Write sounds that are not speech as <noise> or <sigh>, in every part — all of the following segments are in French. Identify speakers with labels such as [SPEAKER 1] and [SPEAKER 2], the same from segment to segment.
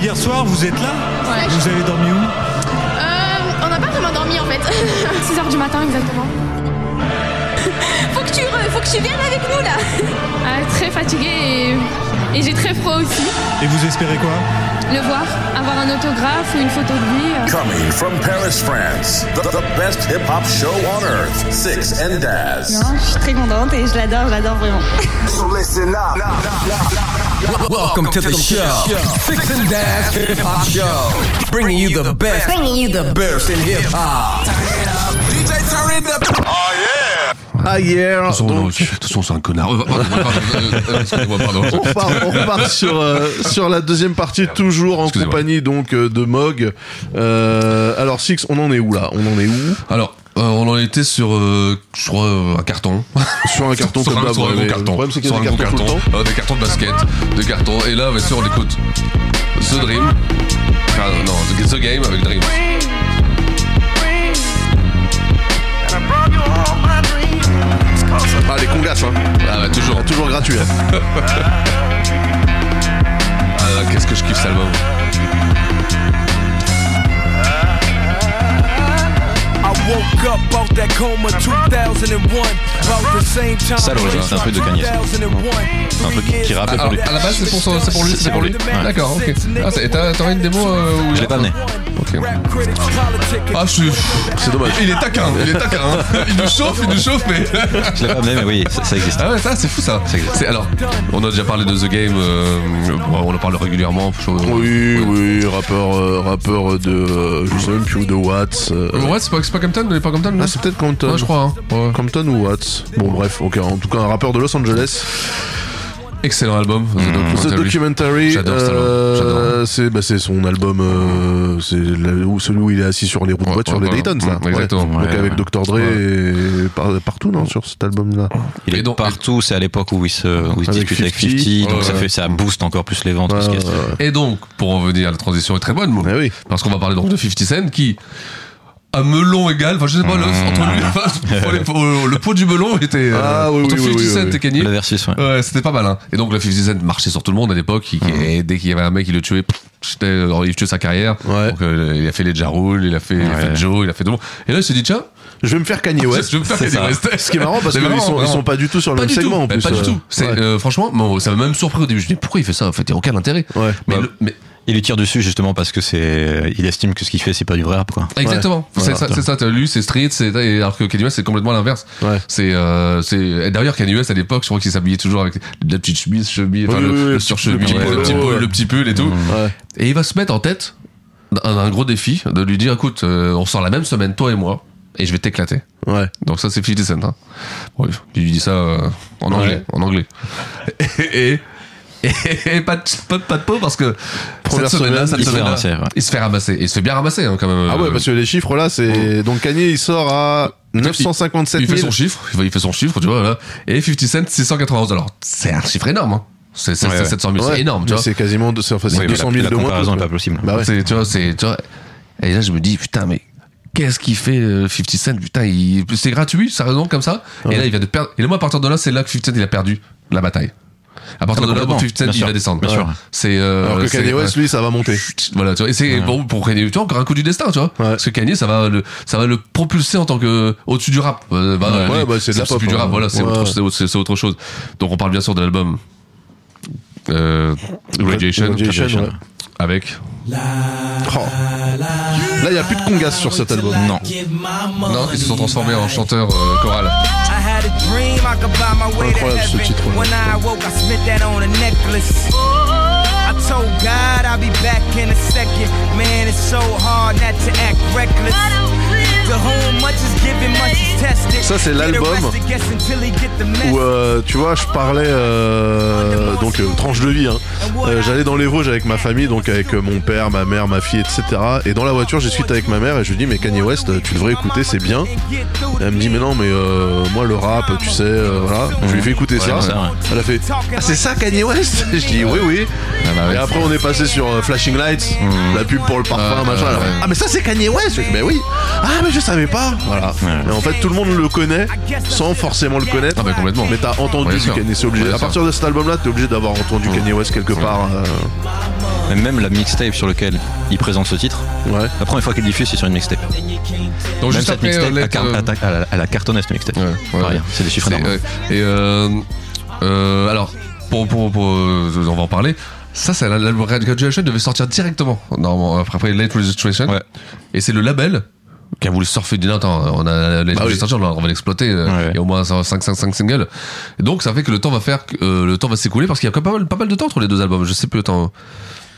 [SPEAKER 1] hier soir, vous êtes là
[SPEAKER 2] Ouais.
[SPEAKER 1] Vous avez dormi où
[SPEAKER 2] Euh, on n'a pas vraiment dormi en fait. 6 heures du matin exactement.
[SPEAKER 3] <laughs> Faut que tu, re- faut que tu viennes avec nous là.
[SPEAKER 2] Ah, très fatiguée et, et j'ai très froid aussi.
[SPEAKER 1] Et vous espérez quoi
[SPEAKER 2] Le voir, avoir un autographe ou une photo de lui. euh,
[SPEAKER 4] Coming from Paris, France, the, the best hip hop show on earth, Six and Daz.
[SPEAKER 3] je suis très contente et je l'adore, je l'adore vraiment.
[SPEAKER 5] Listen up.
[SPEAKER 6] Welcome to the show. Six and Dash Hip Hop Show. Bringing you the best. Bringing you the best in hip hop.
[SPEAKER 4] Oh,
[SPEAKER 7] Ah, hier,
[SPEAKER 8] De toute façon, non,
[SPEAKER 7] donc,
[SPEAKER 8] je- de toute façon, c'est un connard. Euh, pardon, pardon, euh, euh, excusez-moi, pardon.
[SPEAKER 7] on repart,
[SPEAKER 8] <laughs>
[SPEAKER 7] on repart sur, euh, sur la deuxième partie, toujours en
[SPEAKER 8] Excusez-moi.
[SPEAKER 7] compagnie donc euh, de Mog. Euh, alors, Six, on en est où là On en est où
[SPEAKER 8] Alors, euh, on en était sur, euh, je crois, euh, un carton.
[SPEAKER 7] Sur un carton
[SPEAKER 8] Sur
[SPEAKER 7] comme
[SPEAKER 8] un,
[SPEAKER 7] d'hab,
[SPEAKER 8] sur un
[SPEAKER 7] ouais,
[SPEAKER 8] gros
[SPEAKER 7] mais
[SPEAKER 8] carton.
[SPEAKER 7] Le problème, c'est qu'il y a
[SPEAKER 8] Sur
[SPEAKER 7] des
[SPEAKER 8] un
[SPEAKER 7] cartons
[SPEAKER 8] gros
[SPEAKER 7] tout le temps.
[SPEAKER 8] carton. Euh, des cartons de basket, des cartons. Et là, bien sûr, on écoute The Dream. Enfin, non, The- The Game avec Dream.
[SPEAKER 7] Ah, les congas, hein.
[SPEAKER 8] Ah bah, toujours.
[SPEAKER 7] Toujours gratuit. hein.
[SPEAKER 8] Ah, là, qu'est-ce que je kiffe cet album.
[SPEAKER 9] I woke up out that coma 2001 About the same time
[SPEAKER 10] Ça, à l'origine, c'est un truc de Kanye, ça. Un truc qui- qui rappe
[SPEAKER 8] Ah,
[SPEAKER 10] pour lui.
[SPEAKER 8] à la base, c'est pour, son- c'est pour lui, c'est pour lui.
[SPEAKER 10] Ouais.
[SPEAKER 8] D'accord, ok. Ah, c'est- et t'as t'aurais une démo euh, où il
[SPEAKER 10] Je l'ai pas amené.
[SPEAKER 8] Ok. Ah, je C'est dommage. Il est
[SPEAKER 10] Ah
[SPEAKER 8] taquin, il est taquin.
[SPEAKER 7] <laughs>
[SPEAKER 8] hein. Il nous chauffe, il nous chauffe, mais.
[SPEAKER 10] Je l'ai pas amené, Ah, mais oui, ça, ça existe.
[SPEAKER 8] Ah ouais, ça c'est fou ça.
[SPEAKER 10] C'est exact.
[SPEAKER 8] C'est- alors, on a déjà parlé de The Game, euh, bon, on en parle régulièrement. je-
[SPEAKER 7] Oui, oui, rappeur, euh, rappeur de. euh, je sais même plus où, de Watts. euh,
[SPEAKER 8] Ouais, c'est pas, c'est pas Compton, mais pas Compton. non
[SPEAKER 7] Ah, c'est peut-être Compton.
[SPEAKER 8] Ouais, je crois. hein. Ouais.
[SPEAKER 7] Compton ou Watts Bon, bref, ok. En tout cas, un rappeur de Los Angeles.
[SPEAKER 8] Excellent album. The
[SPEAKER 7] The
[SPEAKER 8] Documentary.
[SPEAKER 7] Documentary,
[SPEAKER 8] J'adore cet
[SPEAKER 7] euh,
[SPEAKER 8] album, j'adore.
[SPEAKER 7] c'est bah, c'est son album, euh, c'est la- où- celui où il est assis sur les roues de
[SPEAKER 8] Ouais,
[SPEAKER 7] voiture,
[SPEAKER 8] ouais,
[SPEAKER 7] les
[SPEAKER 8] voilà.
[SPEAKER 7] Dayton, ça.
[SPEAKER 8] Mm, exactement.
[SPEAKER 7] Donc
[SPEAKER 10] Ouais,
[SPEAKER 7] avec
[SPEAKER 10] ouais.
[SPEAKER 7] Dr Dre et par- partout, non, sur cet album-là.
[SPEAKER 10] Il
[SPEAKER 8] Et
[SPEAKER 10] est
[SPEAKER 8] donc-
[SPEAKER 10] partout, c'est à l'époque où il se, où il se
[SPEAKER 7] Avec
[SPEAKER 10] discute avec
[SPEAKER 7] 50,
[SPEAKER 10] 50, donc
[SPEAKER 8] ouais,
[SPEAKER 10] ça
[SPEAKER 8] ouais.
[SPEAKER 10] fait, ça booste encore plus les ventes.
[SPEAKER 7] Ouais,
[SPEAKER 10] parce qu'il y a-
[SPEAKER 7] ouais, ouais.
[SPEAKER 8] Et donc, pour en venir, la transition est très bonne, moi.
[SPEAKER 7] Ah oui.
[SPEAKER 8] Parce qu'on va parler donc de 50 Cent qui. Un melon égal, enfin je sais pas, le, entre lui, enfin, le, pot- euh, le pot du melon était. euh,
[SPEAKER 7] Ah, oui,
[SPEAKER 8] entre
[SPEAKER 7] oui,
[SPEAKER 8] 50
[SPEAKER 7] oui, oui,
[SPEAKER 8] Cent
[SPEAKER 7] oui.
[SPEAKER 8] et Kanye.
[SPEAKER 10] Le versus, ouais.
[SPEAKER 8] Ouais, c'était pas mal. Hein. Et donc, la 50 Cent marchait sur tout le monde à l'époque. il- Et dès qu'il y avait un mec qui le tuait, pff, c'était- alors, il tuait sa carrière.
[SPEAKER 7] Ouais.
[SPEAKER 8] Donc, euh, il a fait les Jarul, il a fait, il a fait
[SPEAKER 10] Ouais.
[SPEAKER 8] Joe, il a fait tout le monde. Et là, il s'est dit, tiens,
[SPEAKER 7] Je vais me faire Kanye West.
[SPEAKER 8] <laughs> je vais me faire
[SPEAKER 10] c'est
[SPEAKER 8] Kanye
[SPEAKER 10] ça.
[SPEAKER 8] West.
[SPEAKER 7] Ce qui est marrant parce
[SPEAKER 8] C'est
[SPEAKER 7] qu'ils
[SPEAKER 8] marrant,
[SPEAKER 7] sont, ils
[SPEAKER 8] vraiment.
[SPEAKER 7] sont pas du tout sur le
[SPEAKER 8] Pas
[SPEAKER 7] même
[SPEAKER 8] du
[SPEAKER 7] segment
[SPEAKER 8] tout,
[SPEAKER 7] en
[SPEAKER 8] mais
[SPEAKER 7] plus.
[SPEAKER 8] pas du
[SPEAKER 7] euh,
[SPEAKER 8] tout. C'est,
[SPEAKER 7] ouais.
[SPEAKER 8] euh, franchement, moi, ça m'a même surpris au début. Je me dis, pourquoi il fait ça En fait, il n'y a aucun intérêt.
[SPEAKER 7] Ouais.
[SPEAKER 8] Mais
[SPEAKER 10] Bah,
[SPEAKER 8] le- mais
[SPEAKER 10] Il lui tire dessus justement parce que c'est, il estime que ce qu'il fait c'est pas du vrai rap quoi.
[SPEAKER 8] Exactement,
[SPEAKER 10] Ouais.
[SPEAKER 8] c'est
[SPEAKER 10] Voilà.
[SPEAKER 8] ça, c'est ça, t'as lu, c'est street, c'est, et alors que Kanye West c'est complètement l'inverse.
[SPEAKER 7] Ouais.
[SPEAKER 8] C'est, euh, c'est, et d'ailleurs Kanye West à l'époque, je crois qu'il s'habillait toujours avec de la petite chemise, chemise, enfin,
[SPEAKER 7] Oui,
[SPEAKER 8] le,
[SPEAKER 7] oui, oui,
[SPEAKER 8] le
[SPEAKER 7] le
[SPEAKER 8] surchemise,
[SPEAKER 7] petit
[SPEAKER 8] le,
[SPEAKER 7] polo,
[SPEAKER 8] petit pull,
[SPEAKER 7] ouais. Mm.
[SPEAKER 8] le petit pull et tout.
[SPEAKER 7] Ouais.
[SPEAKER 8] Et il va se mettre en tête un, un gros défi de lui dire, écoute, euh, on sort la même semaine, toi et moi, et je vais t'éclater.
[SPEAKER 7] Ouais.
[SPEAKER 8] Donc ça c'est 50 Cent. Hein. Ouais, il lui dit ça euh, en anglais, en anglais. <laughs> Et, et, et pas, de, pas, de- pas de peau parce que
[SPEAKER 7] Première
[SPEAKER 8] cette
[SPEAKER 7] semaine,
[SPEAKER 8] semaine-là, cette
[SPEAKER 10] il se fait
[SPEAKER 8] semaine-là,
[SPEAKER 10] ramasser, ouais.
[SPEAKER 8] il se fait ramasser. Et il se fait bien ramasser hein, quand même.
[SPEAKER 7] Ah ouais, parce que les chiffres là, c'est donc Kanye il sort à
[SPEAKER 8] il
[SPEAKER 7] 957
[SPEAKER 8] fait
[SPEAKER 7] 000.
[SPEAKER 8] son chiffre, il fait- il fait son chiffre, tu vois, là. Et 50 Cent, 691. Alors, c'est un chiffre énorme, hein. C'est c'est-
[SPEAKER 10] Ouais,
[SPEAKER 8] c'est
[SPEAKER 10] ouais.
[SPEAKER 8] 700 000,
[SPEAKER 7] Ouais.
[SPEAKER 8] c'est énorme, tu
[SPEAKER 7] Mais
[SPEAKER 8] vois.
[SPEAKER 7] C'est quasiment deux- c'est- enfin, c'est
[SPEAKER 10] Oui, mais
[SPEAKER 7] 200
[SPEAKER 10] la,
[SPEAKER 7] 000
[SPEAKER 10] la
[SPEAKER 7] de moins.
[SPEAKER 10] comparaison
[SPEAKER 7] plus,
[SPEAKER 10] est
[SPEAKER 7] quoi.
[SPEAKER 10] pas possible.
[SPEAKER 7] Bah ouais.
[SPEAKER 8] C'est- tu vois, c'est, tu vois. Et là, je me dis, putain, mais qu'est-ce qu'il fait, euh, 50 Cent? Putain, il- c'est gratuit, ça raison comme ça. Et là, il vient de perdre. Et là, moi, à partir de là, c'est là que 50 Cent, il a perdu la bataille. À partir
[SPEAKER 10] Ah bah,
[SPEAKER 8] de là,
[SPEAKER 10] complètement.
[SPEAKER 8] 50 Cent,
[SPEAKER 10] Bien
[SPEAKER 8] il
[SPEAKER 10] sûr.
[SPEAKER 8] va descendre.
[SPEAKER 10] Bien
[SPEAKER 8] Ouais.
[SPEAKER 10] sûr.
[SPEAKER 8] C'est, euh,
[SPEAKER 7] Alors que
[SPEAKER 8] c'est-
[SPEAKER 7] Kanye West, lui, ça va monter.
[SPEAKER 8] Voilà, tu vois, et c'est bon pour Kanye, tu vois, encore un coup du destin, tu vois. Parce que Kanye, ça va le, ça va le propulser en tant que au-dessus du rap. Euh, bah,
[SPEAKER 7] Ouais,
[SPEAKER 8] allez,
[SPEAKER 7] bah, c'est de la
[SPEAKER 8] au-dessus
[SPEAKER 7] pop,
[SPEAKER 8] du rap,
[SPEAKER 7] hein.
[SPEAKER 8] voilà, c'est
[SPEAKER 7] Ouais.
[SPEAKER 8] autre, c'est autre- c'est autre chose. Donc on parle bien sûr de l'album euh, Radiation,
[SPEAKER 7] Radiation, ouais.
[SPEAKER 8] avec.
[SPEAKER 7] Oh. Là, il n'y a plus de congas sur cet album.
[SPEAKER 10] Non.
[SPEAKER 8] Non, ils se sont transformés en chanteurs euh, chorales.
[SPEAKER 9] I had a dream I could buy my way to
[SPEAKER 7] Incroyable, ce
[SPEAKER 9] heaven.
[SPEAKER 7] titre-là.
[SPEAKER 9] When I awoke, I spent that on a necklace. I told God I'll be back in a second. Man, it's so hard not to act reckless. To whom much is given, much is tested.
[SPEAKER 7] Ça, c'est
[SPEAKER 9] Get
[SPEAKER 7] l'album
[SPEAKER 9] arrested, guess until he get the
[SPEAKER 7] Où,
[SPEAKER 9] message.
[SPEAKER 7] euh, tu vois, je parlais euh, donc euh, tranche de vie. Hein. Euh, J'allais dans les Vosges avec ma famille, donc avec euh, mon père, ma mère, ma fille, etc. Et dans la voiture, j'ai suite avec ma mère et je lui dis mais Kanye West, euh, tu devrais écouter, c'est bien. Elle me dit mais non, mais euh, moi le rap, tu sais, euh, voilà. Je lui fais écouter ça.
[SPEAKER 10] ouais, ça, ouais.
[SPEAKER 7] Elle a fait ah, c'est ça Kanye West. <laughs> je dis oui oui.
[SPEAKER 8] bah ouais.
[SPEAKER 7] Et après on est passé sur euh, Flashing Lights, la pub pour le parfum,
[SPEAKER 8] Ah,
[SPEAKER 7] machin.
[SPEAKER 8] ah,
[SPEAKER 7] Elle a fait,
[SPEAKER 8] ouais.
[SPEAKER 7] Ah mais ça c'est Kanye West. Je fais, mais oui. Ah mais je je savais pas. Voilà.
[SPEAKER 10] Ouais.
[SPEAKER 7] Et en fait, tout le monde le connaît sans forcément le connaître.
[SPEAKER 8] Ah bah complètement.
[SPEAKER 7] Mais t'as entendu
[SPEAKER 8] Bien
[SPEAKER 7] du
[SPEAKER 8] sûr.
[SPEAKER 7] Kanye, c'est obligé.
[SPEAKER 8] Bien
[SPEAKER 7] à
[SPEAKER 8] sûr.
[SPEAKER 7] partir de cet album-là, t'es obligé d'avoir entendu Kanye West quelque part. euh,
[SPEAKER 10] Et Même la mixtape sur laquelle il présente ce titre,
[SPEAKER 7] ouais.
[SPEAKER 10] la première fois qu'il diffuse, c'est sur une mixtape. Même
[SPEAKER 8] Donc juste
[SPEAKER 10] cette
[SPEAKER 8] après,
[SPEAKER 10] mixtape,
[SPEAKER 8] euh,
[SPEAKER 10] elle
[SPEAKER 8] Let,
[SPEAKER 10] car-
[SPEAKER 8] euh,
[SPEAKER 10] attaque- elle a- elle a cartonné cette mixtape.
[SPEAKER 8] Ouais, ouais,
[SPEAKER 10] Pas
[SPEAKER 8] ouais.
[SPEAKER 10] rien, C'est des chiffres
[SPEAKER 8] C'est,
[SPEAKER 10] énormes.
[SPEAKER 8] euh, et euh, euh, alors, pour, pour, pour, euh, on va en parler. Ça, c'est la- l'album Red Graduation devait sortir directement normalement après, après Late Registration.
[SPEAKER 10] Ouais.
[SPEAKER 8] Et c'est le label qui a voulu surfer du attends, on a Late
[SPEAKER 7] Bah oui.
[SPEAKER 8] Registration, on va l'exploiter. euh,
[SPEAKER 10] Ouais.
[SPEAKER 8] Il y a au moins 5, 5, 5 singles. Et donc, ça fait que le temps va faire, que, euh, le temps va s'écouler parce qu'il y a quand même pas mal, pas mal de temps entre les deux albums. Je sais plus le
[SPEAKER 10] Euh,
[SPEAKER 8] temps.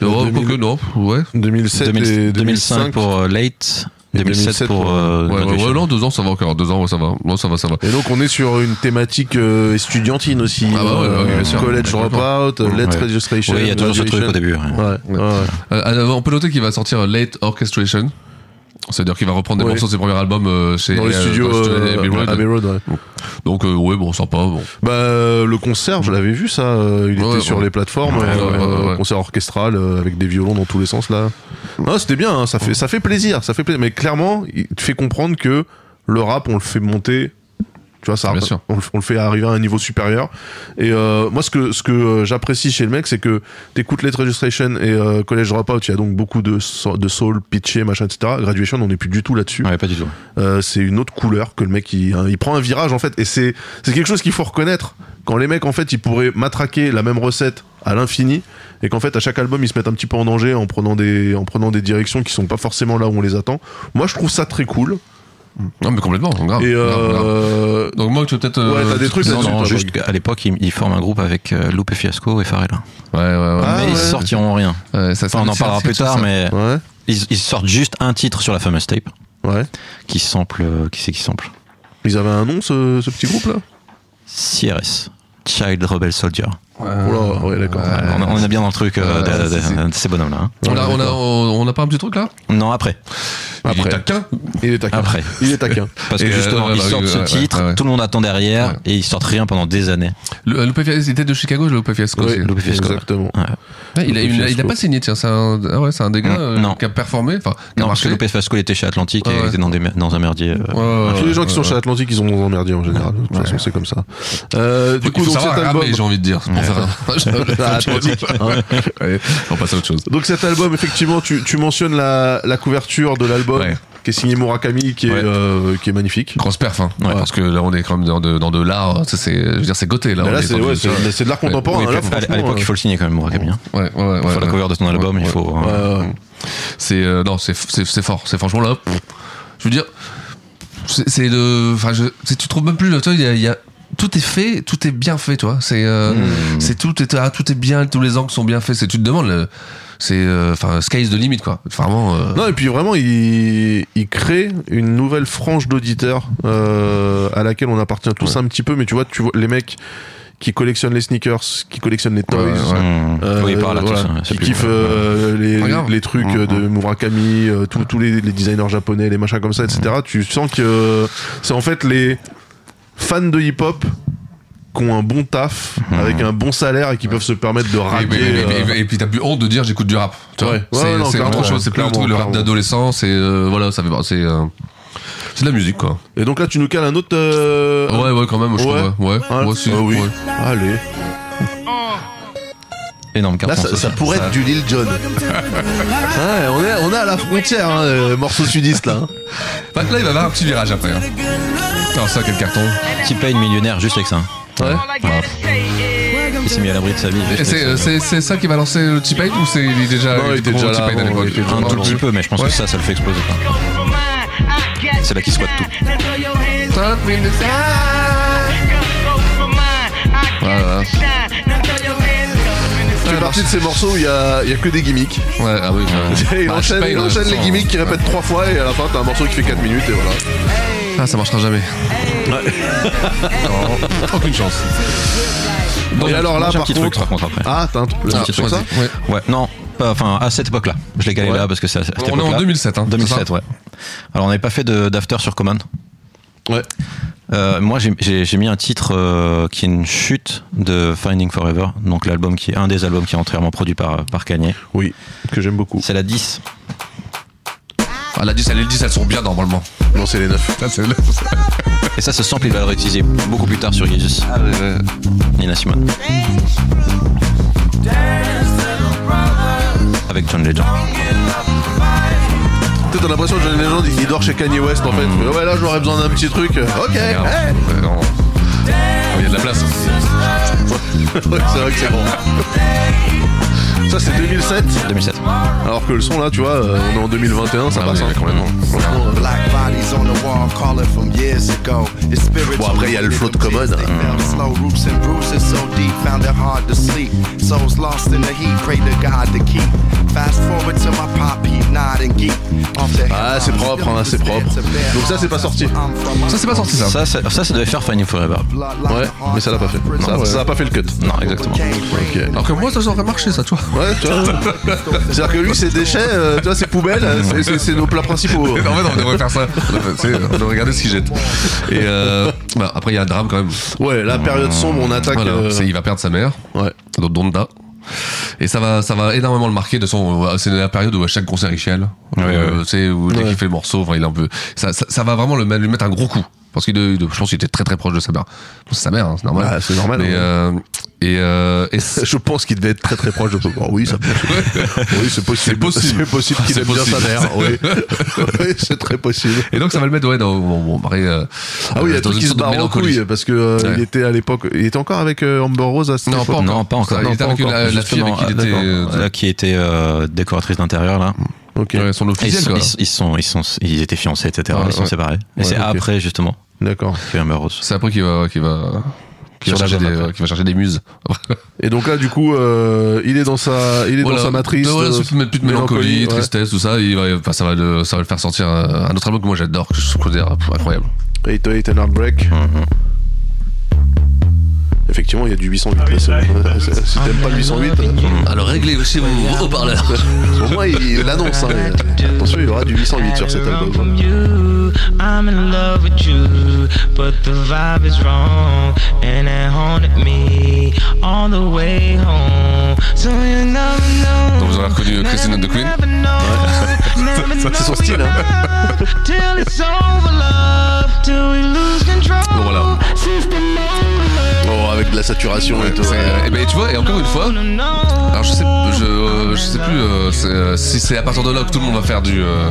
[SPEAKER 8] Oh,
[SPEAKER 7] 2000.
[SPEAKER 8] quoique, non, ouais.
[SPEAKER 7] 2007 et
[SPEAKER 10] 2000- 2005
[SPEAKER 7] 2005
[SPEAKER 10] pour euh, Late, 2007 pour. euh,
[SPEAKER 8] Ouais, ouais,
[SPEAKER 10] Graduation.
[SPEAKER 8] ouais, non, deux ans, ça va encore. Deux ans, ouais, ça va. Non, ça va, ça va.
[SPEAKER 7] Et donc on est sur une thématique euh, estudiantine aussi.
[SPEAKER 8] Ah bah ouais,
[SPEAKER 7] Euh,
[SPEAKER 8] ouais, bien sûr.
[SPEAKER 7] college
[SPEAKER 8] Complètement.
[SPEAKER 7] dropout, let's
[SPEAKER 10] Ouais.
[SPEAKER 7] registration.
[SPEAKER 10] Oui, il y a toujours ce truc au début. ouais.
[SPEAKER 7] Ouais, ouais, ouais.
[SPEAKER 8] Euh, alors, on peut noter qu'il va sortir Late Orchestration. C'est-à-dire qu'il va reprendre des
[SPEAKER 7] Ouais.
[SPEAKER 8] morceaux de ses premiers albums euh, chez
[SPEAKER 7] Dans les
[SPEAKER 8] euh,
[SPEAKER 7] studios
[SPEAKER 8] dans les studios
[SPEAKER 7] euh,
[SPEAKER 8] Abbey Road.
[SPEAKER 7] Abbey Road, ouais.
[SPEAKER 8] Donc euh, ouais, bon, sympa. Bon.
[SPEAKER 7] Bah, euh, le concert, je l'avais vu ça. euh, il
[SPEAKER 8] Ouais,
[SPEAKER 7] était
[SPEAKER 8] ouais.
[SPEAKER 7] sur les plateformes.
[SPEAKER 8] Ouais,
[SPEAKER 7] euh,
[SPEAKER 8] ouais, ouais, ouais.
[SPEAKER 7] Concert orchestral euh, avec des violons dans tous les sens là. Non, c'était bien. hein, ça fait ça fait plaisir. Ça fait plaisir. Mais clairement, il te fait comprendre que le rap, on le fait monter. Tu vois, ça,
[SPEAKER 8] Bien sûr.
[SPEAKER 7] on, le- on le fait arriver à un niveau supérieur. Et euh, moi, ce que ce que euh, j'apprécie chez le mec, c'est que t'écoutes Late Registration et euh, College Dropout, il y a donc beaucoup de so- de soul, pitché, machin, etc. Graduation, on n'est plus du tout là-dessus.
[SPEAKER 10] Ouais, pas du tout.
[SPEAKER 7] Euh, c'est une autre couleur que le mec il, hein, il prend un virage en fait et c'est c'est quelque chose qu'il faut reconnaître quand les mecs en fait ils pourraient matraquer la même recette à l'infini et qu'en fait à chaque album ils se mettent un petit peu en danger en prenant des en prenant des directions qui sont pas forcément là où on les attend moi je trouve ça très cool
[SPEAKER 8] Ah, Non mais complètement, grave.
[SPEAKER 7] et
[SPEAKER 8] grave, grave.
[SPEAKER 7] euh,
[SPEAKER 8] Donc moi, tu veux peut-être.
[SPEAKER 7] ouais,
[SPEAKER 8] euh,
[SPEAKER 7] t'as des
[SPEAKER 8] tu-
[SPEAKER 7] trucs
[SPEAKER 10] Non,
[SPEAKER 7] là-dessus,
[SPEAKER 10] non,
[SPEAKER 7] toi,
[SPEAKER 10] juste qu'à l'époque, ils ils forment un groupe avec euh, Loop et Fiasco et Pharrell.
[SPEAKER 8] Ouais, ouais, ouais.
[SPEAKER 7] Ah,
[SPEAKER 10] mais
[SPEAKER 7] ouais.
[SPEAKER 10] ils sortiront rien.
[SPEAKER 8] Ouais, ça, ça-
[SPEAKER 10] Enfin, on en
[SPEAKER 8] c'est-
[SPEAKER 10] parlera
[SPEAKER 8] c'est-
[SPEAKER 10] plus
[SPEAKER 8] c'est-
[SPEAKER 10] tard,
[SPEAKER 8] ça.
[SPEAKER 10] mais
[SPEAKER 7] ouais
[SPEAKER 10] ils, ils sortent juste un titre sur la fameuse tape
[SPEAKER 7] ouais
[SPEAKER 10] qui sample. euh, Qui c'est qui sample
[SPEAKER 7] ils avaient un nom ce, ce petit groupe là
[SPEAKER 10] CRS. Child Rebel Soldier.
[SPEAKER 7] oh là ouais d'accord
[SPEAKER 10] Euh, on, on est bien dans le truc
[SPEAKER 8] Ouais,
[SPEAKER 10] euh, de- de-
[SPEAKER 8] c'est- c'est-
[SPEAKER 10] de ces bonhommes-là. hein.
[SPEAKER 8] On a, on, a, on a pas un petit truc là
[SPEAKER 10] Non, après.
[SPEAKER 8] Il est
[SPEAKER 7] après
[SPEAKER 8] taquin.
[SPEAKER 7] il est taquin
[SPEAKER 10] Après.
[SPEAKER 7] il est taquin
[SPEAKER 10] Parce que
[SPEAKER 8] Et, euh,
[SPEAKER 10] justement,
[SPEAKER 8] ouais,
[SPEAKER 10] ils
[SPEAKER 8] bah,
[SPEAKER 10] sortent
[SPEAKER 8] oui,
[SPEAKER 10] ce
[SPEAKER 8] ouais,
[SPEAKER 10] titre,
[SPEAKER 8] ouais, ouais.
[SPEAKER 10] tout le monde attend derrière,
[SPEAKER 8] Ouais.
[SPEAKER 10] et ils sortent rien pendant des années.
[SPEAKER 8] Le, le PFS, il était de Chicago, le PFS. quoi,
[SPEAKER 7] Ouais,
[SPEAKER 8] c'est-
[SPEAKER 10] Loop et Fiasco.
[SPEAKER 7] exactement
[SPEAKER 10] Ouais.
[SPEAKER 8] Ouais, il, a, il, a, il a pas signé, tiens. C'est un, ah ouais, c'est un des gars
[SPEAKER 10] Mm,
[SPEAKER 8] euh,
[SPEAKER 10] non.
[SPEAKER 8] qui a performé, enfin, qui a
[SPEAKER 10] Non, parce
[SPEAKER 8] marché.
[SPEAKER 10] que Loop et Fiasco, il était chez Atlantique
[SPEAKER 8] Ouais,
[SPEAKER 10] et
[SPEAKER 8] ouais.
[SPEAKER 10] il était dans, des mer- dans un merdier. euh,
[SPEAKER 8] Ouais, ouais,
[SPEAKER 7] tous les
[SPEAKER 8] ouais,
[SPEAKER 7] gens qui
[SPEAKER 8] ouais,
[SPEAKER 7] sont
[SPEAKER 8] ouais.
[SPEAKER 7] chez Atlantique, ils ont des emmerdiers en général. De toute façon, c'est comme ça. Euh, du
[SPEAKER 8] Il
[SPEAKER 7] coup,
[SPEAKER 8] faut
[SPEAKER 7] donc cet
[SPEAKER 8] savoir
[SPEAKER 7] album.
[SPEAKER 8] ramer, j'ai envie de dire. c'est pour <laughs> faire-
[SPEAKER 7] Ah, Atlantique, hein.
[SPEAKER 8] Allez, on passe à autre chose.
[SPEAKER 7] Donc cet album, effectivement, tu, tu mentionnes la, la couverture de l'album
[SPEAKER 8] Ouais.
[SPEAKER 7] qui est signée Murakami, qui est,
[SPEAKER 8] Ouais.
[SPEAKER 7] euh, qui est magnifique.
[SPEAKER 8] Grosse perf, hein.
[SPEAKER 10] Ouais.
[SPEAKER 8] parce que là on est quand même dans de, dans de l'art, hein. ça, c'est, je veux dire c'est goté là.
[SPEAKER 7] Mais
[SPEAKER 8] on
[SPEAKER 7] là,
[SPEAKER 8] est
[SPEAKER 7] c'est
[SPEAKER 8] dans
[SPEAKER 7] ouais,
[SPEAKER 8] une-
[SPEAKER 7] c'est- mais c'est de l'art contemporain.
[SPEAKER 8] Ouais,
[SPEAKER 7] hein, là,
[SPEAKER 10] à l-
[SPEAKER 7] franchement,
[SPEAKER 10] à l'époque, il faut le signer quand même, Murakami. hein.
[SPEAKER 8] Ouais, ouais, ouais.
[SPEAKER 10] Pour faire la
[SPEAKER 8] ouais.
[SPEAKER 10] cover de ton album,
[SPEAKER 8] Ouais,
[SPEAKER 10] il faut.
[SPEAKER 7] euh,
[SPEAKER 10] euh,
[SPEAKER 7] ouais, ouais.
[SPEAKER 8] C'est euh, non, c'est c'est c'est fort, c'est franchement là. pff, Je veux dire, c'est c'est de, enfin, je, c'est- tu trouves même plus le toi, il y a, il y a- tout est fait, tout est bien fait, toi. C'est euh,
[SPEAKER 7] Hmm.
[SPEAKER 8] c'est tout est ah, tout est bien, tous les angles sont bien faits. C'est tu te demandes, le- c'est euh, enfin sky's the limit quoi. Vraiment. euh,
[SPEAKER 7] Non, et puis vraiment, il, il crée une nouvelle frange d'auditeurs euh, à laquelle on appartient tous un petit peu. Mais tu vois, tu vois les mecs qui collectionnent les sneakers, qui collectionnent les toys,
[SPEAKER 8] Ouais, ouais.
[SPEAKER 10] hum,
[SPEAKER 7] Euh,
[SPEAKER 10] oui, par là, tout
[SPEAKER 7] voilà.
[SPEAKER 10] ça, c'est
[SPEAKER 7] Qui
[SPEAKER 10] plus-
[SPEAKER 7] kiffe euh, les,
[SPEAKER 8] Pas grave.
[SPEAKER 7] les trucs
[SPEAKER 8] Mhm.
[SPEAKER 7] de Murakami, euh, tous- tous les, les designers japonais, les machins comme ça, etc. Tu sens que euh, c'est en fait les fans de hip-hop qui ont un bon taf, avec un bon salaire et qui peuvent se permettre de
[SPEAKER 10] Ah,
[SPEAKER 8] Et,
[SPEAKER 7] raquer.
[SPEAKER 8] et-
[SPEAKER 7] euh,
[SPEAKER 8] et- et- et puis t'as plus honte de dire j'écoute du rap. tu vois.
[SPEAKER 7] Ouais.
[SPEAKER 8] C'est
[SPEAKER 7] Ouais, non,
[SPEAKER 8] c'est
[SPEAKER 7] clairement,
[SPEAKER 8] autre chose, c'est plus le
[SPEAKER 7] clairement,
[SPEAKER 8] truc le rap
[SPEAKER 7] clairement.
[SPEAKER 8] d'adolescence. C'est euh, voilà, ça fait c'est euh, c'est de la musique quoi.
[SPEAKER 7] Et donc là, tu nous cales un autre. euh,
[SPEAKER 8] Ouais ouais quand même. Je
[SPEAKER 7] Ouais.
[SPEAKER 8] trouve, ouais. Ouais,
[SPEAKER 7] Hein
[SPEAKER 8] ouais, si,
[SPEAKER 7] Ah oui.
[SPEAKER 8] ouais.
[SPEAKER 7] Allez.
[SPEAKER 10] Énorme
[SPEAKER 8] Ah,
[SPEAKER 7] Là,
[SPEAKER 10] carton.
[SPEAKER 7] ça, ça pourrait être du Lil Jon.
[SPEAKER 10] <laughs>
[SPEAKER 7] Ouais, on, est, on est à la frontière, hein, euh, morceau sudiste là. hein.
[SPEAKER 8] Bah, là il va y avoir un petit virage après. Hein. Putain, ça quel carton.
[SPEAKER 10] Petit paye millionnaire juste avec ça.
[SPEAKER 8] Ouais.
[SPEAKER 10] Il s'est mis à l'abri de sa vie.
[SPEAKER 8] Et
[SPEAKER 10] juste
[SPEAKER 8] c'est,
[SPEAKER 10] avec
[SPEAKER 8] euh,
[SPEAKER 10] ça.
[SPEAKER 8] c'est, c'est ça qui va lancer le T-Pain ou c'est il est déjà
[SPEAKER 7] Non, il était
[SPEAKER 8] trop
[SPEAKER 7] déjà
[SPEAKER 8] T-Pain
[SPEAKER 7] là
[SPEAKER 8] à l'époque
[SPEAKER 7] avant, il était déjà
[SPEAKER 10] Un
[SPEAKER 7] là
[SPEAKER 10] tout petit peu, mais je pense
[SPEAKER 8] Ouais.
[SPEAKER 10] que ça, ça le fait exploser. C'est là qu'il squatte tout.
[SPEAKER 8] Voilà.
[SPEAKER 7] Tu fais partie de ces morceaux où il y a, il y a que des gimmicks.
[SPEAKER 8] Ouais, ah oui.
[SPEAKER 7] <laughs>
[SPEAKER 8] ouais.
[SPEAKER 7] il
[SPEAKER 8] Bah,
[SPEAKER 7] enchaîne,
[SPEAKER 8] T-Pain,
[SPEAKER 7] il
[SPEAKER 8] ouais,
[SPEAKER 7] enchaîne
[SPEAKER 8] sans-
[SPEAKER 7] les gimmicks qu'il répète trois fois et à la fin t'as un morceau qui fait 4 minutes et voilà.
[SPEAKER 8] Ah, ça marchera jamais. <laughs> non, aucune chance.
[SPEAKER 7] et alors là
[SPEAKER 10] J'ai un
[SPEAKER 7] par
[SPEAKER 10] petit
[SPEAKER 7] contre...
[SPEAKER 10] truc, par contre, après.
[SPEAKER 7] Ah t'as un truc,
[SPEAKER 10] Ah,
[SPEAKER 7] un truc sur ça
[SPEAKER 10] vas-y.
[SPEAKER 8] Ouais.
[SPEAKER 10] Ouais, non, pas- enfin, à cette époque-là. Je l'ai calé
[SPEAKER 7] Ouais.
[SPEAKER 10] là parce que c'est à cette
[SPEAKER 8] On est en
[SPEAKER 10] époque-là.
[SPEAKER 8] 2007, hein, c'est
[SPEAKER 10] 2007,
[SPEAKER 8] ça
[SPEAKER 10] ouais. Alors, on n'avait pas fait de- d'after sur Common.
[SPEAKER 7] Ouais.
[SPEAKER 10] Euh, moi, j'ai- j'ai j'ai mis un titre euh, qui est une chute de Finding Forever, donc l'album qui est un des albums qui est entièrement produit par, par Kanye.
[SPEAKER 7] Oui, que j'aime beaucoup.
[SPEAKER 10] C'est la 10.
[SPEAKER 8] Ah, la 10, elle est 10, elles sont bien normalement.
[SPEAKER 7] Non, c'est les 9.
[SPEAKER 8] Ça, c'est le-
[SPEAKER 10] Et ça, ce sample, il va le réutiliser beaucoup plus tard sur Jesus.
[SPEAKER 8] Ah,
[SPEAKER 10] Nina Simone. Avec John Legend.
[SPEAKER 7] Peut-être t'as l'impression que John Legend, il dort chez Kanye West en fait. Ouais, là, j'aurais besoin d'un petit truc. Ok,
[SPEAKER 8] Regarde.
[SPEAKER 7] hey.
[SPEAKER 8] Mm. Ah, Ouais, non. Ah, Il y a de la place. hein.
[SPEAKER 7] <laughs> Ouais, c'est vrai que c'est bon. Ça, c'est 2007.
[SPEAKER 10] 2007.
[SPEAKER 7] Alors que le son, là, tu vois, euh, on est en 2021, ça
[SPEAKER 8] Ah
[SPEAKER 7] passe
[SPEAKER 8] oui,
[SPEAKER 7] hein.
[SPEAKER 8] complètement.
[SPEAKER 7] Franchement, euh,
[SPEAKER 5] Black bodies on the wall calling from years ago. It's spiritual.
[SPEAKER 7] Bon, après, il y a le flow de hein. commode.
[SPEAKER 5] They found slow roots and bruises so deep, found it hard to sleep. Souls lost in the heat, pray to God to keep. Fast forward to my pop, he nod and geek. Off the
[SPEAKER 7] Ah, c'est propre, hein, c'est propre. Donc ça, c'est pas sorti.
[SPEAKER 8] Ça, c'est pas sorti, ça.
[SPEAKER 10] Ça, ça, ça, ça devait faire Finding Forever.
[SPEAKER 7] Ouais, mais ça l'a pas fait. ça,
[SPEAKER 10] ouais.
[SPEAKER 7] ça a pas fait le cut.
[SPEAKER 10] Non, exactement.
[SPEAKER 8] Alors que moi, ça aurait marché, ça, tu vois.
[SPEAKER 7] Ouais, tu vois. <laughs> C'est-à-dire que lui, ses déchets, euh, tu vois, ses poubelles, euh, c'est- c'est c'est nos plats principaux.
[SPEAKER 8] <laughs>
[SPEAKER 7] euh.
[SPEAKER 8] En fait, on devrait faire ça. Tu sais, On devrait regarder ce qu'il jette. Et euh, bah, après, il y a un drame quand même.
[SPEAKER 7] <laughs> Ouais, la période sombre, on attaque.
[SPEAKER 8] Voilà,
[SPEAKER 7] euh,
[SPEAKER 8] c'est- il va perdre sa mère,
[SPEAKER 7] Ouais.
[SPEAKER 8] donc Donda. Et ça va, ça va énormément le marquer. De son, euh, c'est la période où à chaque concert il chiale.
[SPEAKER 10] Ouais,
[SPEAKER 8] Euh, C'est où dès
[SPEAKER 7] Ouais.
[SPEAKER 8] qu'il fait le morceau, enfin, il est un peu. Ça, ça, ça va vraiment le, lui mettre un gros coup. Parce qu'il, de- de- je pense qu'il était très très proche de sa mère. Bon, c'est sa mère, hein, c'est normal.
[SPEAKER 7] Ah, c'est normal,
[SPEAKER 8] Mais,
[SPEAKER 7] ouais.
[SPEAKER 8] euh, et, euh, et
[SPEAKER 7] <laughs>
[SPEAKER 8] c'est
[SPEAKER 7] Je pense qu'il devait être très très proche de son corps. Oh, Oui, ça <laughs> Oui, c'est possible.
[SPEAKER 8] C'est possible.
[SPEAKER 7] C'est possible qu'il
[SPEAKER 8] C'est
[SPEAKER 7] aime bien sa
[SPEAKER 8] possible.
[SPEAKER 7] mère. Oui, <laughs> Oui, c'est très possible.
[SPEAKER 8] et donc ça va le mettre ouais dans bon, bon, pareil, euh,
[SPEAKER 7] Ah oui, il y a
[SPEAKER 8] euh,
[SPEAKER 7] tout
[SPEAKER 8] dans une
[SPEAKER 7] qui se
[SPEAKER 8] sorte de
[SPEAKER 7] barre en
[SPEAKER 8] mélancolie.
[SPEAKER 7] couille parce que euh,
[SPEAKER 8] Ouais.
[SPEAKER 7] il était à l'époque, il était encore avec euh, Amber Rose à cette
[SPEAKER 8] Non, pas
[SPEAKER 7] époque.
[SPEAKER 8] encore.
[SPEAKER 10] Non, pas encore.
[SPEAKER 8] Ça, il
[SPEAKER 10] non,
[SPEAKER 8] était
[SPEAKER 10] pas
[SPEAKER 8] avec
[SPEAKER 10] encore,
[SPEAKER 8] la- la fille avec
[SPEAKER 10] justement.
[SPEAKER 8] qui il était,
[SPEAKER 10] Ah, d'accord.
[SPEAKER 8] euh,
[SPEAKER 10] Là, qui était euh, décoratrice d'intérieur, là.
[SPEAKER 7] Ok,
[SPEAKER 8] Ouais, son
[SPEAKER 10] Ils,
[SPEAKER 8] officiel
[SPEAKER 10] sont-
[SPEAKER 8] quoi.
[SPEAKER 10] ils, ils sont, ils, sont, ils étaient fiancés, etc.
[SPEAKER 8] Ouais,
[SPEAKER 10] ils sont
[SPEAKER 8] ouais.
[SPEAKER 10] séparés. Et
[SPEAKER 7] Ouais,
[SPEAKER 10] c'est
[SPEAKER 7] ok.
[SPEAKER 10] après, justement,
[SPEAKER 7] d'accord.
[SPEAKER 10] que Amber Rose.
[SPEAKER 8] C'est après qu'il va, qu'il va, qu'il va
[SPEAKER 10] Sur la
[SPEAKER 8] chercher des,
[SPEAKER 10] zone après.
[SPEAKER 8] ouais, qu'il va chercher des muses.
[SPEAKER 7] Et donc là, du coup, euh, il est dans sa, il est dans sa matrice.
[SPEAKER 8] De, voilà,
[SPEAKER 7] euh,
[SPEAKER 8] plus, de- plus de mélancolie,
[SPEAKER 7] mélancolie, ouais.
[SPEAKER 8] tristesse, tout ça. Il va, enfin, ça, va le, ça va le faire sortir un un autre album que moi j'adore, que je considère pff, incroyable.
[SPEAKER 7] Eight to Eight and Heartbreak.
[SPEAKER 8] Mhm.
[SPEAKER 7] Effectivement, il y a du 808. là, c'est- hein, c'est- si t'aimes pas le 808, euh,
[SPEAKER 8] Alors réglez aussi vos haut-parleurs.
[SPEAKER 7] au moins il l'annonce. hein, mais attention, il y aura du 808 sur cet album.
[SPEAKER 9] you. I'm in love with you, but the vibe is wrong, and it haunted me all the way home. So you never know.
[SPEAKER 8] Donc vous aurez reconnu Christine and the Queen.
[SPEAKER 9] Never know, <laughs> never
[SPEAKER 7] Ça, c'est son
[SPEAKER 9] know
[SPEAKER 7] style, hein.
[SPEAKER 9] love till it's over, love, till we lose control.
[SPEAKER 8] Donc voilà.
[SPEAKER 9] System overload.
[SPEAKER 7] Oh, avec de la saturation et tout.
[SPEAKER 8] C'est-
[SPEAKER 7] ouais.
[SPEAKER 8] eh ben, tu vois, et encore une fois,
[SPEAKER 9] No, no.
[SPEAKER 8] alors je sais, je, euh, je sais plus euh, c'est, euh, si c'est à partir de là que tout le monde va faire du. euh,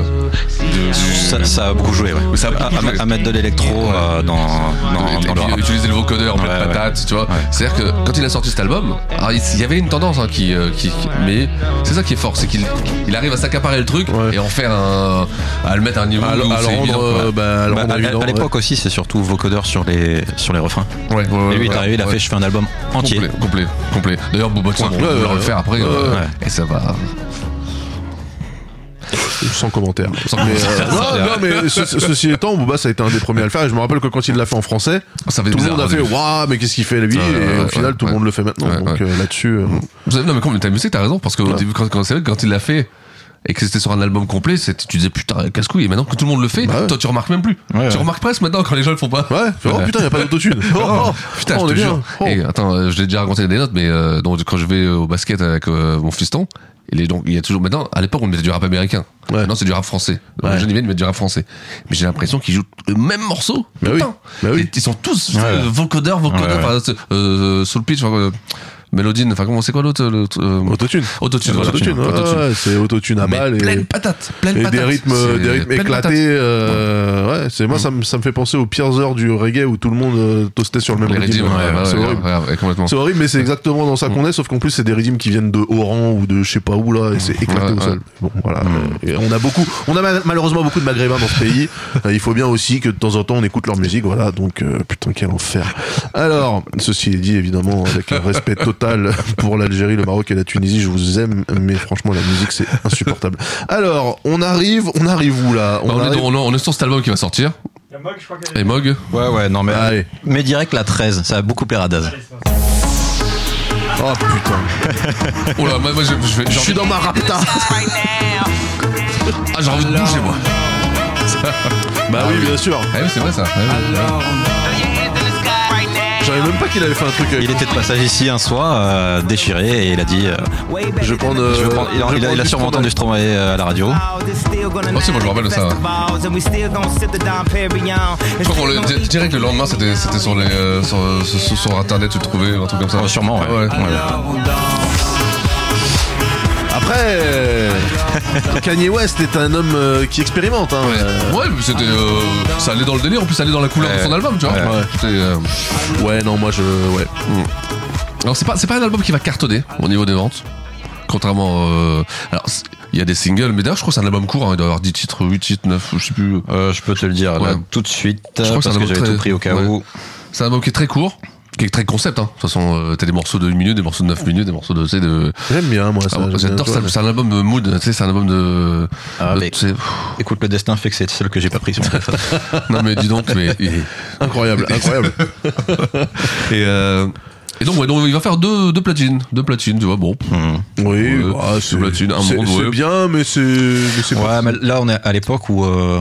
[SPEAKER 8] du-
[SPEAKER 10] Ça, ça a beaucoup joué, ouais.
[SPEAKER 8] Ça a beaucoup
[SPEAKER 10] à, à-
[SPEAKER 8] joué.
[SPEAKER 10] à mettre de l'électro euh, dans, dans,
[SPEAKER 8] et puis,
[SPEAKER 10] dans le rap.
[SPEAKER 8] utiliser le vocodeur, mettre
[SPEAKER 10] Ouais, ouais.
[SPEAKER 8] patate, tu vois. C'est-à-dire que quand il a sorti cet album, alors, il il y avait une tendance hein, qui, euh, qui, qui- mais c'est ça qui est fort, c'est qu'il il arrive à s'accaparer le truc
[SPEAKER 7] Ouais.
[SPEAKER 8] et en faire un, à le mettre à un niveau
[SPEAKER 7] À, le-
[SPEAKER 8] où
[SPEAKER 7] à le
[SPEAKER 8] c'est évident,
[SPEAKER 7] rendre,
[SPEAKER 8] quoi.
[SPEAKER 7] euh, bah, à le
[SPEAKER 10] Bah,
[SPEAKER 7] rendre
[SPEAKER 10] à
[SPEAKER 7] évident,
[SPEAKER 10] à l'époque aussi, c'est surtout vocodeur sur les, sur les refrains.
[SPEAKER 7] euh,
[SPEAKER 8] Ouais, ouais, ouais,
[SPEAKER 10] Et lui, il est
[SPEAKER 7] hein.
[SPEAKER 8] ouais,
[SPEAKER 10] arrivé, il a
[SPEAKER 8] ouais.
[SPEAKER 10] fait Je fais un album entier.
[SPEAKER 8] Complet, complet, complet. D'ailleurs, Bobo Sam, on
[SPEAKER 7] Ouais,
[SPEAKER 8] va
[SPEAKER 7] ouais,
[SPEAKER 8] le faire après.
[SPEAKER 7] ouais,
[SPEAKER 8] euh,
[SPEAKER 7] ouais.
[SPEAKER 8] Et ça va.
[SPEAKER 7] ouais. sans commentaire. euh,
[SPEAKER 8] Sans commentaire.
[SPEAKER 7] non, non, mais ce- ce- ceci étant, Booba, ça a été un des premiers à le faire. Et je me rappelle que quand il l'a fait en français,
[SPEAKER 8] Ça fait
[SPEAKER 7] tout le
[SPEAKER 8] bizarre,
[SPEAKER 7] monde
[SPEAKER 8] hein,
[SPEAKER 7] a
[SPEAKER 8] au
[SPEAKER 7] fait
[SPEAKER 8] début.
[SPEAKER 7] Waouh, mais qu'est-ce qu'il fait lui
[SPEAKER 8] Ouais,
[SPEAKER 7] Et
[SPEAKER 8] ouais,
[SPEAKER 7] au final,
[SPEAKER 8] ouais,
[SPEAKER 7] tout le
[SPEAKER 8] ouais.
[SPEAKER 7] monde le fait maintenant.
[SPEAKER 8] Ouais,
[SPEAKER 7] donc
[SPEAKER 8] ouais.
[SPEAKER 7] euh, là-dessus. euh,
[SPEAKER 8] Vous savez, non, mais comme t'as musique, t'as raison, parce qu'au début, quand, quand c'est vrai que quand il l'a fait et que c'était sur un album complet, c'était- tu disais putain, casse-couille. Et maintenant que tout le monde le fait,
[SPEAKER 7] Bah ouais.
[SPEAKER 8] toi, tu remarques même plus.
[SPEAKER 10] Ouais,
[SPEAKER 8] tu
[SPEAKER 10] ouais.
[SPEAKER 8] remarques presque maintenant quand les gens le font pas.
[SPEAKER 7] Ouais, tu fais, oh putain, y a pas
[SPEAKER 8] <laughs>
[SPEAKER 7] d'autotune. Oh, oh,
[SPEAKER 8] putain,
[SPEAKER 7] oh, on
[SPEAKER 8] je
[SPEAKER 7] est
[SPEAKER 8] te
[SPEAKER 7] bien.
[SPEAKER 8] jure.
[SPEAKER 7] Oh.
[SPEAKER 8] Et attends, euh, je l'ai déjà raconté des notes, mais euh, donc, quand je vais euh, au basket avec euh, mon fiston, il est donc il y a toujours maintenant à l'époque on mettait du rap américain.
[SPEAKER 7] Ouais.
[SPEAKER 8] Maintenant c'est du rap français. Donc, Les jeunes ils viennent ils mettent du rap français. Mais j'ai l'impression qu'ils jouent le même morceau.
[SPEAKER 7] Bah oui.
[SPEAKER 8] Putain.
[SPEAKER 7] Bah oui.
[SPEAKER 8] Et Ils sont tous euh, vocodeurs, vocodeurs,
[SPEAKER 10] Ouais, ouais.
[SPEAKER 8] enfin, c'est- euh, soul pitch, enfin, euh, mélodine, enfin comment c'est quoi l'autre le- euh,
[SPEAKER 7] Autotune.
[SPEAKER 8] Autotune, voilà.
[SPEAKER 7] Autotune, ouais,
[SPEAKER 8] euh, Autotune.
[SPEAKER 7] ouais, c'est autotune à
[SPEAKER 8] Mais
[SPEAKER 7] balle
[SPEAKER 8] pleine
[SPEAKER 7] et,
[SPEAKER 8] patate, pleine
[SPEAKER 7] et
[SPEAKER 8] patate.
[SPEAKER 7] des rythmes,
[SPEAKER 8] C'est
[SPEAKER 7] des rythmes
[SPEAKER 8] pleine patate. Mm.
[SPEAKER 7] éclatés. euh, ouais, c'est moi ça me ça me fait penser aux pires heures du reggae où tout le monde euh, toastait sur le même
[SPEAKER 8] Les
[SPEAKER 7] rythme.
[SPEAKER 8] rythmes, ouais, ouais,
[SPEAKER 7] c'est
[SPEAKER 8] ouais,
[SPEAKER 7] horrible.
[SPEAKER 8] Hein. ouais, Mm. ouais, complètement.
[SPEAKER 7] C'est horrible, mais c'est exactement dans ça qu'on est, sauf qu'en plus c'est des rythmes qui viennent de Oran ou de je sais pas où là, et c'est éclaté
[SPEAKER 8] Ouais,
[SPEAKER 7] au
[SPEAKER 8] Mm. ouais.
[SPEAKER 7] sol. Bon, voilà. Et on a beaucoup, on a mal- malheureusement beaucoup de Maghrébins dans ce pays. Euh, Il faut bien aussi que de temps en temps on écoute leur musique, voilà. Donc euh, putain quel enfer. Alors, ceci est dit évidemment avec un respect total pour l'Algérie, le Maroc et la Tunisie, je vous aime, mais franchement la musique c'est insupportable. Alors, on arrive, on arrive où là
[SPEAKER 8] Bah, on, est
[SPEAKER 7] arrive-
[SPEAKER 8] dans- on est- on est sur cet album qui va sortir. Et Mog.
[SPEAKER 10] Ouais, ouais, non, mais.
[SPEAKER 7] Allez.
[SPEAKER 10] Ah, Mais direct la 13, ça a beaucoup plaire à Daz.
[SPEAKER 7] Oh putain,
[SPEAKER 8] Oh là, moi, moi, je, je, vais- j'ai
[SPEAKER 7] je suis
[SPEAKER 8] envie-
[SPEAKER 7] dans ma rapta.
[SPEAKER 8] Ah, j'ai envie de bouger, moi.
[SPEAKER 7] Bah oui, bien sûr.
[SPEAKER 8] Ah oui, c'est vrai ça. Ah oui.
[SPEAKER 9] Throw your hands in the sky right now.
[SPEAKER 7] savais même pas qu'il avait fait un truc avec
[SPEAKER 10] Il était de passage ici un soir, euh, déchiré, et il a dit. euh,
[SPEAKER 7] Je vais prendre.
[SPEAKER 10] je
[SPEAKER 7] euh,
[SPEAKER 10] veux prendre- il, a,
[SPEAKER 7] je vais
[SPEAKER 10] il a- il a
[SPEAKER 7] prendre
[SPEAKER 10] sûrement
[SPEAKER 7] du
[SPEAKER 10] entendu Stromae euh, à la radio.
[SPEAKER 8] Oh, si, moi, je me rappelle de ça, ouais. Je crois qu'on le di- direct le lendemain, c'était c'était sur les euh, sur, euh, sur- sur- sur internet, tu le trouvais, un truc comme ça. Ah
[SPEAKER 10] Oh, sûrement, ouais.
[SPEAKER 8] Ouais.
[SPEAKER 10] Ouais.
[SPEAKER 7] Après, euh, Kanye West est un homme euh, qui expérimente. Hein, Euh,
[SPEAKER 8] Ouais, mais c'était. euh, ça allait dans le délire, en plus, ça allait dans la couleur de son album, tu vois.
[SPEAKER 7] Ouais.
[SPEAKER 8] C'était, euh,
[SPEAKER 7] ouais, non, moi je. Ouais.
[SPEAKER 10] Hmm.
[SPEAKER 8] Alors, c'est pas, c'est pas un album qui va cartonner au niveau des ventes. Contrairement. euh, alors, c'est- il y a des singles, mais d'ailleurs, je crois que c'est un album court, hein, il doit avoir 10 titres, 8 titres, 9, je sais plus.
[SPEAKER 10] Euh, je peux te le dire là,
[SPEAKER 8] Ouais.
[SPEAKER 10] tout de suite,
[SPEAKER 8] crois que
[SPEAKER 10] parce
[SPEAKER 8] c'est un
[SPEAKER 10] que
[SPEAKER 8] album
[SPEAKER 10] j'avais
[SPEAKER 8] très-
[SPEAKER 10] tout pris au cas
[SPEAKER 8] ouais.
[SPEAKER 10] où.
[SPEAKER 8] C'est un album qui est très court, qui est très concept, hein. De toute façon, euh, t'as des morceaux de 1 minute, des morceaux de 9 minutes, des morceaux de. tu sais, de
[SPEAKER 7] J'aime bien, moi. ça,
[SPEAKER 8] Ah,
[SPEAKER 7] j'aime bien,
[SPEAKER 8] J'adore,
[SPEAKER 7] toi,
[SPEAKER 8] ça,
[SPEAKER 7] mais-
[SPEAKER 8] c'est un album de mood, tu sais, c'est un album de.
[SPEAKER 10] Ah,
[SPEAKER 8] de-
[SPEAKER 10] mais-
[SPEAKER 8] tu sais,
[SPEAKER 10] Écoute, le destin fait que c'est celle que j'ai pas pris sur mon
[SPEAKER 8] <laughs>
[SPEAKER 10] téléphone.
[SPEAKER 8] non, mais dis donc, mais.
[SPEAKER 7] Incroyable,
[SPEAKER 10] <laughs>
[SPEAKER 7] incroyable.
[SPEAKER 8] Et, euh, et donc, ouais, donc il va faire deux, deux platines. Deux platines, tu vois, bon.
[SPEAKER 10] Mm.
[SPEAKER 7] Oui,
[SPEAKER 8] Ouais,
[SPEAKER 7] bah,
[SPEAKER 8] c'est platine, un
[SPEAKER 7] c'est-
[SPEAKER 8] monde,
[SPEAKER 7] c'est
[SPEAKER 8] ouais.
[SPEAKER 7] bien, mais c'est. mais c'est pas-
[SPEAKER 10] Ouais, mais là on est à l'époque où euh,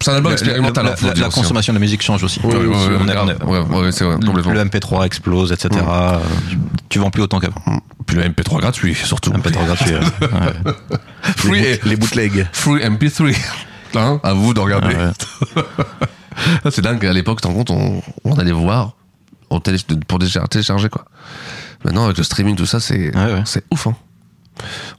[SPEAKER 8] C'est un album expérimental.
[SPEAKER 10] la,
[SPEAKER 8] hein, faut
[SPEAKER 10] la-
[SPEAKER 8] dire
[SPEAKER 10] la
[SPEAKER 8] aussi, hein.
[SPEAKER 10] consommation de la musique change aussi.
[SPEAKER 8] Ouais, ouais,
[SPEAKER 10] On est-
[SPEAKER 8] ouais,
[SPEAKER 10] on est-
[SPEAKER 8] grave. Ouais, ouais, c'est vrai, complètement.
[SPEAKER 10] le MP3 explose, etc. Euh, tu- Tu vends plus autant qu'avant.
[SPEAKER 8] Puis le MP3 gratuit, surtout.
[SPEAKER 10] MP3 gratuit. euh. ouais. Ouais.
[SPEAKER 8] Free,
[SPEAKER 7] les, boot- les bootlegs.
[SPEAKER 8] free MP3. <laughs> Hein, à vous de regarder. Ah, <laughs> c'est dingue, à l'époque, t'en compte, on, on allait voir on télé- pour déjà télécharger, quoi. Maintenant, avec le streaming, tout ça, c'est
[SPEAKER 7] Ah
[SPEAKER 10] Ouais, ouais.
[SPEAKER 8] c'est ouf, hein.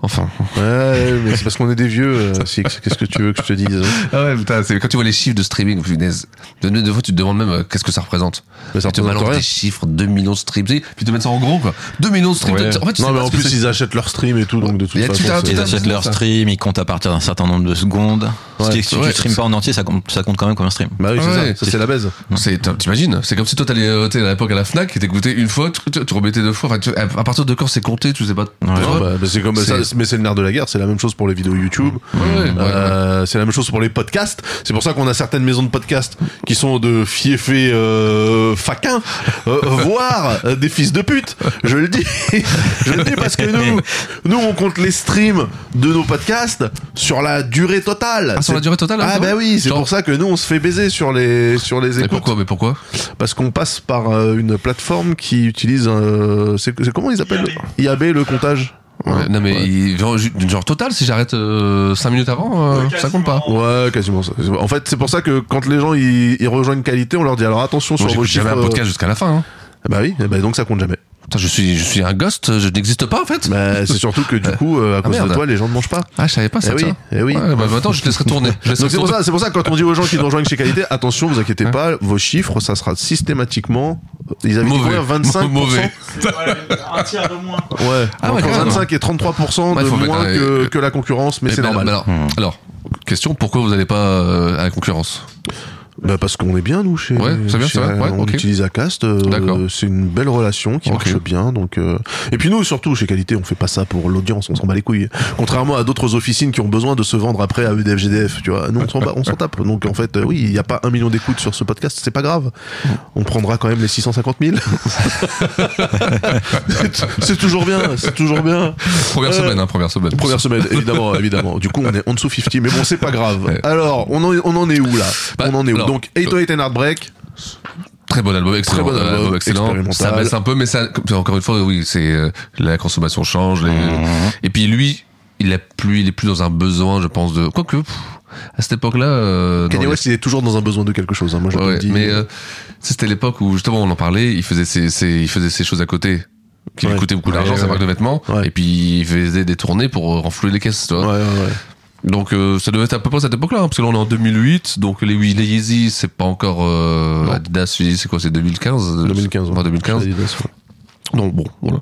[SPEAKER 8] Enfin.
[SPEAKER 7] Ouais, mais c'est parce qu'on est des vieux, euh, Six. Qu'est-ce que tu veux que je te dise hein
[SPEAKER 8] Ah ouais, putain, c'est quand tu vois les chiffres de streaming, punaise. De, de, de fois, tu te demandes même euh, qu'est-ce que ça représente.
[SPEAKER 7] Mais ça
[SPEAKER 8] Et tu
[SPEAKER 7] représente
[SPEAKER 8] balances
[SPEAKER 7] rien.
[SPEAKER 8] des chiffres, 2 millions de streams, puis ils te mettent ça en gros, quoi. 2 millions de streams.
[SPEAKER 10] Ouais.
[SPEAKER 8] tu- En fait, tu sais
[SPEAKER 7] Non, mais
[SPEAKER 8] pas
[SPEAKER 7] en
[SPEAKER 8] ce que
[SPEAKER 7] plus,
[SPEAKER 8] c'est.
[SPEAKER 7] ils achètent leur stream et tout, donc de
[SPEAKER 8] Il
[SPEAKER 7] toute
[SPEAKER 8] y a
[SPEAKER 7] façon.
[SPEAKER 8] tout un-
[SPEAKER 7] c'est-
[SPEAKER 8] tout
[SPEAKER 10] Ils
[SPEAKER 8] un-
[SPEAKER 10] achètent leur
[SPEAKER 8] ça.
[SPEAKER 10] stream, ils comptent à partir d'un certain nombre de secondes.
[SPEAKER 7] Ouais,
[SPEAKER 10] Si- si
[SPEAKER 8] ouais,
[SPEAKER 10] tu streams
[SPEAKER 8] c'est-
[SPEAKER 10] pas en entier, ça compte, ça compte quand même comme un stream.
[SPEAKER 7] Bah oui, c'est
[SPEAKER 8] Ah ouais.
[SPEAKER 7] ça, ça c'est la baise.
[SPEAKER 8] C'est, t'im- t'imagines, c'est comme si toi t'allais euh, t'sais, à l'époque à la Fnac et t'écoutais une fois, tu, tu- tu remettais deux fois. Enfin, tu- à à partir de quand c'est compté, tu sais pas.
[SPEAKER 10] Ouais,
[SPEAKER 7] Non, bah, bah, c'est comme ça,
[SPEAKER 8] C'est-
[SPEAKER 7] c'est- mais c'est le nerf de la guerre, c'est la même chose pour les vidéos YouTube.
[SPEAKER 8] ouais,
[SPEAKER 7] Euh, C'est la même chose pour les podcasts. C'est pour ça qu'on a certaines maisons de podcasts qui sont de fiefés euh, faquins,
[SPEAKER 8] <laughs>
[SPEAKER 7] euh, voire euh, des fils de pute. Je le dis, je le dis parce que nous, nous on compte les streams de nos podcasts sur la durée totale.
[SPEAKER 8] Ah, sur la
[SPEAKER 7] C'est-
[SPEAKER 8] durée totale, hein,
[SPEAKER 7] Ah
[SPEAKER 8] c'est
[SPEAKER 7] bah
[SPEAKER 8] vrai
[SPEAKER 7] oui, c'est
[SPEAKER 8] Genre-
[SPEAKER 7] pour ça que nous on se fait baiser sur les sur les
[SPEAKER 8] Mais
[SPEAKER 7] écoutes
[SPEAKER 8] pourquoi, mais pourquoi
[SPEAKER 7] parce qu'on passe par euh, une plateforme qui utilise euh, c'est c'est- comment ils appellent IAB le comptage.
[SPEAKER 8] Ouais, Non, mais
[SPEAKER 7] Ouais.
[SPEAKER 8] il- genre, ju- genre total, si j'arrête 5 minutes avant, euh, ça compte pas.
[SPEAKER 7] Ouais, quasiment ça. En fait, c'est pour ça que quand les gens ils, ils rejoignent qualité, on leur dit alors attention
[SPEAKER 8] Moi,
[SPEAKER 7] sur vos
[SPEAKER 8] j'écoute
[SPEAKER 7] chiffres.
[SPEAKER 8] jamais un podcast jusqu'à la fin. hein.
[SPEAKER 7] euh, Bah oui, eh ben donc ça compte jamais.
[SPEAKER 8] Putain, je suis, je suis un ghost, je n'existe pas en fait. <laughs>
[SPEAKER 7] Bah, c'est surtout que du coup, euh, à cause
[SPEAKER 8] Ah, merde.
[SPEAKER 7] de toi, les gens ne mangent pas.
[SPEAKER 8] Ah, je savais pas ça.
[SPEAKER 7] Eh oui,
[SPEAKER 8] tiens.
[SPEAKER 7] eh oui.
[SPEAKER 8] Ouais, bah, attends, je te laisserai tourner. Je Hein laisserai
[SPEAKER 7] Donc c'est pour
[SPEAKER 8] tourner.
[SPEAKER 7] ça, c'est pour ça que quand on dit aux gens qui nous rejoignent chez qualité, attention, vous inquiétez pas, vos chiffres, ça sera systématiquement. Ils avaient dit
[SPEAKER 8] Mauvais.
[SPEAKER 7] combien 25
[SPEAKER 8] Mauvais.
[SPEAKER 7] Ouais.
[SPEAKER 8] Ah ouais,
[SPEAKER 7] Entre
[SPEAKER 8] carrément.
[SPEAKER 7] 25 et 33
[SPEAKER 8] Ouais,
[SPEAKER 7] de
[SPEAKER 8] faut mettre
[SPEAKER 7] moins
[SPEAKER 8] un-
[SPEAKER 7] que, que la concurrence, mais
[SPEAKER 8] Eh
[SPEAKER 7] c'est
[SPEAKER 8] ben,
[SPEAKER 7] normal. Hmm.
[SPEAKER 8] ben Alors, alors, question pourquoi vous n'allez pas euh, à la concurrence
[SPEAKER 7] Bah parce qu'on est bien nous chez.
[SPEAKER 8] Ouais, c'est bien,
[SPEAKER 7] chez-
[SPEAKER 8] c'est vrai, ouais,
[SPEAKER 7] on
[SPEAKER 8] ok.
[SPEAKER 7] utilise Acast. euh,
[SPEAKER 8] D'accord.
[SPEAKER 7] c'est une belle relation qui
[SPEAKER 8] Ok.
[SPEAKER 7] marche bien. Donc euh, et puis nous surtout chez Qualité, on fait pas ça pour l'audience, on s'en bat les couilles. Contrairement à d'autres officines qui ont besoin de se vendre après à E EDF GDF, tu vois. Nous on s'en bat- on s'en tape. Donc en fait, euh, oui, il y a pas un million d'écoutes sur ce podcast, c'est pas grave. On prendra quand même les 650 000. <laughs> C'est- c'est toujours bien, c'est toujours bien.
[SPEAKER 8] Première
[SPEAKER 7] Euh,
[SPEAKER 8] semaine, hein, première semaine.
[SPEAKER 7] Première semaine, évidemment,
[SPEAKER 8] <laughs>
[SPEAKER 7] évidemment. Du coup, on est en dessous 50, mais bon, c'est pas grave.
[SPEAKER 8] Ouais.
[SPEAKER 7] Alors, on en, on en est où là
[SPEAKER 8] Bah,
[SPEAKER 7] On en est où
[SPEAKER 8] alors,
[SPEAKER 7] Donc, 808 and Heartbreak,
[SPEAKER 8] Très bon album, excellent.
[SPEAKER 7] bon album,
[SPEAKER 8] album, excellent.
[SPEAKER 7] expérimental.
[SPEAKER 8] Ça baisse un peu, mais ça, comme- encore une fois, oui, c'est euh, la consommation change. les-
[SPEAKER 7] Mhm.
[SPEAKER 8] Et puis lui, il a plus, il est plus dans un besoin, je pense, de quoique pff, à cette époque-là. euh,
[SPEAKER 7] Kanye
[SPEAKER 8] non,
[SPEAKER 7] West, il est toujours dans un besoin de quelque chose. hein. Moi, je
[SPEAKER 8] il-
[SPEAKER 7] le
[SPEAKER 8] ouais,
[SPEAKER 7] dis.
[SPEAKER 8] mais euh, c'était l'époque où justement on en parlait. Il faisait ses, ses- il faisait ses choses à côté qui lui
[SPEAKER 7] Ouais.
[SPEAKER 8] coûtaient beaucoup
[SPEAKER 7] Ouais,
[SPEAKER 8] d'argent,
[SPEAKER 7] ouais,
[SPEAKER 8] sa marque
[SPEAKER 7] ouais.
[SPEAKER 8] de vêtements,
[SPEAKER 7] Ouais.
[SPEAKER 8] et puis il faisait des tournées pour renflouer les caisses. Tu vois.
[SPEAKER 7] Ouais, ouais, ouais.
[SPEAKER 8] Donc euh, ça devait être à peu près à cette époque-là, hein, parce que là on est en 2008, donc les, oui, les Yeezy c'est pas encore euh,
[SPEAKER 7] Non.
[SPEAKER 8] Adidas, Yeezy, c'est quoi, c'est 2015 euh,
[SPEAKER 7] 2015. ouais.
[SPEAKER 8] enfin, 2015.
[SPEAKER 7] Adidas, ouais.
[SPEAKER 8] Non, bon, voilà.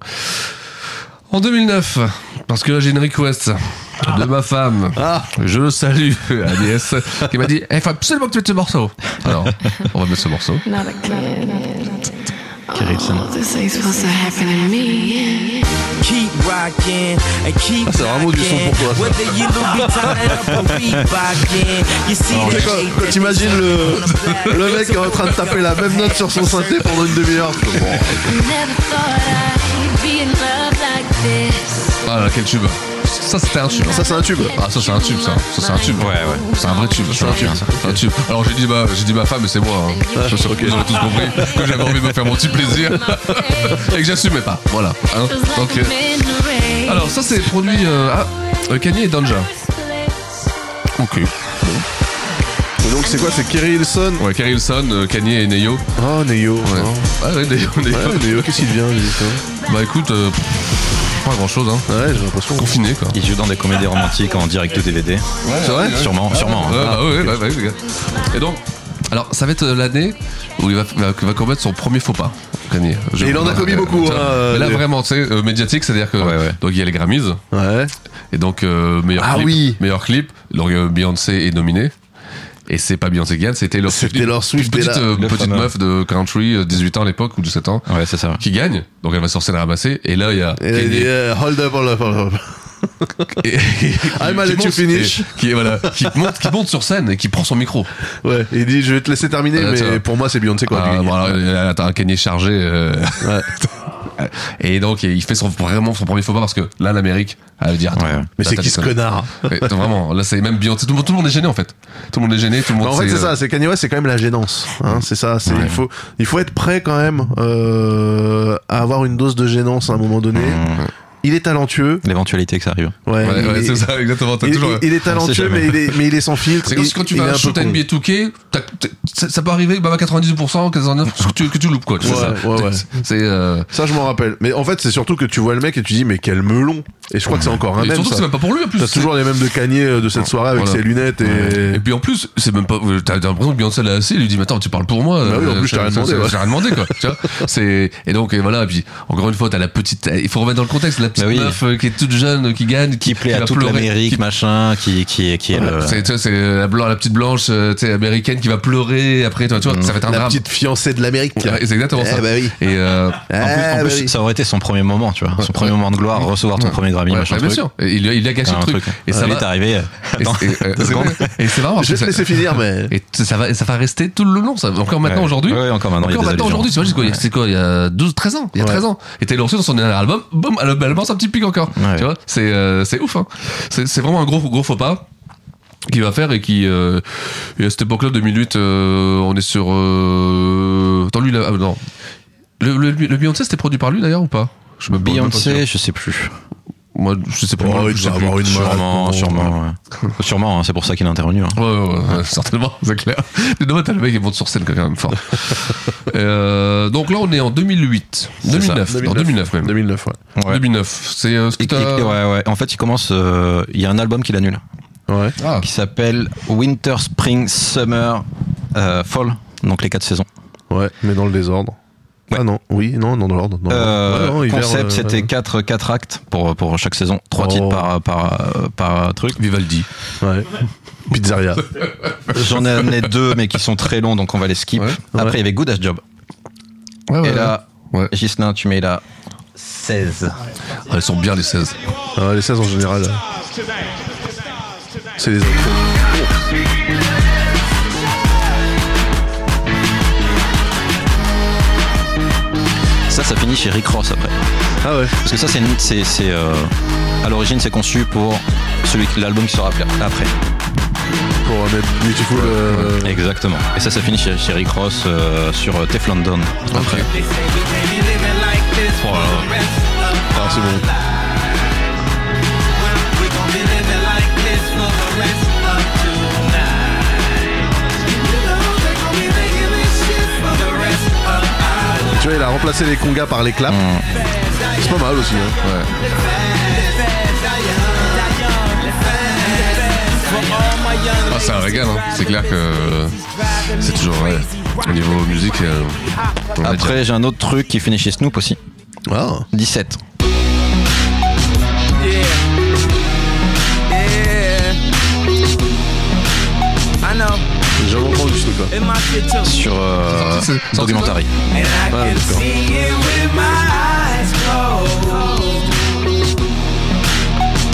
[SPEAKER 8] En 2009, parce que là j'ai une request de ma femme,
[SPEAKER 7] Ah.
[SPEAKER 8] je le salue, <laughs> Agnès, qui m'a dit Eh, faut absolument que tu mettes ce morceau. Alors, on va mettre ce morceau.
[SPEAKER 2] Not again.
[SPEAKER 10] Kirillson.
[SPEAKER 2] This ain't supposed to happen to me.
[SPEAKER 9] Keep rocking and keep
[SPEAKER 7] Ah, c'est vraiment du son pour toi, ça.
[SPEAKER 9] Whether you Louis Vuitton or Reebokin, you see
[SPEAKER 7] Tu
[SPEAKER 9] the
[SPEAKER 7] sais,
[SPEAKER 9] shape
[SPEAKER 7] Ah, Quand, quand
[SPEAKER 9] that
[SPEAKER 7] t'imagines
[SPEAKER 9] it's
[SPEAKER 7] le, <laughs> le mec qui est en train de taper la même note sur son synthé pendant une demi-heure.
[SPEAKER 3] Never thought I'd be in love like this.
[SPEAKER 8] Ah, quel tube Ça, c'était un tube.
[SPEAKER 7] Ça, c'est un tube.
[SPEAKER 8] Ah, ça, c'est un tube, ça. Ça, c'est un tube.
[SPEAKER 10] <laughs> Ouais, ouais.
[SPEAKER 8] C'est un vrai tube. C'est
[SPEAKER 7] un tube.
[SPEAKER 8] hein. un tube. Alors, j'ai dit, ma, j'ai dit ma femme, mais c'est moi. hein. Je suis Vous aurez tous compris que j'avais envie de me faire mon petit plaisir et que j'assumais pas. Voilà. hein. Donc, euh, alors, ça, c'est produit. euh, ah, euh, Kanye et Danja. Ok.
[SPEAKER 7] Et donc, c'est quoi C'est Kerry Hilson
[SPEAKER 8] Ouais, Kerry Hilson, euh, Kanye et Neyo.
[SPEAKER 7] Oh, Neo.
[SPEAKER 8] Ouais. Ah ouais, Neyo, Neyo.
[SPEAKER 7] Ouais, Neo, qu'est-ce qu'il devient, lui ça
[SPEAKER 8] Bah écoute, euh, pff, pas grand chose, hein.
[SPEAKER 7] Ouais, j'ai l'impression.
[SPEAKER 8] Confiné, quoi.
[SPEAKER 10] Il joue dans des comédies romantiques en direct DVD.
[SPEAKER 8] C'est vrai
[SPEAKER 10] Sûrement, sûrement. hein.
[SPEAKER 8] Ouais, bah, ouais, ouais, ouais, ouais, ouais. Et donc, alors ça va être euh, l'année où il va, va, va commettre son premier faux pas. Kanye. Je- euh,
[SPEAKER 7] Et il en a commis beaucoup,
[SPEAKER 8] Tiens,
[SPEAKER 7] hein,
[SPEAKER 8] mais là
[SPEAKER 7] les-
[SPEAKER 8] vraiment, tu sais, euh, médiatique, c'est-à-dire que
[SPEAKER 10] Ouais, ouais.
[SPEAKER 8] donc il y a les Grammys
[SPEAKER 7] Ouais.
[SPEAKER 8] et donc euh, meilleur
[SPEAKER 7] Ah
[SPEAKER 8] clip,
[SPEAKER 7] oui.
[SPEAKER 8] meilleur clip. Donc euh, Beyoncé est nominée et c'est pas Beyoncé qui gagne, c'est Taylor
[SPEAKER 7] C'est
[SPEAKER 8] Swift.
[SPEAKER 7] Taylor Swift,
[SPEAKER 8] petite,
[SPEAKER 7] Taylor-
[SPEAKER 8] euh,
[SPEAKER 10] le
[SPEAKER 8] petite
[SPEAKER 10] fameux.
[SPEAKER 8] meuf de country, euh, 18 ans à l'époque ou 17 ans,
[SPEAKER 10] Ouais, c'est ça.
[SPEAKER 8] qui gagne. Donc elle va sur scène ramasser et là il y a
[SPEAKER 7] Et il
[SPEAKER 8] Kanye.
[SPEAKER 7] dit, euh, hold up, hold up, hold up.
[SPEAKER 8] <laughs> Et-
[SPEAKER 7] I'm gonna
[SPEAKER 8] qui
[SPEAKER 7] let you
[SPEAKER 8] monte-
[SPEAKER 7] finish.
[SPEAKER 8] et- qui, voilà, qui, monte, qui monte sur scène et qui prend son micro.
[SPEAKER 7] Ouais, il dit, je vais te laisser terminer,
[SPEAKER 8] Ah,
[SPEAKER 7] mais
[SPEAKER 8] tiens.
[SPEAKER 7] pour moi, c'est Beyoncé quoi.
[SPEAKER 8] Ah, bon, alors, euh, t'as un canier chargé. euh,
[SPEAKER 7] Ouais.
[SPEAKER 8] <laughs> Et donc, il fait son, vraiment son premier faux pas parce que là, l'Amérique, elle veut dire. attends,
[SPEAKER 10] Ouais.
[SPEAKER 7] Mais c'est
[SPEAKER 8] là, Bah, t'as
[SPEAKER 7] qui ce
[SPEAKER 8] déconné.
[SPEAKER 7] connard hein
[SPEAKER 8] Ouais, attends, Vraiment, là, c'est même Beyoncé. Tout, le monde- tout le monde est gêné en fait. Tout le monde est gêné, tout le monde
[SPEAKER 7] en fait,
[SPEAKER 8] sait,
[SPEAKER 7] c'est
[SPEAKER 8] euh,
[SPEAKER 7] ça, c'est Kanye West, c'est quand même la gênance. Hein, c'est ça, c'est, il, faut, il faut être prêt quand même euh, à avoir une dose de gênance à un moment donné.
[SPEAKER 8] Mmh.
[SPEAKER 7] Il est talentueux.
[SPEAKER 10] L'éventualité que ça arrive.
[SPEAKER 7] Ouais,
[SPEAKER 8] euh, Ouais,
[SPEAKER 7] il,
[SPEAKER 8] ouais,
[SPEAKER 7] est,
[SPEAKER 8] c'est ça, exactement. T'as
[SPEAKER 7] il-
[SPEAKER 8] toujours. <laughs>
[SPEAKER 7] il- il est talentueux,
[SPEAKER 10] jamais.
[SPEAKER 7] mais il est, mais il est sans filtre.
[SPEAKER 8] C'est comme
[SPEAKER 7] il-
[SPEAKER 8] si quand tu
[SPEAKER 7] il est
[SPEAKER 8] vas
[SPEAKER 7] un
[SPEAKER 8] à un
[SPEAKER 7] peu
[SPEAKER 8] show, t'as
[SPEAKER 7] con.
[SPEAKER 8] NBA 2K, t'as- t'as- ça, ça peut arriver bah, à 98%, 99% que tu, que tu loupes quoi. tu sais
[SPEAKER 7] Ouais,
[SPEAKER 8] ça.
[SPEAKER 7] ouais, ouais.
[SPEAKER 8] C'est. euh,
[SPEAKER 7] Ça, je m'en rappelle. Mais en fait, c'est surtout que tu vois le mec et tu dis, mais quel melon. Et je crois que c'est encore un
[SPEAKER 8] et
[SPEAKER 7] même.
[SPEAKER 8] surtout
[SPEAKER 7] ça.
[SPEAKER 8] que c'est même pas pour lui en plus.
[SPEAKER 7] T'as
[SPEAKER 8] C'est-
[SPEAKER 7] toujours les mêmes de Kanye euh, de cette soirée avec
[SPEAKER 8] Voilà.
[SPEAKER 7] ses lunettes et.
[SPEAKER 8] Et puis en plus, c'est même pas. euh, T'as t'as l'impression que Beyoncé l'a assez, il lui dit Mais attends, tu parles pour moi.
[SPEAKER 7] Bah oui, en
[SPEAKER 8] euh,
[SPEAKER 7] plus, je t'ai rien
[SPEAKER 8] ça- ça-
[SPEAKER 7] demandé, ouais.
[SPEAKER 8] J'ai rien demandé, quoi. tu vois C'est- et donc, et voilà. Et puis, encore une fois, t'as la petite. Il faut remettre dans le contexte la petite
[SPEAKER 10] Bah oui.
[SPEAKER 8] meuf euh, qui est toute jeune, euh, qui gagne, qui,
[SPEAKER 10] Qui plaît à
[SPEAKER 8] va
[SPEAKER 10] toute
[SPEAKER 8] pleurer,
[SPEAKER 10] l'Amérique,
[SPEAKER 8] qui-
[SPEAKER 10] machin, qui, qui, qui est
[SPEAKER 11] euh.
[SPEAKER 10] le-
[SPEAKER 8] C'est tu vois, c'est la, blan- la petite blanche euh, tu sais, américaine qui va pleurer après, tu vois, tu vois, ça va être un
[SPEAKER 7] La
[SPEAKER 8] drame.
[SPEAKER 7] petite fiancée de l'Amérique.
[SPEAKER 8] Ouais, C'est exactement ça.
[SPEAKER 7] Eh bah oui.
[SPEAKER 8] Et euh,
[SPEAKER 7] Eh
[SPEAKER 10] En plus, en
[SPEAKER 7] bah
[SPEAKER 10] plus,
[SPEAKER 7] oui.
[SPEAKER 10] ça aurait été son premier moment, tu vois.
[SPEAKER 8] Ouais.
[SPEAKER 10] Son premier moment de gloire, recevoir ton
[SPEAKER 8] Ouais.
[SPEAKER 10] premier Grammy,
[SPEAKER 8] ouais,
[SPEAKER 10] machin.
[SPEAKER 8] bah, bien
[SPEAKER 10] truc.
[SPEAKER 8] sûr. Et il, il a gâché
[SPEAKER 11] Ah,
[SPEAKER 10] Enfin,
[SPEAKER 8] le truc. Et ça
[SPEAKER 10] lui
[SPEAKER 8] va.
[SPEAKER 10] est arrivé. <laughs>
[SPEAKER 8] Et,
[SPEAKER 10] Attends,
[SPEAKER 8] c'est- et- euh,
[SPEAKER 10] deux secondes.
[SPEAKER 8] et c'est marrant.
[SPEAKER 7] Je vais
[SPEAKER 8] parce
[SPEAKER 7] te
[SPEAKER 8] que ça-
[SPEAKER 7] laisser finir, mais.
[SPEAKER 8] Et t- ça va, ça va rester tout le long, ça. Encore maintenant
[SPEAKER 10] Ouais.
[SPEAKER 8] aujourd'hui.
[SPEAKER 10] Ouais, ouais, encore maintenant, il y a
[SPEAKER 8] Encore
[SPEAKER 10] des
[SPEAKER 8] maintenant
[SPEAKER 10] allusions.
[SPEAKER 8] aujourd'hui, tu vois, c'est quoi, il y a- c'est quoi, il y a 12, 13 ans, il y a
[SPEAKER 7] Ouais.
[SPEAKER 8] 13 ans. Et Taylor Swift, dans son dernier album, boum, elle, elle lance un petit pic encore.
[SPEAKER 10] Ouais.
[SPEAKER 8] Tu vois, c'est, euh, c'est ouf, hein. C'est, c'est vraiment un gros, gros faux pas qu'il va faire et qui, euh, et à cette époque-là, 2008, euh, on est sur, euh, attends, lui, là, ah, non. Le, le, le Beyoncé, c'était produit par lui d'ailleurs ou pas? Je me
[SPEAKER 10] Beyoncé, je sais plus.
[SPEAKER 8] Moi, je sais pas.
[SPEAKER 7] Oh, il
[SPEAKER 8] je sais
[SPEAKER 7] doit
[SPEAKER 8] plus.
[SPEAKER 7] avoir une main.
[SPEAKER 10] Sûrement,
[SPEAKER 7] Ouais.
[SPEAKER 10] sûrement. ouais. Sûrement, hein, c'est pour ça qu'il est intervenu. hein.
[SPEAKER 8] Ouais, ouais, ouais, <laughs> ouais, certainement, c'est clair. De nouveau, t'as le mec qui monte sur scène quand même fort. euh, donc là, on est en 2008. 2009, non, 2009 même.
[SPEAKER 7] 2009, ouais.
[SPEAKER 10] Ouais.
[SPEAKER 8] 2009, c'est euh, ce que
[SPEAKER 10] Et- et-
[SPEAKER 8] t'as-
[SPEAKER 10] ouais, ouais. En fait, il commence. euh, Il y a un album qu'il annule
[SPEAKER 7] Ouais.
[SPEAKER 8] Ah,
[SPEAKER 10] qui s'appelle Winter, Spring, Summer, euh, Fall. Donc les quatre saisons.
[SPEAKER 7] Ouais, mais dans le désordre.
[SPEAKER 10] Ouais.
[SPEAKER 7] Ah non, oui, non, dans l'ordre. dans
[SPEAKER 10] Euh,
[SPEAKER 7] l'ordre. Ouais, non, hiver,
[SPEAKER 10] concept,
[SPEAKER 7] euh,
[SPEAKER 10] c'était
[SPEAKER 7] ouais.
[SPEAKER 10] quatre, quatre actes pour, pour chaque saison. Trois
[SPEAKER 7] Oh.
[SPEAKER 10] titres par, par, euh, par <laughs> truc.
[SPEAKER 8] Vivaldi.
[SPEAKER 10] <laughs>
[SPEAKER 7] Ouais. Pizzeria.
[SPEAKER 10] J'en ai amené deux, mais qui sont très longs, donc on va les skip.
[SPEAKER 8] Ouais,
[SPEAKER 10] Après, il y avait Good Ass Job.
[SPEAKER 8] Ouais, ouais,
[SPEAKER 10] Et là,
[SPEAKER 8] ouais.
[SPEAKER 10] Gislin, tu mets la 16.
[SPEAKER 8] Ouais, elles sont bien les 16.
[SPEAKER 7] Ah, les 16 en général. C'est les autres.
[SPEAKER 10] Ça, ça finit chez Rick Ross après.
[SPEAKER 7] Ah ouais.
[SPEAKER 10] Parce que ça, c'est. une- c'est, c'est, euh, à l'origine, c'est conçu pour celui qui- l'album qui sera après. après.
[SPEAKER 7] Pour euh, mettre Beautiful. euh,
[SPEAKER 10] Exactement. Et ça, ça finit chez, chez Rick Ross euh, sur euh, Teflon Don. Après.
[SPEAKER 9] Oh là là.
[SPEAKER 7] Ah, c'est bon. Tu vois, il a remplacé les congas par les claps. C'est pas mal aussi. Hein.
[SPEAKER 8] Ah, c'est un régal, hein. c'est clair que euh, c'est toujours vrai. Au niveau musique, euh, on a déjà-
[SPEAKER 10] Après, j'ai un autre truc qui finit chez Snoop aussi.
[SPEAKER 7] Ah.
[SPEAKER 10] 17.
[SPEAKER 9] I know
[SPEAKER 7] J'ai jamais entendu ce truc-là.
[SPEAKER 9] in my future.
[SPEAKER 10] Sur euh,
[SPEAKER 8] C'est- c'est-
[SPEAKER 10] Documentary.
[SPEAKER 9] And
[SPEAKER 8] Ah,
[SPEAKER 9] I can see it with my eyes closed.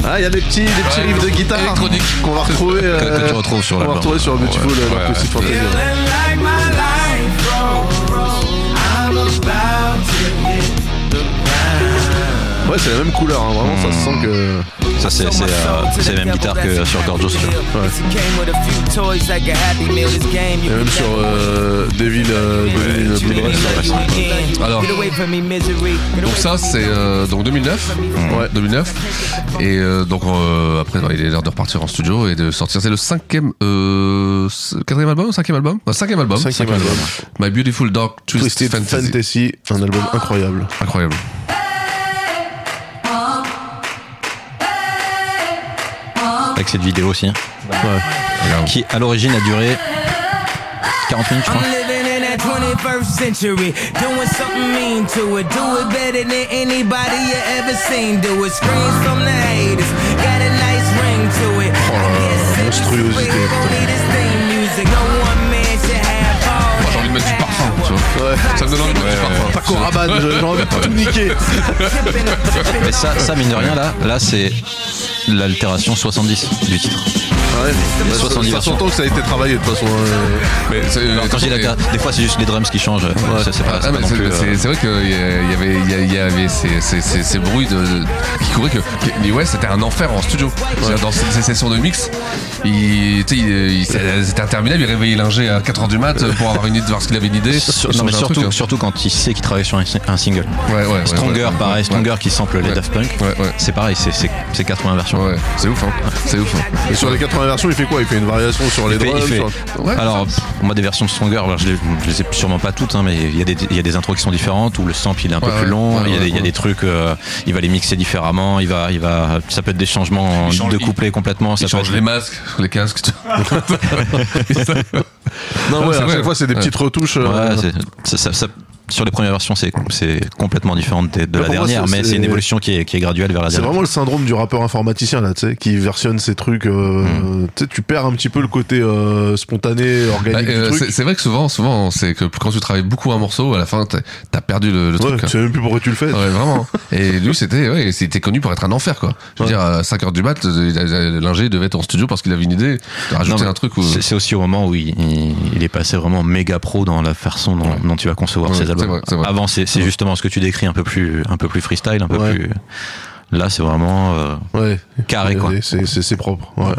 [SPEAKER 7] Ah, il y a des petits, des petits
[SPEAKER 8] Ouais,
[SPEAKER 7] riffs de guitare
[SPEAKER 8] électronique.
[SPEAKER 7] qu'on va retrouver. euh,
[SPEAKER 10] Que- que tu retrouves sur
[SPEAKER 7] qu'on va
[SPEAKER 10] l'album.
[SPEAKER 7] retrouver sur Beautiful.
[SPEAKER 10] Ouais,
[SPEAKER 7] euh,
[SPEAKER 10] ouais,
[SPEAKER 7] Dark
[SPEAKER 10] ouais.
[SPEAKER 7] Twisted Fantasy, ouais.
[SPEAKER 9] Feeling like my life froze. I'm about to hit the ground.
[SPEAKER 10] Mm.
[SPEAKER 7] Ouais, c'est la même couleur, hein. vraiment, ça se sent que.
[SPEAKER 10] Ça, c'est- c'est, euh, c'est la même guitare que sur Gorgeous, tu vois.
[SPEAKER 7] Et même sur euh, Devil euh, Devil in the Blood Rush.
[SPEAKER 8] Alors. Donc ça c'est euh, donc 2009.
[SPEAKER 7] Ouais.
[SPEAKER 8] 2009. Et euh, donc euh, après bah, il est l'heure de repartir en studio et de sortir. C'est le cinquième, euh, c- quatrième album, ou cinquième album, Ouais, cinquième album.
[SPEAKER 7] Cinquième album.
[SPEAKER 8] My Beautiful Dark Twisted,
[SPEAKER 7] Twisted
[SPEAKER 8] Fantasy.
[SPEAKER 7] Fantasy, un album incroyable.
[SPEAKER 8] Incroyable.
[SPEAKER 10] Avec cette vidéo aussi. hein,
[SPEAKER 7] Ouais.
[SPEAKER 10] Qui, à l'origine, a duré 40 minutes, je crois.
[SPEAKER 9] I'm living in that 21st century, doing something mean to it. Do it better than anybody you ever seen. Do it screams from the haters, got a nice ring to it. I guess every
[SPEAKER 7] monstruosité,
[SPEAKER 9] superhero
[SPEAKER 7] putain.
[SPEAKER 9] need his theme music. No one man should have all
[SPEAKER 8] Moi, J'ai envie de mettre du parfum, tu
[SPEAKER 9] <laughs>
[SPEAKER 8] vois. Ça me donne envie de mettre du parfum.
[SPEAKER 7] Paco Rabanne, j'ai envie de tout niquer.
[SPEAKER 10] Mais ça, ça, mine de rien, là, là c'est l'altération 70 du titre.
[SPEAKER 7] Ouais, mais
[SPEAKER 10] 70
[SPEAKER 7] ça
[SPEAKER 10] versions.
[SPEAKER 7] s'entend que ça a été travaillé de toute façon. euh,
[SPEAKER 8] Mais c'est-
[SPEAKER 10] Alors, quand je dis l'altération, des fois, c'est juste les drums qui changent. Ça, c'est pas,
[SPEAKER 8] Ah,
[SPEAKER 10] c'est pas
[SPEAKER 8] mais
[SPEAKER 10] non
[SPEAKER 8] c'est
[SPEAKER 10] plus, euh,
[SPEAKER 8] c'est- c'est vrai qu'il y a- il y avait, il y a- il y avait ces, ces, ces, ces bruits de, de- qui couraient que Kanye West c'était un enfer en studio. C'est-à-dire Dans ces, ces sessions de mix, il, tu sais, il- il- c'est- c'était interminable. Il réveillait l'ingé à 4h du mat pour avoir une idée, de voir ce qu'il avait une idée.
[SPEAKER 10] <laughs> sur- non, mais
[SPEAKER 8] changer un
[SPEAKER 10] surtout,
[SPEAKER 8] truc. hein.
[SPEAKER 10] surtout quand il sait qu'il travaille sur un, un single.
[SPEAKER 8] Ouais, ouais, ouais,
[SPEAKER 10] Stronger,
[SPEAKER 8] ouais, ouais,
[SPEAKER 10] pareil,
[SPEAKER 8] ouais.
[SPEAKER 10] Stronger qui sample les
[SPEAKER 8] Ouais.
[SPEAKER 10] Daft Punk.
[SPEAKER 8] Ouais, ouais.
[SPEAKER 10] C'est pareil, c'est- c'est c'est 80 versions.
[SPEAKER 8] Ouais, c'est ouf, hein. C'est ouf. hein.
[SPEAKER 7] Et sur les 80 versions, il fait quoi Il fait une variation sur les
[SPEAKER 10] Il fait-
[SPEAKER 7] drums.
[SPEAKER 10] il fait-
[SPEAKER 7] sur-
[SPEAKER 8] Ouais.
[SPEAKER 10] Alors, pff, moi, des versions de Stronger, alors, je, les, je les ai sûrement pas toutes, hein, mais il y, a des- il y a des intros qui sont différentes, où le sample il est un
[SPEAKER 8] Ouais,
[SPEAKER 10] peu plus
[SPEAKER 8] ouais,
[SPEAKER 10] long,
[SPEAKER 8] ouais,
[SPEAKER 10] il y a
[SPEAKER 8] ouais,
[SPEAKER 10] des- il y, a
[SPEAKER 8] ouais.
[SPEAKER 10] des trucs, euh, il va les mixer différemment, il va, il va, ça peut être des changements
[SPEAKER 8] Il change-
[SPEAKER 10] de couplets complètement,
[SPEAKER 8] Il
[SPEAKER 10] ça peut
[SPEAKER 8] change
[SPEAKER 10] être-
[SPEAKER 8] les masques, les casques. tout.
[SPEAKER 7] Non,
[SPEAKER 8] Ah,
[SPEAKER 7] ouais,
[SPEAKER 8] c'est
[SPEAKER 7] à
[SPEAKER 8] vrai.
[SPEAKER 7] chaque fois, c'est des
[SPEAKER 8] Ouais.
[SPEAKER 7] petites retouches.
[SPEAKER 10] Ouais,
[SPEAKER 7] euh,
[SPEAKER 10] c'est- ça- ça- ça- sur les premières versions, c'est- c'est complètement différent de, de la
[SPEAKER 7] Bah, pour moi,
[SPEAKER 10] dernière,
[SPEAKER 7] c'est-
[SPEAKER 10] mais
[SPEAKER 7] c'est-
[SPEAKER 10] c'est une évolution qui est, qui est graduelle vers la
[SPEAKER 7] C'est
[SPEAKER 10] dernière.
[SPEAKER 7] vraiment le syndrome du rappeur informaticien là, tu sais, qui versionne ses trucs. euh,
[SPEAKER 10] Hmm.
[SPEAKER 7] Tu sais, tu perds un petit peu le côté euh, spontané,
[SPEAKER 8] Bah,
[SPEAKER 7] organique
[SPEAKER 8] euh,
[SPEAKER 7] du
[SPEAKER 8] c'est
[SPEAKER 7] truc.
[SPEAKER 8] c'est vrai que souvent, souvent, c'est que quand tu travailles beaucoup un morceau, à la fin, t'as t'as perdu le,
[SPEAKER 7] Ouais,
[SPEAKER 8] le truc.
[SPEAKER 7] tu
[SPEAKER 8] hein.
[SPEAKER 7] sais même plus pourquoi tu le
[SPEAKER 10] Ah
[SPEAKER 7] fais.
[SPEAKER 8] Ouais, vraiment. hein. Et lui, c'était, ouais, c'était connu pour être un enfer, quoi. Je veux
[SPEAKER 7] Ouais.
[SPEAKER 8] dire, à 5 heures du mat, euh, il a- l'ingé devait être en studio parce qu'il avait une idée de
[SPEAKER 10] Non,
[SPEAKER 8] rajouter
[SPEAKER 10] mais
[SPEAKER 8] un truc où.
[SPEAKER 10] C'est c'est aussi au moment où il, il- il est passé vraiment méga pro dans la façon dont,
[SPEAKER 8] Ouais.
[SPEAKER 10] dont tu vas concevoir
[SPEAKER 8] Ouais,
[SPEAKER 10] ses
[SPEAKER 8] c'est
[SPEAKER 10] albums.
[SPEAKER 8] vrai, c'est vrai.
[SPEAKER 10] Avant, c'est c'est
[SPEAKER 8] Ouais.
[SPEAKER 10] justement ce que tu décris, un peu plus, un peu plus freestyle, un peu
[SPEAKER 7] Ouais.
[SPEAKER 10] plus. Là, c'est vraiment euh,
[SPEAKER 7] Ouais.
[SPEAKER 10] carré, quoi.
[SPEAKER 7] Et C'est c'est- c'est propre. Ouais.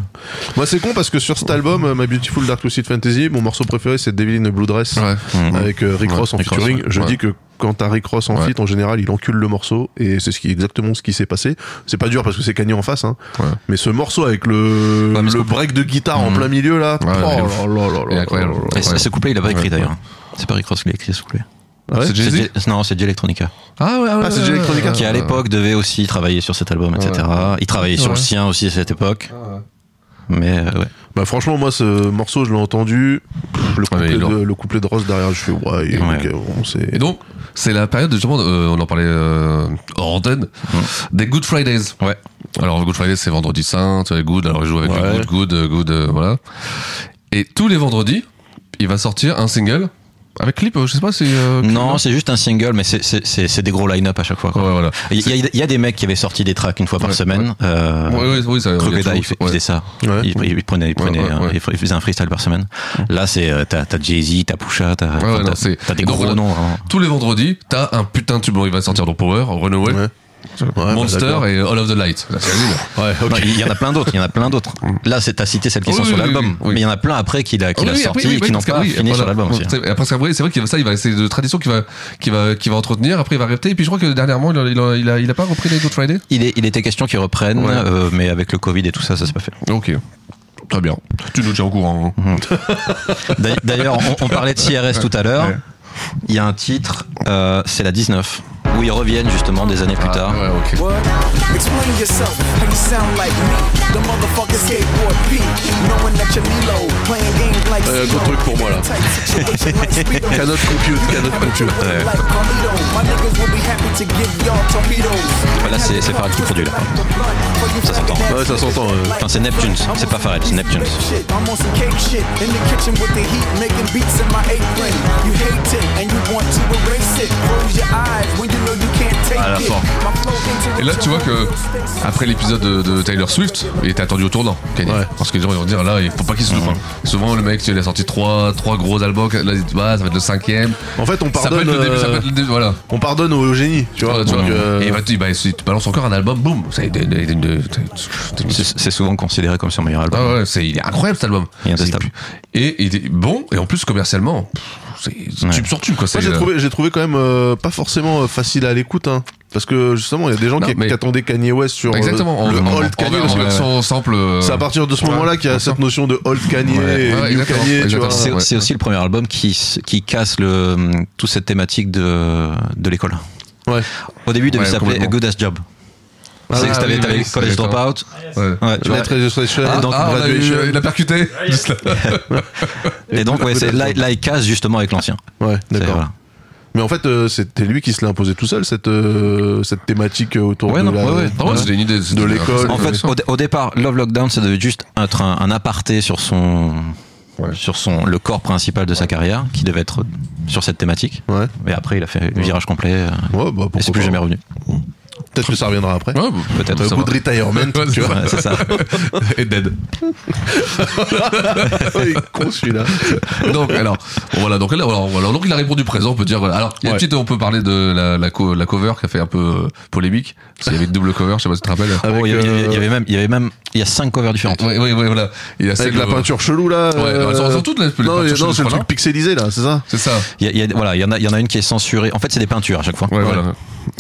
[SPEAKER 7] Moi, c'est con parce que sur cet album, euh, My Beautiful Dark Lucid Fantasy, mon morceau préféré, c'est Devil in a Blue Dress
[SPEAKER 8] Ouais.
[SPEAKER 10] Mhm.
[SPEAKER 7] avec euh, Rick
[SPEAKER 8] Ouais,
[SPEAKER 7] Ross en
[SPEAKER 8] Rick Ross,
[SPEAKER 7] featuring.
[SPEAKER 8] ouais.
[SPEAKER 7] Je
[SPEAKER 8] Ouais.
[SPEAKER 7] dis que quand t'as Rick Ross en
[SPEAKER 8] Ouais.
[SPEAKER 7] feat, en général, il encule le morceau et c'est ce qui exactement ce qui s'est passé. C'est pas dur parce que c'est Kanye en face, hein.
[SPEAKER 8] Ouais.
[SPEAKER 7] Mais ce morceau avec le,
[SPEAKER 8] Ouais, mais ce
[SPEAKER 7] le
[SPEAKER 8] qu'on-
[SPEAKER 7] break de guitare en
[SPEAKER 10] Mhm.
[SPEAKER 7] plein milieu là,
[SPEAKER 8] Ouais, il est ouf.
[SPEAKER 7] oh là là là
[SPEAKER 8] Il est
[SPEAKER 7] là
[SPEAKER 8] incroyable.
[SPEAKER 7] là là.
[SPEAKER 10] Et ça,
[SPEAKER 8] Ouais.
[SPEAKER 10] ce couplet, il l'a pas écrit
[SPEAKER 8] Ouais.
[SPEAKER 10] d'ailleurs. C'est pas Rick Ross qui l'a écrit, ce couplet.
[SPEAKER 7] Ah ouais
[SPEAKER 8] C'est
[SPEAKER 10] C'est
[SPEAKER 8] Jay-Z
[SPEAKER 10] Jay- non, c'est Jay Electronica.
[SPEAKER 8] Ah ouais, ouais,
[SPEAKER 7] Ah, c'est Jay
[SPEAKER 8] ouais, ouais,
[SPEAKER 7] Electronica.
[SPEAKER 8] ouais,
[SPEAKER 10] qui, à
[SPEAKER 8] ouais.
[SPEAKER 10] l'époque, devait aussi travailler sur cet album, etc. Il travaillait
[SPEAKER 8] Ouais.
[SPEAKER 10] sur le sien aussi à cette époque. Mais euh, ouais.
[SPEAKER 7] Bah franchement moi ce morceau je l'ai entendu le
[SPEAKER 8] Ah, mais
[SPEAKER 7] couplet,
[SPEAKER 8] il est lourd.
[SPEAKER 7] de, le couplet de Ross derrière je fais ouais,
[SPEAKER 10] Ouais.
[SPEAKER 7] ok, bon, c'est
[SPEAKER 8] Et donc, c'est la période, justement, euh, on en parlait euh, hors antenne, des Good Fridays.
[SPEAKER 10] Ouais.
[SPEAKER 8] Alors, Good Friday, c'est vendredi saint, tu vois, Good, alors il joue avec
[SPEAKER 7] Ouais.
[SPEAKER 8] le Good, Good, euh, Good, euh, voilà. Et tous les vendredis, il va sortir un single avec clip, euh, je sais pas si. euh, clip,
[SPEAKER 10] Non, c'est juste un single, mais c'est- c'est c'est- c'est des gros line-up à chaque fois.
[SPEAKER 8] Ouais,
[SPEAKER 10] quoi.
[SPEAKER 8] voilà.
[SPEAKER 10] Il y, a- il y a des mecs qui avaient sorti des tracks une fois par
[SPEAKER 8] Ouais,
[SPEAKER 10] semaine.
[SPEAKER 8] ouais.
[SPEAKER 10] euh,
[SPEAKER 8] Ouais, ouais, oui, ça, il y a
[SPEAKER 10] Crocodile, il,
[SPEAKER 8] toujours
[SPEAKER 10] fait-
[SPEAKER 8] ça, ouais.
[SPEAKER 10] faisait ça.
[SPEAKER 7] Ouais.
[SPEAKER 10] Il, il prenait, il, prenait,
[SPEAKER 8] ouais, Mmh.
[SPEAKER 10] euh,
[SPEAKER 8] ouais.
[SPEAKER 10] il faisait un freestyle par semaine. Là, c'est euh, t'as t'as Jay-Z, t'as Pusha, t'as
[SPEAKER 8] Ouais, ouais,
[SPEAKER 10] t'as-
[SPEAKER 8] non, c'est-
[SPEAKER 10] t'as des
[SPEAKER 8] et donc,
[SPEAKER 10] gros
[SPEAKER 8] voilà.
[SPEAKER 10] noms. hein.
[SPEAKER 8] Tous les vendredis, t'as un putain de tube. Bon, il va sortir dans Power, Runaway,
[SPEAKER 7] Ouais. Ouais, bah,
[SPEAKER 8] Monster
[SPEAKER 7] d'accord.
[SPEAKER 8] et All of the Light. Là, c'est nul.
[SPEAKER 7] <laughs> ouais, ok. Mm.
[SPEAKER 10] Non, Il y en a plein d'autres. Il y en a plein d'autres. Là, c'est t'as cité celles qui
[SPEAKER 8] Oui,
[SPEAKER 10] sont
[SPEAKER 8] oui,
[SPEAKER 10] sur
[SPEAKER 8] oui,
[SPEAKER 10] l'album,
[SPEAKER 8] oui, oui.
[SPEAKER 10] mais il y en a plein après qu'il a, qu'il a
[SPEAKER 8] Oui, oui,
[SPEAKER 10] sorti,
[SPEAKER 8] après, oui,
[SPEAKER 10] et
[SPEAKER 8] oui,
[SPEAKER 10] qui n'ont
[SPEAKER 8] parce que-
[SPEAKER 10] pas
[SPEAKER 8] oui,
[SPEAKER 10] fini
[SPEAKER 8] voilà.
[SPEAKER 10] sur l'album. aussi.
[SPEAKER 8] C'est- Après, c'est vrai, c'est vrai qu'il va ça, il va essayer de tradition qu'il va, qu'il va, qu'il va entretenir. Après, il va répéter. Et puis, je crois que dernièrement, il a, il a, il a, il a pas repris les Good Friday.
[SPEAKER 10] Il, est- il était question qu'ils reprennent,
[SPEAKER 8] Ouais.
[SPEAKER 10] euh, mais avec le Covid et tout ça, ça s'est pas fait.
[SPEAKER 8] Ok. Très bien. Tu nous tiens au courant. hein.
[SPEAKER 10] D'a- D'ailleurs, on, on parlait de CRS tout à l'heure. Il y a un titre, euh, c'est la 19, où ils reviennent justement des années plus tard.
[SPEAKER 8] Ah, Ouais, ok.
[SPEAKER 12] Explain yourself, how you sound like me. The motherfucker skateboard P. Knowing that you're Milo, playing games like
[SPEAKER 7] Euh, gros truc pour moi, là.
[SPEAKER 12] <laughs>
[SPEAKER 7] Cannot compute, cannot compute.
[SPEAKER 10] Là, c'est- c'est Pharrell qui produit, là. Ça s'entend.
[SPEAKER 7] Ouais, ça s'entend, euh.
[SPEAKER 10] Enfin, c'est Neptunes. C'est pas Pharrell, c'est Neptunes.
[SPEAKER 12] I'm on some cake shit in the kitchen with the heat, making beats in my apron. You hate it and you want to erase it. Close your eyes when you know you can't
[SPEAKER 8] à la
[SPEAKER 10] Ah,
[SPEAKER 8] fin. Et là, tu vois que après l'épisode de, de Taylor Swift, il était attendu au tournant, Kanye. Parce que les gens ils vont dire là, il faut pas qu'il se loupe. hein. Souvent, le mec, il a sorti trois, trois gros albums. Là, il dit, bah, ça va être le cinquième.
[SPEAKER 7] En fait, on
[SPEAKER 8] Ça peut
[SPEAKER 7] pardonne.
[SPEAKER 8] être le début, ça peut
[SPEAKER 7] euh,
[SPEAKER 8] être le début, voilà.
[SPEAKER 7] On pardonne au génie, tu vois.
[SPEAKER 8] Ouais, tu vois,
[SPEAKER 7] donc, euh,
[SPEAKER 8] Et il va te- il va- si tu balances encore un album, boum ça- de- de- de- de-
[SPEAKER 10] C'est c'est souvent considéré comme son meilleur album.
[SPEAKER 8] Ah ouais, c'est, il est incroyable cet album.
[SPEAKER 10] Et incontestable.
[SPEAKER 8] Et il est bon, et en plus commercialement, pff, c'est
[SPEAKER 10] Ouais.
[SPEAKER 8] tube sur tube quoi.
[SPEAKER 7] Moi,
[SPEAKER 8] c'est,
[SPEAKER 7] j'ai
[SPEAKER 8] euh,
[SPEAKER 7] trouvé, j'ai trouvé quand même euh, pas forcément euh, facile à l'écoute, hein. Parce que justement, il y a des gens
[SPEAKER 8] Non,
[SPEAKER 7] qui, qui
[SPEAKER 8] mais-
[SPEAKER 7] attendaient Kanye West sur euh,
[SPEAKER 8] Exactement,
[SPEAKER 7] le
[SPEAKER 8] en- en-
[SPEAKER 7] old
[SPEAKER 8] en-
[SPEAKER 7] Kanye.
[SPEAKER 8] en-
[SPEAKER 7] parce que-
[SPEAKER 8] en- son sample. euh,
[SPEAKER 7] C'est à partir de ce
[SPEAKER 8] ouais.
[SPEAKER 7] moment-là qu'il y a cette notion de old Kanye
[SPEAKER 8] Ouais,
[SPEAKER 7] et
[SPEAKER 8] ouais,
[SPEAKER 7] new
[SPEAKER 8] exactement,
[SPEAKER 7] Kanye, tu vois.
[SPEAKER 8] exactement.
[SPEAKER 10] C'est
[SPEAKER 8] Ouais.
[SPEAKER 10] c'est aussi le premier album qui, s- qui casse le, toute cette thématique de, de l'école.
[SPEAKER 7] Ouais.
[SPEAKER 10] Au début, il devait
[SPEAKER 8] Ouais,
[SPEAKER 10] s'appeler A
[SPEAKER 8] complètement.
[SPEAKER 10] Good Ass Job.
[SPEAKER 7] Ah
[SPEAKER 10] c'est
[SPEAKER 7] oui,
[SPEAKER 10] que t'avais
[SPEAKER 8] oui,
[SPEAKER 10] t'avais
[SPEAKER 8] oui,
[SPEAKER 10] College
[SPEAKER 8] c'est ça.
[SPEAKER 10] Dropout.
[SPEAKER 8] Ouais.
[SPEAKER 10] Ouais, tu vois.
[SPEAKER 7] Let's Registration,
[SPEAKER 8] Ah,
[SPEAKER 7] donc
[SPEAKER 8] ah, on a eu-
[SPEAKER 7] Graduation.
[SPEAKER 10] euh,
[SPEAKER 8] il a percuté. Juste là.
[SPEAKER 10] Et donc,
[SPEAKER 7] Good-
[SPEAKER 10] ouais,
[SPEAKER 7] Good
[SPEAKER 10] c'est-
[SPEAKER 7] Ass
[SPEAKER 10] là,
[SPEAKER 7] Job.
[SPEAKER 10] là, il casse justement avec l'ancien.
[SPEAKER 7] Ouais,
[SPEAKER 10] C'est-
[SPEAKER 7] d'accord.
[SPEAKER 10] voilà.
[SPEAKER 7] Mais en fait, euh, c'était lui qui se l'a imposé tout seul, cette, euh, cette thématique autour
[SPEAKER 10] Ouais,
[SPEAKER 7] de
[SPEAKER 10] non,
[SPEAKER 7] la...
[SPEAKER 10] ouais, ouais.
[SPEAKER 8] Non, c'était une idée. c'était-
[SPEAKER 7] l'école.
[SPEAKER 10] En fait, au, dé- au départ, Love Lockdown, ça devait juste être un, un aparté sur son, sur son, le corps principal de sa carrière, qui devait être sur cette thématique.
[SPEAKER 7] Ouais.
[SPEAKER 10] Et après, il a fait le virage complet. euh,
[SPEAKER 7] Ouais, bah,
[SPEAKER 10] et c'est
[SPEAKER 7] pourquoi
[SPEAKER 10] plus
[SPEAKER 7] pas.
[SPEAKER 10] jamais revenu.
[SPEAKER 7] Peut-être que ça reviendra après.
[SPEAKER 8] Ouais, bah,
[SPEAKER 10] Peut-être.
[SPEAKER 7] Au
[SPEAKER 10] ça
[SPEAKER 7] bout
[SPEAKER 10] va.
[SPEAKER 7] de retirement,
[SPEAKER 8] Ouais,
[SPEAKER 7] tu vois.
[SPEAKER 10] Ouais, c'est ça. <laughs>
[SPEAKER 8] Et dead.
[SPEAKER 7] <laughs> Il est con, celui-là.
[SPEAKER 8] Donc alors bon, voilà donc là alors, voilà. donc il a répondu présent on peut dire voilà alors il y a une
[SPEAKER 7] Ouais.
[SPEAKER 8] petite on peut parler de la, la, co- la cover qui a fait un peu euh, polémique parce qu'il y avait une double cover je sais pas si tu te rappelles
[SPEAKER 10] Oh, il y, avait- il y avait- il y
[SPEAKER 7] euh,
[SPEAKER 10] avait même, il y avait même, il y a cinq covers différentes.
[SPEAKER 8] oui oui oui voilà il y a
[SPEAKER 7] Avec
[SPEAKER 8] celle
[SPEAKER 7] la
[SPEAKER 8] où-
[SPEAKER 7] peinture chelou, là.
[SPEAKER 8] Ouais, bah,
[SPEAKER 7] euh,
[SPEAKER 8] sans- sans toute la- la peinture
[SPEAKER 7] Non, il y a- non,
[SPEAKER 8] chelou,
[SPEAKER 7] c'est le
[SPEAKER 8] voilà.
[SPEAKER 7] truc pixelisé, là, c'est ça
[SPEAKER 8] c'est ça
[SPEAKER 10] Il y a- il y a- voilà, il y en a, il y en a une qui est censurée. En fait, c'est des peintures à chaque fois.
[SPEAKER 8] ouais, voilà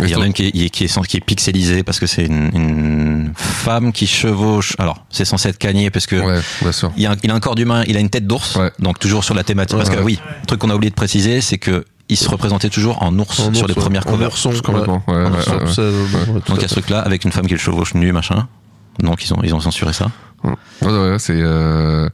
[SPEAKER 10] Et Il y en a une qui est, qui est, qui est, cens- qui est pixelisée parce que c'est une, une femme qui chevauche. Alors, c'est censé être Kanye parce que
[SPEAKER 8] ouais bien sûr
[SPEAKER 10] il, y a un, il a un corps d'humain, il a une tête d'ours.
[SPEAKER 8] Ouais.
[SPEAKER 10] Donc toujours sur la thématique. parce que
[SPEAKER 8] ouais.
[SPEAKER 10] oui, le truc qu'on a oublié de préciser, c'est que il se représentait toujours en ours,
[SPEAKER 7] En
[SPEAKER 10] sur
[SPEAKER 7] ours,
[SPEAKER 10] les
[SPEAKER 7] ouais.
[SPEAKER 10] premières
[SPEAKER 7] En
[SPEAKER 10] covers.
[SPEAKER 7] ourson,
[SPEAKER 8] complètement,
[SPEAKER 7] ouais.
[SPEAKER 8] ouais,
[SPEAKER 7] En
[SPEAKER 8] ouais,
[SPEAKER 7] ourson,
[SPEAKER 8] ouais.
[SPEAKER 7] ça, euh, ouais, tout
[SPEAKER 10] Donc il
[SPEAKER 7] à
[SPEAKER 10] y a ce
[SPEAKER 7] fait.
[SPEAKER 10] truc-là avec une femme qui le chevauche nu, machin. Donc ils ont, ils ont censuré ça.
[SPEAKER 8] Ouais, ouais, c'est euh,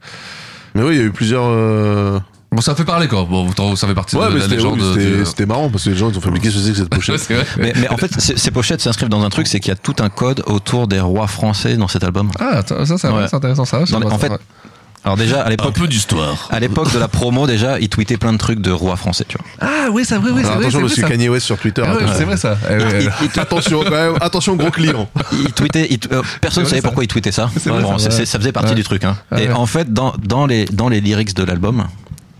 [SPEAKER 7] Mais oui, il y a eu plusieurs. euh,
[SPEAKER 8] Bon, ça fait parler quoi. Bon, tant- ça fait partie
[SPEAKER 7] Ouais,
[SPEAKER 8] de
[SPEAKER 7] mais
[SPEAKER 8] la
[SPEAKER 7] c'était
[SPEAKER 8] légende.
[SPEAKER 7] oui, c'était-
[SPEAKER 8] du-
[SPEAKER 7] c'était marrant parce que les gens ils ont fait mais qu'est-ce que c'est que cette
[SPEAKER 8] <laughs> Ouais,
[SPEAKER 7] pochette
[SPEAKER 8] c'est vrai.
[SPEAKER 10] Mais, mais en fait, ces ces pochettes s'inscrivent dans un truc, c'est qu'il y a tout un code autour des rois français dans cet album.
[SPEAKER 8] Ah, attends, ça, c'est
[SPEAKER 10] Ouais.
[SPEAKER 8] c'est intéressant ça. je
[SPEAKER 10] Dans les-
[SPEAKER 8] sais pas,
[SPEAKER 10] en fait,
[SPEAKER 8] ça, ouais.
[SPEAKER 10] alors déjà à l'époque,
[SPEAKER 8] d'histoire.
[SPEAKER 10] à l'époque de la promo, déjà, ils tweetaient plein de trucs de rois français, tu vois.
[SPEAKER 8] Ah oui, c'est vrai, oui, c'est
[SPEAKER 7] Alors,
[SPEAKER 8] vrai.
[SPEAKER 7] attention
[SPEAKER 8] c'est
[SPEAKER 7] parce que
[SPEAKER 8] vrai, ça.
[SPEAKER 7] Kanye West sur Twitter. hein.
[SPEAKER 8] Ah ouais,
[SPEAKER 7] attention.
[SPEAKER 8] c'est vrai ça. Eh ouais, <laughs> ouais.
[SPEAKER 7] attention, quand même, attention gros client.
[SPEAKER 10] il tweetait, il tw- euh, personne ne
[SPEAKER 8] C'est vrai, ça.
[SPEAKER 10] savait
[SPEAKER 8] Ah.
[SPEAKER 10] pourquoi il tweetait ça.
[SPEAKER 8] C'est vrai, ça,
[SPEAKER 10] Bon, c'est-
[SPEAKER 8] ouais.
[SPEAKER 10] Ah, c'est- ça faisait partie
[SPEAKER 8] Ouais.
[SPEAKER 10] du truc. hein.
[SPEAKER 8] Ouais,
[SPEAKER 10] Et
[SPEAKER 8] ouais.
[SPEAKER 10] en fait, dans, dans, les, dans les lyrics de l'album,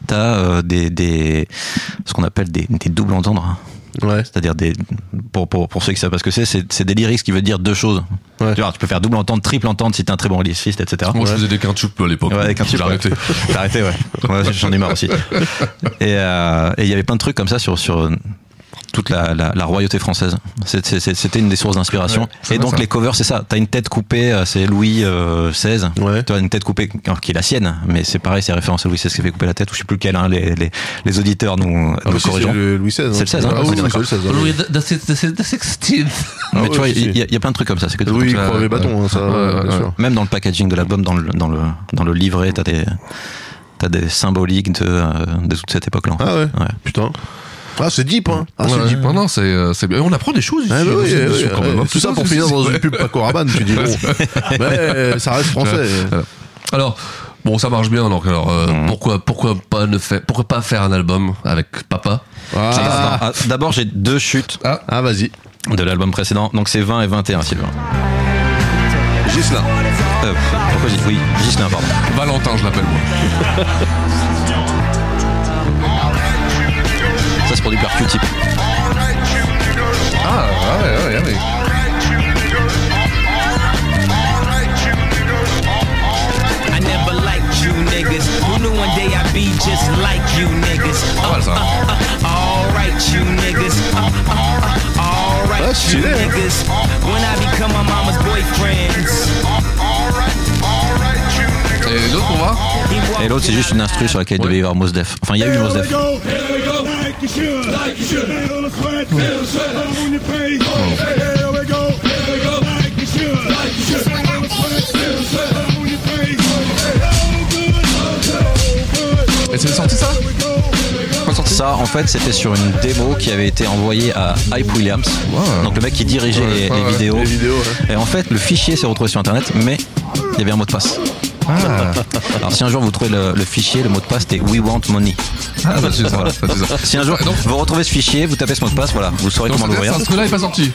[SPEAKER 10] t'as euh, des, des, ce qu'on appelle des, des doubles entendres. hein.
[SPEAKER 7] Ouais.
[SPEAKER 10] C'est-à-dire des, pour, pour, pour ceux qui savent pas ce que c'est, c'est c'est des lyrics qui veulent dire deux choses.
[SPEAKER 7] Ouais.
[SPEAKER 10] Tu, vois, tu peux faire double entendre, triple entendre si t'es un très bon lyriciste, etc.
[SPEAKER 8] Moi, je faisais des quintuples à l'époque.
[SPEAKER 10] Ouais, avec un
[SPEAKER 8] J'ai
[SPEAKER 10] tube, ouais.
[SPEAKER 8] arrêté.
[SPEAKER 10] T'as
[SPEAKER 8] <laughs>
[SPEAKER 10] arrêté, ouais. Moi, J'en ai marre aussi. Et euh, et il y avait plein de trucs comme ça sur, sur toute la, la- la royauté française. C'est- c'est- c'est- C'était une des sources d'inspiration.
[SPEAKER 8] Ouais, c'est
[SPEAKER 10] et
[SPEAKER 8] vrai,
[SPEAKER 10] donc
[SPEAKER 8] ça.
[SPEAKER 10] les covers, c'est ça. T'as une tête coupée, euh, c'est Louis euh, XVI.
[SPEAKER 7] Ouais.
[SPEAKER 10] Tu as une tête coupée alors, qui est la sienne, mais c'est pareil, c'est référence à Louis XVI qui fait couper la tête, ou je sais plus lequel, hein, les, les, les auditeurs nous,
[SPEAKER 7] Ah,
[SPEAKER 10] nous
[SPEAKER 7] bah, si, c'est
[SPEAKER 10] corrigeront.
[SPEAKER 7] le Louis XVI.
[SPEAKER 10] C'est le 16, hein,
[SPEAKER 7] Ah,
[SPEAKER 10] ouais,
[SPEAKER 7] oui,
[SPEAKER 10] c'est
[SPEAKER 7] oui, c'est
[SPEAKER 10] d'accord.
[SPEAKER 7] le 16. hein.
[SPEAKER 10] Mais
[SPEAKER 7] Ah
[SPEAKER 10] tu vois,
[SPEAKER 7] ouais,
[SPEAKER 10] il
[SPEAKER 7] si,
[SPEAKER 10] y,
[SPEAKER 7] si.
[SPEAKER 10] a- il y a plein de trucs comme ça. C'est que des
[SPEAKER 7] Louis
[SPEAKER 10] trucs
[SPEAKER 7] il
[SPEAKER 10] comme ça.
[SPEAKER 7] croit les bâtons, hein, ça,
[SPEAKER 8] Ouais,
[SPEAKER 7] ouais, bien
[SPEAKER 8] ouais.
[SPEAKER 7] sûr.
[SPEAKER 10] Même dans le packaging de l'album, dans le, dans, le, dans le livret, t'as des, t'as des symboliques de, euh, de toute cette époque-là. en fait.
[SPEAKER 7] Ah ouais.
[SPEAKER 10] Ouais.
[SPEAKER 7] Putain. Ah, c'est deep, hein. Ah,
[SPEAKER 8] Ouais,
[SPEAKER 7] c'est deep.
[SPEAKER 8] non, non, c'est, euh, c'est bien. On apprend des choses ici.
[SPEAKER 7] Ah, bah,
[SPEAKER 8] dans
[SPEAKER 7] oui,
[SPEAKER 8] cette
[SPEAKER 7] oui,
[SPEAKER 8] émission, quand
[SPEAKER 7] oui,
[SPEAKER 8] même, hein.
[SPEAKER 7] Tout ça pour finir dans une pub Paco Rabanne, tu dis bon. Mais euh, ça reste français.
[SPEAKER 8] Voilà. Alors, bon, ça marche bien. Donc, alors, euh,
[SPEAKER 10] Mm.
[SPEAKER 8] pourquoi, pourquoi pas ne faire, pourquoi pas faire un album avec Papa
[SPEAKER 7] Ah,
[SPEAKER 10] Ah, D'abord, j'ai deux chutes
[SPEAKER 7] ah vas-y.
[SPEAKER 10] de l'album précédent, donc c'est 20 et 21, Sylvain.
[SPEAKER 7] Gislain.
[SPEAKER 10] Euh, pourquoi j'ai oui, Gislain, pardon.
[SPEAKER 8] Valentin, je l'appelle moi.
[SPEAKER 10] Ça, c'est pour du percu type.
[SPEAKER 8] Ah, ah ouais, ouais, ouais, ouais.
[SPEAKER 9] I never liked you niggas. Who knew one day I'd be just like you niggas? Uh,
[SPEAKER 8] Pas mal ça.
[SPEAKER 9] Alright, you niggas. Uh, uh, uh, Alright,
[SPEAKER 7] That's
[SPEAKER 9] you
[SPEAKER 7] it.
[SPEAKER 9] niggas. When I become my mama's boyfriend.
[SPEAKER 8] Et l'autre, on va
[SPEAKER 9] he walked
[SPEAKER 10] Et l'autre, c'est juste une instru sur laquelle il devait y avoir Mos Def. Enfin, il y a eu Mos Def.
[SPEAKER 8] Et c'est sorti ça
[SPEAKER 10] Ça, en fait, c'était sur une démo qui avait été envoyée à Hype Williams. Donc, le mec qui dirigeait les, les
[SPEAKER 8] ouais,
[SPEAKER 10] vidéos.
[SPEAKER 7] Les vidéos, ouais.
[SPEAKER 10] Et en fait, le fichier s'est retrouvé sur Internet, mais il y avait un mot de passe.
[SPEAKER 8] Ah.
[SPEAKER 10] Alors si un jour vous trouvez le, le fichier, le mot de passe c'était We Want Money.
[SPEAKER 8] Ah, ça, c'est ça, ça, c'est ça.
[SPEAKER 10] Si un jour vous retrouvez ce fichier, vous tapez ce mot de passe, voilà, vous saurez
[SPEAKER 8] Ah, Donc,
[SPEAKER 10] comment l'ouvrir.
[SPEAKER 8] ce truc-là est pas sorti.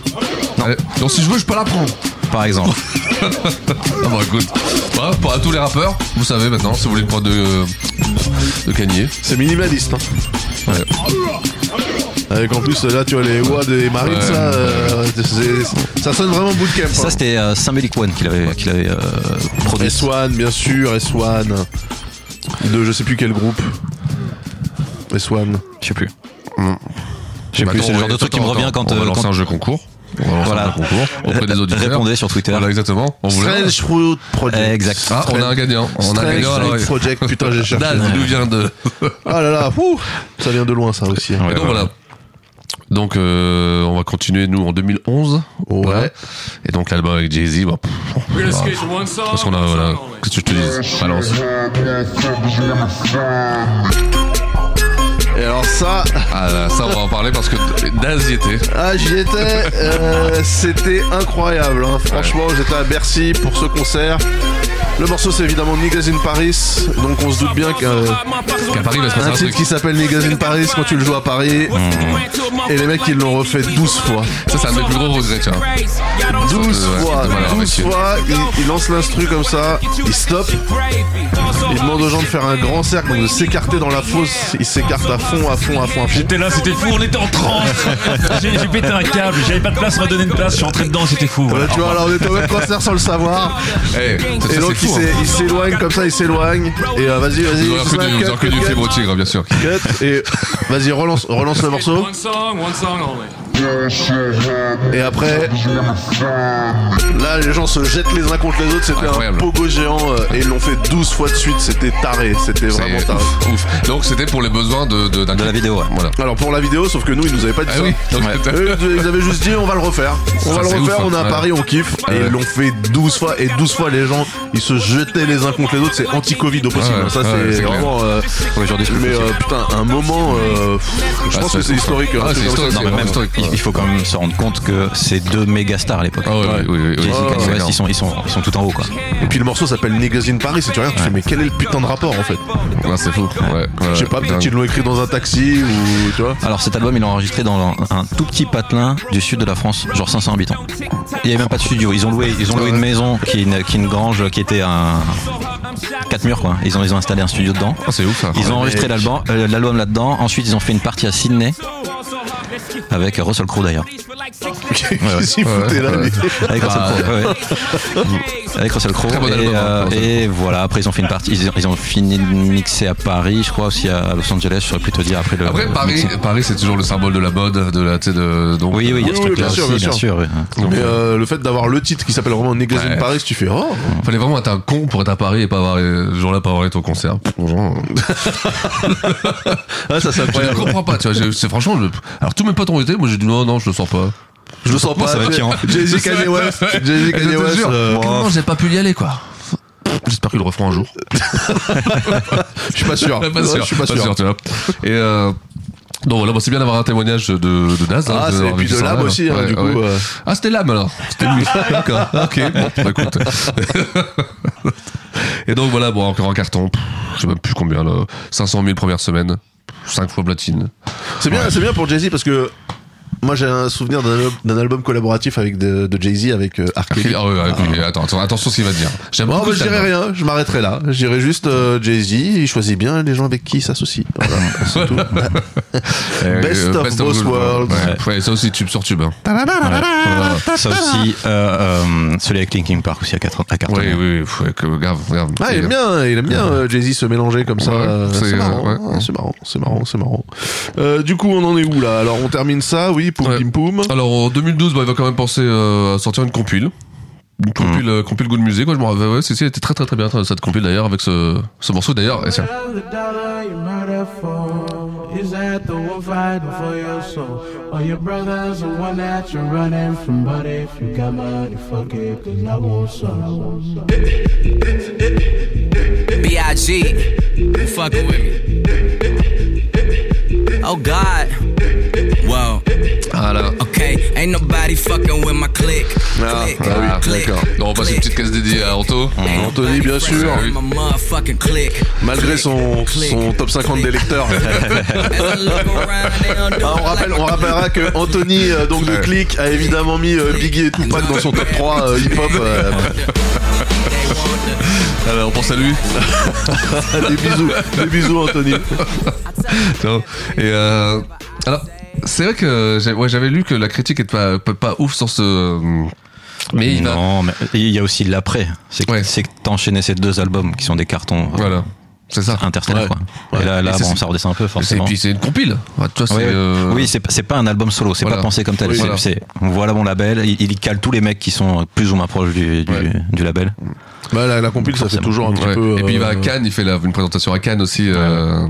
[SPEAKER 8] Allez. Donc, si je veux, je peux la prendre.
[SPEAKER 10] Par exemple.
[SPEAKER 8] ah, bah, écoute. Voilà, pour à tous les rappeurs, vous savez maintenant, si vous voulez prendre de, de Kanye.
[SPEAKER 7] C'est minimaliste. hein.
[SPEAKER 8] Ouais.
[SPEAKER 7] Avec en plus, là, tu vois, les Wad et Marines,
[SPEAKER 8] Ouais.
[SPEAKER 7] ça, euh, c'est- c'est- ça sonne vraiment bootcamp.
[SPEAKER 10] Ça
[SPEAKER 7] hein.
[SPEAKER 10] c'était euh, Symbolic One qu'il avait, qu'il avait euh, produit.
[SPEAKER 7] S1, bien sûr, S1. De je sais plus quel groupe. S1.
[SPEAKER 10] Je sais plus.
[SPEAKER 7] Hmm.
[SPEAKER 10] Je sais
[SPEAKER 8] Bah,
[SPEAKER 10] plus,
[SPEAKER 8] attends,
[SPEAKER 10] c'est le genre
[SPEAKER 8] ouais,
[SPEAKER 10] de truc qui me
[SPEAKER 8] attends,
[SPEAKER 10] revient
[SPEAKER 8] attends,
[SPEAKER 10] quand.
[SPEAKER 8] On va
[SPEAKER 10] euh,
[SPEAKER 8] lancer
[SPEAKER 10] quand-
[SPEAKER 8] un jeu concours. On va lancer
[SPEAKER 10] Voilà.
[SPEAKER 8] un jeu concours auprès des auditeurs.
[SPEAKER 10] Répondez sur Twitter.
[SPEAKER 8] Voilà, exactement. On vous l'a-
[SPEAKER 7] Strange Fruit Project.
[SPEAKER 10] Exact.
[SPEAKER 8] Ah, on a un gagnant. On a un
[SPEAKER 7] Strange
[SPEAKER 8] gagnant. alors,
[SPEAKER 7] Fruit
[SPEAKER 8] ouais.
[SPEAKER 7] Project, putain,
[SPEAKER 10] <laughs>
[SPEAKER 7] j'ai cherché.
[SPEAKER 8] Daz, il nous vient de.
[SPEAKER 7] Ah là là, ouh, ça vient de loin, ça aussi.
[SPEAKER 8] Et donc voilà. Donc euh, on va continuer nous en 2011.
[SPEAKER 7] Ouais.
[SPEAKER 8] Voilà. Et donc l'album avec Jay-Z, bah, pff, voilà. parce qu'on a voilà, qu'est-ce que je te Ah, dis Balance.
[SPEAKER 7] Et alors ça,
[SPEAKER 8] Ah là, ça on va en parler parce que Daz y était.
[SPEAKER 7] ah, j'y étais, euh, c'était incroyable. hein. Franchement, j'étais à Bercy pour ce concert. Le morceau, c'est évidemment Niggas in Paris. Donc on se doute bien euh, qu'un
[SPEAKER 8] Qu'à Paris, il va se passer
[SPEAKER 7] un
[SPEAKER 8] un truc.
[SPEAKER 7] titre qui s'appelle Niggas in Paris, quand tu le joues à Paris, et les mecs, ils l'ont refait 12 fois.
[SPEAKER 8] Mmh. Ça c'est un des plus gros regrets, tiens.
[SPEAKER 7] 12
[SPEAKER 8] Ouais,
[SPEAKER 7] fois,
[SPEAKER 8] voilà,
[SPEAKER 7] 12
[SPEAKER 8] monsieur.
[SPEAKER 7] fois, il, il lance l'instru comme ça, il stoppe, il demande aux gens de faire un grand cercle, donc de s'écarter dans la fosse, il s'écarte à fond, à fond, à fond, à fond.
[SPEAKER 11] J'étais là, c'était fou, on était en transe. <laughs> J'ai j'ai pété un câble, j'avais pas de place, on m'a donné une place, je suis rentré dedans, c'était fou.
[SPEAKER 7] Voilà, tu vois, alors on était au même concert sans le savoir,
[SPEAKER 8] Eh, ça,
[SPEAKER 7] et
[SPEAKER 8] ça,
[SPEAKER 7] donc
[SPEAKER 8] c'est
[SPEAKER 7] il
[SPEAKER 8] fou.
[SPEAKER 7] s'est- il s'éloigne comme ça, il s'éloigne, et euh, vas-y, vas-y,
[SPEAKER 8] Vous aurez que
[SPEAKER 7] snap,
[SPEAKER 8] du- vous aurez que
[SPEAKER 7] cut,
[SPEAKER 8] du
[SPEAKER 7] cut,
[SPEAKER 8] fibre au tigre, bien sûr.
[SPEAKER 7] cut, et vas-y, relance, relance le morceau, et après, là, les gens se jettent les uns contre les autres, c'était un
[SPEAKER 8] Incroyable.
[SPEAKER 7] pogo géant, euh, et ils l'ont fait 12 fois de suite, c'était taré, c'était
[SPEAKER 8] C'est
[SPEAKER 7] vraiment taré.
[SPEAKER 8] ouf, <laughs> ouf. Donc c'était pour les besoins de, de, d'un
[SPEAKER 10] De la
[SPEAKER 8] clip.
[SPEAKER 10] vidéo, ouais.
[SPEAKER 8] Voilà.
[SPEAKER 7] Alors pour la vidéo, sauf que nous ils nous avaient pas dit
[SPEAKER 8] Ah
[SPEAKER 7] ça.
[SPEAKER 8] oui, donc c'était-
[SPEAKER 7] Eux, ils avaient juste dit on va le refaire. On
[SPEAKER 8] Ça,
[SPEAKER 7] va le
[SPEAKER 8] c'est
[SPEAKER 7] refaire,
[SPEAKER 8] ouf, hein.
[SPEAKER 7] on est à
[SPEAKER 8] Ouais.
[SPEAKER 7] Paris, on kiffe. Et
[SPEAKER 8] ouais.
[SPEAKER 7] ils l'ont fait 12 fois et 12 fois les gens ils se jetaient les uns contre les autres, c'est anti-Covid au possible. hein.
[SPEAKER 8] Ouais,
[SPEAKER 7] ça
[SPEAKER 8] ouais,
[SPEAKER 7] c'est
[SPEAKER 8] c'est clair.
[SPEAKER 7] vraiment euh,
[SPEAKER 10] aujourd'hui, c'est
[SPEAKER 7] mais euh, putain un moment euh, pff, je
[SPEAKER 8] Ah,
[SPEAKER 7] pense
[SPEAKER 8] c'est
[SPEAKER 7] que c'est
[SPEAKER 8] ouf,
[SPEAKER 7] historique.
[SPEAKER 8] hein.
[SPEAKER 7] hein,
[SPEAKER 8] Ah, c'est
[SPEAKER 7] comme ça,
[SPEAKER 8] historique,
[SPEAKER 10] Non, mais
[SPEAKER 8] Ouais,
[SPEAKER 10] même,
[SPEAKER 8] historique,
[SPEAKER 10] il,
[SPEAKER 8] ouais.
[SPEAKER 10] il faut quand même se rendre compte que c'est deux méga stars à l'époque.
[SPEAKER 8] Ah ouais, oui, oui, oui, oui.
[SPEAKER 10] Jay-Z,
[SPEAKER 8] Ouais,
[SPEAKER 10] Kanye
[SPEAKER 8] ouais,
[SPEAKER 10] West, ils sont, ils, sont, ils sont tout en haut quoi.
[SPEAKER 7] Et puis le morceau s'appelle Niggas in Paris et tu regardes, tu fais mais quel est le putain de rapport en fait
[SPEAKER 8] Ouais, c'est fou. Ouais, ouais,
[SPEAKER 7] Je sais pas,
[SPEAKER 8] dingue.
[SPEAKER 7] peut-être ils l'ont écrit dans un taxi ou tu vois.
[SPEAKER 10] Alors cet album il est enregistré dans un, un tout petit patelin du sud de la France, genre 500 habitants. Il n'y avait même pas de studio, ils ont loué, ils ont loué une maison qui est une, qui est une grange qui était un quatre murs quoi. Ils ont ils ont installé un studio dedans.
[SPEAKER 8] Oh, c'est ouf ça.
[SPEAKER 10] Ils ont enregistré l'album euh, l'album là-dedans. Ensuite ils ont fait une partie à Sydney avec Russell Crowe d'ailleurs.
[SPEAKER 7] <laughs> Ils s'y foutaient là.
[SPEAKER 8] ouais.
[SPEAKER 7] mais-
[SPEAKER 10] Avec Russell
[SPEAKER 8] Ah,
[SPEAKER 10] Crowe. ouais, ouais. Avec Russell Crowe.
[SPEAKER 8] Très bon
[SPEAKER 10] et, euh,
[SPEAKER 8] album, hein, Russell
[SPEAKER 10] et voilà, après ils ont fait une partie. Ils, ont- ils ont fini de mixer à Paris, je crois, aussi à Los Angeles, je saurais plus te dire après le.
[SPEAKER 8] Après
[SPEAKER 10] le
[SPEAKER 8] Paris,
[SPEAKER 10] mixing.
[SPEAKER 8] Paris c'est toujours le symbole de la mode, de la, tu sais, de donc.
[SPEAKER 10] Oui, oui, il y a
[SPEAKER 7] Oui,
[SPEAKER 10] ce
[SPEAKER 7] oui,
[SPEAKER 10] truc-là
[SPEAKER 7] bien
[SPEAKER 10] aussi,
[SPEAKER 7] sûr,
[SPEAKER 10] bien
[SPEAKER 7] bien
[SPEAKER 10] sûr. oui.
[SPEAKER 7] Mais euh, le fait d'avoir le titre qui s'appelle vraiment Niggas in
[SPEAKER 8] Ouais.
[SPEAKER 7] Paris, tu fais oh
[SPEAKER 8] euh, Fallait vraiment être un con pour être à Paris et pas avoir ce jour-là pas avoir été au concert. Pff, genre, <laughs> euh.
[SPEAKER 7] Ah, ça c'est
[SPEAKER 8] je ne comprends pas, tu vois. j'ai- C'est franchement, je- alors tous mes potes ont été, moi j'ai dit non, non, je le sens pas.
[SPEAKER 7] Je le sens pas.
[SPEAKER 8] ça va être
[SPEAKER 7] Jay-
[SPEAKER 8] chiant.
[SPEAKER 7] Jay-Z Kanye West.
[SPEAKER 8] Et
[SPEAKER 7] Jay-Z
[SPEAKER 8] je
[SPEAKER 7] Kanye
[SPEAKER 8] te
[SPEAKER 7] West.
[SPEAKER 8] jure,
[SPEAKER 7] euh,
[SPEAKER 8] non, j'ai pas pu y aller quoi. J'espère qu'ils le referont un jour.
[SPEAKER 7] Je suis pas sûr.
[SPEAKER 8] Ouais,
[SPEAKER 7] Ouais,
[SPEAKER 8] pas sûr,
[SPEAKER 7] Je suis pas sûr.
[SPEAKER 8] tu vois. Et euh, donc voilà, bon, c'est bien d'avoir un témoignage de, de Daz. hein,
[SPEAKER 7] Ah,
[SPEAKER 8] de-
[SPEAKER 7] c'est- et
[SPEAKER 8] d'avoir
[SPEAKER 7] puis
[SPEAKER 8] vécu
[SPEAKER 7] de
[SPEAKER 8] ça,
[SPEAKER 7] l'âme
[SPEAKER 8] ouais.
[SPEAKER 7] aussi, hein,
[SPEAKER 8] Ouais,
[SPEAKER 7] du coup.
[SPEAKER 8] ouais.
[SPEAKER 7] euh, Ah,
[SPEAKER 8] Ah, c'était l'âme alors. C'était lui. D'accord. Ok. Bon, bah, écoute. <laughs> Et donc voilà, bon, encore en carton. Pff, Je sais même plus combien. Là. 500 000 première semaine. 5 fois platine.
[SPEAKER 7] C'est bien, c'est bien pour Jay-Z parce que moi j'ai un souvenir d'un al- d'un album collaboratif avec de, de Jay-Z avec euh, R. Kelly.
[SPEAKER 8] Ah, ouais, ouais, écoute, attends, attends, attention à ce qu'il va te dire. J'aime
[SPEAKER 7] Non,
[SPEAKER 8] beaucoup
[SPEAKER 7] mais Oh, bah, je
[SPEAKER 8] cet
[SPEAKER 7] dirais
[SPEAKER 8] album.
[SPEAKER 7] rien, je m'arrêterai là. Je dirais juste euh, Jay-Z, il choisit bien les gens avec qui il s'associe. Voilà,
[SPEAKER 8] <laughs>
[SPEAKER 7] c'est tout.
[SPEAKER 8] Euh,
[SPEAKER 7] Best of both
[SPEAKER 8] both
[SPEAKER 7] worlds.
[SPEAKER 8] Ouais. Ouais, ça aussi, tube sur tube. hein.
[SPEAKER 10] Ça aussi, euh, euh, celui avec Linkin Park aussi à 4 à carton.
[SPEAKER 8] Oui, oui, oui, ouais, que- grave, grave.
[SPEAKER 7] Ah, il aime bien, il aime bien euh, Jay-Z se mélanger comme ça.
[SPEAKER 8] Ouais,
[SPEAKER 7] euh,
[SPEAKER 8] c'est,
[SPEAKER 7] c'est
[SPEAKER 8] euh,
[SPEAKER 7] marrant,
[SPEAKER 8] ouais.
[SPEAKER 7] hein, c'est marrant, c'est marrant, c'est marrant. Euh, du coup, on en est où là Alors on termine ça, oui, poum
[SPEAKER 8] Ouais.
[SPEAKER 7] pim poum.
[SPEAKER 8] Alors en 2012, bah, il va quand même penser euh, à sortir une compile. Une
[SPEAKER 7] Mm.
[SPEAKER 8] compile, euh, compile Good Music, quoi, je me rappelle, ouais, c'est, c'est, elle était très très très bien cette compile d'ailleurs avec ce, ce morceau d'ailleurs. Et c'est-
[SPEAKER 9] The dollar you murder for is at the war fighting for your soul. Or your brother's the one that you're running from. But if you got money, fuck it, cause I want some. I want some. <laughs>
[SPEAKER 12] B.I.G. You fucking with me. Oh God. Whoa.
[SPEAKER 8] Voilà.
[SPEAKER 9] Okay, ain't nobody fucking with my click.
[SPEAKER 8] Ah, ah oui, d'accord. Donc, on passe une petite case dédiée à Anto.
[SPEAKER 7] Anthony, bien sûr.
[SPEAKER 9] My motherfucking click.
[SPEAKER 7] Malgré son, son top 50 des lecteurs. Ah, on, rappelle, on rappellera que Anthony, euh, donc de Click, a évidemment mis euh, Biggie et Tupac dans son top 3 euh, hip-hop. euh.
[SPEAKER 8] Alors, on pense à lui.
[SPEAKER 7] des bisous, des bisous, Anthony.
[SPEAKER 8] Non. Et euh, alors, c'est vrai que j'ai- ouais, j'avais lu que la critique est pas, pas, pas ouf sur ce. euh, Mais il va-
[SPEAKER 11] non, mais il y a aussi l'après. C'est que c'est que t'as enchaîné ces deux albums qui sont des cartons.
[SPEAKER 8] Voilà. C'est ça.
[SPEAKER 11] Interstellaire,
[SPEAKER 8] Ouais.
[SPEAKER 11] quoi.
[SPEAKER 8] Ouais.
[SPEAKER 11] Et là, là
[SPEAKER 8] Et c'est-
[SPEAKER 11] bon, ça redescend un peu, forcément.
[SPEAKER 8] Et puis, c'est une compile. Ouais, toi, c'est,
[SPEAKER 11] Oui, oui.
[SPEAKER 8] euh,
[SPEAKER 11] Oui, c'est pas- c'est pas un album solo, c'est
[SPEAKER 8] Voilà.
[SPEAKER 11] pas pensé comme tel.
[SPEAKER 8] Oui,
[SPEAKER 11] c'est
[SPEAKER 8] voilà.
[SPEAKER 11] c'est- voilà mon label, il, il y cale tous les mecs qui sont plus ou moins proches du, du, du label.
[SPEAKER 7] Bah, la, la compile, ça fait toujours un petit
[SPEAKER 8] Ouais.
[SPEAKER 7] peu.
[SPEAKER 8] Et puis il va à
[SPEAKER 7] euh,
[SPEAKER 8] Cannes, il fait la- une présentation à Cannes aussi. euh,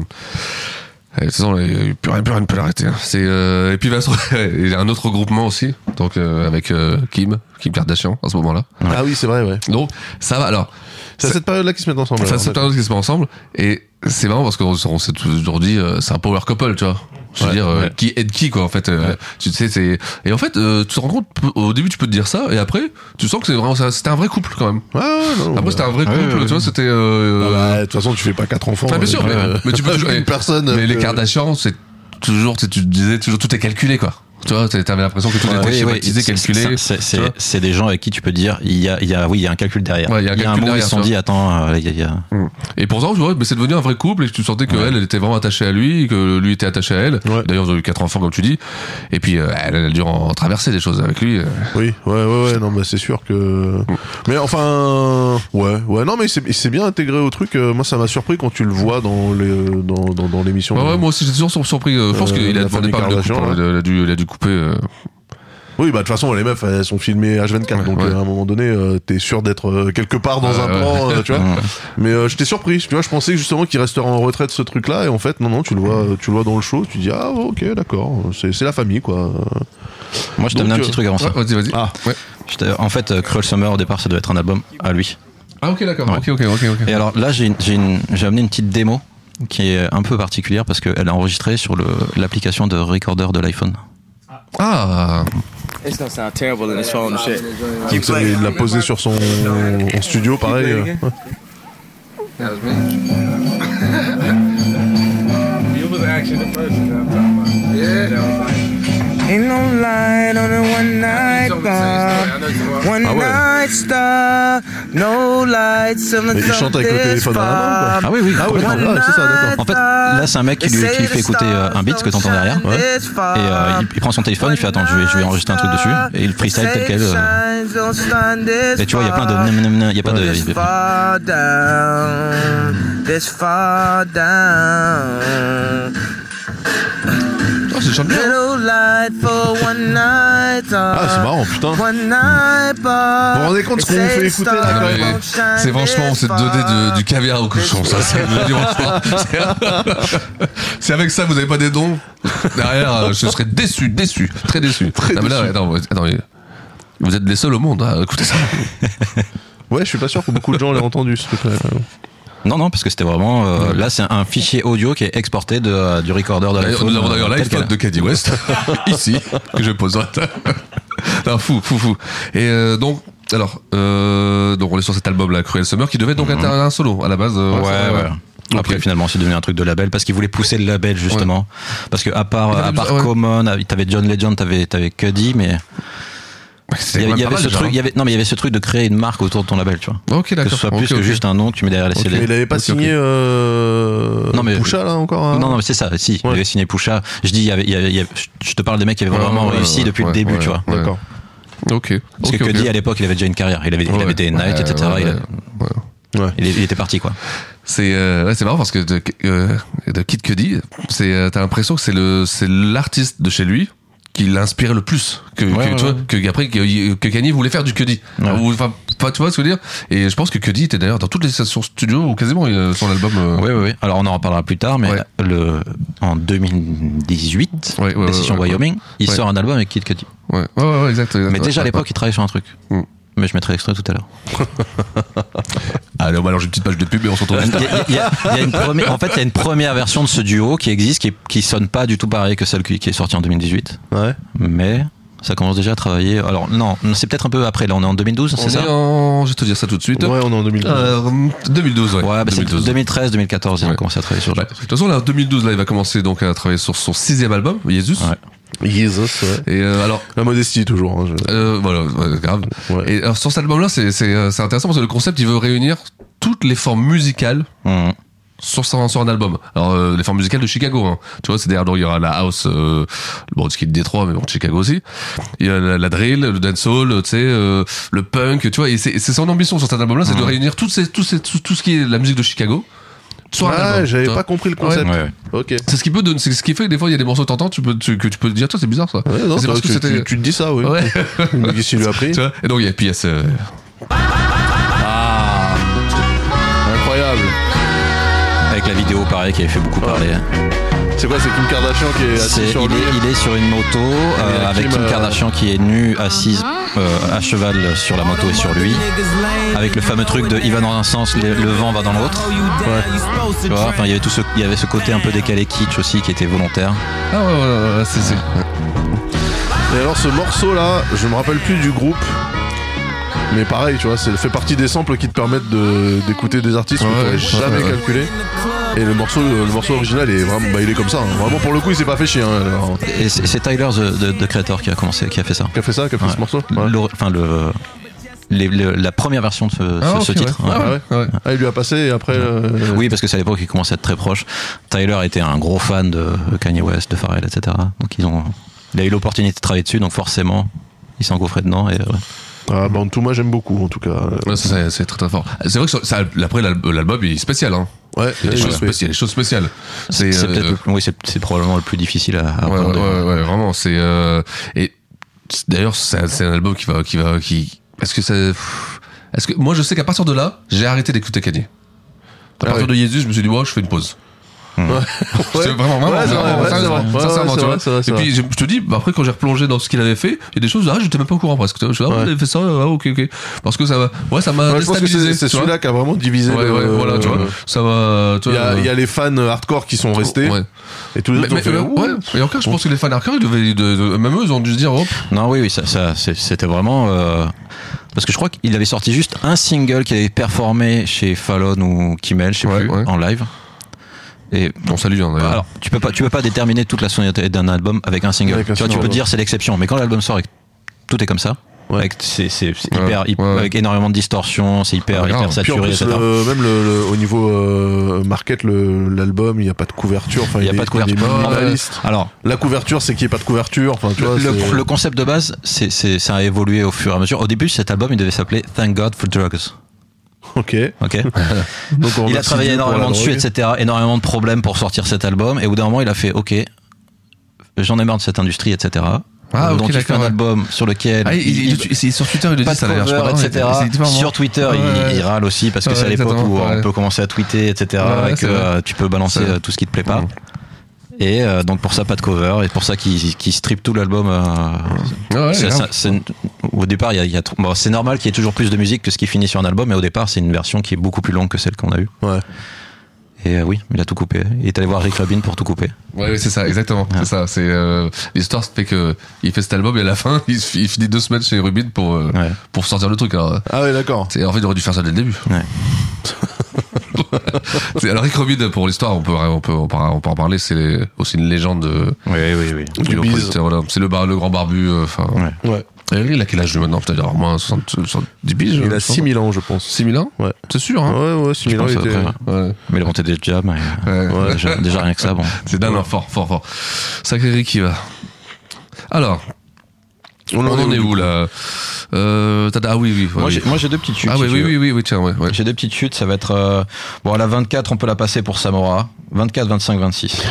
[SPEAKER 8] et de toute façon, il- plus rien, plus rien ne peut l'arrêter. hein. C'est, euh, et puis il, va se- <laughs> il a un autre regroupement aussi, donc euh, avec euh, Kim, Kim Kardashian à ce moment-là.
[SPEAKER 7] Ah oui, c'est vrai, ouais.
[SPEAKER 8] Donc ça va. Alors,
[SPEAKER 7] C'est à cette période-là qu'ils se mettent ensemble.
[SPEAKER 8] ça
[SPEAKER 7] alors,
[SPEAKER 8] c'est
[SPEAKER 7] en fait.
[SPEAKER 8] pas qui se met ensemble et c'est marrant parce qu'on on s'est toujours dit euh, c'est un power couple tu vois je veux dire euh, qui aide qui quoi en fait euh, tu sais c'est et en fait euh, tu te rends compte au début tu peux te dire ça et après tu sens que c'est vraiment ça- c'était un vrai couple quand même
[SPEAKER 7] Ah,
[SPEAKER 8] après c'était un vrai
[SPEAKER 7] ouais,
[SPEAKER 8] couple
[SPEAKER 7] ouais, ouais.
[SPEAKER 8] tu vois c'était euh,
[SPEAKER 7] Ah bah, de toute façon, tu fais pas quatre enfants.
[SPEAKER 8] ah, bien sûr, mais,
[SPEAKER 7] avec, euh,
[SPEAKER 8] <laughs> mais tu peux toujours.
[SPEAKER 7] une personne.
[SPEAKER 8] Mais les
[SPEAKER 7] euh,
[SPEAKER 8] Kardashian, c'est toujours, tu tu disais toujours, tout est calculé, quoi. Tu vois, t'avais l'impression que tout
[SPEAKER 11] Ouais,
[SPEAKER 8] était
[SPEAKER 11] oui, oui,
[SPEAKER 8] schématisé,
[SPEAKER 11] c'est-
[SPEAKER 8] calculé.
[SPEAKER 11] c'est- c'est- c'est- C'est des gens avec qui tu peux dire, il y a, il y a, oui, il y a un calcul derrière.
[SPEAKER 8] Ouais, il y a un calcul
[SPEAKER 11] moment où ils
[SPEAKER 8] derrière,
[SPEAKER 11] se sont
[SPEAKER 8] tu
[SPEAKER 11] dit,
[SPEAKER 8] vois.
[SPEAKER 11] attends, euh, il y a- il y a-
[SPEAKER 8] Et pourtant, tu vois, mais c'est devenu un vrai couple et tu sentais qu'elle, elle était vraiment attachée à lui, que lui était attaché à elle. D'ailleurs, ils ont eu quatre enfants, comme tu dis. Et puis, euh, elle, elle a dû en traverser des choses avec lui. euh.
[SPEAKER 7] Oui, ouais, ouais, ouais, non, mais c'est sûr que. Mais enfin, ouais, ouais, non, mais c'est il s'est bien intégré au truc. euh, Moi, ça m'a surpris quand tu le vois dans les, dans, dans, dans l'émission.
[SPEAKER 8] Bah Ouais, ouais, moi aussi, j'étais toujours sur- surpris. euh, Je pense
[SPEAKER 7] Euh,
[SPEAKER 8] qu'il a
[SPEAKER 7] la
[SPEAKER 8] demandé
[SPEAKER 7] famille
[SPEAKER 8] pas mal de
[SPEAKER 7] Kardashian,
[SPEAKER 8] couples,
[SPEAKER 7] ouais.
[SPEAKER 8] hein. Il a dû, il a dû couper. euh.
[SPEAKER 7] Oui, bah de toute façon, les meufs, elles sont filmées H24, donc euh, à un moment donné, euh, t'es sûr d'être euh, quelque part dans
[SPEAKER 8] Ouais,
[SPEAKER 7] un
[SPEAKER 8] ouais.
[SPEAKER 7] plan, euh, tu vois.
[SPEAKER 8] Ouais.
[SPEAKER 7] Mais euh, j'étais surpris, tu vois, je pensais justement qu'il resterait en retraite ce truc-là, et en fait, non, non, tu le vois, tu le vois dans le show, tu dis, ah, ok, d'accord, c'est c'est la famille, quoi.
[SPEAKER 11] Moi, je t'amenais un
[SPEAKER 7] Donc,
[SPEAKER 11] petit
[SPEAKER 7] euh,
[SPEAKER 11] truc avant ça. Ah.
[SPEAKER 7] ouais,
[SPEAKER 8] vas-y, vas-y.
[SPEAKER 11] Je t'ai- En fait, euh, Cruel Summer, au départ, ça doit être un album à lui.
[SPEAKER 8] Ah, ok, d'accord.
[SPEAKER 11] Ouais.
[SPEAKER 8] Ok, ok, ok. ok.
[SPEAKER 11] Et alors là, j'ai une- j'ai une- j'ai amené une petite démo qui est euh, un peu particulière parce qu'elle est enregistrée sur le- l'application de recorder de l'iPhone.
[SPEAKER 8] Ah
[SPEAKER 10] It's gonna sound terrible in this phone and shit.
[SPEAKER 7] Donc, ça, il l'a posé sur son en studio, pareil. euh, ouais.
[SPEAKER 10] You was actually the person that I'm talking about. Yeah. Ain't no light on a one night bar. One
[SPEAKER 7] Ah ouais.
[SPEAKER 10] night star. No lights on the
[SPEAKER 11] Mais il chante avec le téléphone à la main, quoi. Ah oui, oui, Ah oui, complètement. d'accord. Ah, c'est ça, d'accord. En fait, là, c'est un mec qui lui, qui lui fait écouter euh, un beat, ce que t'entends derrière.
[SPEAKER 10] Ouais.
[SPEAKER 11] Et euh, il, il prend son téléphone, il fait Attends, je vais, je vais enregistrer un truc dessus. Et il freestyle tel quel. euh. Et euh, tu vois, il y a plein de. nan, nan, nan, Il y a pas de. il y a-
[SPEAKER 10] far down. This far down. Little light for one night. Ah,
[SPEAKER 7] c'est marrant, putain.
[SPEAKER 10] One night bar.
[SPEAKER 7] Vous vous rendez compte ce qu'on vous fait écouter, là, quand même, hein
[SPEAKER 8] Ah C'est franchement, c'est donné de- du caviar au cochon, ça, c'est le dimanche soir. C'est- <laughs> C'est avec ça que vous avez pas des dons Derrière, euh, je serais déçu, déçu, très déçu. Non, mais là, attends, vous- attends, vous êtes les seuls au monde à écouter ça.
[SPEAKER 11] Bah,
[SPEAKER 7] Ouais, je suis pas sûr que beaucoup de gens l'aient entendu ce truc-là.
[SPEAKER 11] Non, non, parce que c'était vraiment. euh, Là, c'est un fichier audio qui est exporté de, euh, du recorder de
[SPEAKER 8] D'ailleurs,
[SPEAKER 11] l'iPhone.
[SPEAKER 8] Nous avons d'ailleurs
[SPEAKER 11] euh, tel
[SPEAKER 8] l'iPhone
[SPEAKER 11] quel.
[SPEAKER 8] de
[SPEAKER 11] <laughs>
[SPEAKER 8] Caddy West, ici, que je pose <laughs> dans la table. Non, fou, fou, fou. Et euh, donc, alors, euh, donc on est sur cet album-là, Cruel Summer, qui devait donc être un solo à la base. euh,
[SPEAKER 11] Mhm. Ouais,
[SPEAKER 8] ça,
[SPEAKER 11] ouais. Après, finalement, c'est devenu un truc de label parce qu'ils voulaient pousser le label, justement. Parce que, à
[SPEAKER 8] Ah,
[SPEAKER 11] part, à part Common, à- t'avais John Legend, t'avais, t'avais Cuddy, mais. Il y, avait- il y
[SPEAKER 8] quand même pas
[SPEAKER 11] avait
[SPEAKER 8] mal,
[SPEAKER 11] ce
[SPEAKER 8] déjà,
[SPEAKER 11] truc, il y
[SPEAKER 8] hein.
[SPEAKER 11] avait, non, mais il y avait ce truc de créer une marque autour de ton label, tu vois.
[SPEAKER 8] Ok,
[SPEAKER 11] Que
[SPEAKER 8] d'accord.
[SPEAKER 11] ce soit
[SPEAKER 8] Ok,
[SPEAKER 11] plus que
[SPEAKER 8] ok.
[SPEAKER 11] juste un nom que tu mets derrière la
[SPEAKER 7] Ok,
[SPEAKER 11] CD.
[SPEAKER 7] mais il avait pas
[SPEAKER 11] Ok, ok.
[SPEAKER 7] signé euh,
[SPEAKER 11] Non, mais-
[SPEAKER 7] Poucha là encore hein
[SPEAKER 11] Non, non, mais c'est ça, si, il avait signé Pusha. Je dis, il y avait, il y avait- il y avait- je te parle des mecs qui avaient
[SPEAKER 8] Ouais,
[SPEAKER 11] vraiment
[SPEAKER 8] ouais,
[SPEAKER 11] réussi
[SPEAKER 8] ouais,
[SPEAKER 11] depuis
[SPEAKER 8] ouais,
[SPEAKER 11] le début,
[SPEAKER 8] ouais,
[SPEAKER 11] tu vois.
[SPEAKER 8] ouais. D'accord. Ok.
[SPEAKER 11] Parce que
[SPEAKER 8] Ok, ok.
[SPEAKER 11] Cuddy, à l'époque, il avait déjà une carrière. Il avait, il avait des
[SPEAKER 8] Ouais,
[SPEAKER 11] Nights, etc.
[SPEAKER 8] ouais,
[SPEAKER 11] il, a-
[SPEAKER 8] ouais.
[SPEAKER 11] il est- il était parti, quoi.
[SPEAKER 8] C'est euh, ouais, c'est marrant parce que de, euh, de Kid Cudi, c'est euh, t'as l'impression que c'est le c'est l'artiste de chez lui qui l'inspire le plus que,
[SPEAKER 11] Ouais,
[SPEAKER 8] que
[SPEAKER 11] ouais,
[SPEAKER 8] tu vois
[SPEAKER 11] ouais.
[SPEAKER 8] que après que, que Kanye voulait faire du Cudi ou enfin pas, tu vois ce que je veux dire et je pense que Cudi était d'ailleurs dans toutes les stations studio ou quasiment euh, son album euh,
[SPEAKER 11] Oui, oui, oui. Alors on en reparlera plus tard, mais le, en 2018,
[SPEAKER 8] ouais,
[SPEAKER 11] Decision
[SPEAKER 8] ouais, ouais.
[SPEAKER 11] Wyoming, il
[SPEAKER 8] Ouais.
[SPEAKER 11] sort un album avec Kid Cudi.
[SPEAKER 8] ouais ouais, ouais, exact, exact.
[SPEAKER 11] Mais déjà à
[SPEAKER 8] Ouais,
[SPEAKER 11] l'époque,
[SPEAKER 8] ouais.
[SPEAKER 11] il travaille sur un truc.
[SPEAKER 10] Mais je mettrai l'extrait tout à l'heure.
[SPEAKER 8] Allez, on va lancer une petite page de pub et on se retrouve juste
[SPEAKER 10] Il y a- il y a- il y a une première- en fait, il y a une première version de ce duo qui existe, qui, est- qui sonne pas du tout pareil que celle qui, qui est sortie en 2018. Mais ça commence déjà à travailler. Alors non, c'est peut-être un peu après. Là, on est en 2012,
[SPEAKER 8] On
[SPEAKER 10] c'est ça
[SPEAKER 8] est en- Je vais te dire ça tout de suite.
[SPEAKER 10] Ouais, on est en 2012.
[SPEAKER 8] Euh, 2012, ouais.
[SPEAKER 10] bah, c'est 2013, 2014, il a commencé à travailler sur
[SPEAKER 8] Ouais. De toute façon, là, en 2012, là, il va commencer donc à travailler sur son sixième album, Jesus.
[SPEAKER 7] Jesus, ouais.
[SPEAKER 8] Et euh, alors.
[SPEAKER 7] La modestie, toujours. hein, je-
[SPEAKER 8] Euh, voilà, ouais, grave. Et alors, sur cet album-là, c'est c'est, euh, c'est intéressant parce que le concept, il veut réunir toutes les formes musicales.
[SPEAKER 7] Mmh.
[SPEAKER 8] Sur, son- sur un album. Alors, euh, les formes musicales de Chicago, hein. tu vois, c'est derrière, donc, il y aura la house, euh, bon, ce qui est de Détroit, mais bon, de Chicago aussi. Il y a la, la drill, le dancehall, tu sais, euh, le punk, tu vois, et c'est c'est son ambition sur cet album-là, c'est
[SPEAKER 7] Mmh.
[SPEAKER 8] de réunir toutes ces, tous ces, tout, tout ce qui est la musique de Chicago. sur un
[SPEAKER 7] Ah,
[SPEAKER 8] album,
[SPEAKER 7] j'avais
[SPEAKER 8] tu vois.
[SPEAKER 7] pas compris le concept.
[SPEAKER 8] Ouais.
[SPEAKER 7] Ouais. Ok.
[SPEAKER 8] C'est ce qui peut donner- c'est ce qui fait que des fois il y a des morceaux que t'entends, tu peux, tu- que tu peux te dire, toi c'est bizarre ça.
[SPEAKER 7] Ouais, non,
[SPEAKER 8] c'est
[SPEAKER 7] toi, tu- tu- tu te dis ça, oui.
[SPEAKER 8] Ouais.
[SPEAKER 7] Qu'est-ce qu'il lui a pris
[SPEAKER 8] Tu vois, Et donc il y a, euh, puis il y a ce.
[SPEAKER 10] Ah
[SPEAKER 7] Incroyable
[SPEAKER 10] Avec la vidéo, pareil, qui avait fait beaucoup parler.
[SPEAKER 7] C'est quoi, c'est Kim Kardashian qui est
[SPEAKER 10] C'est-
[SPEAKER 7] assise sur
[SPEAKER 10] il,
[SPEAKER 7] lui
[SPEAKER 10] est, il est sur une moto euh,
[SPEAKER 7] la
[SPEAKER 10] avec
[SPEAKER 7] clim,
[SPEAKER 10] Kim
[SPEAKER 7] euh,
[SPEAKER 10] Kardashian qui est nue, assise euh, à cheval sur la moto et sur lui, avec le fameux truc de il va dans un sens, le, le vent va dans l'autre. Tu vois, enfin, il y avait tout ce, il y avait ce côté un peu décalé kitsch aussi qui était volontaire.
[SPEAKER 8] Ah ouais, ouais, ouais, ouais, c'est. c'est-
[SPEAKER 7] Et alors ce morceau là, je me rappelle plus du groupe. Mais pareil, tu vois, c'est fait partie des samples qui te permettent de- d'écouter des artistes
[SPEAKER 8] Ouais,
[SPEAKER 7] que t'aurais
[SPEAKER 8] ouais,
[SPEAKER 7] jamais
[SPEAKER 8] ouais, ouais.
[SPEAKER 7] calculé. Et le morceau, le morceau original est vraiment, bah, il est comme ça. hein. Vraiment pour le coup, il s'est pas fait chier. hein, alors.
[SPEAKER 10] Et c'est c'est Tyler the, the- the Creator qui a commencé, qui a fait ça.
[SPEAKER 7] Qui a fait ça, qui a fait ce morceau
[SPEAKER 10] Enfin le, les- le- la première version de ce,
[SPEAKER 7] Ah,
[SPEAKER 10] ce-
[SPEAKER 7] ok,
[SPEAKER 10] ce
[SPEAKER 7] ouais.
[SPEAKER 10] titre.
[SPEAKER 7] Ah ouais, ouais. Ah, il lui a passé et après. euh,
[SPEAKER 10] Oui, parce que c'est à l'époque qu'ils commençaient à être très proches. Tyler était un gros fan de Kanye West, de Pharrell, etc. Donc ils ont, il a eu l'opportunité de travailler dessus, donc forcément, il s'est engouffré dedans. Et,
[SPEAKER 7] Ah, bah, en tout, moi j'aime beaucoup en tout cas.
[SPEAKER 8] Ouais, ça, c'est- c'est très très fort. C'est vrai que sur- ça, après l'al- l'album il est spécial. Hein.
[SPEAKER 7] Ouais,
[SPEAKER 8] il y a des
[SPEAKER 10] ouais.
[SPEAKER 8] choses spéciales. des choses spéciales.
[SPEAKER 10] C'est
[SPEAKER 8] euh,
[SPEAKER 10] peut-être le- oui, c'est- c'est probablement le plus difficile à, à
[SPEAKER 8] ouais, ouais,
[SPEAKER 10] appréhender.
[SPEAKER 8] ouais, ouais, vraiment. C'est euh, et c'est- d'ailleurs c'est un, c'est un album qui va qui va qui. Est-ce que ça. Est-ce que moi je sais qu'à partir de là j'ai arrêté d'écouter Kanye. À partir de Jesus je me suis dit ouais je fais une pause.
[SPEAKER 7] Ouais.
[SPEAKER 8] C'est vraiment, vraiment,
[SPEAKER 7] Ouais, c'est vrai,
[SPEAKER 8] vraiment,
[SPEAKER 7] ouais, c'est
[SPEAKER 8] sincèrement,
[SPEAKER 7] vrai. Ouais,
[SPEAKER 8] sincèrement,
[SPEAKER 7] ouais,
[SPEAKER 8] tu
[SPEAKER 7] c'est
[SPEAKER 8] vois.
[SPEAKER 7] vrai, c'est vrai, c'est
[SPEAKER 8] Et puis, je, je te dis, bah, après, quand j'ai replongé dans ce qu'il avait fait, il y a des choses, ah, j'étais même pas au courant presque. tu vois. Je fais, ah,
[SPEAKER 7] Ouais.
[SPEAKER 8] vous avez fait ça, ah, ok, ok. Parce que ça va, ouais, ça m'a
[SPEAKER 7] Ouais, je pense que
[SPEAKER 8] déstabilisé.
[SPEAKER 7] c'est- c'est
[SPEAKER 8] tu vois.
[SPEAKER 7] celui-là qui a vraiment divisé
[SPEAKER 8] Ouais,
[SPEAKER 7] le-
[SPEAKER 8] ouais, voilà, tu vois. Ça va, tu
[SPEAKER 7] Il y,
[SPEAKER 8] vois,
[SPEAKER 7] a-
[SPEAKER 8] euh,
[SPEAKER 7] il y a les fans hardcore qui sont restés. Et tous les
[SPEAKER 8] mais,
[SPEAKER 7] autres ont
[SPEAKER 8] mais-
[SPEAKER 7] fait,
[SPEAKER 10] euh,
[SPEAKER 8] mais-
[SPEAKER 7] Ouh.
[SPEAKER 8] ouais. Et encore, je pense que les fans hardcore, ils devaient, ils devaient- même eux, ils ont dû se dire, oh,
[SPEAKER 10] Non, oui, oui, ça, ça, c'est- c'était vraiment. euh, parce que je crois qu'il avait sorti juste un single qu'il avait performé chez Fallon ou Kimmel, je sais plus, en live. Et
[SPEAKER 8] on salue.
[SPEAKER 10] alors, tu peux pas, tu peux pas déterminer toute la sonorité d'un album avec un single.
[SPEAKER 8] Avec un
[SPEAKER 10] tu vois, tu
[SPEAKER 8] single,
[SPEAKER 10] peux
[SPEAKER 8] ouais.
[SPEAKER 10] dire c'est l'exception, mais quand l'album sort et que tout est comme ça, avec c'est c'est- c'est
[SPEAKER 8] Ouais,
[SPEAKER 10] hyper, hyper-
[SPEAKER 8] ouais, ouais.
[SPEAKER 10] avec énormément de distorsion, c'est hyper, hyper
[SPEAKER 7] Puis en
[SPEAKER 10] saturé,
[SPEAKER 7] plus,
[SPEAKER 10] etc.
[SPEAKER 7] le- même le, le- au niveau euh, market, le- l'album, il n'y a pas de couverture. Enfin,
[SPEAKER 10] Il y a
[SPEAKER 7] est-
[SPEAKER 10] pas de couverture.
[SPEAKER 7] il est
[SPEAKER 10] Ah,
[SPEAKER 7] minimaliste.
[SPEAKER 10] Alors,
[SPEAKER 7] la couverture, c'est qu'il n'y ait pas de couverture. Enfin, tu
[SPEAKER 10] Le,
[SPEAKER 7] vois,
[SPEAKER 10] le-
[SPEAKER 7] c'est-
[SPEAKER 10] le concept de base, c'est c'est- ça a évolué au fur et à mesure. Au début, cet album, il devait s'appeler Thank God for Drugs.
[SPEAKER 7] Ok.
[SPEAKER 10] Ok.
[SPEAKER 7] <laughs> Donc, on
[SPEAKER 10] il a
[SPEAKER 7] remercie
[SPEAKER 10] travaillé
[SPEAKER 7] Dieu pour
[SPEAKER 10] énormément
[SPEAKER 7] la
[SPEAKER 10] dessus,
[SPEAKER 7] drogue.
[SPEAKER 10] etc. Énormément de problèmes pour sortir cet album. Et au bout d'un moment, il a fait OK, j'en ai marre de cette industrie, etc.
[SPEAKER 8] Ah, ok,
[SPEAKER 10] Donc il fait
[SPEAKER 8] d'accord,
[SPEAKER 10] un
[SPEAKER 8] ouais.
[SPEAKER 10] album sur lequel
[SPEAKER 8] Ah, il- il- il- c'est sur Twitter, il le
[SPEAKER 10] pas
[SPEAKER 8] dit,
[SPEAKER 10] de
[SPEAKER 8] ça, d'ailleurs, je
[SPEAKER 10] cover,
[SPEAKER 8] crois, non,
[SPEAKER 10] etc.
[SPEAKER 8] il- il- il-
[SPEAKER 10] Sur Twitter, il-
[SPEAKER 8] hein. Ouais.
[SPEAKER 10] il, râle aussi parce que
[SPEAKER 8] Ouais,
[SPEAKER 10] c'est à l'époque où
[SPEAKER 8] exactement,
[SPEAKER 10] on
[SPEAKER 8] ouais.
[SPEAKER 10] peut commencer à tweeter, etc.
[SPEAKER 8] Ouais, ouais,
[SPEAKER 10] et
[SPEAKER 8] c'est
[SPEAKER 10] que
[SPEAKER 8] vrai.
[SPEAKER 10] euh, tu peux balancer
[SPEAKER 8] C'est vrai.
[SPEAKER 10] euh, tout ce qui te plaît pas. Et euh, donc pour ça pas de cover et pour ça qu'il qu'il strippe tout l'album. euh,
[SPEAKER 8] ouais,
[SPEAKER 10] c'est-
[SPEAKER 8] grave.
[SPEAKER 10] ça- c'est- au départ, il y a, il y a trop- bon, c'est normal qu'il y ait toujours plus de musique que ce qui finit sur un album, mais au départ, c'est une version qui est beaucoup plus longue que celle qu'on a eue. Et euh, oui, il a tout coupé. Il est allé voir Rick Rubin pour tout couper.
[SPEAKER 8] Ouais, ouais, c'est ça, exactement. C'est ça. C'est euh, l'histoire fait que il fait cet album et à la fin, <laughs> il, se- il finit deux semaines chez Rubin pour euh, pour sortir le truc. Alors, euh,
[SPEAKER 7] ah ouais, d'accord.
[SPEAKER 8] En fait, il aurait dû faire ça dès le début. <laughs> C'est- alors Rick Rubin, pour l'histoire, on peut on peut on peut, on peut en parler. C'est aussi une légende. euh,
[SPEAKER 7] Du
[SPEAKER 8] le
[SPEAKER 7] biz.
[SPEAKER 8] producteur, voilà. C'est le bar- le grand barbu. euh, Enfin.
[SPEAKER 7] Ouais.
[SPEAKER 8] Et il a quel âge lui, maintenant Peut-être au moins 60, 70 piges
[SPEAKER 10] euh,
[SPEAKER 7] Il a 6000 ans, je pense.
[SPEAKER 8] 6000 ans
[SPEAKER 7] Ouais.
[SPEAKER 8] C'est sûr,
[SPEAKER 7] hein Ouais, ouais, 6000 ans, il était.
[SPEAKER 10] Mais il montait des jams. et, euh,
[SPEAKER 7] Ouais.
[SPEAKER 10] déjà, déjà rien que ça, bon.
[SPEAKER 8] C'est dingue, hein, fort, fort, fort. Sacré Rick qui va. Alors, on en, est où là euh, t'as- Ah oui, oui.
[SPEAKER 10] Moi,
[SPEAKER 8] oui.
[SPEAKER 10] j'ai- moi, j'ai deux petites chutes.
[SPEAKER 8] Ah oui,
[SPEAKER 10] si
[SPEAKER 8] oui,
[SPEAKER 10] tu
[SPEAKER 8] oui,
[SPEAKER 10] veux.
[SPEAKER 8] oui, oui, tiens, ouais. ouais.
[SPEAKER 10] J'ai deux petites chutes, ça va être. euh, bon, à la 24, on peut la passer pour Samora. 24, 25, 26.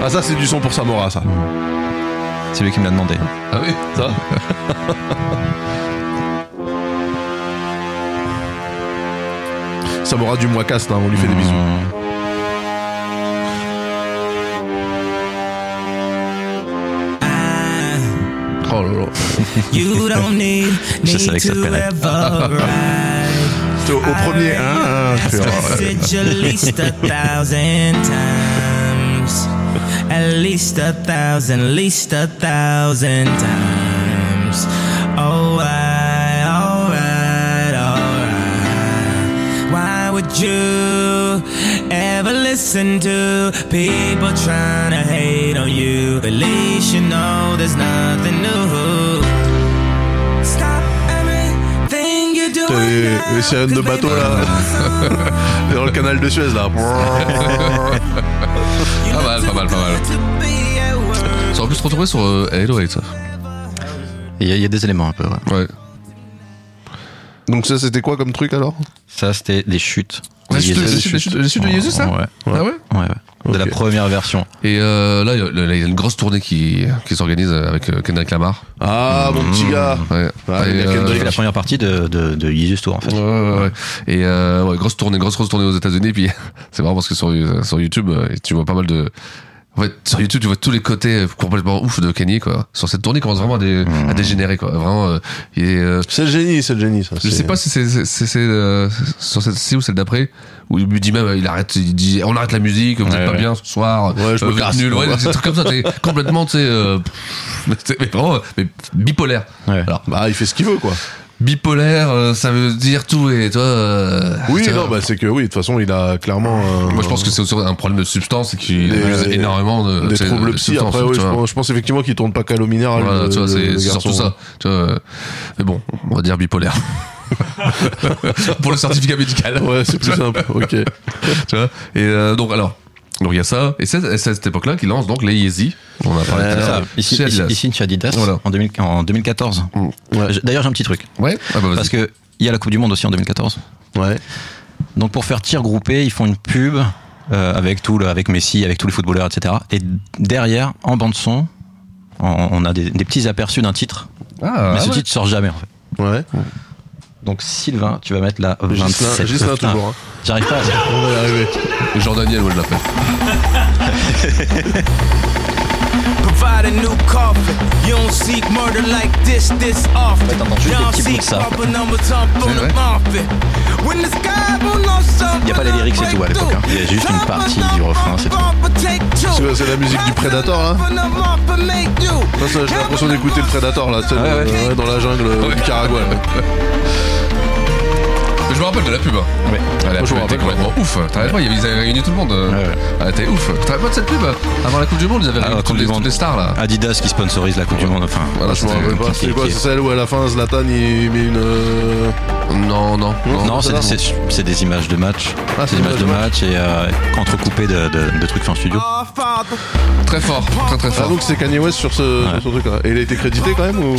[SPEAKER 7] Ah, ça, c'est du son pour Samora, ça.
[SPEAKER 10] <laughs> C'est lui qui me l'a demandé.
[SPEAKER 8] Ah oui
[SPEAKER 7] Ça Samora du mois cast, hein, on lui fait des
[SPEAKER 8] Mmh.
[SPEAKER 7] bisous. Oh
[SPEAKER 13] You don't need
[SPEAKER 10] <laughs> Je savais
[SPEAKER 13] me
[SPEAKER 10] que ça te
[SPEAKER 13] to
[SPEAKER 10] plairait.
[SPEAKER 13] ever
[SPEAKER 10] <laughs>
[SPEAKER 13] ride.
[SPEAKER 7] Au premier, hein, hein, tu vois, ouais.
[SPEAKER 13] Said you at least a thousand times. At least a thousand, least a thousand times. Oh, Alright, alright, alright. Why would you ever listen to people trying to hate on you? At least you know there's nothing new. Stop everything you're doing.
[SPEAKER 7] T'as les, les sirènes de bateau là. <laughs> Et dans le canal de Suez là.
[SPEAKER 8] Pas mal, pas mal, pas mal. Ça aurait pu se retrouver sur euh, Hello Hate, ça.
[SPEAKER 10] Il y, a- il y a des éléments un peu, ouais.
[SPEAKER 7] Donc ça c'était quoi comme truc alors
[SPEAKER 10] Ça c'était des chutes.
[SPEAKER 8] Les chutes de-
[SPEAKER 10] Yeezus.
[SPEAKER 8] les chutes- les chutes- les chutes de
[SPEAKER 10] Ouais,
[SPEAKER 8] Yeezus, ça
[SPEAKER 10] Ouais.
[SPEAKER 8] Ah ouais
[SPEAKER 10] Ouais, ouais. De la première version.
[SPEAKER 8] Et euh, là, il y a- là, il y a une grosse tournée qui, qui s'organise avec euh, Kendrick Lamar.
[SPEAKER 7] Ah, mon petit gars. Ah,
[SPEAKER 8] Ouais.
[SPEAKER 10] il
[SPEAKER 8] Euh,
[SPEAKER 10] y a Kendrick. Il fait la première
[SPEAKER 8] partie de, de, de Tour, en fait. Ouais, ouais, ouais. Et euh, ouais, grosse tournée, grosse, grosse tournée aux États-Unis. Puis <laughs> c'est marrant parce que sur, sur YouTube, euh, tu vois pas mal de. En fait, sur YouTube, tu vois tous les côtés complètement ouf de Kenny, quoi. Sur cette tournée, il commence vraiment à, dé-
[SPEAKER 7] Mmh.
[SPEAKER 8] à dégénérer, quoi. Vraiment, euh, il est. euh,
[SPEAKER 7] C'est le génie, c'est le génie ça.
[SPEAKER 8] je
[SPEAKER 7] C'est-
[SPEAKER 8] sais pas si c'est c'est- c'est- c'est, euh, sur celle-ci ou celle d'après où il me dit même il arrête il dit on arrête la musique vous êtes
[SPEAKER 7] Ouais,
[SPEAKER 8] pas
[SPEAKER 7] ouais.
[SPEAKER 8] bien ce soir
[SPEAKER 7] Ouais, je
[SPEAKER 8] euh,
[SPEAKER 7] me
[SPEAKER 8] vous êtes
[SPEAKER 7] casse.
[SPEAKER 8] nul ouais, des trucs comme ça
[SPEAKER 7] <laughs>
[SPEAKER 8] t'es complètement tu sais euh, mais t'es- <laughs> mais vraiment mais bipolaire alors
[SPEAKER 7] bah il fait ce qu'il veut quoi
[SPEAKER 8] bipolaire euh, ça veut dire tout et toi euh,
[SPEAKER 7] Oui,
[SPEAKER 8] tu vois,
[SPEAKER 7] non, bah c'est que oui, de toute façon, il a clairement. euh,
[SPEAKER 8] moi je pense que c'est aussi un problème de substance et qu'il abuse énormément de
[SPEAKER 7] des
[SPEAKER 8] tu sais, de-
[SPEAKER 7] troubles
[SPEAKER 8] de
[SPEAKER 7] psy.
[SPEAKER 8] substances,
[SPEAKER 7] Après, oui, je
[SPEAKER 8] tu vois.
[SPEAKER 7] pense, je pense effectivement qu'il tourne pas qu'à l'eau minérale.
[SPEAKER 8] Voilà,
[SPEAKER 7] le-
[SPEAKER 8] tu vois,
[SPEAKER 7] le-
[SPEAKER 8] c'est
[SPEAKER 7] le
[SPEAKER 8] c'est surtout
[SPEAKER 7] garçon.
[SPEAKER 8] ça. Tu vois, euh, mais bon, on va dire bipolaire. <laughs> Pour le certificat médical.
[SPEAKER 7] Ouais, c'est plus
[SPEAKER 8] <laughs>
[SPEAKER 7] simple, ok.
[SPEAKER 8] tu vois Et euh, donc, alors. Donc il y a ça, et c'est c'est à cette époque-là qu'il lance donc les Yeezy. On en a parlé tout à
[SPEAKER 10] Euh, C'est ça.
[SPEAKER 8] l'heure.
[SPEAKER 10] Ici,
[SPEAKER 8] Chez
[SPEAKER 10] ici,
[SPEAKER 8] Adidas.
[SPEAKER 10] ici, chez Adidas,
[SPEAKER 8] Voilà.
[SPEAKER 10] en, 2000 en 2014.
[SPEAKER 7] Mm.
[SPEAKER 10] Je- D'ailleurs, j'ai un petit truc.
[SPEAKER 8] Ouais. Ah, bah,
[SPEAKER 10] Parce que il y a la Coupe du Monde aussi en 2014.
[SPEAKER 7] Ouais.
[SPEAKER 10] Donc pour faire tir groupé, ils font une pub euh, avec tout, le- avec Messi, avec tous les footballeurs, etc. Et derrière, en bande son, on, on a des, des petits aperçus d'un titre.
[SPEAKER 8] Ah,
[SPEAKER 10] Mais
[SPEAKER 8] ah
[SPEAKER 10] ce
[SPEAKER 8] ouais.
[SPEAKER 10] titre sort jamais en fait.
[SPEAKER 7] Ouais.
[SPEAKER 10] Donc Sylvain, tu vas mettre la
[SPEAKER 7] Gislain-
[SPEAKER 10] 27.
[SPEAKER 7] Gislain
[SPEAKER 10] Putain,
[SPEAKER 7] toujours, hein.
[SPEAKER 10] J'arrive pas.
[SPEAKER 7] On va y arriver.
[SPEAKER 8] Jordaniel, moi je l'appelle.
[SPEAKER 13] <laughs> Provide a new coffin. You don't seek murder like this, this often.
[SPEAKER 10] juste des
[SPEAKER 13] Y'all
[SPEAKER 10] petits bouts de
[SPEAKER 13] seek
[SPEAKER 10] ça, en fait.
[SPEAKER 13] proper numbers up on the muffin. When the sky will know
[SPEAKER 10] Il n'y a
[SPEAKER 13] something,
[SPEAKER 10] pas les lyrics et tout à l'époque. hein. Il y a juste une partie du refrain, c'est tout.
[SPEAKER 13] I'll take two.
[SPEAKER 7] C'est c'est la musique du Predator là
[SPEAKER 13] Open them up and make you.
[SPEAKER 7] Non, ça, J'ai l'impression d'écouter le Predator là, tu sais, le- ouais, dans la jungle au Nicaragua. là.
[SPEAKER 8] Mais je me rappelle de la pub. hein. Ah,
[SPEAKER 7] Moi, je me
[SPEAKER 8] la pub était
[SPEAKER 7] rappelle,
[SPEAKER 8] complètement ouf. T'arrêtes pas, ils avaient réuni tout le monde. Ah, t'es ouf. T'arrêtes pas de cette pub hein. Avant la Coupe du Monde, ils avaient réuni toutes les- toutes les stars là.
[SPEAKER 10] Adidas qui sponsorise la Coupe du Monde. Enfin,
[SPEAKER 7] Ah, je me rappelle pas. C'est quoi C'est celle où à la fin Zlatan il met une. euh,
[SPEAKER 8] Non, non.
[SPEAKER 10] Non, c'est
[SPEAKER 7] celle-là,
[SPEAKER 10] des, c'est- c'est des images de match.
[SPEAKER 7] ah,
[SPEAKER 10] c'est des images de match et euh, entrecoupées de, de, de trucs faits en studio.
[SPEAKER 8] Très fort, très très
[SPEAKER 7] fort. Ah, donc c'est Kanye West sur ce, sur ce truc là. Et il a été crédité quand même ou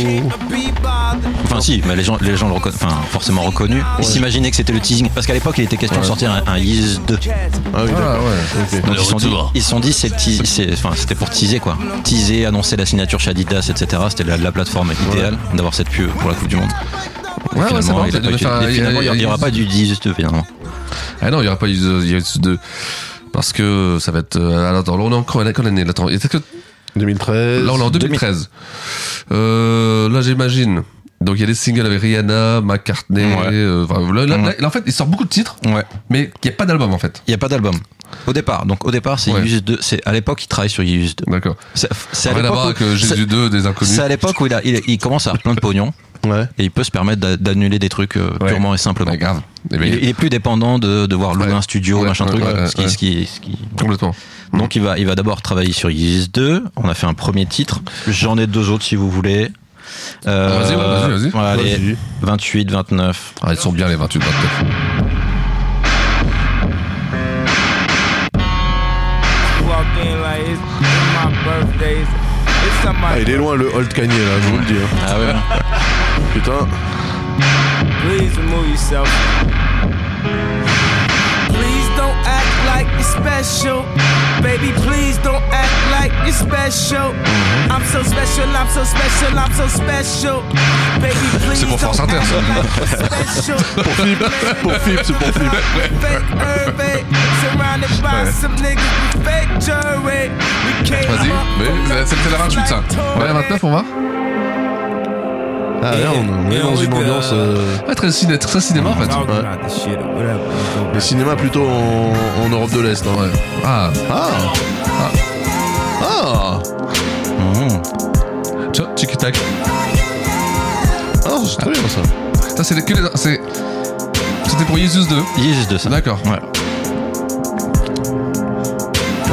[SPEAKER 10] Enfin, si, mais les gens, les gens le reconna- enfin, forcément reconnu. Ils s'imaginaient que c'était le teasing. Parce qu'à l'époque, il était question de sortir un, un Yeezus 2.
[SPEAKER 7] Ah oui,
[SPEAKER 8] d'accord.
[SPEAKER 7] ok. Le
[SPEAKER 10] Donc, ils se sont dit,
[SPEAKER 7] retour.
[SPEAKER 10] ils se sont dit, c'est le teas- c'est- enfin, c'était pour teaser quoi. Teaser, annoncer la signature chez Adidas, etc. C'était la, la plateforme idéale d'avoir cette pub pour la Coupe du Monde. Et
[SPEAKER 8] Ouais, ouais, c'est
[SPEAKER 10] finalement,
[SPEAKER 8] marrant,
[SPEAKER 10] il a
[SPEAKER 8] ça
[SPEAKER 10] pas
[SPEAKER 8] devait
[SPEAKER 10] été-
[SPEAKER 8] faire-
[SPEAKER 10] et finalement,
[SPEAKER 8] il y a-
[SPEAKER 10] il n'y aura
[SPEAKER 8] il y a-
[SPEAKER 10] pas du Yeezus 2 finalement.
[SPEAKER 8] Ah non, il n'y aura pas eu de 2 parce que ça va être. euh, alors, attends, là, on est encore année, quelle année là, attends, est-ce que-
[SPEAKER 7] 2013.
[SPEAKER 8] Là, on est en 2013. Euh, là, j'imagine. Donc, il y a des singles avec Rihanna, McCartney. euh, enfin, là,
[SPEAKER 7] Mm.
[SPEAKER 8] là, là, en fait, il sort beaucoup de titres. Mais il n'y a pas d'album en fait.
[SPEAKER 10] Il n'y a pas d'album. Au départ, donc au départ, c'est Yeezus 2. C'est à l'époque, il travaille sur Yeezus 2.
[SPEAKER 8] D'accord.
[SPEAKER 10] C'est c'est à
[SPEAKER 8] Rien à
[SPEAKER 10] l'époque
[SPEAKER 8] voir
[SPEAKER 10] où-
[SPEAKER 8] avec, euh, Jésus
[SPEAKER 10] c'est-
[SPEAKER 8] 2 des inconnus.
[SPEAKER 10] C'est à l'époque où il, a- il, a- il commence à avoir plein de pognon. Et il peut se permettre d'a- d'annuler des trucs euh, purement et simplement.
[SPEAKER 8] Eh ben,
[SPEAKER 10] il, il est plus dépendant de devoir louer un studio, machin
[SPEAKER 8] ouais,
[SPEAKER 10] truc.
[SPEAKER 8] ouais,
[SPEAKER 10] ce qui-
[SPEAKER 8] ouais.
[SPEAKER 10] ce qui- ce qui-
[SPEAKER 8] Complètement.
[SPEAKER 10] Donc il va, il va d'abord travailler sur Yeezus 2. On a fait un premier titre. J'en ai deux autres si vous voulez. Euh,
[SPEAKER 8] Ah, Vas-y, ouais, vas-y, vas-y.
[SPEAKER 10] voilà, les
[SPEAKER 8] Vas-y.
[SPEAKER 10] 28, 29.
[SPEAKER 8] Ah, ils sont bien les 28, 29.
[SPEAKER 9] Walked in like it's my birthday. It's
[SPEAKER 7] Ah,
[SPEAKER 9] somebody.
[SPEAKER 7] il est loin le old Kanye là, je vous le dis. hein.
[SPEAKER 10] Ah ouais.
[SPEAKER 7] Putain.
[SPEAKER 9] Please remove yourself. Please don't act like you're special. Baby, please don't act like you're special. I'm so special, I'm so special, I'm so special. Baby, please
[SPEAKER 8] C'est pour
[SPEAKER 9] don't
[SPEAKER 8] Force Inter,
[SPEAKER 9] act
[SPEAKER 8] ça.
[SPEAKER 9] like you're
[SPEAKER 8] <laughs>
[SPEAKER 9] special.
[SPEAKER 7] Pour Philippe, pour Philippe, c'est pour Philippe.
[SPEAKER 9] Fake urban, surrounded by
[SPEAKER 8] Ouais.
[SPEAKER 9] some niggas with fake jury. We came
[SPEAKER 8] Vas-y.
[SPEAKER 9] up
[SPEAKER 8] Mais, euh, C'est c'est la 28, ça. Ouais, la 29, on va
[SPEAKER 7] Ah là, on, on est dans une ambiance. euh,
[SPEAKER 8] Ouais, très, ciné- très cinéma en fait.
[SPEAKER 7] Ouais. euh, Le cinéma plutôt en, en Europe de l'Est. hein.
[SPEAKER 8] Ah.
[SPEAKER 7] Ah. Ah.
[SPEAKER 8] Hmm. Tiens, tic tac.
[SPEAKER 7] Ah, c'est très bien ça.
[SPEAKER 8] Ça, c'est les- que les. c'est- C'était pour Jesus 2.
[SPEAKER 10] Jesus 2, ça.
[SPEAKER 8] D'accord.
[SPEAKER 10] Ouais.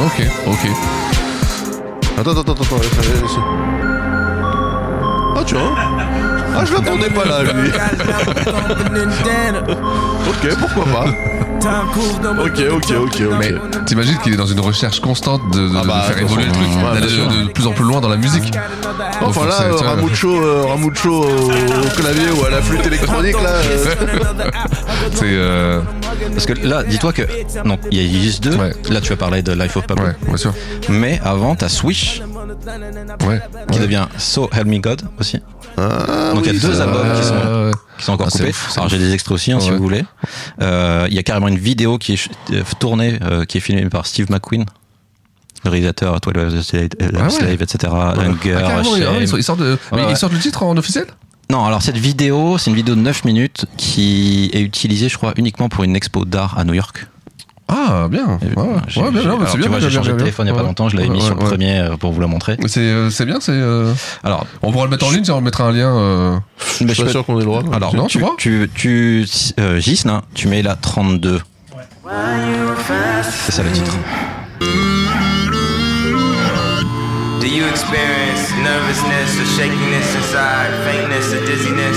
[SPEAKER 8] Ok, ok.
[SPEAKER 7] Attends, attends, attends, attends. laisse- laisse- Ah, tu vois Ah, je l'attendais pas là, <laughs> lui. ok, pourquoi pas Ok, ok, ok, ok.
[SPEAKER 8] Mais t'imagines qu'il est dans une recherche constante de,
[SPEAKER 10] Ah
[SPEAKER 8] de-
[SPEAKER 10] bah,
[SPEAKER 8] de faire évoluer le truc,
[SPEAKER 7] ouais,
[SPEAKER 8] d'aller
[SPEAKER 7] bien sûr.
[SPEAKER 8] de, de plus en plus loin dans la musique. Donc,
[SPEAKER 7] Enfin là,
[SPEAKER 8] c'est-
[SPEAKER 7] euh,
[SPEAKER 8] tu vois,
[SPEAKER 7] Ramucho, euh, Ramucho au, au clavier ou à la flûte électronique
[SPEAKER 8] <laughs>
[SPEAKER 7] là. euh,
[SPEAKER 8] C'est euh,
[SPEAKER 10] Parce que là, dis-toi que donc il y a Yeezus 2. Là, tu as parlé de Life of Pablo. Mais avant, t'as Swish. Qui devient So Help Me God aussi. donc il y
[SPEAKER 8] oui,
[SPEAKER 10] a deux
[SPEAKER 8] ça,
[SPEAKER 10] albums qui
[SPEAKER 8] Euh, ouais.
[SPEAKER 10] sont, qui sont encore
[SPEAKER 8] Ah, c'est
[SPEAKER 10] coupés.
[SPEAKER 8] ouf, c'est
[SPEAKER 10] Alors
[SPEAKER 8] ouf.
[SPEAKER 10] j'ai des extraits aussi hein, si
[SPEAKER 8] Ouais.
[SPEAKER 10] vous voulez. Euh, Il y a carrément une vidéo qui est ch- euh, tournée, euh, qui est filmée par Steve McQueen, le réalisateur Twelve Hours a Slave,
[SPEAKER 8] ouais.
[SPEAKER 10] etc.
[SPEAKER 8] Ah,
[SPEAKER 10] Hunger,
[SPEAKER 8] carrément,
[SPEAKER 10] Shame.
[SPEAKER 8] ils, ils sortent de- mais
[SPEAKER 10] Ouais, ouais.
[SPEAKER 8] ils sortent le titre en officiel
[SPEAKER 10] Non, alors cette vidéo, c'est une vidéo de 9 minutes qui est utilisée, je crois, uniquement pour une expo d'art à New York.
[SPEAKER 8] Ah, bien. Ouais, ouais, ouais,
[SPEAKER 10] J'ai-
[SPEAKER 8] bien,
[SPEAKER 10] j'ai-
[SPEAKER 8] non, mais
[SPEAKER 10] alors,
[SPEAKER 8] c'est
[SPEAKER 10] tu
[SPEAKER 8] bien.
[SPEAKER 10] vois,
[SPEAKER 8] bien,
[SPEAKER 10] j'ai
[SPEAKER 8] bien,
[SPEAKER 10] changé de
[SPEAKER 8] bien.
[SPEAKER 10] téléphone il n'y a pas
[SPEAKER 8] Ouais,
[SPEAKER 10] longtemps, je l'avais
[SPEAKER 8] ouais,
[SPEAKER 10] mis sur le
[SPEAKER 8] ouais.
[SPEAKER 10] premier euh, pour vous la montrer.
[SPEAKER 8] C'est euh, c'est bien, c'est. euh,
[SPEAKER 10] Alors,
[SPEAKER 8] On pourra le mettre en ligne, si on mettra un lien. euh,
[SPEAKER 10] je suis
[SPEAKER 7] pas sûr qu'on ait le droit.
[SPEAKER 10] alors
[SPEAKER 8] Non, tu
[SPEAKER 10] tu,
[SPEAKER 8] vois
[SPEAKER 10] tu, tu, euh, Ghislain, tu mets la 32. C'est ça le titre.
[SPEAKER 9] Do you experience nervousness or shakiness inside, faintness or dizziness?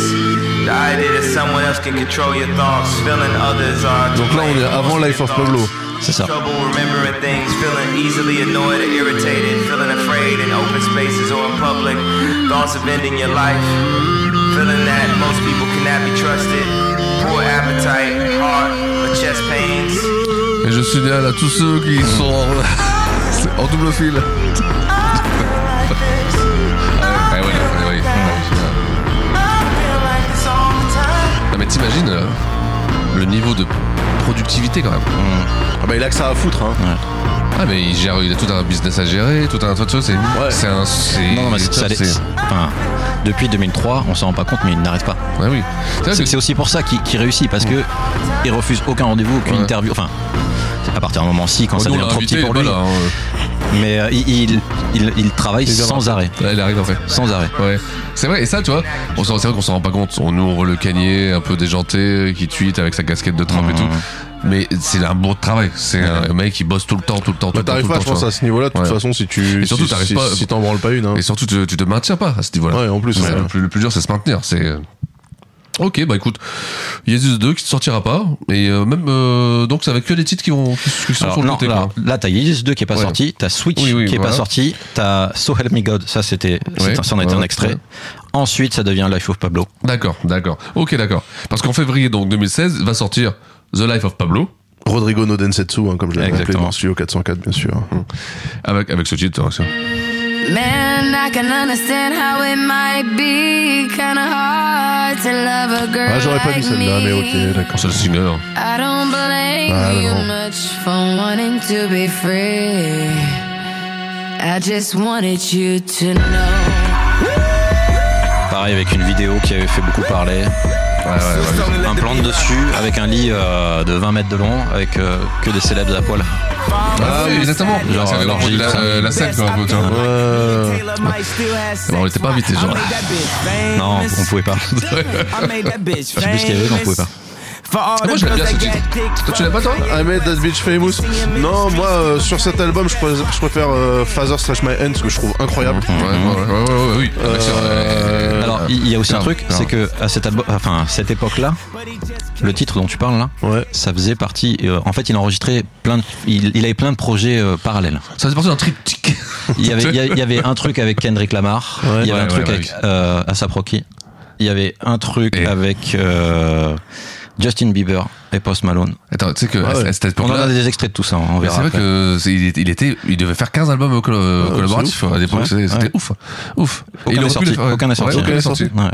[SPEAKER 9] The idea that someone else can control your thoughts, feeling others are
[SPEAKER 7] Donc là, on est avant Life of Pablo.
[SPEAKER 10] C'est ça.
[SPEAKER 9] trouble remembering things, feeling easily annoyed or irritated, feeling afraid in open spaces or in public, thoughts of ending your life, feeling that most people cannot be trusted, poor appetite, heart, or chest pains.
[SPEAKER 8] Et je signale à tous ceux qui sont <laughs> en- en double fil. Ah ouais, ouais, ouais, ouais, ouais, ouais. Non mais t'imagines euh, le niveau de productivité quand même.
[SPEAKER 7] Ah bah il a que ça à foutre hein.
[SPEAKER 8] Ah mais il gère, il a tout un business à gérer, tout un tout ça, c'est c'est un c'est
[SPEAKER 10] Non, non, mais c'est- ça,
[SPEAKER 8] c'est-
[SPEAKER 10] c'est- enfin, depuis 2003, on s'en rend pas compte, mais il n'arrête pas.
[SPEAKER 8] oui.
[SPEAKER 10] C'est c'est aussi pour ça qu'il qu'il réussit, parce
[SPEAKER 8] Mm.
[SPEAKER 10] que il refuse aucun rendez-vous, aucune interview. Enfin, à partir d'un moment si, quand
[SPEAKER 8] Oh,
[SPEAKER 10] ça
[SPEAKER 8] nous, on
[SPEAKER 10] devient
[SPEAKER 8] l'a
[SPEAKER 10] trop petit
[SPEAKER 8] invité,
[SPEAKER 10] pour
[SPEAKER 8] il est
[SPEAKER 10] lui.
[SPEAKER 8] pas là, hein.
[SPEAKER 10] Mais euh, il, il, il- il travaille
[SPEAKER 8] Il viendra.
[SPEAKER 10] sans arrêt.
[SPEAKER 8] Ouais, il arrive après.
[SPEAKER 10] Sans arrêt.
[SPEAKER 8] Ouais. C'est vrai, et ça, tu vois, on s'en- c'est vrai qu'on s'en rend pas compte. On, nous, on voit le canier un peu déjanté, qui tweet avec sa casquette de
[SPEAKER 10] Mmh.
[SPEAKER 8] Trump et tout. Mais c'est un bon travail. C'est un mec qui bosse tout le temps, tout le temps, tout
[SPEAKER 7] Bah,
[SPEAKER 8] le
[SPEAKER 7] t'arrives
[SPEAKER 8] temps. tout
[SPEAKER 7] pas,
[SPEAKER 8] le
[SPEAKER 7] je
[SPEAKER 8] temps, tu
[SPEAKER 7] pense,
[SPEAKER 8] vois.
[SPEAKER 7] à ce niveau-là. De toute
[SPEAKER 8] Ouais.
[SPEAKER 7] façon, si tu.
[SPEAKER 8] Et surtout,
[SPEAKER 7] si-
[SPEAKER 8] t'arrives
[SPEAKER 7] si-
[SPEAKER 8] pas.
[SPEAKER 7] Si t'en branles pas une. hein.
[SPEAKER 8] Et surtout, tu, tu te maintiens pas à ce niveau-là.
[SPEAKER 7] Ouais, en plus,
[SPEAKER 8] C'est
[SPEAKER 7] ouais.
[SPEAKER 8] Le, plus, le plus dur, c'est se maintenir. C'est. euh, Ok, bah écoute, Jesus 2 qui ne sortira pas. Et euh, même. euh, donc, ça va être que les titres qui, vont, qui, qui sont
[SPEAKER 10] Alors,
[SPEAKER 8] sur le
[SPEAKER 10] non,
[SPEAKER 8] côté.
[SPEAKER 10] là,
[SPEAKER 8] quoi.
[SPEAKER 10] là, t'as Yeezus 2 qui est pas
[SPEAKER 8] Ouais.
[SPEAKER 10] sorti, t'as Switch
[SPEAKER 8] Oui, oui,
[SPEAKER 10] qui est
[SPEAKER 8] voilà.
[SPEAKER 10] pas sorti, t'as So Help Me God, ça c'était,
[SPEAKER 8] Ouais,
[SPEAKER 10] c'est- ça en était un
[SPEAKER 8] ouais,
[SPEAKER 10] extrait.
[SPEAKER 8] ouais.
[SPEAKER 10] Ensuite, ça devient Life of Pablo.
[SPEAKER 8] D'accord, d'accord. Ok, d'accord. Parce qu'en février donc 2016 va sortir The Life of Pablo
[SPEAKER 7] Rodrigo Nodensetsu, hein, comme je l'avais appelé
[SPEAKER 10] Exactement.
[SPEAKER 7] dans Studio 404, bien sûr.
[SPEAKER 8] avec avec ce titre. hein, ça.
[SPEAKER 3] Man, I can understand how it might be kinda hard to love a girl.
[SPEAKER 7] Ah, j'aurais pas mis
[SPEAKER 3] like
[SPEAKER 7] celle-là, mais
[SPEAKER 3] me.
[SPEAKER 7] ok, d'accord.
[SPEAKER 8] C'est le single. hein.
[SPEAKER 3] I don't blame
[SPEAKER 7] Ah,
[SPEAKER 3] you
[SPEAKER 7] non.
[SPEAKER 3] much for wanting to be free. I just wanted you to know.
[SPEAKER 10] Pareil avec une vidéo qui avait fait beaucoup parler. Un plan de dessus avec un lit euh, de 20 mètres de long avec euh, que des célèbres à poil.
[SPEAKER 8] Ah oui, exactement.
[SPEAKER 10] Genre,
[SPEAKER 8] Ça avait
[SPEAKER 10] l'orgie,
[SPEAKER 8] rendu la,
[SPEAKER 10] ça.
[SPEAKER 8] euh, la scène, quoi, un peu, tu vois. Alors, on était pas invité, genre.
[SPEAKER 10] Non, on pouvait <laughs> pas.
[SPEAKER 8] Je
[SPEAKER 10] Je sais plus ce qu'il y avait, mais on pouvait pas.
[SPEAKER 8] moi, j'aime bien ce titre. Toi, tu l'as pas, toi
[SPEAKER 7] I made that bitch famous. Non, moi, euh, sur cet album, je, pré- je préfère euh, Father slash My End, ce que je trouve incroyable.
[SPEAKER 8] Ouais, ouais, ouais, ouais, oui. Ah, bah, tiens, euh,
[SPEAKER 10] Alors, il il y a aussi un
[SPEAKER 8] grave,
[SPEAKER 10] truc,
[SPEAKER 8] grave.
[SPEAKER 10] c'est que à cette, albu- enfin, à cette époque-là, le titre dont tu parles là, ça faisait partie. euh, en fait, il enregistrait plein de, il, il avait plein de projets euh, parallèles.
[SPEAKER 8] Ça faisait partie d'un triptyque.
[SPEAKER 10] Il y avait, il y a- il y avait un truc avec Kendrick Lamar, il y avait
[SPEAKER 8] Ouais,
[SPEAKER 10] un truc
[SPEAKER 8] ouais,
[SPEAKER 10] avec
[SPEAKER 8] ouais,
[SPEAKER 10] euh, Asap Rocky, il y avait un truc avec euh, Justin Bieber et Post Malone.
[SPEAKER 8] Attends, tu sais que
[SPEAKER 10] Ah ouais.
[SPEAKER 8] à cette
[SPEAKER 10] On en
[SPEAKER 8] époque-là,
[SPEAKER 10] a des extraits de tout ça, hein, on
[SPEAKER 8] Mais
[SPEAKER 10] verra.
[SPEAKER 8] C'est vrai
[SPEAKER 10] après.
[SPEAKER 8] que c'est- il, est- il était, il devait faire 15 albums collo-
[SPEAKER 10] Euh, c'est
[SPEAKER 8] collaboratifs
[SPEAKER 10] ouf.
[SPEAKER 8] à l'époque.
[SPEAKER 10] Ouais,
[SPEAKER 8] euh, c'est- C'était
[SPEAKER 10] ouais.
[SPEAKER 8] ouf, ouf. Et il
[SPEAKER 10] Aucun n'est
[SPEAKER 8] aurait pu
[SPEAKER 10] sorti.
[SPEAKER 8] le faire-
[SPEAKER 10] Aucun n'est
[SPEAKER 8] ouais,
[SPEAKER 10] sorti.
[SPEAKER 8] aucun n'est sorti.
[SPEAKER 10] Ouais.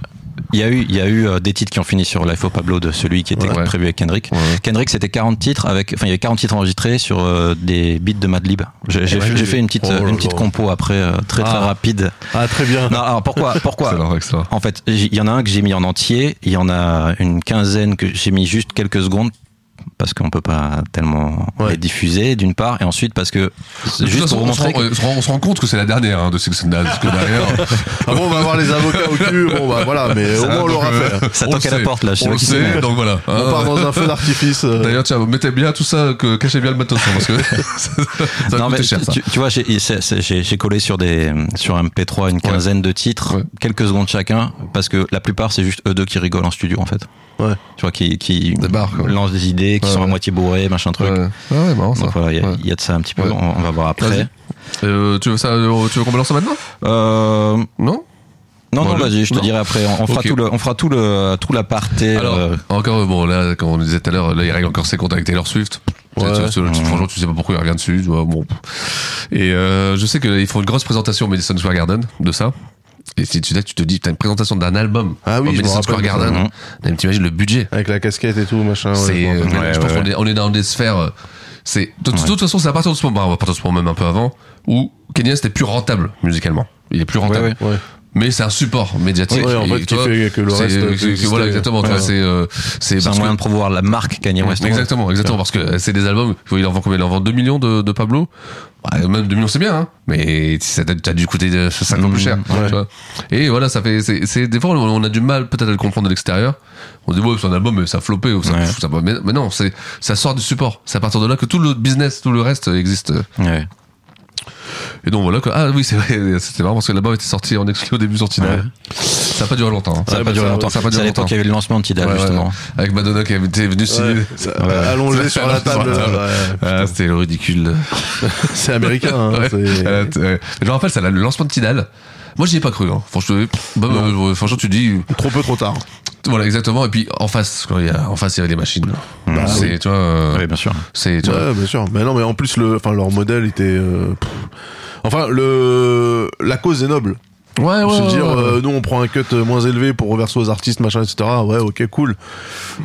[SPEAKER 10] Il Il y a eu, il y a eu euh, des titres qui ont fini sur Life of Pablo de celui qui était prévu avec Kendrick. Kendrick, c'était 40 titres avec, enfin, il y avait 40 titres enregistrés sur euh, des beats de Madlib. J'ai j'ai-
[SPEAKER 7] Ouais,
[SPEAKER 10] j'ai
[SPEAKER 7] j'ai
[SPEAKER 10] fait
[SPEAKER 7] vu.
[SPEAKER 10] une petite,
[SPEAKER 7] Oh là
[SPEAKER 10] une petite
[SPEAKER 7] là.
[SPEAKER 10] compo après, euh, très très
[SPEAKER 7] Ah.
[SPEAKER 10] rapide.
[SPEAKER 7] Ah, très bien.
[SPEAKER 10] Non, alors pourquoi, pourquoi En fait, j'- il y en a un que j'ai mis en entier, il y en a une quinzaine que j'ai mis juste quelques secondes parce qu'on peut pas tellement les diffuser d'une part et ensuite parce que
[SPEAKER 8] De
[SPEAKER 10] c'est
[SPEAKER 8] toute
[SPEAKER 10] juste
[SPEAKER 8] façon,
[SPEAKER 10] pour vous
[SPEAKER 8] on, se rend,
[SPEAKER 10] montrer que-
[SPEAKER 8] on se rend- on se rend compte que c'est la dernière hein, de Six and Dad, parce que
[SPEAKER 10] <laughs>
[SPEAKER 8] derrière.
[SPEAKER 7] Après, on va avoir les avocats au cul, bon bah voilà, mais au
[SPEAKER 8] Ça,
[SPEAKER 7] moins on
[SPEAKER 8] donc,
[SPEAKER 7] l'aura
[SPEAKER 8] euh,
[SPEAKER 7] fait.
[SPEAKER 8] on le sait. On le sait, donc voilà. Ah,
[SPEAKER 7] On part dans un feu d'artifice. euh.
[SPEAKER 8] D'ailleurs, tiens, mettez bien tout ça, que, cachez bien le matos, hein, parce que <laughs> ça, ça va
[SPEAKER 10] Non,
[SPEAKER 8] coûter
[SPEAKER 10] mais
[SPEAKER 8] cher, ça.
[SPEAKER 10] Tu, tu vois, j'ai- c'est- c'est- j'ai j'ai collé sur des sur un MP3 une quinzaine de titres, quelques secondes chacun, parce que la plupart c'est juste eux deux qui rigolent en studio en fait.
[SPEAKER 7] Ouais.
[SPEAKER 10] Tu vois, qui, qui lancent des idées, qui
[SPEAKER 8] Ouais,
[SPEAKER 10] sont à
[SPEAKER 8] ouais.
[SPEAKER 10] moitié bourrés, machin truc.
[SPEAKER 8] Ah ouais, marrant, ça.
[SPEAKER 10] Donc voilà, il y a- il y, a de ça un petit peu.
[SPEAKER 8] Ouais.
[SPEAKER 10] On, on va voir après.
[SPEAKER 8] Vas-y. Euh, tu veux ça, euh, tu veux qu'on balance ça maintenant Non
[SPEAKER 10] Euh, Non, non,
[SPEAKER 8] Bon,
[SPEAKER 10] vas-y, je te
[SPEAKER 8] non.
[SPEAKER 10] dirai après. On, on fera
[SPEAKER 8] Ok.
[SPEAKER 10] tout le, on fera tout le, tout l'aparté.
[SPEAKER 8] Alors,
[SPEAKER 10] euh,
[SPEAKER 8] encore, bon, là, comme on disait tout à l'heure, là, il règle encore ses comptes avec Taylor Swift.
[SPEAKER 10] Ouais.
[SPEAKER 8] Tu vois,
[SPEAKER 7] Hmm.
[SPEAKER 8] tu- tu- euh, Franchement, tu sais pas pourquoi il revient dessus. tu vois, bon. Et euh, je sais qu'ils font une grosse présentation au Madison Square Garden de ça. Et si tu, là, tu te dis, t'as une présentation d'un album
[SPEAKER 7] Ah oui,
[SPEAKER 8] au
[SPEAKER 7] je me
[SPEAKER 8] Madison
[SPEAKER 7] rappelle
[SPEAKER 8] Square
[SPEAKER 7] de ça.
[SPEAKER 8] Garden.
[SPEAKER 7] Mhm.
[SPEAKER 8] Mais T'imagines le budget
[SPEAKER 7] Avec la casquette et tout, machin. ouais,
[SPEAKER 8] c'est,
[SPEAKER 7] je
[SPEAKER 8] euh,
[SPEAKER 7] me rappelle.
[SPEAKER 8] je pense qu'on est, on est dans des sphères. euh, C'est de, de
[SPEAKER 7] Ouais.
[SPEAKER 8] toute façon, c'est à partir de ce moment, bah, à partir de ce moment même un peu avant, où Kanye West est plus rentable musicalement. Il est plus rentable.
[SPEAKER 7] Ouais, ouais.
[SPEAKER 8] Mais c'est un support médiatique.
[SPEAKER 7] Ouais, en
[SPEAKER 8] Et
[SPEAKER 7] fait, qui
[SPEAKER 8] tu vois,
[SPEAKER 7] fait que le
[SPEAKER 8] c'est-
[SPEAKER 7] reste
[SPEAKER 8] c'est-
[SPEAKER 7] peut
[SPEAKER 8] c'est-
[SPEAKER 7] exister.
[SPEAKER 8] Voilà, exactement. tu
[SPEAKER 7] Ouais.
[SPEAKER 8] vois, C'est euh,
[SPEAKER 10] C'est un
[SPEAKER 8] parce
[SPEAKER 10] moyen
[SPEAKER 8] que-
[SPEAKER 10] de promouvoir la marque Kanye West.
[SPEAKER 8] Exactement, exactement. Parce que c'est des albums, tu vois, il en vend combien Il en vend 2 millions de, de Pablo Ouais, Même 2 millions, c'est bien, hein. Mais ça t'a t'as dû coûter euh, 5 ans plus cher. tu vois. Et voilà, ça fait. c'est c'est- des fois, on a du mal peut-être à le comprendre de l'extérieur. On se dit, ouais, c'est un album, mais ça a floppé. Ou ça, ça- mais, mais non, c'est- ça sort du support. C'est à partir de là que tout le business, tout le reste existe. Et donc voilà, quoi. ah oui, c'est vrai, <laughs> c'était marrant parce que l'album était sorti en exclu au début sur Tidal. Ça n'a pas duré longtemps. hein.
[SPEAKER 10] Ça a
[SPEAKER 8] Ouais,
[SPEAKER 10] pas
[SPEAKER 8] bah,
[SPEAKER 10] duré longtemps.
[SPEAKER 8] ça a pas
[SPEAKER 10] C'est à
[SPEAKER 8] duré
[SPEAKER 10] l'époque
[SPEAKER 8] longtemps.
[SPEAKER 10] qu'il y avait le lancement de Tidal,
[SPEAKER 8] Ouais, ouais,
[SPEAKER 10] justement.
[SPEAKER 8] ouais. Ah, Avec Madonna qui était venue signer.
[SPEAKER 7] Ouais, allongée sur la table, euh, ouais.
[SPEAKER 8] Ah, c'était le ridicule.
[SPEAKER 7] C'est américain, hein,
[SPEAKER 8] <laughs> Ouais. Euh,
[SPEAKER 7] c'est-
[SPEAKER 8] Elle a- t- ouais. Je me rappelle, ça, le lancement de Tidal. Moi, j'y ai pas cru. hein. Franchement, pff, bah, euh, franchement, tu dis.
[SPEAKER 7] Trop peu, trop tard.
[SPEAKER 8] Voilà, exactement. Et puis, en face, quand il y a, en face, il y avait des machines.
[SPEAKER 7] Bah,
[SPEAKER 8] c'est,
[SPEAKER 7] oui. Euh,
[SPEAKER 8] tu vois. euh,
[SPEAKER 10] Mmh. bien sûr.
[SPEAKER 8] C'est, tu vois,
[SPEAKER 7] Ouais, bien sûr. Mais non, mais en plus, le, enfin, leur modèle était. euh, pff. enfin, le, la cause est noble.
[SPEAKER 8] Ah Ouais,
[SPEAKER 7] Je veux
[SPEAKER 8] ouais,
[SPEAKER 7] dire,
[SPEAKER 8] ouais, ouais.
[SPEAKER 7] euh, nous, on prend un cut euh, moins élevé pour reverser aux artistes, machin, etc. Ouais, ok, cool.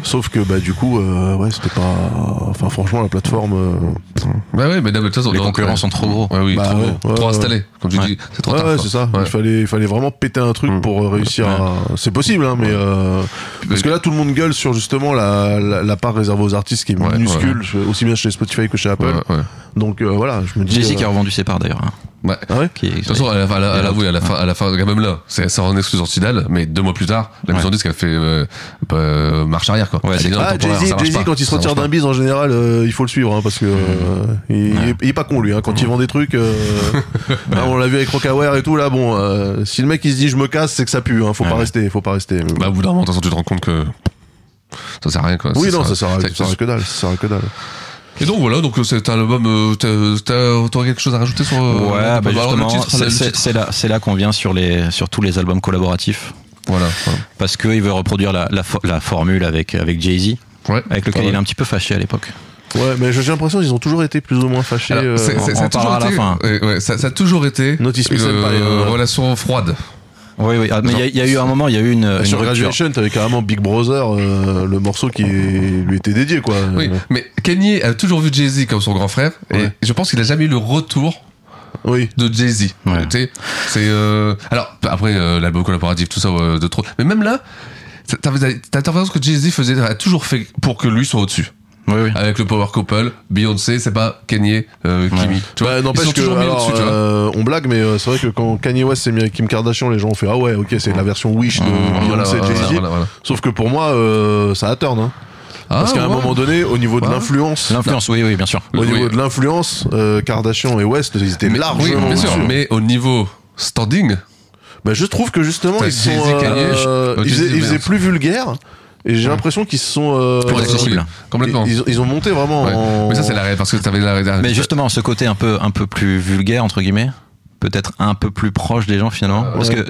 [SPEAKER 7] Sauf que, bah, du coup, euh, ouais, c'était pas. Enfin, franchement, la plateforme. euh,
[SPEAKER 8] Bah ouais, mais non, mais de toute façon,
[SPEAKER 10] Les
[SPEAKER 8] dans-
[SPEAKER 10] concurrents sont trop gros.
[SPEAKER 8] Ouais, oui,
[SPEAKER 7] Bah
[SPEAKER 8] trop,
[SPEAKER 7] ouais,
[SPEAKER 8] gros.
[SPEAKER 7] ouais,
[SPEAKER 8] trop
[SPEAKER 7] ouais.
[SPEAKER 8] installés, comme tu
[SPEAKER 7] Ouais.
[SPEAKER 8] dis. C'est trop
[SPEAKER 7] Ouais,
[SPEAKER 8] tard.
[SPEAKER 7] ouais,
[SPEAKER 8] quoi.
[SPEAKER 7] c'est ça.
[SPEAKER 8] Ouais. Mm.
[SPEAKER 7] Il fallait, il fallait vraiment péter un truc pour euh, réussir à. C'est possible, hein, mais. euh, Parce que là, tout le monde gueule sur justement la, la, la part réservée aux artistes qui est minuscule,
[SPEAKER 8] ouais.
[SPEAKER 7] je- aussi bien chez Spotify que chez Apple.
[SPEAKER 8] Ouais, ouais.
[SPEAKER 7] Donc euh, voilà, je me dis. Ah
[SPEAKER 10] Jay-Z
[SPEAKER 7] euh,
[SPEAKER 10] qui a revendu ses parts d'ailleurs. hein.
[SPEAKER 8] Ouais.
[SPEAKER 10] Qui est-
[SPEAKER 8] De toute façon, à la, fin- à la- à la- oui, à la fin, à la fin, quand même là, c'est ça en excuse en Tidal, mais deux mois plus tard, la maison de disque, elle fait euh, euh, marche arrière, quoi. Elle dit, non,
[SPEAKER 7] Ah,
[SPEAKER 8] temporaire,
[SPEAKER 7] Jay-Z,
[SPEAKER 8] ça marche
[SPEAKER 7] Jay-Z,
[SPEAKER 8] pas, Hmm.
[SPEAKER 7] quand il se
[SPEAKER 8] ça
[SPEAKER 7] retire
[SPEAKER 8] marche
[SPEAKER 7] d'un bise, en général, euh, il faut le suivre, hein, parce que euh, il, il est- il est pas con, lui. hein. quand il vend des trucs,
[SPEAKER 8] <laughs>
[SPEAKER 7] euh, là, on l'a vu avec Rockaware et tout, là, bon, euh, si le mec il se dit je me casse, c'est que ça pue, hein, faut pas rester, faut pas rester.
[SPEAKER 8] pas. Bah, au bout d'un moment, de toute façon, tu te rends compte que ça sert à rien, quoi.
[SPEAKER 7] oui,
[SPEAKER 8] Ça
[SPEAKER 7] non,
[SPEAKER 8] sert
[SPEAKER 7] ça
[SPEAKER 8] à-
[SPEAKER 7] sert à,
[SPEAKER 8] ça-
[SPEAKER 7] ça sert à que dalle, ça sert à que dalle.
[SPEAKER 8] Et donc voilà, donc euh, c'est un album. euh, t'as- T'as t'aurais quelque chose à rajouter sur euh,
[SPEAKER 10] Ouais,
[SPEAKER 8] alors,
[SPEAKER 10] bah
[SPEAKER 8] le
[SPEAKER 10] justement,
[SPEAKER 8] titre,
[SPEAKER 10] c'est-
[SPEAKER 8] le
[SPEAKER 10] c'est
[SPEAKER 8] titre.
[SPEAKER 10] c'est là, c'est là qu'on vient sur les, sur tous les albums collaboratifs.
[SPEAKER 8] Voilà.
[SPEAKER 10] Parce qu'il veut reproduire la, la, fo- la formule avec, avec Jay-Z, avec lequel
[SPEAKER 7] Ouais.
[SPEAKER 10] il est un petit peu fâché à l'époque.
[SPEAKER 7] Ouais, mais j'ai l'impression qu'ils ont toujours été plus ou moins fâchés.
[SPEAKER 8] Alors,
[SPEAKER 7] euh,
[SPEAKER 8] c'est- c'est- ça a toujours été- ouais, ouais, ça- ça a toujours été
[SPEAKER 7] Notice me
[SPEAKER 8] une
[SPEAKER 7] sent pas, euh,
[SPEAKER 8] euh, relation froide.
[SPEAKER 10] Oui, oui. ah, mais il y, a- il y a eu un moment, il y a eu une, une
[SPEAKER 7] sur
[SPEAKER 10] rupture.
[SPEAKER 7] Graduation, t'avais carrément Big Brother, euh, le morceau qui lui était dédié, quoi.
[SPEAKER 8] Oui, mais Kanye a toujours vu Jay-Z comme son grand frère, et je pense qu'il a jamais eu le retour de Jay-Z. Tu sais, C'est euh, alors après euh, l'album collaboratif, tout ça euh, de trop, mais même là, t'as- t'as t'as l'impression que Jay-Z faisait a toujours fait pour que lui soit au-dessus. Avec le power couple, Beyoncé, c'est pas Kanye, euh, Kimi. Tu vois,
[SPEAKER 7] Bah,
[SPEAKER 8] ils
[SPEAKER 7] n'empêche
[SPEAKER 8] sont
[SPEAKER 7] que
[SPEAKER 8] toujours mis
[SPEAKER 7] alors,
[SPEAKER 8] au-dessus. tu vois.
[SPEAKER 7] euh, on blague, mais euh, c'est vrai que quand Kanye West s'est mis avec Kim Kardashian, les gens ont fait ah ouais, ok, c'est la version Wish de
[SPEAKER 8] Mmh, voilà,
[SPEAKER 7] Beyoncé,
[SPEAKER 8] voilà,
[SPEAKER 7] Jay-Z.
[SPEAKER 8] voilà, voilà.
[SPEAKER 7] Sauf que pour moi, euh, ça a turn. hein.
[SPEAKER 8] Ah,
[SPEAKER 7] Parce qu'à un
[SPEAKER 8] ouais.
[SPEAKER 7] moment donné, au niveau de
[SPEAKER 8] Ouais.
[SPEAKER 7] l'influence,
[SPEAKER 10] L'influence, oui, oui, bien sûr.
[SPEAKER 7] au niveau
[SPEAKER 8] Oui.
[SPEAKER 7] de l'influence, euh, Kardashian et West, ils étaient
[SPEAKER 8] Mais-
[SPEAKER 7] largement
[SPEAKER 8] oui, bien sûr,
[SPEAKER 7] au-dessus.
[SPEAKER 8] mais au niveau standing,
[SPEAKER 7] bah, je trouve que justement,
[SPEAKER 8] T'as
[SPEAKER 7] ils sont,
[SPEAKER 8] Jay-Z, Kanye,
[SPEAKER 7] euh,
[SPEAKER 8] donc
[SPEAKER 7] ils
[SPEAKER 8] Jay-Z,
[SPEAKER 7] faisaient- ils faisaient
[SPEAKER 8] merde.
[SPEAKER 7] plus vulgaires. Et j'ai l'impression qu'ils se sont euh,
[SPEAKER 8] Plus accessibles. Complètement.
[SPEAKER 7] Ils, ils ont monté vraiment.
[SPEAKER 8] Ouais.
[SPEAKER 7] en-
[SPEAKER 8] Mais ça, c'est l'arrêt, parce que t'avais l'arrêt.
[SPEAKER 10] Mais justement, ce côté un peu, un peu plus vulgaire, entre guillemets, peut-être un peu plus proche des gens finalement. Parce que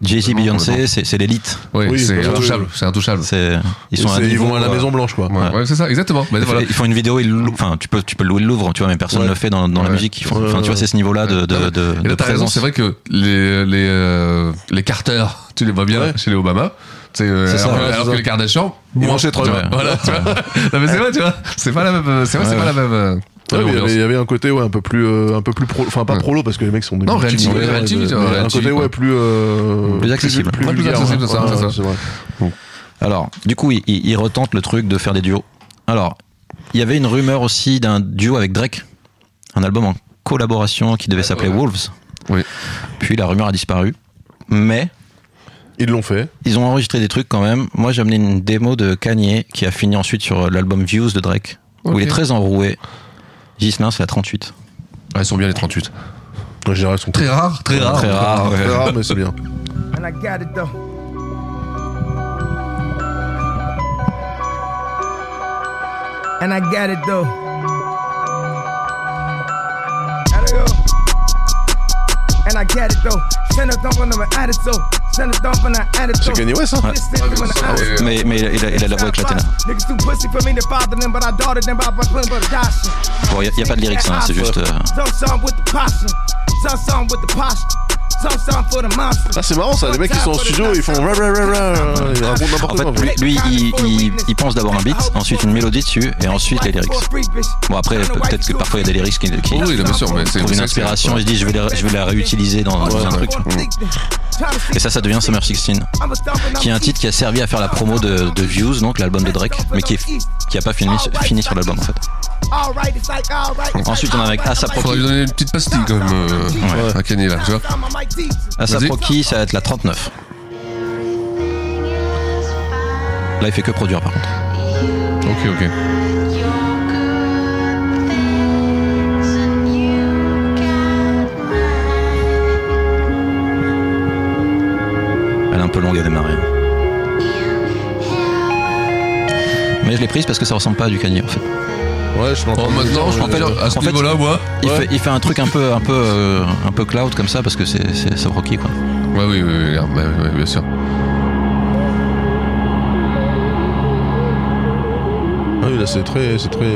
[SPEAKER 10] Jay-Z, Beyoncé, c'est c'est l'élite.
[SPEAKER 8] Oui,
[SPEAKER 7] Oui,
[SPEAKER 8] c'est
[SPEAKER 7] bah,
[SPEAKER 8] intouchable, c'est intouchable.
[SPEAKER 10] C'est- Ils, sont à un
[SPEAKER 7] c'est- ils
[SPEAKER 10] niveau,
[SPEAKER 7] vont à la
[SPEAKER 10] euh,
[SPEAKER 7] Maison Blanche, quoi.
[SPEAKER 8] Ouais, ouais, c'est ça, exactement. Mais
[SPEAKER 10] Ils,
[SPEAKER 8] voilà.
[SPEAKER 10] font- ils font une vidéo, ils lou- enfin, tu peux, tu peux louer le Louvre, tu vois, mais personne ne
[SPEAKER 8] Ouais.
[SPEAKER 10] le fait dans, dans la
[SPEAKER 8] Ouais.
[SPEAKER 10] musique. Ils font- Enfin,
[SPEAKER 8] Ouais,
[SPEAKER 10] tu vois,
[SPEAKER 8] ouais.
[SPEAKER 10] c'est ce niveau-là de, de, de,
[SPEAKER 8] Et
[SPEAKER 10] de
[SPEAKER 8] là, t'as raison,
[SPEAKER 10] présence.
[SPEAKER 8] c'est vrai que les, les, euh, les Carter, tu les vois bien
[SPEAKER 10] Ouais.
[SPEAKER 8] chez les Obama. Tu sais, euh,
[SPEAKER 12] C'est ça,
[SPEAKER 8] alors,
[SPEAKER 12] ouais,
[SPEAKER 8] alors
[SPEAKER 12] c'est
[SPEAKER 8] que
[SPEAKER 12] ça.
[SPEAKER 8] les Kardashian,
[SPEAKER 12] Ils
[SPEAKER 8] moins, <laughs>
[SPEAKER 12] mangeaient trop
[SPEAKER 8] tu
[SPEAKER 12] de-
[SPEAKER 8] vois. Voilà, tu vois. Non, mais c'est vrai, tu vois. C'est pas la même. C'est vrai, c'est
[SPEAKER 7] Ouais,
[SPEAKER 8] pas la
[SPEAKER 7] ouais.
[SPEAKER 8] même. euh,
[SPEAKER 7] Ouais, mais il y
[SPEAKER 8] ambiance.
[SPEAKER 7] avait- il y avait un côté ouais, un peu plus euh, un peu plus pro- enfin pas prolo parce que les mecs sont des
[SPEAKER 8] Non,
[SPEAKER 7] multi-
[SPEAKER 8] reality,
[SPEAKER 7] ouais,
[SPEAKER 8] ouais,
[SPEAKER 7] ouais,
[SPEAKER 8] reality,
[SPEAKER 7] mais
[SPEAKER 8] ouais,
[SPEAKER 7] un
[SPEAKER 8] reality,
[SPEAKER 7] côté
[SPEAKER 8] quoi.
[SPEAKER 7] ouais plus euh,
[SPEAKER 12] plus accessible.
[SPEAKER 7] plus,
[SPEAKER 12] Ouais, plus
[SPEAKER 7] vulgaire,
[SPEAKER 12] accessible,
[SPEAKER 7] ouais.
[SPEAKER 12] c'est ça,
[SPEAKER 7] Ouais,
[SPEAKER 12] c'est
[SPEAKER 7] ouais,
[SPEAKER 12] ça.
[SPEAKER 7] c'est vrai.
[SPEAKER 12] Alors, du coup, il, il- il retente le truc de faire des duos. Alors, il y avait une rumeur aussi d'un duo avec Drake, un album en collaboration qui devait s'appeler Wolves. Puis la rumeur a disparu, mais
[SPEAKER 7] ils l'ont fait.
[SPEAKER 12] Ils ont enregistré des trucs quand même. Moi, j'ai amené une démo de Kanye qui a fini ensuite sur euh, l'album Views de Drake, où
[SPEAKER 8] Ok.
[SPEAKER 12] il est très enroué. Gislin, c'est la 38.
[SPEAKER 8] Ouais, Ah, ils sont bien les 38.
[SPEAKER 7] En général, ils sont
[SPEAKER 8] Très rares, très rares.
[SPEAKER 12] Très rares,
[SPEAKER 7] <laughs>
[SPEAKER 12] ouais.
[SPEAKER 7] Très rare, mais c'est bien.
[SPEAKER 11] And I got it though. And I got it though. Gotta go. And I got it though. Send a thump on them and add it so. Send a thump and I add it so.
[SPEAKER 12] Mais, mais il, a, il a- il a la voix éclatée là.
[SPEAKER 11] Niggas too pussy for me to father them, but I daughter them by my twin, but adoption.
[SPEAKER 12] Bon, il n'y a, pas de lyrics, hein, c'est juste. euh,
[SPEAKER 11] Some song with the passion. Some song with the posture. Some song for the monster.
[SPEAKER 7] Ah, c'est marrant ça, les mecs ils sont en studio et ils font ra, ra, ra, ra, ra, ils racontent n'importe
[SPEAKER 12] En fait,
[SPEAKER 7] quoi.
[SPEAKER 12] lui, lui, il, il- il pense d'abord un beat, ensuite une mélodie dessus, et ensuite les lyrics. Bon, après, peut- peut-être que parfois il y a des lyrics qui, qui
[SPEAKER 8] Oh, Oui, bien sûr, mais c'est-
[SPEAKER 12] trouvent
[SPEAKER 8] c'est-
[SPEAKER 12] une inspiration,
[SPEAKER 8] c'est-
[SPEAKER 12] il se dit je vais la, je vais la réutiliser dans, dans un truc. Et ça, ça devient Summer 16, qui est un titre qui a servi à faire la promo de, de Views, donc l'album de Drake, mais qui, est- qui a pas fini, fini sur l'album en fait.
[SPEAKER 11] Alright, it's like alright.
[SPEAKER 12] Ensuite, on a avec Asap
[SPEAKER 8] Faudrait
[SPEAKER 12] Rocky.
[SPEAKER 8] lui donner une petite pastille quand même. euh, À Kanye là, tu vois.
[SPEAKER 12] Asap
[SPEAKER 8] Vas-y.
[SPEAKER 12] Rocky, ça va être la 39. Là, il fait que produire par contre.
[SPEAKER 8] Ok, ok.
[SPEAKER 12] Elle est un peu longue à démarrer. Mais je l'ai prise parce que ça ressemble pas à du Kanye en fait.
[SPEAKER 7] Ouais, je
[SPEAKER 8] Oh, maintenant, je m'appelle à ce
[SPEAKER 12] En fait,
[SPEAKER 8] niveau-là, moi.
[SPEAKER 12] Il, fait, il fait un truc un peu, un peu, euh, un peu cloud comme ça parce que c'est c'est Asap Rocky quoi.
[SPEAKER 8] Ouais, oui, oui, oui, regarde, ouais, ouais, bien sûr.
[SPEAKER 7] Ah oui, là c'est très. C'est très...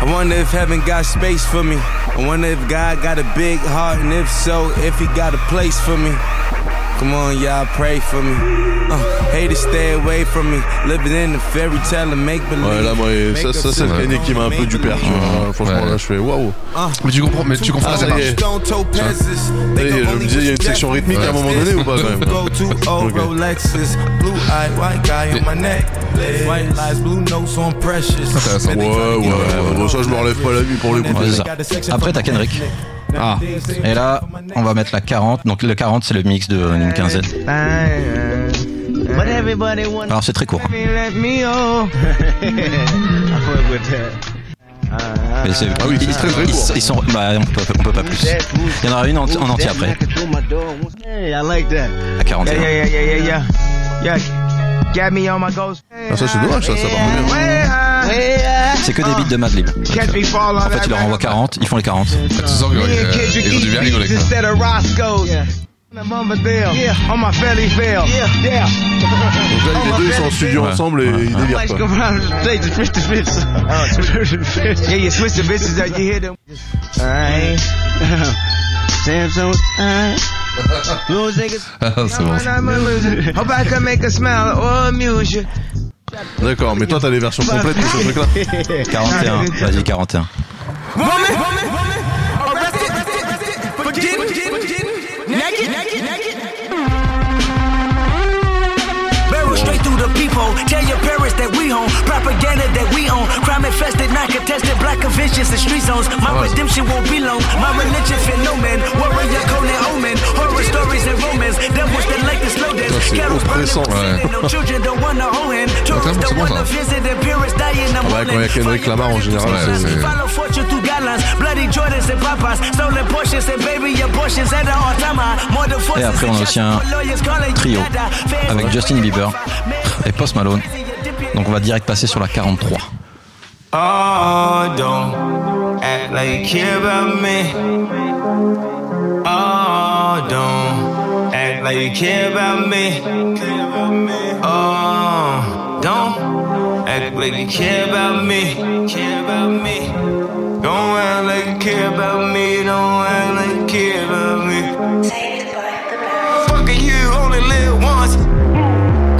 [SPEAKER 9] I wonder if heaven got space for me. I wonder if God got a big heart, and if so, if He got a place for me. Come on, y'all, pray for me. Uh, haters stay away from me. Living in a fairy tale and make believe.
[SPEAKER 7] Ouais, là, moi, et ça,
[SPEAKER 9] Make up
[SPEAKER 7] ça c'est le
[SPEAKER 9] some
[SPEAKER 7] Kanye qui m'a un peu du père, tu vois.
[SPEAKER 9] Ouais.
[SPEAKER 7] Franchement, là, je fais waouh.
[SPEAKER 8] Mais tu comprends, mais tu comprends
[SPEAKER 7] Ah,
[SPEAKER 8] la
[SPEAKER 7] ça y est.
[SPEAKER 8] démarche.
[SPEAKER 7] Ça y est, je me disais, il y a une section rythmique à un moment donné ou pas quand même hein.
[SPEAKER 9] Go to
[SPEAKER 7] <laughs>
[SPEAKER 9] old Rolexes, blue eye, white guy on my neck. White lies, blue notes on precious.
[SPEAKER 7] Ouais, Euh, ouais, ouais. Bon, ça, je me relève pas la nuit pour l'écouter.
[SPEAKER 12] Ouais, c'est ça. Après, t'as Kendrick. Ah. Et là, on va mettre la 40. Donc le 40, c'est le mix de euh, une quinzaine.
[SPEAKER 11] But everybody wants
[SPEAKER 12] Alors c'est très court.
[SPEAKER 11] me, let me oh. <laughs> I fuck with that.
[SPEAKER 12] Mais c'est-
[SPEAKER 11] Ah oui, c'est très, très
[SPEAKER 12] ils-
[SPEAKER 11] court.
[SPEAKER 12] ils sont- bah, on, peut, on peut pas plus. Il y en aura une en, en entier après.
[SPEAKER 11] Hey, I like that.
[SPEAKER 12] À 41.
[SPEAKER 11] Yeah, yeah, yeah, yeah, yeah, yeah. Yeah. Got me on my ghost.
[SPEAKER 12] Ah, ça, c'est dommage, ça, ça part C'est que des beats de Madlib.
[SPEAKER 11] Catch me fall
[SPEAKER 12] En
[SPEAKER 11] on
[SPEAKER 12] fait,
[SPEAKER 11] that
[SPEAKER 12] il leur envoie 40, ils font les 40.
[SPEAKER 11] Me and Kendrick eat beats instead of Roscoe's. I'm on my Bell. On my Felly Bell. Yeah.
[SPEAKER 7] Donc là,
[SPEAKER 11] On
[SPEAKER 7] les
[SPEAKER 11] my
[SPEAKER 7] deux ils sont en
[SPEAKER 11] Felly
[SPEAKER 7] studio
[SPEAKER 11] Bell.
[SPEAKER 7] ensemble et ils
[SPEAKER 11] I
[SPEAKER 7] délirent
[SPEAKER 11] like to
[SPEAKER 7] quoi.
[SPEAKER 11] go around the stage and switch the <laughs> bitches. Yeah, you switch the bitches that you hear them. Alright. Samsung. <laughs> alright. Little niggas.
[SPEAKER 8] Ah, <laughs> c'est bon.
[SPEAKER 11] And I'm a loser. Hope I can make a smile or amuse you.
[SPEAKER 7] D'accord, mais toi t'as les versions complètes de ce truc <laughs> là.
[SPEAKER 12] 41, vas-y, 41.
[SPEAKER 9] Woman, woman, woman, arrested, arrested, for getting, getting, getting naked, naked, naked.
[SPEAKER 10] Barrel straight through the peephole. Tell your parents that we home. Propaganda that we own. Crime infested, not contested. Black convictions and street zones. My redemption won't be long. My religion fit no man. Warrior Conan Omen. Horror stories and romance. Devils that like the slow dance.
[SPEAKER 8] c'est
[SPEAKER 10] Carols burning,
[SPEAKER 8] oppressant, ouais.
[SPEAKER 10] no children don't want to hold hand.
[SPEAKER 8] Attends, c'est
[SPEAKER 10] Tourists don't
[SPEAKER 8] bon,
[SPEAKER 10] want to
[SPEAKER 8] ça.
[SPEAKER 10] visit. And parents die in the
[SPEAKER 7] Ah ouais, quand il y a
[SPEAKER 10] morning.
[SPEAKER 7] Kendrick Lamar en général,
[SPEAKER 10] Fire
[SPEAKER 7] c'est-
[SPEAKER 10] signs, Follow fortune through guidelines. Bloody Jordans and Popeyes. Stolen Porsches and baby abortions at an all-time high. More than
[SPEAKER 12] Et après, on a aussi un trio avec Justin Bieber et Post Malone. Donc on va direct passer sur la 43.
[SPEAKER 9] Oh, don't act like you care about me. Oh, don't why you care about me. Oh, don't act like you care about me. Care about me. Don't act like you care about me. Don't act like you care about me. Fuck you, only live once.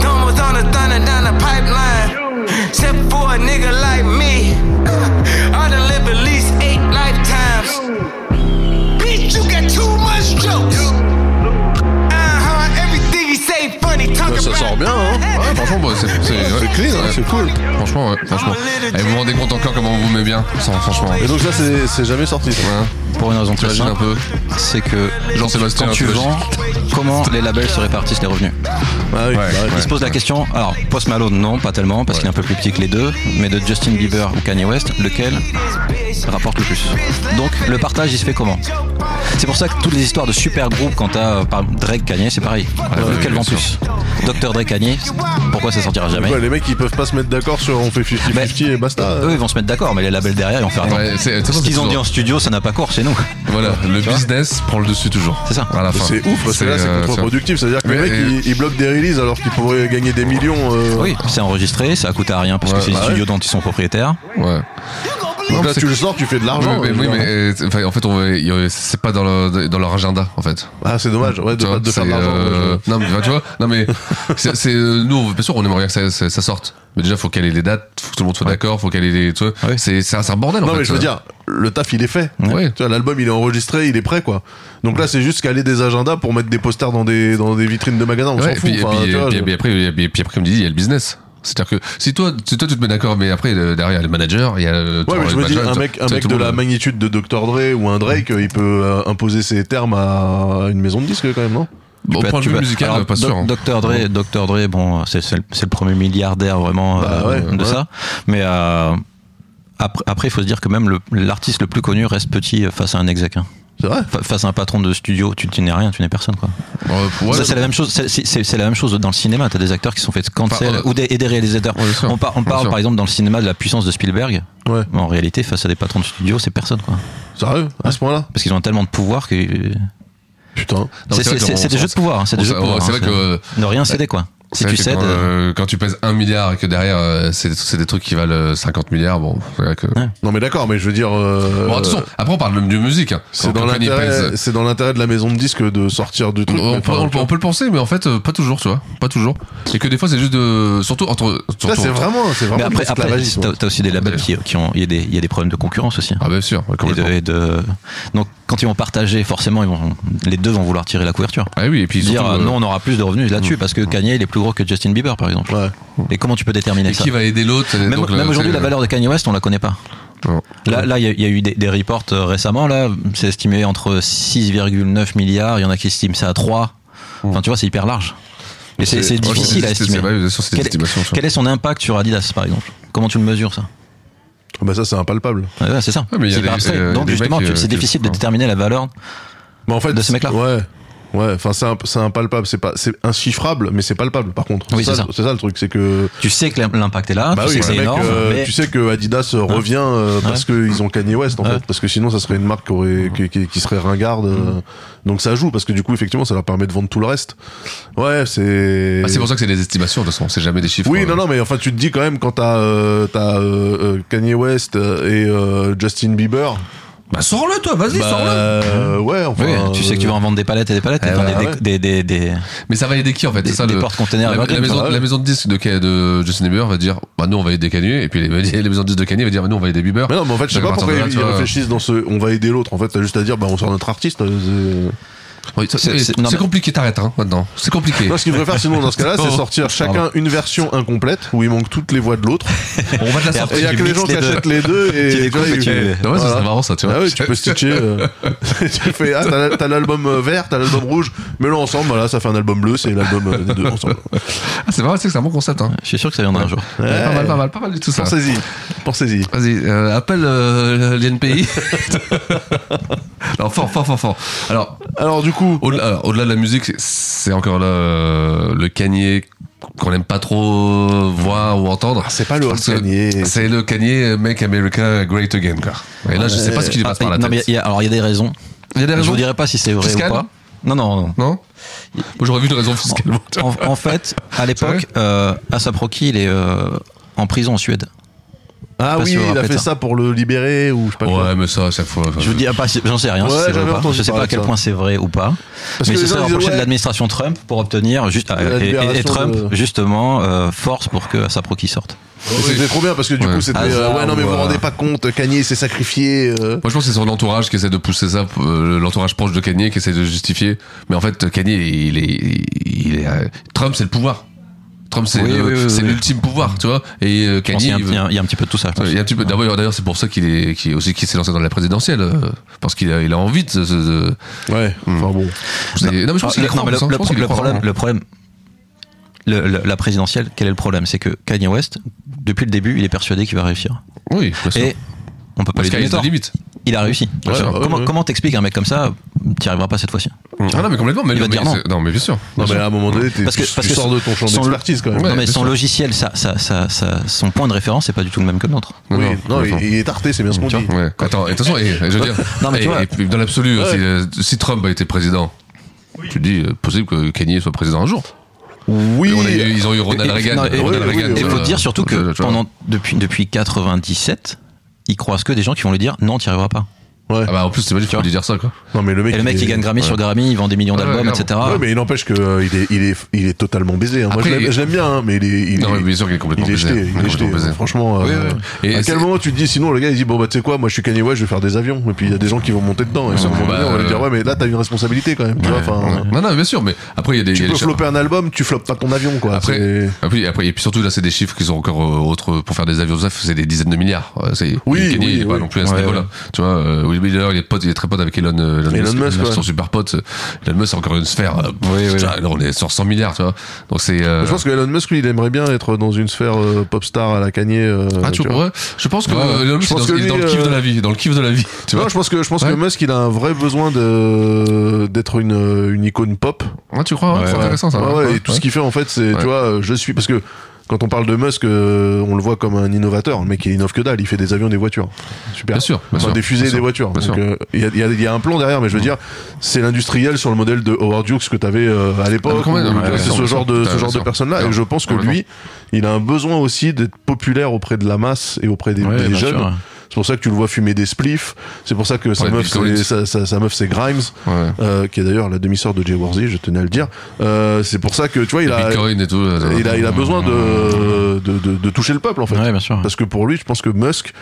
[SPEAKER 9] Almost on the thunder down the pipeline. Except for a nigga like me. I done lived at least eight lifetimes. Bitch, you got too much jokes. Uh-huh, everything you say funny. Talk
[SPEAKER 7] Bah, ça sort bien, hein
[SPEAKER 8] Ouais, franchement, bah, c'est c'est ouais,
[SPEAKER 7] clean, hein,
[SPEAKER 8] ouais.
[SPEAKER 7] c'est cool.
[SPEAKER 8] Franchement, ouais, franchement. Et vous vous rendez compte encore comment on vous met bien, ça, franchement.
[SPEAKER 7] Et donc là, c'est c'est jamais sorti. ça. Ah
[SPEAKER 10] Pour une raison très
[SPEAKER 8] T'imagines
[SPEAKER 10] simple, c'est que
[SPEAKER 8] Jean-Sébastien,
[SPEAKER 10] quand tu
[SPEAKER 8] t'imagines.
[SPEAKER 10] vends, comment les labels se répartissent les revenus
[SPEAKER 7] bah,
[SPEAKER 10] Ils se posent la question, alors Post Malone non, pas tellement, parce qu'il est un peu plus petit que les deux, mais de Justin Bieber ou Kanye West, lequel rapporte le plus Donc le partage il se fait comment C'est pour ça que toutes les histoires de super groupes quand t'as euh, par exemple, Drake Kanye c'est pareil.
[SPEAKER 7] ouais,
[SPEAKER 10] lequel
[SPEAKER 7] bien
[SPEAKER 10] vend
[SPEAKER 7] sûr.
[SPEAKER 10] plus Dr Drake Kanye, pourquoi ça sortira jamais
[SPEAKER 7] Ouais, les mecs, ils peuvent pas se mettre d'accord sur on fait 50-50 et basta.
[SPEAKER 10] Eux ils vont se mettre d'accord, mais les labels derrière ils vont
[SPEAKER 12] hein.
[SPEAKER 10] faire attends,
[SPEAKER 8] Ouais, c'est- c'est
[SPEAKER 10] ce
[SPEAKER 8] comme
[SPEAKER 10] qu'ils ont
[SPEAKER 8] toujours.
[SPEAKER 10] dit en studio ça n'a pas cours chez nous.
[SPEAKER 8] Voilà, le
[SPEAKER 10] Tu vois
[SPEAKER 8] business prend le dessus toujours.
[SPEAKER 10] C'est ça.
[SPEAKER 8] À la fin.
[SPEAKER 7] C'est ouf parce que là c'est
[SPEAKER 8] euh,
[SPEAKER 7] contre-productif, c'est-à-dire que les
[SPEAKER 8] Mais-
[SPEAKER 7] mecs ils, ils bloquent des releases alors qu'ils pourraient gagner des millions. euh,
[SPEAKER 10] Oui, c'est enregistré, ça coûte à rien parce
[SPEAKER 7] Ouais,
[SPEAKER 10] que c'est
[SPEAKER 7] bah
[SPEAKER 10] les
[SPEAKER 7] ouais.
[SPEAKER 10] studios dont ils sont propriétaires.
[SPEAKER 8] Ouais.
[SPEAKER 7] Donc là
[SPEAKER 8] c'est-
[SPEAKER 7] tu le sors, tu fais de
[SPEAKER 10] Ah
[SPEAKER 7] l'argent.
[SPEAKER 8] Oui, mais,
[SPEAKER 7] euh,
[SPEAKER 8] oui, mais,
[SPEAKER 7] évidemment.
[SPEAKER 8] euh, c'est- enfin, en fait, on veut- il y a- c'est pas dans, le- dans leur agenda, en fait.
[SPEAKER 7] Ah c'est dommage, ouais, de,
[SPEAKER 8] Tu vois,
[SPEAKER 7] pas- de faire de
[SPEAKER 8] c'est,
[SPEAKER 7] l'argent.
[SPEAKER 8] euh,
[SPEAKER 7] ouais,
[SPEAKER 8] Non, mais tu vois, non,
[SPEAKER 10] <laughs>
[SPEAKER 8] mais c'est, c'est, euh, nous, on- bien sûr, on aimerait bien que ça, ça- ça sorte. Mais déjà, faut qu'elle ait les dates, faut que tout le monde soit d'accord, faut qu'elle ait les. Tu vois, c'est, c'est, un, c'est un
[SPEAKER 7] je-
[SPEAKER 8] bordel, en
[SPEAKER 7] Non
[SPEAKER 8] fait.
[SPEAKER 10] euh,
[SPEAKER 8] euh.
[SPEAKER 7] mais je veux dire, le taf il est fait.
[SPEAKER 8] Ouais.
[SPEAKER 7] Tu vois, l'album il est enregistré, il est prêt quoi. Donc là c'est juste caler des agendas pour mettre des posters dans des dans des vitrines de magasins. On
[SPEAKER 8] Ouais,
[SPEAKER 7] s'en
[SPEAKER 8] et
[SPEAKER 7] fout.
[SPEAKER 8] puis, et
[SPEAKER 7] enfin,
[SPEAKER 8] puis-
[SPEAKER 7] tu
[SPEAKER 8] et
[SPEAKER 7] vois,
[SPEAKER 8] puis-
[SPEAKER 7] je-
[SPEAKER 8] et puis après, et puis après, comme je dis, il y a le business. C'est-à-dire que si toi, si toi tu te mets d'accord, mais après euh, derrière il y a le manager, il y a le-
[SPEAKER 7] Ouais, mais je
[SPEAKER 8] le
[SPEAKER 7] me dis,
[SPEAKER 8] manager,
[SPEAKER 7] un
[SPEAKER 8] tout-
[SPEAKER 7] mec, un
[SPEAKER 8] tout-
[SPEAKER 7] mec
[SPEAKER 8] tout
[SPEAKER 7] de
[SPEAKER 8] le
[SPEAKER 7] la
[SPEAKER 8] monde.
[SPEAKER 7] magnitude de Dr. Dre ou un Drake, il peut euh, imposer ses termes à une maison de disques quand même, non
[SPEAKER 8] Bon,
[SPEAKER 10] Tu
[SPEAKER 8] point de vue
[SPEAKER 10] peux- Bah, tu peux-
[SPEAKER 8] musical,
[SPEAKER 10] alors,
[SPEAKER 8] pas
[SPEAKER 10] Doc-
[SPEAKER 8] sûr. hein.
[SPEAKER 10] Dr. Dre, Dr. Dre, bon, c'est c'est le c'est le premier milliardaire vraiment
[SPEAKER 7] Bah
[SPEAKER 10] euh,
[SPEAKER 7] ouais,
[SPEAKER 10] de
[SPEAKER 7] ouais.
[SPEAKER 10] ça. Mais euh, après, après, il faut se dire que même le- l'artiste le, plus connu reste petit face à un exec. hein. Fa- face à un patron de studio, tu, tu n'es rien, tu n'es personne quoi.
[SPEAKER 8] Euh, ouais,
[SPEAKER 10] Ça, c'est la même chose. c'est- C'est c'est la même chose dans le cinéma. T'as des acteurs qui sont faits cancel
[SPEAKER 8] Enfin, euh,
[SPEAKER 10] ou des, et des réalisateurs.
[SPEAKER 8] bien sûr,
[SPEAKER 10] on, par- on
[SPEAKER 8] bien
[SPEAKER 10] parle
[SPEAKER 8] sûr.
[SPEAKER 10] par exemple dans le cinéma de la puissance de Spielberg. Mais en réalité, face à des patrons de studio, c'est personne quoi.
[SPEAKER 7] Sérieux à ce point-là
[SPEAKER 10] Parce qu'ils ont tellement de pouvoir que. euh,
[SPEAKER 7] Putain.
[SPEAKER 8] Non,
[SPEAKER 10] C'est
[SPEAKER 8] vrai
[SPEAKER 10] c'est-
[SPEAKER 8] qu'on-
[SPEAKER 10] c'est des jeux de pouvoir. hein, C'est des
[SPEAKER 8] on-
[SPEAKER 10] jeux de
[SPEAKER 8] on-
[SPEAKER 10] pouvoir.
[SPEAKER 8] C'est
[SPEAKER 10] hein,
[SPEAKER 8] vrai que.
[SPEAKER 10] c'est- Ne rien céder quoi. Si
[SPEAKER 8] C'est
[SPEAKER 10] tu
[SPEAKER 8] vrai que
[SPEAKER 10] cèdes.
[SPEAKER 8] Quand, euh, quand tu pèses 1 milliard et que derrière euh, c'est c'est des trucs qui valent 50 milliards, bon, c'est vrai que.
[SPEAKER 7] Non, mais d'accord, mais je veux dire. euh,
[SPEAKER 8] Bon, attention, après on parle même de musique. hein.
[SPEAKER 7] C'est
[SPEAKER 8] Quand
[SPEAKER 7] dans
[SPEAKER 8] Company
[SPEAKER 7] l'intérêt,
[SPEAKER 8] pèse-
[SPEAKER 7] c'est dans l'intérêt de la maison de disques de sortir du truc.
[SPEAKER 8] On,
[SPEAKER 7] mais
[SPEAKER 8] peut,
[SPEAKER 7] enfin,
[SPEAKER 8] on peut- on peut le penser, mais en fait, euh, pas toujours, tu vois. Pas toujours. Et que des fois, c'est juste de. Surtout entre.
[SPEAKER 7] Là, c'est vraiment, c'est
[SPEAKER 10] Mais
[SPEAKER 7] vraiment.
[SPEAKER 10] après,
[SPEAKER 7] de
[SPEAKER 10] après
[SPEAKER 7] l'esclavagisme.
[SPEAKER 10] t'as t'as aussi des labels qui, qui ont, il y, a des- il y a des problèmes de concurrence aussi.
[SPEAKER 8] Ah bien sûr.
[SPEAKER 10] et de, et de- donc quand ils vont partager, forcément, ils vont, les deux vont vouloir tirer la couverture.
[SPEAKER 8] Ah oui, et puis
[SPEAKER 10] dire
[SPEAKER 8] surtout,
[SPEAKER 10] euh,
[SPEAKER 8] euh,
[SPEAKER 10] non, on aura plus de revenus
[SPEAKER 7] Mm.
[SPEAKER 10] là-dessus parce que Kanye il est plus gros que Justin Bieber par exemple. Et comment tu peux déterminer
[SPEAKER 8] Et
[SPEAKER 10] ça
[SPEAKER 8] qui va aider l'autre et
[SPEAKER 10] Même,
[SPEAKER 8] donc,
[SPEAKER 10] même
[SPEAKER 8] euh, c'est-
[SPEAKER 10] aujourd'hui,
[SPEAKER 8] euh,
[SPEAKER 10] la valeur de Kanye West, on la connaît pas. Là, là, il y, a- il y a eu des, des reports euh, récemment. Là, c'est estimé entre 6,9 milliards. Il y en a qui estiment ça à 3.
[SPEAKER 7] Mm.
[SPEAKER 10] Enfin, tu vois, c'est hyper large. Et c'est
[SPEAKER 8] C'est-
[SPEAKER 10] c'est
[SPEAKER 8] ouais, c'est-
[SPEAKER 10] difficile à
[SPEAKER 8] c'est-
[SPEAKER 10] estimer.
[SPEAKER 8] c'est- ouais, bien sûr, c'est des
[SPEAKER 10] Quel-
[SPEAKER 8] estimations, ça.
[SPEAKER 10] quel est son impact sur Adidas, par exemple Comment tu le mesures ça
[SPEAKER 7] Ah Bah ça, c'est impalpable.
[SPEAKER 10] Ouais, ouais, c'est ça.
[SPEAKER 7] Ouais, mais il y a
[SPEAKER 10] C'est
[SPEAKER 7] des-
[SPEAKER 10] hyper abstrait.
[SPEAKER 7] euh,
[SPEAKER 10] Donc
[SPEAKER 7] des
[SPEAKER 10] justement,
[SPEAKER 7] mecs,
[SPEAKER 10] tu-
[SPEAKER 7] euh,
[SPEAKER 10] c'est
[SPEAKER 7] qui-
[SPEAKER 10] difficile de déterminer la valeur.
[SPEAKER 7] Mais en fait,
[SPEAKER 10] de ce mec-là.
[SPEAKER 7] Ouais. Ouais, enfin c'est imp- c'est impalpable, c'est pas c'est inchiffrable, mais c'est palpable par contre.
[SPEAKER 10] Oui, c'est ça.
[SPEAKER 7] le- C'est ça le truc, c'est que
[SPEAKER 10] Tu sais que l'impact est là,
[SPEAKER 7] Bah oui,
[SPEAKER 10] tu sais que
[SPEAKER 7] le
[SPEAKER 10] c'est
[SPEAKER 7] mec,
[SPEAKER 10] énorme.
[SPEAKER 7] euh,
[SPEAKER 10] mais- Hein
[SPEAKER 7] tu sais que Adidas euh, revient euh, parce que ils ont Kanye West en fait, parce que sinon ça serait une marque qui,
[SPEAKER 10] Hein
[SPEAKER 7] aurait, qui, qui- qui serait ringarde. euh, donc ça joue parce que du coup effectivement ça leur permet de vendre tout le reste. Ouais, c'est.
[SPEAKER 10] Bah,
[SPEAKER 8] Ah, c'est pour ça que c'est des estimations, de toute façon. C'est jamais des chiffres.
[SPEAKER 7] Oui,
[SPEAKER 8] euh,
[SPEAKER 7] non, non, mais enfin, tu te dis quand même quand t'as euh, t'as, euh, euh, Kanye West euh, et euh, Justin Bieber.
[SPEAKER 8] Bah sors-le toi, vas-y,
[SPEAKER 7] Bah,
[SPEAKER 8] sors-le.
[SPEAKER 7] euh, ouais, enfin. euh,
[SPEAKER 10] Oui, tu sais que tu vas en vendre des palettes et des palettes,
[SPEAKER 8] Eh
[SPEAKER 10] enfin,
[SPEAKER 8] bah,
[SPEAKER 10] des-
[SPEAKER 8] ouais.
[SPEAKER 10] des, des, des- des-
[SPEAKER 8] Mais ça va aider qui en fait
[SPEAKER 10] Des-
[SPEAKER 8] C'est ça
[SPEAKER 10] des
[SPEAKER 8] le-
[SPEAKER 10] porte-containers
[SPEAKER 8] la,
[SPEAKER 10] américains,
[SPEAKER 8] la maison,
[SPEAKER 10] quoi.
[SPEAKER 8] la maison de disques de, Ka- de Justin Bieber va dire bah nous on va aider Kanye et puis les, <laughs> les maisons de disques de Kanye va dire bah nous on va aider Bieber.
[SPEAKER 7] Mais non, mais en fait, je sais
[SPEAKER 8] Donc,
[SPEAKER 7] pas
[SPEAKER 8] à partir
[SPEAKER 7] pourquoi
[SPEAKER 8] de là,
[SPEAKER 7] ils
[SPEAKER 8] tu vois,
[SPEAKER 7] réfléchissent dans ce. On va aider l'autre. En fait, t'as juste à dire, bah, on sort notre artiste. euh, c'est-
[SPEAKER 8] Oui, ça-
[SPEAKER 7] C'est-
[SPEAKER 8] oui,
[SPEAKER 7] c'est- non,
[SPEAKER 8] C'est
[SPEAKER 7] mais-
[SPEAKER 8] compliqué, t'arrêtes hein, maintenant. C'est compliqué.
[SPEAKER 7] <laughs> Non, ce qu'il devrait faire sinon dans ce cas-là, c'est
[SPEAKER 8] Oh.
[SPEAKER 7] sortir chacun
[SPEAKER 8] Pardon.
[SPEAKER 7] une version incomplète où il manque toutes les voix de l'autre.
[SPEAKER 8] On va te la
[SPEAKER 7] Et
[SPEAKER 8] sortir.
[SPEAKER 7] il y a
[SPEAKER 8] tu
[SPEAKER 7] que les
[SPEAKER 8] mixes
[SPEAKER 7] gens qui
[SPEAKER 8] deux.
[SPEAKER 7] achètent les deux
[SPEAKER 8] Tu
[SPEAKER 7] et
[SPEAKER 8] découpes
[SPEAKER 7] vois,
[SPEAKER 8] et
[SPEAKER 7] ils-
[SPEAKER 8] tu- Ouais,
[SPEAKER 7] voilà.
[SPEAKER 8] ça serait marrant ça, tu vois.
[SPEAKER 7] Ah oui, tu peux stitcher. <laughs> euh, tu fais, ah, t'as la- t'as l'album euh, vert, t'as l'album rouge, mets-le ensemble, voilà, ça fait un album bleu, c'est l'album euh, des deux <laughs> ensemble.
[SPEAKER 8] Ah, c'est marrant, c'est que c'est un bon concept. Hein.
[SPEAKER 10] Je suis sûr que ça viendra un jour.
[SPEAKER 8] Ouais, Pas mal, pas mal, pas mal du tout ça.
[SPEAKER 7] Pensez-y, pensez-y.
[SPEAKER 8] Vas-y, euh, appelle euh, <laughs> l'INPI. Alors, fort, fort, fort, fort. Alors,
[SPEAKER 7] alors du coup,
[SPEAKER 8] au-delà alors, au-delà de la musique, c'est encore là euh, le canier qu'on n'aime pas trop voir ou entendre.
[SPEAKER 7] Ah, c'est pas le
[SPEAKER 8] Parce que
[SPEAKER 7] Cagné.
[SPEAKER 8] C'est le canier Make America Great Again, quoi. Et là, je sais pas ce qui lui passe
[SPEAKER 10] Ah,
[SPEAKER 8] par la
[SPEAKER 10] non, mais
[SPEAKER 8] tête.
[SPEAKER 10] il y a- alors, il y a des raisons.
[SPEAKER 8] Il y a des
[SPEAKER 10] Je
[SPEAKER 8] raisons
[SPEAKER 10] vous dirai pas si c'est vrai
[SPEAKER 8] Fiscales
[SPEAKER 10] ou pas. Non, non,
[SPEAKER 8] non. J'aurais vu une raison fiscalement.
[SPEAKER 10] En, en fait, <laughs> à l'époque, euh, Asap Rocky, il est euh, en prison en Suède.
[SPEAKER 7] Ah
[SPEAKER 10] Je sais pas
[SPEAKER 7] oui,
[SPEAKER 10] si vous vous
[SPEAKER 7] il a
[SPEAKER 10] rappelez
[SPEAKER 7] fait ça pour le libérer ou je sais pas quoi.
[SPEAKER 8] Ouais, mais ça, à chaque fois.
[SPEAKER 10] Je vous dis, ah, pas- j'en sais rien.
[SPEAKER 7] Ouais,
[SPEAKER 10] si c'est vrai
[SPEAKER 7] j'avais
[SPEAKER 10] ou pas.
[SPEAKER 7] entendu
[SPEAKER 10] Je sais pas
[SPEAKER 7] parler
[SPEAKER 10] à quel
[SPEAKER 7] de ça.
[SPEAKER 10] point c'est vrai ou pas.
[SPEAKER 7] Parce
[SPEAKER 10] mais
[SPEAKER 7] que
[SPEAKER 10] c'est
[SPEAKER 7] les
[SPEAKER 10] ça
[SPEAKER 7] gens
[SPEAKER 10] rapproché
[SPEAKER 7] disaient,
[SPEAKER 10] de
[SPEAKER 7] ouais.
[SPEAKER 10] l'administration Trump pour obtenir juste euh,
[SPEAKER 7] La
[SPEAKER 10] et- et,
[SPEAKER 7] libération
[SPEAKER 10] Trump
[SPEAKER 7] de-
[SPEAKER 10] justement euh, force pour que Asaproki sorte. Ah,
[SPEAKER 7] Et C'était trop bien parce que du coup c'était euh, ouais non mais vous vous rendez pas compte Kanye s'est sacrifié euh.
[SPEAKER 8] Moi, je pense que c'est son entourage qui essaie de pousser ça, euh, l'entourage proche de Kanye qui essaie de justifier. Mais en fait, Kanye, il est, il est, euh, Trump, c'est le pouvoir. Trump, c'est
[SPEAKER 10] Oui,
[SPEAKER 8] le-
[SPEAKER 10] oui, oui,
[SPEAKER 8] c'est
[SPEAKER 10] oui.
[SPEAKER 8] l'ultime pouvoir, tu vois. Et euh,
[SPEAKER 10] pense qu'il y
[SPEAKER 8] Kanye,
[SPEAKER 10] a un- il y a un- il y a un petit peu de tout ça. je pense.
[SPEAKER 8] Il y a un petit peu. D'ailleurs, d'ailleurs, c'est pour ça qu'il est, qu'il est aussi qu'il s'est lancé dans la présidentielle, euh, parce qu'il a, il a envie de. se- se- de-
[SPEAKER 7] Ouais. Enfin bon.
[SPEAKER 8] Non, mais je pense qu'il
[SPEAKER 10] Ah, le-
[SPEAKER 8] est
[SPEAKER 10] non, mais le- le- le problème-
[SPEAKER 8] le
[SPEAKER 10] le problème, le- le- la présidentielle, quel est le problème C'est que Kanye West, depuis le début, il est persuadé qu'il va réussir.
[SPEAKER 8] Oui, bien sûr.
[SPEAKER 10] Et on peut pas
[SPEAKER 8] Parce
[SPEAKER 10] lui
[SPEAKER 8] qu'il y a
[SPEAKER 10] donner
[SPEAKER 8] des
[SPEAKER 10] tort.
[SPEAKER 8] limites.
[SPEAKER 10] Il a réussi.
[SPEAKER 8] Bien sûr.
[SPEAKER 10] comment
[SPEAKER 8] Ouais, ouais.
[SPEAKER 10] comment t'expliques un mec comme ça T'y arriveras pas cette fois-ci.
[SPEAKER 8] Ah non, mais complètement. Mais
[SPEAKER 10] Mm. il va
[SPEAKER 8] mais
[SPEAKER 10] te dire non.
[SPEAKER 8] c'est- Non, mais bien sûr.
[SPEAKER 7] Non,
[SPEAKER 8] Bien
[SPEAKER 7] mais
[SPEAKER 8] sûr.
[SPEAKER 7] à un moment donné, t'es-
[SPEAKER 10] Parce que,
[SPEAKER 7] tu-
[SPEAKER 10] parce
[SPEAKER 7] tu
[SPEAKER 10] que
[SPEAKER 7] sors de ton champ
[SPEAKER 10] son-
[SPEAKER 7] d'expertise quand même.
[SPEAKER 10] Non,
[SPEAKER 7] Ouais,
[SPEAKER 10] mais
[SPEAKER 7] bien
[SPEAKER 10] son
[SPEAKER 7] sûr.
[SPEAKER 10] logiciel, ça, ça, ça, ça- son point de référence, c'est pas du tout le même que le nôtre.
[SPEAKER 7] Oui, non, il- il est tarté, c'est bien ce qu'on dit.
[SPEAKER 8] Ouais. Attends, et de toute façon, et, et je veux dire,
[SPEAKER 10] <laughs> Non, mais tu
[SPEAKER 8] et-
[SPEAKER 10] vois.
[SPEAKER 8] et puis dans l'absolu,
[SPEAKER 10] Ouais.
[SPEAKER 8] si, euh, si Trump a été président, tu te dis euh, possible que Kanye soit président un jour.
[SPEAKER 7] Oui.
[SPEAKER 8] Et on a eu- ils ont eu Ronald
[SPEAKER 10] Et- et-
[SPEAKER 8] Reagan.
[SPEAKER 10] non, et-
[SPEAKER 8] Ronald
[SPEAKER 10] oui,
[SPEAKER 8] Reagan,
[SPEAKER 10] oui, oui. Et faut
[SPEAKER 8] euh,
[SPEAKER 10] dire surtout
[SPEAKER 8] tu vois,
[SPEAKER 10] que
[SPEAKER 8] tu vois.
[SPEAKER 10] pendant depuis depuis 97, il croise que des gens qui vont lui dire non, t'y arriveras pas.
[SPEAKER 7] Ouais.
[SPEAKER 8] Ah bah en plus c'est magique tu vas lui dire ça quoi.
[SPEAKER 7] Non mais le mec
[SPEAKER 10] Et le mec, il gagne Grammy sur Grammy, il vend des millions d'albums, etc.
[SPEAKER 7] Ouais, mais il n'empêche que euh, il est il est il est totalement baisé hein. Moi
[SPEAKER 8] Après,
[SPEAKER 7] je l'aime-
[SPEAKER 8] il-
[SPEAKER 7] je l'aime bien hein, mais il est il
[SPEAKER 8] Non,
[SPEAKER 7] est
[SPEAKER 8] mais bien sûr qu'il est complètement
[SPEAKER 7] il est
[SPEAKER 8] baisé.
[SPEAKER 7] jeté,
[SPEAKER 8] Il est
[SPEAKER 7] il est jeté.
[SPEAKER 8] complètement baisé.
[SPEAKER 7] Franchement
[SPEAKER 8] Oui,
[SPEAKER 7] euh,
[SPEAKER 8] oui, oui. Et
[SPEAKER 7] à
[SPEAKER 8] c'est-
[SPEAKER 7] quel moment tu te dis sinon le gars il dit bon bah tu sais quoi moi je suis Kanye West, je vais faire des avions et puis il y a des gens qui vont monter dedans et sur un
[SPEAKER 8] Bah,
[SPEAKER 7] moment donné, on va lui dire
[SPEAKER 8] euh,
[SPEAKER 7] ouais mais là t'as une responsabilité quand même tu vois
[SPEAKER 8] Ouais,
[SPEAKER 7] enfin
[SPEAKER 8] ouais. Non non bien sûr mais après il y a des il y
[SPEAKER 7] Tu
[SPEAKER 8] a
[SPEAKER 7] peux
[SPEAKER 8] des chiffres.
[SPEAKER 7] flopper un album, tu floppes pas ton avion, quoi.
[SPEAKER 8] après, euh, après, après, et puis surtout là, c'est des chiffres qui sont encore euh, autres pour faire des avions. Ça, c'est des dizaines de milliards. Euh, C'est
[SPEAKER 7] Oui,
[SPEAKER 8] Kanye,
[SPEAKER 7] oui,
[SPEAKER 8] il est pas
[SPEAKER 7] oui.
[SPEAKER 8] non plus à ce
[SPEAKER 7] Ouais,
[SPEAKER 8] niveau-là.
[SPEAKER 7] ouais.
[SPEAKER 8] Tu vois, euh, Will Miller, il est pote, il est très pote avec Elon, euh, Elon,
[SPEAKER 7] Elon
[SPEAKER 8] Musk.
[SPEAKER 7] Musk,
[SPEAKER 8] Musk,
[SPEAKER 7] ouais.
[SPEAKER 8] sont super potes. Elon Musk, c'est encore une sphère. euh, pff,
[SPEAKER 10] oui,
[SPEAKER 8] putain, Là, on est sur 100 milliards, tu vois. Donc c'est. euh,
[SPEAKER 7] Je pense que Elon Musk, lui, il aimerait bien être dans une sphère euh, pop star à la Kanye. euh,
[SPEAKER 8] Ah, tu
[SPEAKER 7] vois.
[SPEAKER 8] ouais. Je pense que
[SPEAKER 7] Ouais, ouais.
[SPEAKER 8] euh, Elon
[SPEAKER 7] Je
[SPEAKER 8] Musk est
[SPEAKER 7] pense
[SPEAKER 8] dans,
[SPEAKER 7] que
[SPEAKER 8] il est dans
[SPEAKER 7] lui,
[SPEAKER 8] le kiff
[SPEAKER 7] euh,
[SPEAKER 8] de la vie, dans le kiff de la vie. Tu
[SPEAKER 7] Non,
[SPEAKER 8] vois.
[SPEAKER 7] je pense que je pense
[SPEAKER 8] Ouais.
[SPEAKER 7] que Musk il a un vrai besoin de d'être une une icône pop.
[SPEAKER 8] Ah, tu crois, ouais, c'est intéressant, ça.
[SPEAKER 7] Ouais, ouais,
[SPEAKER 8] Ouais,
[SPEAKER 7] et tout
[SPEAKER 8] ouais.
[SPEAKER 7] ce qu'il fait en fait, c'est
[SPEAKER 8] Ouais.
[SPEAKER 7] tu vois, euh, je suis parce que quand on parle de Musk, euh, on le voit comme un innovateur, le mec il innove que dalle, il fait des avions, des voitures, super.
[SPEAKER 8] Bien sûr, bien
[SPEAKER 7] Enfin,
[SPEAKER 8] sûr,
[SPEAKER 7] des fusées,
[SPEAKER 8] bien
[SPEAKER 7] et des
[SPEAKER 8] sûr,
[SPEAKER 7] voitures.
[SPEAKER 8] bien
[SPEAKER 7] Donc,
[SPEAKER 8] sûr. Mm.
[SPEAKER 7] euh, Il y, a, il y a- il y a un plan derrière, mais je veux dire, c'est l'industriel sur le modèle de Howard Hughes que t'avais euh, à
[SPEAKER 8] Ah, mais
[SPEAKER 7] l'époque.
[SPEAKER 8] quand
[SPEAKER 7] ou-
[SPEAKER 8] même,
[SPEAKER 7] tu
[SPEAKER 8] ouais,
[SPEAKER 7] vois,
[SPEAKER 8] bien
[SPEAKER 7] c'est
[SPEAKER 8] sûr,
[SPEAKER 7] ce
[SPEAKER 8] bien
[SPEAKER 7] genre
[SPEAKER 8] sûr.
[SPEAKER 7] de
[SPEAKER 8] T'as
[SPEAKER 7] ce genre de
[SPEAKER 8] raison.
[SPEAKER 7] personne là,
[SPEAKER 8] T'as
[SPEAKER 7] et je pense que
[SPEAKER 8] raison.
[SPEAKER 7] lui, il a un besoin aussi d'être populaire auprès de la masse et auprès des,
[SPEAKER 10] Ouais,
[SPEAKER 7] des
[SPEAKER 10] bien
[SPEAKER 7] jeunes.
[SPEAKER 10] sûr.
[SPEAKER 7] C'est pour ça que tu le vois fumer des spliffs. C'est pour ça que sa
[SPEAKER 8] Ouais,
[SPEAKER 7] meuf,
[SPEAKER 8] Bill Collins.
[SPEAKER 7] c'est- sa, sa- sa meuf, c'est Grimes, euh, qui est d'ailleurs la demi-sœur de Jay Warzy, je tenais à le dire. Euh, c'est pour ça que tu vois, il a,
[SPEAKER 8] Bitcoin et tout. euh,
[SPEAKER 7] il a, il a besoin de, de, de- de toucher le peuple en fait.
[SPEAKER 10] Ouais, bien sûr.
[SPEAKER 7] Parce que pour lui, je pense que Musk,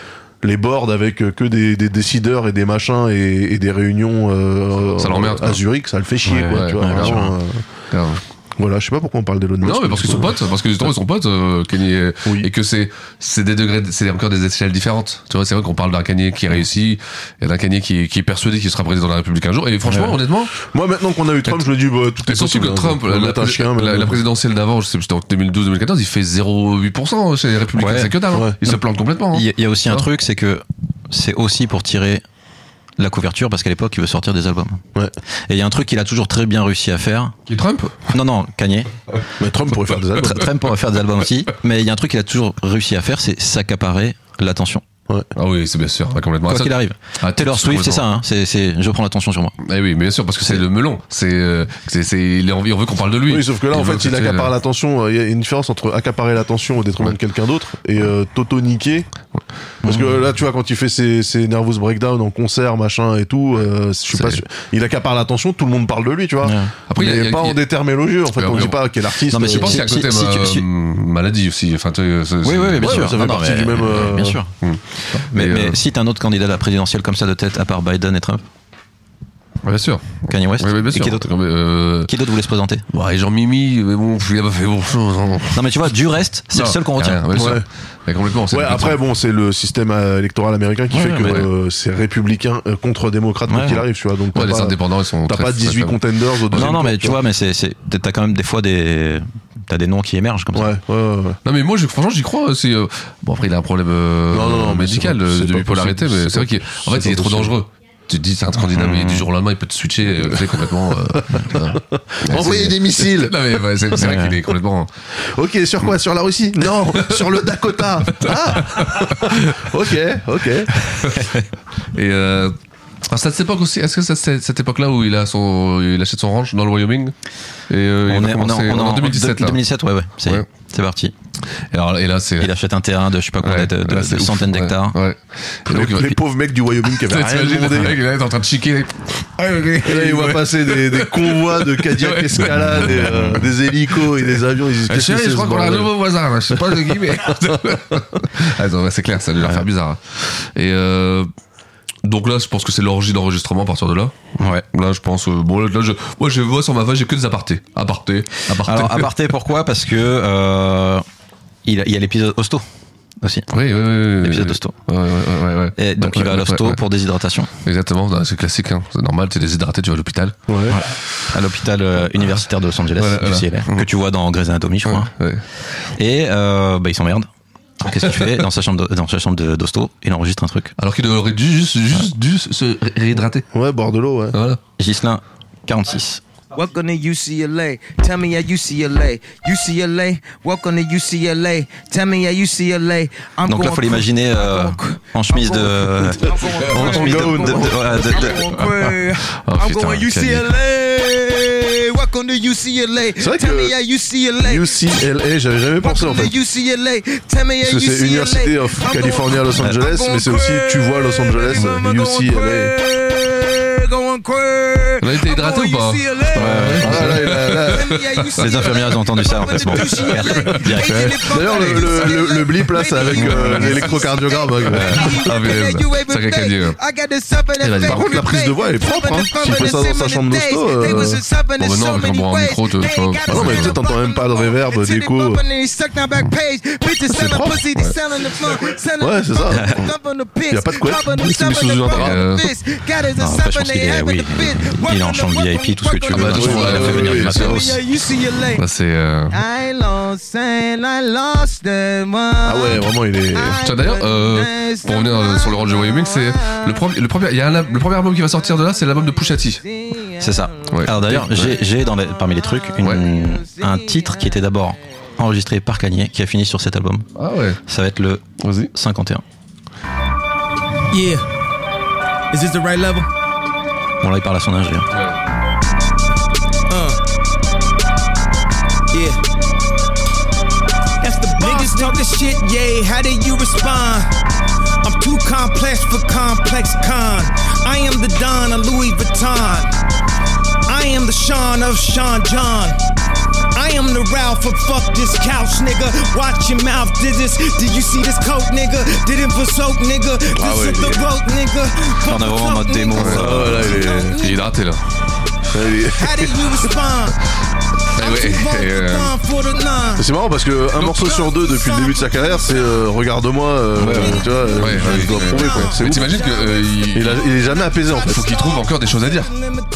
[SPEAKER 7] les boards avec euh, que des, des décideurs et des machins et, et des réunions euh,
[SPEAKER 8] Ça l'emmerde, quoi.
[SPEAKER 7] à Zurich, ça le fait chier.
[SPEAKER 8] Ouais,
[SPEAKER 7] quoi,
[SPEAKER 8] ouais,
[SPEAKER 7] tu vois,
[SPEAKER 8] ouais, bien
[SPEAKER 7] vraiment,
[SPEAKER 8] sûr.
[SPEAKER 7] euh,
[SPEAKER 8] Grave.
[SPEAKER 7] voilà, je sais pas pourquoi on parle d'Elon Musk.
[SPEAKER 8] Non, mais parce qu'ils sont potes, parce que justement ils sont potes, euh, Kanye, euh, et que c'est c'est des degrés, c'est encore des échelles différentes. Tu vois, c'est vrai qu'on parle d'un Kanye qui réussit, et d'un Kanye qui, qui est persuadé qu'il sera président de la République un jour. Et franchement,
[SPEAKER 7] Ouais.
[SPEAKER 8] honnêtement,
[SPEAKER 7] Moi maintenant qu'on a eu Trump, je me dis bah, tout
[SPEAKER 8] et
[SPEAKER 7] est
[SPEAKER 8] surtout
[SPEAKER 7] possible.
[SPEAKER 8] que
[SPEAKER 7] hein.
[SPEAKER 8] Trump,
[SPEAKER 7] On
[SPEAKER 8] la,
[SPEAKER 7] met un chien,
[SPEAKER 8] la-
[SPEAKER 7] mais-
[SPEAKER 8] la présidentielle d'avant, je sais, c'était en 2012-2014, il fait 0,8% chez les Républicains, c'est que dalle. hein. Il se plante complètement. hein.
[SPEAKER 10] Il y a- il y a aussi
[SPEAKER 8] Tu
[SPEAKER 10] un
[SPEAKER 8] vois
[SPEAKER 10] truc, c'est que c'est aussi pour tirer la couverture parce qu'à l'époque il veut sortir des albums. Et il y a un truc qu'il a toujours très bien réussi à faire.
[SPEAKER 8] Qui est Trump
[SPEAKER 10] Non non, Kanye.
[SPEAKER 7] Mais Trump pourrait faire des albums.
[SPEAKER 10] Tr- Trump pourrait faire des albums aussi. Mais il y a un truc qu'il a toujours réussi à faire, c'est s'accaparer l'attention.
[SPEAKER 8] Ah oui, c'est bien sûr, pas complètement.
[SPEAKER 10] Quoi
[SPEAKER 8] Ça-
[SPEAKER 10] qu'il arrive.
[SPEAKER 8] Ah,
[SPEAKER 10] Taylor Swift, c'est ça. hein. C'est, c'est, je prends l'attention sur moi.
[SPEAKER 8] Eh oui, mais bien sûr, parce que c'est le melon. C'est, euh, c'est, c'est, il a envie- on veut qu'on parle de lui.
[SPEAKER 7] Oui, sauf que là, en
[SPEAKER 8] veut
[SPEAKER 7] fait, il
[SPEAKER 8] que c'est-
[SPEAKER 7] accapare l'attention. euh, Il y a une différence entre accaparer l'attention au détriment de quelqu'un d'autre et euh, t'auto-niquer. Parce que là, tu vois, quand il fait ses, ses nervous breakdown en concert, machin et tout, euh, je suis pas sûr. Il accapare l'attention, tout le monde parle de lui, tu vois.
[SPEAKER 8] Après,
[SPEAKER 7] Après,
[SPEAKER 8] il y a-
[SPEAKER 7] il
[SPEAKER 8] il y a-
[SPEAKER 7] n'est pas
[SPEAKER 8] il y a-
[SPEAKER 7] en déterminologie, en fait.
[SPEAKER 8] Ouais,
[SPEAKER 7] On
[SPEAKER 8] mais
[SPEAKER 7] dit
[SPEAKER 8] on-
[SPEAKER 7] pas quel artiste.
[SPEAKER 8] je
[SPEAKER 7] euh,
[SPEAKER 8] pense qu'il y a un côté
[SPEAKER 10] si-
[SPEAKER 8] ma-
[SPEAKER 10] si- si-
[SPEAKER 8] maladie aussi. Enfin, tu vois, c'est-
[SPEAKER 10] Oui, oui, bien
[SPEAKER 7] ouais,
[SPEAKER 10] sûr.
[SPEAKER 7] ça fait
[SPEAKER 10] Non, non,
[SPEAKER 7] partie
[SPEAKER 10] mais-
[SPEAKER 7] du même, euh,
[SPEAKER 10] Bien sûr.
[SPEAKER 8] Hmm.
[SPEAKER 10] Mais,
[SPEAKER 8] Et,
[SPEAKER 10] mais
[SPEAKER 8] euh,
[SPEAKER 10] si t'as un autre candidat à la présidentielle comme ça de tête, à part Biden et Trump,
[SPEAKER 8] Ouais, bien sûr.
[SPEAKER 10] Kanye West,
[SPEAKER 8] Ouais, ouais, bien
[SPEAKER 10] et
[SPEAKER 8] sûr.
[SPEAKER 10] qui d'autre
[SPEAKER 8] Comme, euh,
[SPEAKER 10] qui d'autre voulait se présenter
[SPEAKER 8] Ouais, Jean Mimi, mais bon, il a pas fait bon chose. hein.
[SPEAKER 10] Non, mais tu vois, du reste, c'est
[SPEAKER 8] Non,
[SPEAKER 10] le seul qu'on
[SPEAKER 8] y a
[SPEAKER 10] retient.
[SPEAKER 8] rien, bien sûr.
[SPEAKER 7] Ouais.
[SPEAKER 8] Mais complètement. c'est
[SPEAKER 7] Ouais,
[SPEAKER 8] le but.
[SPEAKER 7] après, bon, c'est le système euh, électoral américain qui
[SPEAKER 8] Ouais,
[SPEAKER 7] fait que
[SPEAKER 8] mais-
[SPEAKER 7] euh, c'est républicain euh, contre démocrate, quoi
[SPEAKER 10] Ouais.
[SPEAKER 7] qu'il arrive, tu vois. Donc,
[SPEAKER 8] Ouais,
[SPEAKER 7] t'as
[SPEAKER 8] les
[SPEAKER 7] pas-
[SPEAKER 8] indépendants, ils sont.
[SPEAKER 7] T'as
[SPEAKER 8] très-
[SPEAKER 7] pas
[SPEAKER 8] très
[SPEAKER 7] 18
[SPEAKER 8] faibles.
[SPEAKER 7] contenders au
[SPEAKER 10] Non,
[SPEAKER 7] deuxième
[SPEAKER 10] non, mais
[SPEAKER 7] tour,
[SPEAKER 10] tu vois, mais c'est, c'est, t'as quand même des fois des, t'as des noms qui émergent comme ça.
[SPEAKER 7] Ouais, ouais, ouais. ouais.
[SPEAKER 8] Non mais moi je, franchement j'y crois c'est euh, bon après il a un problème euh,
[SPEAKER 7] Non, non, non, mais
[SPEAKER 8] médical
[SPEAKER 7] c'est pas-
[SPEAKER 8] euh,
[SPEAKER 7] c'est
[SPEAKER 8] de
[SPEAKER 7] pas
[SPEAKER 8] bipolarité
[SPEAKER 7] possible,
[SPEAKER 8] mais
[SPEAKER 7] c'est
[SPEAKER 8] c'est vrai
[SPEAKER 7] pas-
[SPEAKER 8] qu'il en fait
[SPEAKER 7] c'est
[SPEAKER 8] il est
[SPEAKER 7] pas
[SPEAKER 8] trop
[SPEAKER 7] possible. Mmh.
[SPEAKER 8] dangereux tu te dis c'est un candidat mais du jour au lendemain il peut te switcher euh, tu sais, complètement
[SPEAKER 7] <laughs>
[SPEAKER 8] euh, euh,
[SPEAKER 7] Envoyer
[SPEAKER 8] c'est-
[SPEAKER 7] des missiles.
[SPEAKER 8] <laughs> non mais ouais, c'est c'est vrai qu'il est complètement
[SPEAKER 7] Ok, sur quoi Sur la Russie
[SPEAKER 8] <laughs>
[SPEAKER 7] Non, sur le Dakota. Ah Ok, ok.
[SPEAKER 8] Et euh, Alors, c'est à cette époque aussi. Est-ce que c'est à cette cette époque-là où il a son, il achète son ranch dans le Wyoming et euh,
[SPEAKER 10] on,
[SPEAKER 8] il a
[SPEAKER 10] est, on, est en-
[SPEAKER 8] commencé-
[SPEAKER 10] on est
[SPEAKER 8] on est en 2017 là.
[SPEAKER 10] 2017, ouais, ouais. C'est c'est parti.
[SPEAKER 8] Et, alors, et là, c'est.
[SPEAKER 10] Il achète un terrain de, je sais pas combien, de, de- de centaines d'hectaires.
[SPEAKER 8] Et donc, il va-
[SPEAKER 7] Les pauvres mecs du Wyoming qui avaient rien
[SPEAKER 8] Putain, <laughs> t'imagines,
[SPEAKER 7] demandé.
[SPEAKER 8] le mec, il est en train de chiquer. les-
[SPEAKER 7] Et là, ils voient passer des,
[SPEAKER 8] <laughs>
[SPEAKER 7] des convois de Cadillac
[SPEAKER 8] Ouais.
[SPEAKER 7] Escalade, des, euh, des hélicos et des avions. Ils disent
[SPEAKER 8] Eh,
[SPEAKER 7] qu'est-ce que
[SPEAKER 8] chérie,
[SPEAKER 7] c'est
[SPEAKER 8] je crois
[SPEAKER 7] ce
[SPEAKER 8] qu'on a un
[SPEAKER 7] bordel
[SPEAKER 8] nouveau voisin. là. Je sais pas de qui, mais. <laughs> Attends, ouais, c'est clair, ça a dû leur faire bizarre. hein. Et euh, donc là, je pense que c'est l'orgie d'enregistrement à partir de là.
[SPEAKER 10] Ouais.
[SPEAKER 8] Là, je pense. euh, bon, là, je, moi, je vois sur ma feuille, j'ai que des apartés. Apartés, apartés.
[SPEAKER 10] Alors, aparté, pourquoi Parce que euh, il, il y a l'épisode Hosto aussi.
[SPEAKER 8] Oui, oui, oui.
[SPEAKER 10] L'épisode
[SPEAKER 8] oui.
[SPEAKER 10] Hosto.
[SPEAKER 8] Ouais, ouais, ouais, ouais, ouais.
[SPEAKER 10] Et donc,
[SPEAKER 8] Ouais,
[SPEAKER 10] il va à
[SPEAKER 8] ouais,
[SPEAKER 10] l'hosto
[SPEAKER 8] ouais, ouais.
[SPEAKER 10] pour déshydratation.
[SPEAKER 8] Exactement, non, c'est classique, hein. c'est normal, t'es déshydraté, tu vas à l'hôpital.
[SPEAKER 10] Voilà. À l'hôpital euh, universitaire de Los Angeles,
[SPEAKER 8] Voilà,
[SPEAKER 10] du
[SPEAKER 8] voilà.
[SPEAKER 10] CLR, que tu vois dans Grey's Anatomy, je crois. Et euh, bah, il s'emmerde. Qu'est-ce qu'il fait dans sa chambre, de- dans sa chambre de- d'hosto Il enregistre un truc.
[SPEAKER 8] Alors qu'il aurait dû juste, juste dû se réhydrater.
[SPEAKER 7] Ouais, boire de l'eau, ouais.
[SPEAKER 8] <laughs> Voilà.
[SPEAKER 10] Gislin, 46.
[SPEAKER 14] Welcome to UCLA. Tell me at UCLA. UCLA. Welcome to UCLA. Tell me at UCLA. I'm
[SPEAKER 10] Donc là,
[SPEAKER 14] going
[SPEAKER 10] faut l'imaginer euh, en chemise de. En
[SPEAKER 7] Oh,
[SPEAKER 10] chemise de. de- de- voilà, de- de-
[SPEAKER 7] Ah.
[SPEAKER 14] I'm going UCLA. Welcome to UCLA.
[SPEAKER 7] C'est vrai
[SPEAKER 14] Tell me
[SPEAKER 7] que
[SPEAKER 14] at UCLA.
[SPEAKER 7] UCLA, j'avais jamais pensé en
[SPEAKER 14] Welcome
[SPEAKER 7] fait.
[SPEAKER 14] to UCLA. Tell me
[SPEAKER 7] Parce
[SPEAKER 14] at
[SPEAKER 7] que c'est
[SPEAKER 14] UCLA.
[SPEAKER 7] Université of California Los Angeles, mais c'est aussi tu vois Los Angeles, UCLA.
[SPEAKER 8] Là, il était hydraté ou pas
[SPEAKER 7] Ah, là, là, là. <laughs>
[SPEAKER 10] Les infirmières elles ont entendu ça en fait. Bon. Direct.
[SPEAKER 7] D'ailleurs, le, le- le- le blip là, c'est avec euh, l'électrocardiogramme. hein.
[SPEAKER 8] Ah, mais sacré cadier. hein.
[SPEAKER 14] I got the supper
[SPEAKER 7] Eh ben, par contre, la prise de voix, elle est propre. Hein. S'il fait ça dans sa chambre d'hosto. Euh...
[SPEAKER 8] Bon, bah non, quand on prend un micro, t'es pas.
[SPEAKER 7] Ah non, mais tu sais, t'entends même pas de reverb, d'écho.
[SPEAKER 14] and they suck down back page. Bitches selling
[SPEAKER 7] propre,
[SPEAKER 14] pussy, they
[SPEAKER 7] ouais.
[SPEAKER 14] selling the fun. Selling
[SPEAKER 7] Ouais,
[SPEAKER 14] the
[SPEAKER 7] c'est
[SPEAKER 14] fun.
[SPEAKER 7] ça.
[SPEAKER 14] Thump on the piss.
[SPEAKER 7] Y a pas de couette.
[SPEAKER 14] Pop on the
[SPEAKER 7] Il se met
[SPEAKER 14] sub
[SPEAKER 7] sous
[SPEAKER 14] on the
[SPEAKER 7] un drap.
[SPEAKER 14] rub
[SPEAKER 7] Euh,
[SPEAKER 14] on the fist. Got his
[SPEAKER 10] Non,
[SPEAKER 14] sub
[SPEAKER 10] après, je
[SPEAKER 14] and
[SPEAKER 10] pense
[SPEAKER 14] they
[SPEAKER 10] qu'il est,
[SPEAKER 14] have
[SPEAKER 10] oui,
[SPEAKER 14] it the fist.
[SPEAKER 10] il est
[SPEAKER 14] Working
[SPEAKER 10] en
[SPEAKER 14] the
[SPEAKER 10] chambre VIP, tout ce que tu
[SPEAKER 14] Ah
[SPEAKER 10] veux.
[SPEAKER 14] bah,
[SPEAKER 10] Attention,
[SPEAKER 14] ouais,
[SPEAKER 10] elle a
[SPEAKER 14] ouais,
[SPEAKER 10] fait venir du
[SPEAKER 14] ouais,
[SPEAKER 10] matos.
[SPEAKER 14] ouais, UCLA.
[SPEAKER 8] Là, c'est. euh,
[SPEAKER 14] I lost and I lost the one.
[SPEAKER 8] Ah ouais,
[SPEAKER 7] vraiment, il est.
[SPEAKER 8] Tiens, d'ailleurs, euh, pour revenir euh, sur le range de Wyoming, c'est le premier, le premier, il y a un, le premier album qui va sortir de là, c'est l'album de Pusha T.
[SPEAKER 10] C'est ça.
[SPEAKER 8] Ouais.
[SPEAKER 10] Alors d'ailleurs,
[SPEAKER 8] Ouais.
[SPEAKER 10] j'ai- j'ai dans les- parmi les trucs une- un titre qui était d'abord enregistré par Kanye qui a fini sur cet album.
[SPEAKER 8] Ah ouais.
[SPEAKER 10] Ça va être le 51.
[SPEAKER 13] Yeah. Is this the right level?
[SPEAKER 10] Bon là il parle à son âge. d'ailleurs.
[SPEAKER 13] Uh. Yeah. That's the Niggas talking shit, yay. How do you respond? I'm too complex for complex con. I am the Don of Louis Vuitton. I am the Sean of Sean John. I am the Ralph of fuck this couch, nigga. Watch your mouth, did this? Did you see this coat, nigga? Did it for soap, nigga? This
[SPEAKER 10] Ah ouais,
[SPEAKER 13] is
[SPEAKER 10] il
[SPEAKER 13] the
[SPEAKER 10] est-
[SPEAKER 13] rope, nigga.
[SPEAKER 10] Là, on est vraiment en mode démon.
[SPEAKER 7] là, Ah, il est-
[SPEAKER 8] Il est hydraté là.
[SPEAKER 13] How do you respond?
[SPEAKER 7] Ah,
[SPEAKER 8] Eh ouais, et, euh,
[SPEAKER 13] One for the nine.
[SPEAKER 7] C'est marrant parce que un morceau sur deux depuis le début de sa carrière, c'est euh, regarde-moi, euh, tu vois, euh, je dois prouver quoi. C'est
[SPEAKER 8] Mais
[SPEAKER 7] ouf.
[SPEAKER 8] t'imagines que euh, il...
[SPEAKER 7] Il, a- il est jamais apaisé en fait.
[SPEAKER 8] faut qu'il trouve encore des choses à dire.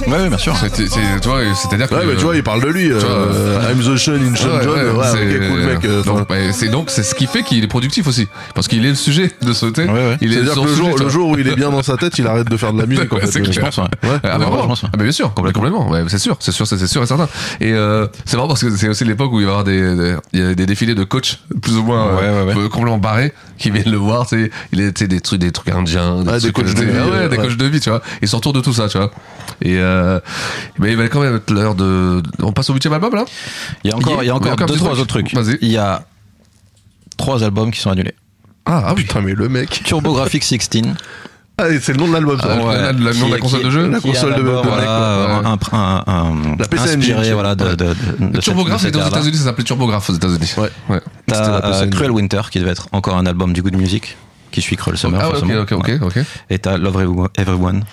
[SPEAKER 10] Ouais, ouais bien sûr.
[SPEAKER 8] C'est, c'est- tu vois, c'est-à-dire que.
[SPEAKER 7] Ouais, bah, tu vois, il parle de lui.
[SPEAKER 8] Tu vois,
[SPEAKER 7] euh, I'm the Sean in Sean John. Ouais, ok, cool, mec. euh,
[SPEAKER 8] donc, bah, c'est donc c'est ce qui fait qu'il est productif aussi, parce qu'il est le sujet de sauter. Il est
[SPEAKER 7] C'est-à-dire
[SPEAKER 8] son
[SPEAKER 7] que le
[SPEAKER 8] sujet,
[SPEAKER 7] jour,
[SPEAKER 8] tu
[SPEAKER 7] le
[SPEAKER 8] vois.
[SPEAKER 7] jour où il est bien dans sa tête, il arrête de faire de la musique. <laughs> en
[SPEAKER 8] Ouais,
[SPEAKER 7] fait,
[SPEAKER 8] c'est clair.
[SPEAKER 7] Ouais.
[SPEAKER 8] Ah, bah,
[SPEAKER 7] Ouais,
[SPEAKER 8] vraiment. Ah, bah, bien sûr, complètement. Ouais, c'est sûr, c'est sûr, c'est c'est sûr et certain. Et euh, c'est marrant parce que c'est aussi l'époque où il va y avoir des, des- il y a des défilés de coachs plus ou moins euh, euh, complètement barrés qui viennent le voir. tu sais. Il est tu sais, des trucs, des trucs indiens,
[SPEAKER 7] Ah, des
[SPEAKER 8] trucs,
[SPEAKER 7] coachs de
[SPEAKER 8] tu sais,
[SPEAKER 7] vie,
[SPEAKER 8] ah ouais,
[SPEAKER 7] euh,
[SPEAKER 8] des
[SPEAKER 7] ouais.
[SPEAKER 8] coachs de vie, tu vois. Il s'entoure de tout ça, tu vois. Et euh, mais il va quand même être l'heure de. On passe au huitième album là.
[SPEAKER 10] Il y a encore, il y a
[SPEAKER 8] Il y a
[SPEAKER 10] encore
[SPEAKER 8] encore
[SPEAKER 10] deux
[SPEAKER 8] des
[SPEAKER 10] trois
[SPEAKER 8] trucs.
[SPEAKER 10] autres trucs. Il y a trois albums qui sont annulés.
[SPEAKER 8] Ah,
[SPEAKER 7] putain mais le mec.
[SPEAKER 10] TurboGrafx 16.
[SPEAKER 7] Ah, et c'est le nom de l'album, ça.
[SPEAKER 10] Ouais.
[SPEAKER 7] Qui-
[SPEAKER 10] Qui-
[SPEAKER 7] qui- La console de, de
[SPEAKER 10] voilà,
[SPEAKER 7] mec. quoi.
[SPEAKER 10] un- un- un-
[SPEAKER 7] La PC
[SPEAKER 10] inspiré,
[SPEAKER 7] Engine.
[SPEAKER 10] voilà, de, de, de- de
[SPEAKER 8] Turbographe,
[SPEAKER 10] cette-
[SPEAKER 8] c'était
[SPEAKER 10] de
[SPEAKER 8] aux
[SPEAKER 10] cette
[SPEAKER 8] États-Unis, ça s'appelait Turbographe aux États-Unis. Ouais. ouais. C'était la
[SPEAKER 10] T'as
[SPEAKER 8] PC
[SPEAKER 10] euh,
[SPEAKER 8] Engine.
[SPEAKER 10] Cruel Winter qui devait être encore un album du Good Music qui suit Cruel Summer.
[SPEAKER 8] Ah ouais,
[SPEAKER 10] forcément.
[SPEAKER 8] ok, ok, ok, ok.
[SPEAKER 10] Et t'as Love Everyone- Everyone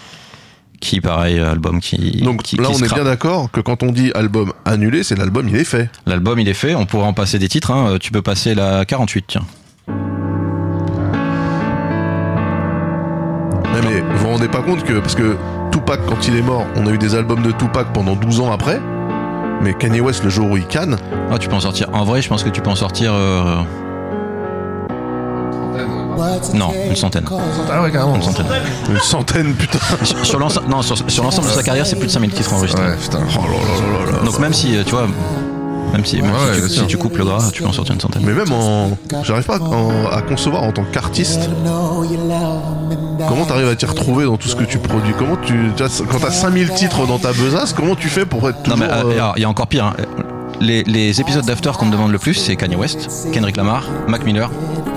[SPEAKER 10] qui pareil album qui
[SPEAKER 7] Donc
[SPEAKER 10] qui-
[SPEAKER 7] là,
[SPEAKER 10] qui
[SPEAKER 7] on est
[SPEAKER 10] scrape.
[SPEAKER 7] bien d'accord que quand on dit album annulé, c'est l'album, il est fait.
[SPEAKER 10] L'album il est fait, on pourrait en passer des titres. hein. Euh, Tu peux passer la 48 tiens.
[SPEAKER 7] Ouais, mais vous vous rendez pas compte que, parce que Tupac, quand il est mort, on a eu des albums de Tupac pendant 12 ans après. Mais Kanye West, le jour où il canne.
[SPEAKER 10] Ah, tu peux en sortir. En vrai, je pense que tu peux en sortir. euh, Non, une centaine.
[SPEAKER 8] Ah ouais, carrément.
[SPEAKER 10] Une centaine.
[SPEAKER 7] Une centaine, putain.
[SPEAKER 10] Sur, sur l'ense-
[SPEAKER 7] Oh
[SPEAKER 10] non, sur, sur l'ensemble de sa carrière, c'est plus de 5000 titres enregistrés.
[SPEAKER 8] Ouais, putain.
[SPEAKER 10] Donc même si, euh, tu vois, Même si, même si tu, si tu coupes le gras, tu peux en sortir une centaine.
[SPEAKER 7] Mais même en. J'arrive pas à, en- à concevoir en tant qu'artiste. Comment t'arrives à t'y retrouver dans tout ce que tu produis Comment tu. tu vois, Quand t'as 5000 titres dans ta besace, comment tu fais pour être
[SPEAKER 10] Non,
[SPEAKER 7] toujours.
[SPEAKER 10] mais euh,
[SPEAKER 7] euh,
[SPEAKER 10] alors, il y a encore pire. hein. Les, les épisodes d'After qu'on me demande le plus, c'est Kanye West, Kendrick Lamar, Mac Miller.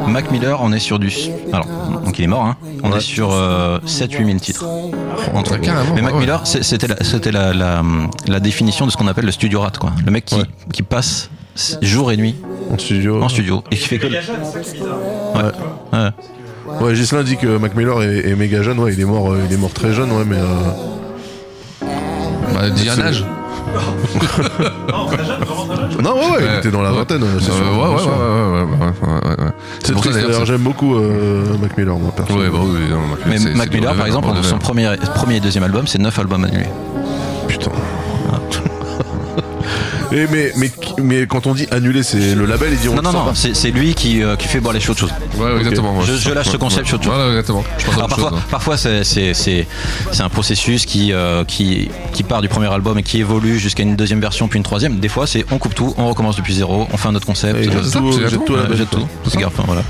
[SPEAKER 10] Mac Miller, on est sur du. Alors, donc il est mort, hein. On est sur euh, 7-8 000 titres. Entre
[SPEAKER 8] carrément,
[SPEAKER 10] mais Mac
[SPEAKER 8] ouais.
[SPEAKER 10] Miller, c'est- c'était la, c'était la, la- la définition de ce qu'on appelle le studio rat, quoi. Le mec qui, qui passe jour et nuit
[SPEAKER 7] en studio,
[SPEAKER 10] et qui fait que. Ouais. Ouais.
[SPEAKER 7] Ouais, Ghislain dit que Mac Miller est, est méga jeune, ouais, il est mort, euh, il est mort très jeune, ouais, mais. euh,
[SPEAKER 8] Bah, dis un âge.
[SPEAKER 7] Non, ouais, ouais, il
[SPEAKER 8] Ouais.
[SPEAKER 7] était dans la
[SPEAKER 8] Ouais.
[SPEAKER 7] vingtaine, ouais, c'est
[SPEAKER 8] Euh,
[SPEAKER 7] sûr.
[SPEAKER 8] ouais,
[SPEAKER 7] bien
[SPEAKER 8] ouais,
[SPEAKER 7] sûr.
[SPEAKER 8] ouais, ouais, ouais, ouais, ouais, ouais.
[SPEAKER 7] C'est
[SPEAKER 8] pour ça,
[SPEAKER 7] triste,
[SPEAKER 8] d'ailleurs,
[SPEAKER 7] d'ailleurs,
[SPEAKER 8] c'est-
[SPEAKER 7] j'aime beaucoup euh, Mac Miller, moi, perso.
[SPEAKER 8] Ouais, bah oui, non, Mac
[SPEAKER 10] Mais
[SPEAKER 8] Miller, c'est-
[SPEAKER 10] Mac
[SPEAKER 8] c'est du
[SPEAKER 10] Miller, par
[SPEAKER 8] level,
[SPEAKER 10] exemple,
[SPEAKER 8] bordel.
[SPEAKER 10] son premier, premier et deuxième album, c'est 9 albums annulés.
[SPEAKER 7] Putain. Et mais, mais, mais quand on dit annuler, c'est le label, ils diront
[SPEAKER 10] Non, non, non, c'est c'est lui qui, euh, qui fait bon, allez, je fais autre chose.
[SPEAKER 8] Ouais, ouais,
[SPEAKER 10] Ok.
[SPEAKER 8] exactement, ouais.
[SPEAKER 10] Je, je lâche
[SPEAKER 8] Ouais,
[SPEAKER 10] ce concept,
[SPEAKER 8] ouais.
[SPEAKER 10] je fais autre chose.
[SPEAKER 8] Voilà, exactement. Je pense à
[SPEAKER 10] Alors,
[SPEAKER 8] autre
[SPEAKER 10] parfois,
[SPEAKER 8] chose, ouais.
[SPEAKER 10] parfois c'est- c'est c'est- c'est un processus qui, euh, qui, qui part du premier album et qui évolue jusqu'à une deuxième version, puis une troisième. Des fois, c'est on coupe tout, on recommence depuis zéro, on fait un autre concept.
[SPEAKER 7] Et
[SPEAKER 10] euh,
[SPEAKER 7] jette tout,
[SPEAKER 10] ouais,
[SPEAKER 7] jette tout à la
[SPEAKER 10] ouais,
[SPEAKER 7] base,
[SPEAKER 10] jette
[SPEAKER 7] quoi.
[SPEAKER 10] tout. C'est grave, enfin, voilà.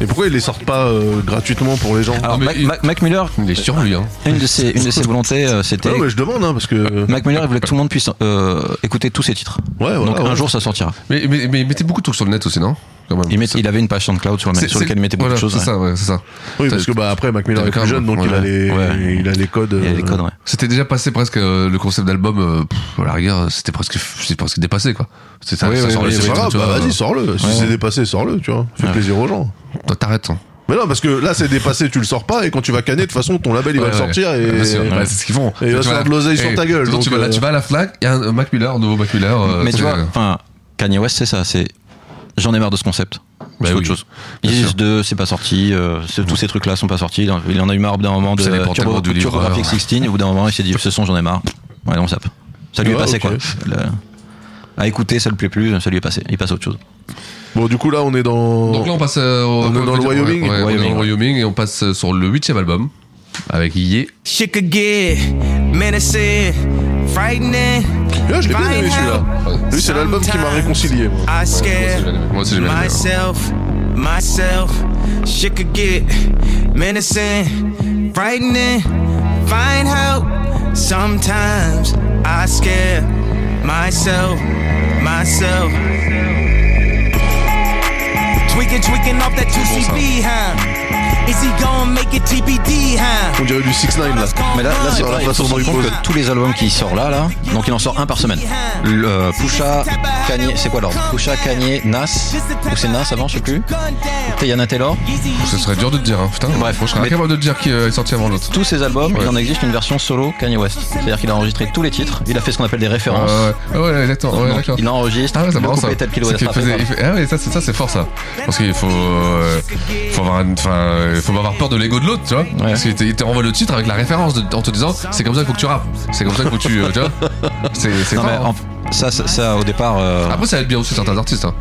[SPEAKER 7] Et pourquoi ils les sortent pas euh, gratuitement pour les gens
[SPEAKER 10] Alors, Mac, Mac- Mac Miller,
[SPEAKER 8] il est sur lui. Hein.
[SPEAKER 10] Une de ses, une de ses volontés, euh, c'était.
[SPEAKER 7] Ouais, ouais, je demande, hein, parce que.
[SPEAKER 10] Mac Miller, il voulait que tout le monde puisse euh, écouter tous ses titres.
[SPEAKER 7] voilà,
[SPEAKER 10] Donc un
[SPEAKER 7] ouais.
[SPEAKER 10] jour, ça sortira.
[SPEAKER 8] Mais, mais, mais il mettait beaucoup de trucs sur le net aussi, non Quand même.
[SPEAKER 10] Il, met- il avait une page SoundCloud sur, le,
[SPEAKER 8] C'est-
[SPEAKER 10] sur laquelle
[SPEAKER 8] c'est-
[SPEAKER 10] il mettait beaucoup
[SPEAKER 8] voilà,
[SPEAKER 10] de choses.
[SPEAKER 8] C'est
[SPEAKER 10] ouais.
[SPEAKER 8] ça, ouais, c'est ça.
[SPEAKER 7] Oui,
[SPEAKER 8] T'as-
[SPEAKER 7] parce que bah, après, Mac Miller
[SPEAKER 8] t'as
[SPEAKER 7] est plus
[SPEAKER 8] quand
[SPEAKER 7] jeune,
[SPEAKER 8] même-
[SPEAKER 7] donc il, a
[SPEAKER 8] ouais.
[SPEAKER 7] les,
[SPEAKER 10] Ouais.
[SPEAKER 7] il a les codes.
[SPEAKER 10] Il y a les
[SPEAKER 7] euh,
[SPEAKER 10] codes, ouais.
[SPEAKER 8] C'était déjà passé presque euh, le concept d'album. euh, pff, à la rigueur, c'était presque, c'est presque dépassé quoi. C'est ça.
[SPEAKER 7] Oui,
[SPEAKER 8] ça
[SPEAKER 7] oui,
[SPEAKER 8] sort
[SPEAKER 7] oui,
[SPEAKER 8] les
[SPEAKER 7] c'est
[SPEAKER 8] trucs,
[SPEAKER 7] pas grave,
[SPEAKER 8] tu vois,
[SPEAKER 7] bah,
[SPEAKER 8] euh,
[SPEAKER 7] vas-y, sors-le. Si
[SPEAKER 8] ouais,
[SPEAKER 7] c'est
[SPEAKER 8] ouais.
[SPEAKER 7] dépassé, sors-le, tu vois. Fais
[SPEAKER 8] Ouais.
[SPEAKER 7] plaisir aux gens.
[SPEAKER 8] Toi, T'arrêtes. hein.
[SPEAKER 7] Mais non, parce que là, c'est dépassé, tu le sors pas, et quand tu vas canner, de toute façon, ton label, il va
[SPEAKER 8] Ouais,
[SPEAKER 7] le
[SPEAKER 8] ouais.
[SPEAKER 7] sortir,
[SPEAKER 8] Ah,
[SPEAKER 7] et.
[SPEAKER 8] bien sûr, bah, c'est ce qu'ils font.
[SPEAKER 7] Et il va
[SPEAKER 8] Tu
[SPEAKER 7] se
[SPEAKER 8] vas-
[SPEAKER 7] faire de l'oseille sur
[SPEAKER 8] et
[SPEAKER 7] ta gueule.
[SPEAKER 8] tu vois,
[SPEAKER 7] Donc,
[SPEAKER 8] tu vas là,
[SPEAKER 7] euh,
[SPEAKER 8] tu vas à la flaque, il y a un Mac Miller, nouveau Mac Miller. euh,
[SPEAKER 10] Mais tu
[SPEAKER 8] c'est-
[SPEAKER 10] vois, enfin, Kanye West, c'est ça. C'est j'en ai marre de ce concept. Je
[SPEAKER 8] Bah
[SPEAKER 10] fais
[SPEAKER 8] oui,
[SPEAKER 10] autre chose.
[SPEAKER 8] bien
[SPEAKER 10] Isis
[SPEAKER 8] sûr.
[SPEAKER 10] 2, c'est pas sorti. euh, c'est- tous ces trucs-là sont pas sortis. Il en- Il en a eu marre au bout d'un moment de
[SPEAKER 8] Ça dépend tellement du livreur.
[SPEAKER 10] Graphic 16. Au bout d'un moment, il s'est dit ce son, j'en ai marre. Ouais, on zappe. Ça lui
[SPEAKER 7] Ouais,
[SPEAKER 10] est passé
[SPEAKER 7] ok.
[SPEAKER 10] quoi. Le- À écouter, ça le plaît plus. Ça lui est passé. Il passe à autre chose.
[SPEAKER 7] Bon, du coup, là, on est dans.
[SPEAKER 8] Donc là, on passe euh, au-
[SPEAKER 7] On est dans le
[SPEAKER 8] ouais,
[SPEAKER 7] Wyoming.
[SPEAKER 8] ouais, on est dans
[SPEAKER 10] Wyoming.
[SPEAKER 8] le Wyoming et on passe euh, sur le huitième album avec Ye.
[SPEAKER 9] Shit could get menacing, frightening.
[SPEAKER 7] Là, Ah, je l'ai bien aimé,
[SPEAKER 9] Find
[SPEAKER 7] celui-là.
[SPEAKER 9] out
[SPEAKER 7] Lui, c'est l'album qui m'a réconcilié, moi.
[SPEAKER 9] I scare
[SPEAKER 8] Moi aussi, j'ai bien aimé.
[SPEAKER 9] myself, myself. Shit could get menacing, frightening. Find help. Sometimes I scare myself, myself. Tweaking, tweaking off that 2CB, huh? Is he gonna make it TBD, huh?
[SPEAKER 7] On dirait du 6 9 là. Ah,
[SPEAKER 10] Mais là, là c'est
[SPEAKER 7] Sur la
[SPEAKER 10] pareil,
[SPEAKER 7] façon
[SPEAKER 10] faut
[SPEAKER 7] dont
[SPEAKER 10] se
[SPEAKER 7] il
[SPEAKER 10] rendre
[SPEAKER 7] pose.
[SPEAKER 10] compte que tous les albums qui sortent là, là, donc il en sort un par semaine. Le, euh, Pusha, Kanye, c'est quoi l'ordre Pusha, Kanye, Nas, ou c'est Nas avant, je sais plus. Tayana Taylor.
[SPEAKER 8] Ce serait dur de te dire, hein. putain.
[SPEAKER 10] Bref,
[SPEAKER 8] Moi, je serais
[SPEAKER 10] mais-
[SPEAKER 8] incapable de te dire qui euh, est sorti avant l'autre.
[SPEAKER 10] Tous ces albums,
[SPEAKER 8] Ouais.
[SPEAKER 10] il en existe une version solo Kanye West. C'est-à-dire qu'il a enregistré tous les titres, il a fait ce qu'on appelle des
[SPEAKER 8] Ah
[SPEAKER 10] références.
[SPEAKER 8] ouais, ouais, ouais, exactement. Ouais,
[SPEAKER 10] Donc,
[SPEAKER 8] d'accord.
[SPEAKER 10] il enregistre,
[SPEAKER 8] Ah ouais,
[SPEAKER 10] le
[SPEAKER 8] c'est marrant ça.
[SPEAKER 10] coupé tel qu'il
[SPEAKER 8] C'est
[SPEAKER 10] doit
[SPEAKER 8] qu'il
[SPEAKER 10] être
[SPEAKER 8] faisait- il fait- Ah ouais, ça, c'est- ça, c'est fort ça. Parce qu'il faut, euh, faut avoir, une- enfin, euh, faut pas avoir peur de l'ego de l'autre, tu vois. Parce qu'il te, il te renvoie le titre avec la référence de- en te disant, c'est comme ça qu'il faut que tu rappes. C'est comme ça qu'il faut que tu, euh, tu
[SPEAKER 10] <laughs>
[SPEAKER 8] vois. C'est, c'est
[SPEAKER 10] Non,
[SPEAKER 8] fort,
[SPEAKER 10] mais
[SPEAKER 8] hein.
[SPEAKER 10] en- ça, ça, ça, au départ. euh,
[SPEAKER 8] Après, ça aide bien aussi certains artistes. Hein.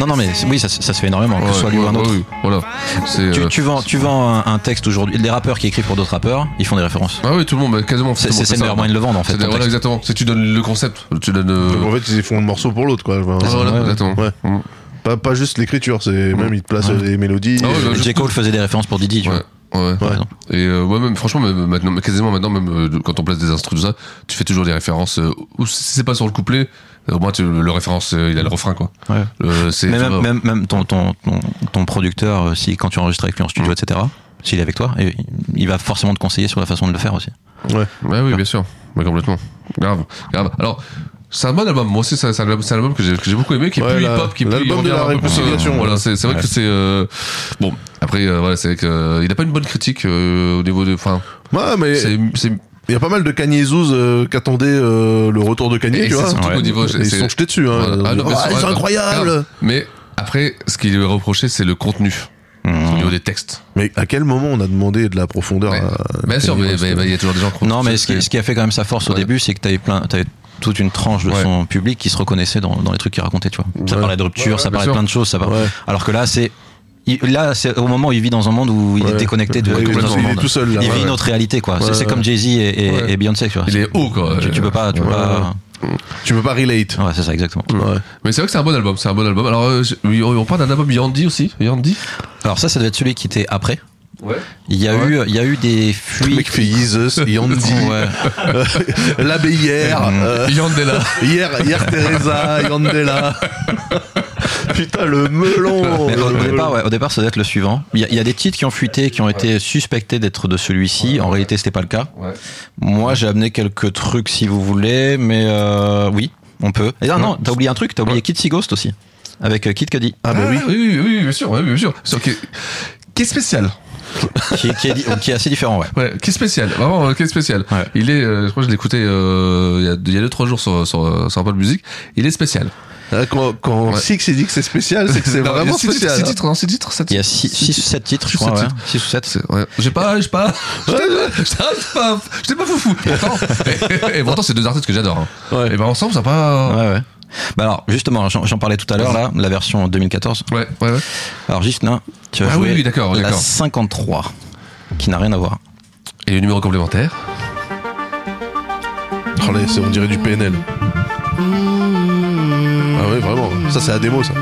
[SPEAKER 10] Non, non, mais c'est- oui, ça, ça se fait énormément, que
[SPEAKER 8] Ouais,
[SPEAKER 10] ce soit lui ou
[SPEAKER 8] ouais,
[SPEAKER 10] un autre.
[SPEAKER 8] ouais, oui, voilà. C'est, euh,
[SPEAKER 10] Tu, tu vends, tu vends un, un texte aujourd'hui. Les rappeurs qui écrivent pour d'autres rappeurs, ils font des références.
[SPEAKER 8] Ah oui, tout le monde, bah, quasiment.
[SPEAKER 10] C'est-
[SPEAKER 8] tout
[SPEAKER 10] c'est-
[SPEAKER 8] monde fait
[SPEAKER 10] c'est le
[SPEAKER 8] ça.
[SPEAKER 10] meilleur moyen de le vendre, en fait,
[SPEAKER 8] C'est-
[SPEAKER 10] ton
[SPEAKER 8] Voilà,
[SPEAKER 10] texte.
[SPEAKER 8] exactement. C'est tu donnes le concept. Tu donnes. euh,
[SPEAKER 7] En fait, ils font le morceau pour l'autre, quoi. Enfin,
[SPEAKER 8] Ah, voilà,
[SPEAKER 7] ouais.
[SPEAKER 8] exactement.
[SPEAKER 7] Ouais. Pas, pas juste l'écriture, c'est même ils te placent des mélodies.
[SPEAKER 8] Ah ouais,
[SPEAKER 7] euh,
[SPEAKER 8] bah,
[SPEAKER 10] J. Cole faisait des références pour Didi, tu vois.
[SPEAKER 8] Ouais.
[SPEAKER 10] Par exemple.
[SPEAKER 8] Et euh, ouais, même franchement, même maintenant, mais quasiment maintenant, même euh, quand on place des instrus tout ça, tu fais toujours des références. euh, ou si c'est pas sur le couplet, euh, au moins tu- le référence, euh, il a le refrain quoi.
[SPEAKER 10] Ouais.
[SPEAKER 8] Euh, c'est
[SPEAKER 10] Mais
[SPEAKER 8] tu
[SPEAKER 10] même,
[SPEAKER 8] vois,
[SPEAKER 10] même, même ton, ton, ton, ton producteur, euh, si, quand tu enregistres avec lui en studio, etc., s'il est avec toi, et il va forcément te conseiller sur la façon de le faire aussi.
[SPEAKER 7] Ouais.
[SPEAKER 8] Ouais, oui, bien sûr. Ouais, complètement. Grave, grave. Alors, c'est un bon album. Moi aussi, c'est c'est un album, c'est un album que j'ai que j'ai beaucoup aimé, qui est
[SPEAKER 7] Ouais,
[SPEAKER 8] plus
[SPEAKER 7] la-
[SPEAKER 8] hip-hop, qui est plus.
[SPEAKER 7] l'album de la
[SPEAKER 8] revient un peu plus, euh,
[SPEAKER 7] réconciliation,
[SPEAKER 8] Voilà,
[SPEAKER 7] ouais.
[SPEAKER 8] c'est c'est vrai
[SPEAKER 7] Ouais.
[SPEAKER 8] que c'est. euh, bon, après, euh, voilà, c'est vrai que, euh, il a pas une bonne critique euh, au niveau de. Enfin,
[SPEAKER 7] Ouais, mais
[SPEAKER 8] c'est. c'est-
[SPEAKER 7] il y a pas mal de Kanye Zouz euh, qui attendaient euh, le retour de Kanye,
[SPEAKER 8] Et
[SPEAKER 7] tu
[SPEAKER 8] c'est
[SPEAKER 7] vois.
[SPEAKER 8] surtout qu'au
[SPEAKER 7] Ouais.
[SPEAKER 8] niveau-
[SPEAKER 7] Et ils
[SPEAKER 8] c'est-
[SPEAKER 7] sont jetés dessus. Hein.
[SPEAKER 8] Voilà. Ah, non, bien
[SPEAKER 7] Ah,
[SPEAKER 8] sûr,
[SPEAKER 7] ils
[SPEAKER 8] ouais,
[SPEAKER 7] sont
[SPEAKER 8] bah,
[SPEAKER 7] incroyables
[SPEAKER 8] grave. Mais après, ce qui lui est reproché, c'est le contenu.
[SPEAKER 7] Mm.
[SPEAKER 8] Au niveau des textes.
[SPEAKER 7] Mais à quel moment on a demandé de la profondeur à
[SPEAKER 8] Bien sûr,
[SPEAKER 7] Kanye
[SPEAKER 8] mais
[SPEAKER 7] West
[SPEAKER 8] mais- mais il y a toujours des gens qui ont-
[SPEAKER 10] Non, mais ce qui, ce qui a fait quand même sa force au début, c'est que t'avais plein, t'avais toute une tranche de son public qui se reconnaissait dans, dans les trucs qu'il racontait, tu vois. Ça parlait de rupture,
[SPEAKER 8] Ouais,
[SPEAKER 10] ça
[SPEAKER 8] bien
[SPEAKER 10] parlait de
[SPEAKER 8] sûr.
[SPEAKER 10] plein de choses, ça parlait-
[SPEAKER 7] Ouais.
[SPEAKER 10] Alors que là, c'est, il- là, c'est au moment où il vit dans un monde où il
[SPEAKER 7] Ouais.
[SPEAKER 10] est déconnecté de,
[SPEAKER 7] Ouais, il est
[SPEAKER 10] de
[SPEAKER 7] tout-
[SPEAKER 10] notre
[SPEAKER 7] il est
[SPEAKER 10] monde.
[SPEAKER 7] tout seul, là,
[SPEAKER 10] il vit
[SPEAKER 7] ouais.
[SPEAKER 10] une autre réalité, quoi.
[SPEAKER 7] Ouais,
[SPEAKER 10] c'est c'est
[SPEAKER 7] ouais.
[SPEAKER 10] comme Jay-Z et, et-
[SPEAKER 7] Ouais.
[SPEAKER 10] et Beyoncé, tu vois.
[SPEAKER 8] Il est haut, quoi.
[SPEAKER 10] Tu, tu peux pas, tu peux
[SPEAKER 7] Ouais.
[SPEAKER 10] pas.
[SPEAKER 7] Tu peux pas relate.
[SPEAKER 10] Ouais, c'est ça, exactement.
[SPEAKER 8] Mais c'est vrai que c'est un bon album, c'est un bon album. Alors, euh, je- on parle d'un album Yandy aussi. Yandy
[SPEAKER 10] Alors ça, ça devait être celui qui était après.
[SPEAKER 8] Ouais.
[SPEAKER 10] Il y a eu, il y a eu des fuites. Le mec
[SPEAKER 7] fait Jesus, Yandi, <laughs> l'abeillère, euh,
[SPEAKER 8] Yandela.
[SPEAKER 7] Hier, hier Teresa, Yandela. <laughs> Putain, le melon. Oh,
[SPEAKER 10] Mais
[SPEAKER 7] le
[SPEAKER 10] au, au
[SPEAKER 7] melon.
[SPEAKER 10] départ, ouais, au départ, ça doit être le suivant. Il y, a- il y a des titres qui ont fuité, qui ont été suspectés d'être de celui-ci. En réalité, c'était pas le cas. Moi, j'ai amené quelques trucs si vous voulez, mais euh, oui, on peut. Et non, non, t'as oublié un truc, t'as oublié Kid Sea Ghost aussi, avec euh, Kid Cudi.
[SPEAKER 7] Ah
[SPEAKER 8] bah oui. oui, oui, bien sûr, oui, bien sûr. Sauf que- qui est spécial.
[SPEAKER 10] qui, est, qui est- qui est assez différent, ouais.
[SPEAKER 8] Ouais, qui est spécial, vraiment, euh, qui est spécial. Il est, euh, je crois que je l'ai écouté euh, il y a deux- il y a deux trois jours sur sur euh, sur Apple Music. Il est spécial.
[SPEAKER 7] Quand, quand Six il dit que c'est spécial, c'est que <laughs> c'est vraiment spécial.
[SPEAKER 8] Six titres, non, six titres, sept
[SPEAKER 10] Il y a 6 ou 7 titres, je crois. ouais. Six ou 7.
[SPEAKER 8] J'ai pas, j'ai pas, j'étais pas, j'étais pas foufou. Pourtant, et, et pourtant, <laughs> c'est deux artistes que j'adore. hein. Et ben ensemble, ça pas.
[SPEAKER 10] Ouais, ouais. Bah alors, justement, j'en j'en parlais tout à l'heure, là, la version 2014.
[SPEAKER 8] Ouais, ouais, ouais.
[SPEAKER 10] Alors, Gislin, tu as
[SPEAKER 8] Ah
[SPEAKER 10] joué
[SPEAKER 8] oui, oui, d'accord,
[SPEAKER 10] la
[SPEAKER 8] d'accord.
[SPEAKER 10] 53, qui n'a rien à voir.
[SPEAKER 8] Et le numéro complémentaire
[SPEAKER 7] Oh là, c'est- on dirait du PNL. Ah ouais, vraiment. Ça, c'est la démo, ça.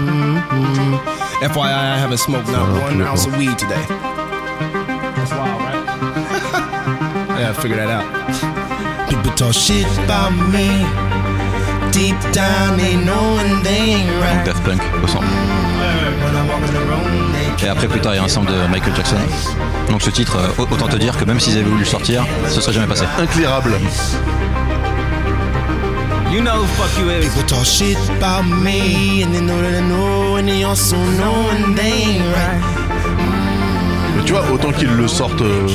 [SPEAKER 15] FYI, I haven't smoked not
[SPEAKER 7] Oh,
[SPEAKER 15] one
[SPEAKER 7] beautiful.
[SPEAKER 15] ounce of weed today. That's wild, right? <laughs> I gotta figure that out. People talk shit about me. Deep down, they knowing they ain't right.
[SPEAKER 10] Daft Punk, au centre. Et après, plus tard, il y a un sample de Michael Jackson. Donc, ce titre, euh, autant te dire que même s'ils avaient voulu le sortir, ce serait jamais passé.
[SPEAKER 7] Inclirable.
[SPEAKER 15] You know who fuck you is. People talk shit about me, and they know that I know, and they also knowing they ain't right.
[SPEAKER 7] Mais tu vois, autant qu'ils le sortent. euh,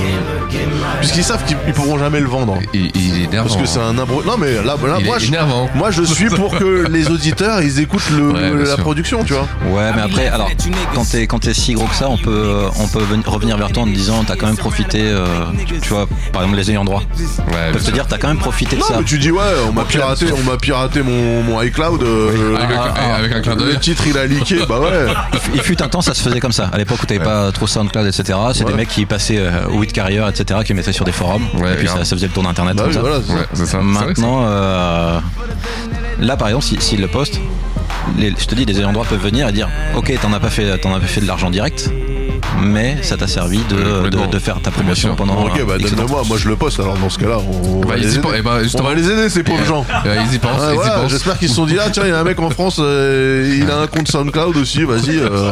[SPEAKER 7] Puisqu'ils savent qu'ils ils pourront jamais le vendre.
[SPEAKER 8] Il, est énervant.
[SPEAKER 7] Parce que c'est un abro. Non, mais là, là,
[SPEAKER 10] Il
[SPEAKER 7] moi,
[SPEAKER 10] est
[SPEAKER 7] je,
[SPEAKER 10] énervant.
[SPEAKER 7] moi, je suis pour
[SPEAKER 10] <laughs>
[SPEAKER 7] que les auditeurs, ils écoutent le,
[SPEAKER 10] Ouais, bien
[SPEAKER 7] la
[SPEAKER 10] sûr.
[SPEAKER 7] production, tu vois.
[SPEAKER 10] Ouais, mais après, alors, quand t'es quand t'es si gros que ça, on peut euh, on peut ven- revenir vers toi en te disant t'as quand même profité, euh, tu vois, par exemple les ayants droit.
[SPEAKER 8] Ouais,
[SPEAKER 10] peuvent te dire t'as quand même profité de
[SPEAKER 7] Non,
[SPEAKER 10] ça.
[SPEAKER 7] mais tu dis ouais, on m'a
[SPEAKER 10] Ok,
[SPEAKER 7] piraté,
[SPEAKER 10] là-dessus.
[SPEAKER 7] on m'a piraté mon, mon iCloud. euh,
[SPEAKER 10] Avec un- avec un clin d'œil.
[SPEAKER 7] Le titre, il a leaké, bah ouais.
[SPEAKER 10] Il f- Il fut un temps, ça se faisait comme ça. À l'époque où t'avais pas trop SoundCloud, etc. C'est des mecs qui passaient euh, au 8 carrière, etc. qui mettaient sur des forums. et puis ça,
[SPEAKER 8] grave.
[SPEAKER 10] ça faisait le tour d'internet.
[SPEAKER 8] Bah
[SPEAKER 10] comme
[SPEAKER 8] oui,
[SPEAKER 10] ça.
[SPEAKER 8] voilà, c'est ça. Ouais, c'est ça. C'est
[SPEAKER 10] Maintenant, euh, là par exemple, si- s'ils le postent, les- je te dis, les ayants droit peuvent venir et dire, ok, t'en as pas fait, t'en as pas fait de l'argent direct, mais ça t'a servi de, de, de faire ta promotion pendant.
[SPEAKER 7] Ok, bah
[SPEAKER 10] X temps.
[SPEAKER 7] donne-le moi, moi je le poste alors dans ce cas-là. On,
[SPEAKER 10] Bah,
[SPEAKER 7] va,
[SPEAKER 10] ils
[SPEAKER 7] les
[SPEAKER 10] y
[SPEAKER 7] aider.
[SPEAKER 10] pensent, eh ben,
[SPEAKER 7] on
[SPEAKER 10] justement.
[SPEAKER 7] va les aider, ces pauvres
[SPEAKER 10] Ouais,
[SPEAKER 7] gens.
[SPEAKER 8] ils y pensent, ils y
[SPEAKER 7] voilà,
[SPEAKER 8] pensent. <laughs>
[SPEAKER 7] J'espère qu'ils se sont dit, ah tiens, il y a un mec en France, euh, il a un compte SoundCloud aussi, vas-y. euh.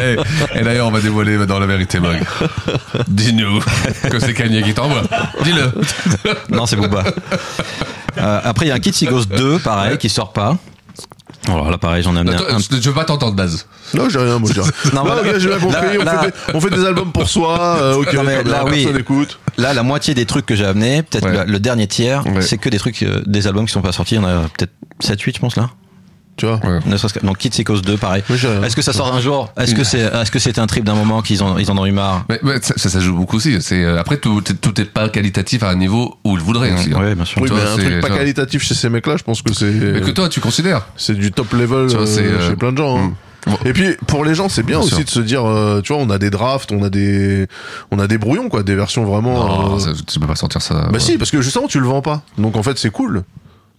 [SPEAKER 8] et, Eh, et d'ailleurs, on va dévoiler dans la
[SPEAKER 7] <laughs>
[SPEAKER 8] vérité, Mog. Dis-nous que c'est Kanye qui t'envoie. Dis-le.
[SPEAKER 10] Non,
[SPEAKER 7] <laughs>
[SPEAKER 10] c'est Booba. Euh, après, il y a un Kid Sea Ghost 2, pareil, qui sort pas. Alors là, pareil, j'en ai amené
[SPEAKER 8] Attends,
[SPEAKER 10] un.
[SPEAKER 8] Je je veux pas t'entendre, Daz.
[SPEAKER 7] Non, j'ai rien, moi j'ai rien.
[SPEAKER 10] Non,
[SPEAKER 7] Ouais,
[SPEAKER 10] voilà.
[SPEAKER 7] ok, j'ai bien compris,
[SPEAKER 10] Là,
[SPEAKER 7] on,
[SPEAKER 10] là-
[SPEAKER 7] Fait des, on fait des albums pour soi, euh, ok,
[SPEAKER 10] Non, mais
[SPEAKER 7] très bien,
[SPEAKER 10] là, oui.
[SPEAKER 7] personne écoute.
[SPEAKER 10] Là, la moitié des trucs que j'ai amenés, peut-être le, le dernier tiers, c'est que des trucs, euh, des albums qui sont pas sortis. Il y en a peut-être 7, 8, je pense, là.
[SPEAKER 7] Tu vois
[SPEAKER 10] Ne serait-ce que- Donc, Kid Sea Ghost 2, pareil. Est-ce que ça sort un jour Est-ce que c'est, est-ce que c'était un trip d'un moment qu'ils en, ils en ont eu marre
[SPEAKER 8] Mais, mais ça, ça- ça joue beaucoup aussi. C'est euh, après tout, est- tout est pas qualitatif à un niveau où il voudrait. aussi.
[SPEAKER 10] Ouais, bien sûr.
[SPEAKER 7] Oui,
[SPEAKER 8] Tu
[SPEAKER 7] mais
[SPEAKER 8] vois,
[SPEAKER 7] un
[SPEAKER 8] c'est-
[SPEAKER 7] truc pas
[SPEAKER 8] tu vois.
[SPEAKER 7] qualitatif chez ces mecs-là, je pense que c'est.
[SPEAKER 8] Mais que toi, tu considères.
[SPEAKER 7] C'est du top level
[SPEAKER 8] Tu vois,
[SPEAKER 7] euh,
[SPEAKER 8] c'est, euh,
[SPEAKER 7] chez plein de gens. hein. Et puis pour les gens, c'est bien,
[SPEAKER 8] Bien
[SPEAKER 7] aussi
[SPEAKER 8] sûr.
[SPEAKER 7] de se dire, euh, tu vois, on a des drafts, on a des, on a des brouillons quoi, des versions vraiment.
[SPEAKER 8] Non,
[SPEAKER 7] euh,
[SPEAKER 8] ça- tu peux pas sortir ça.
[SPEAKER 7] Bah si, parce que justement, tu le vends pas. Donc en fait, c'est cool.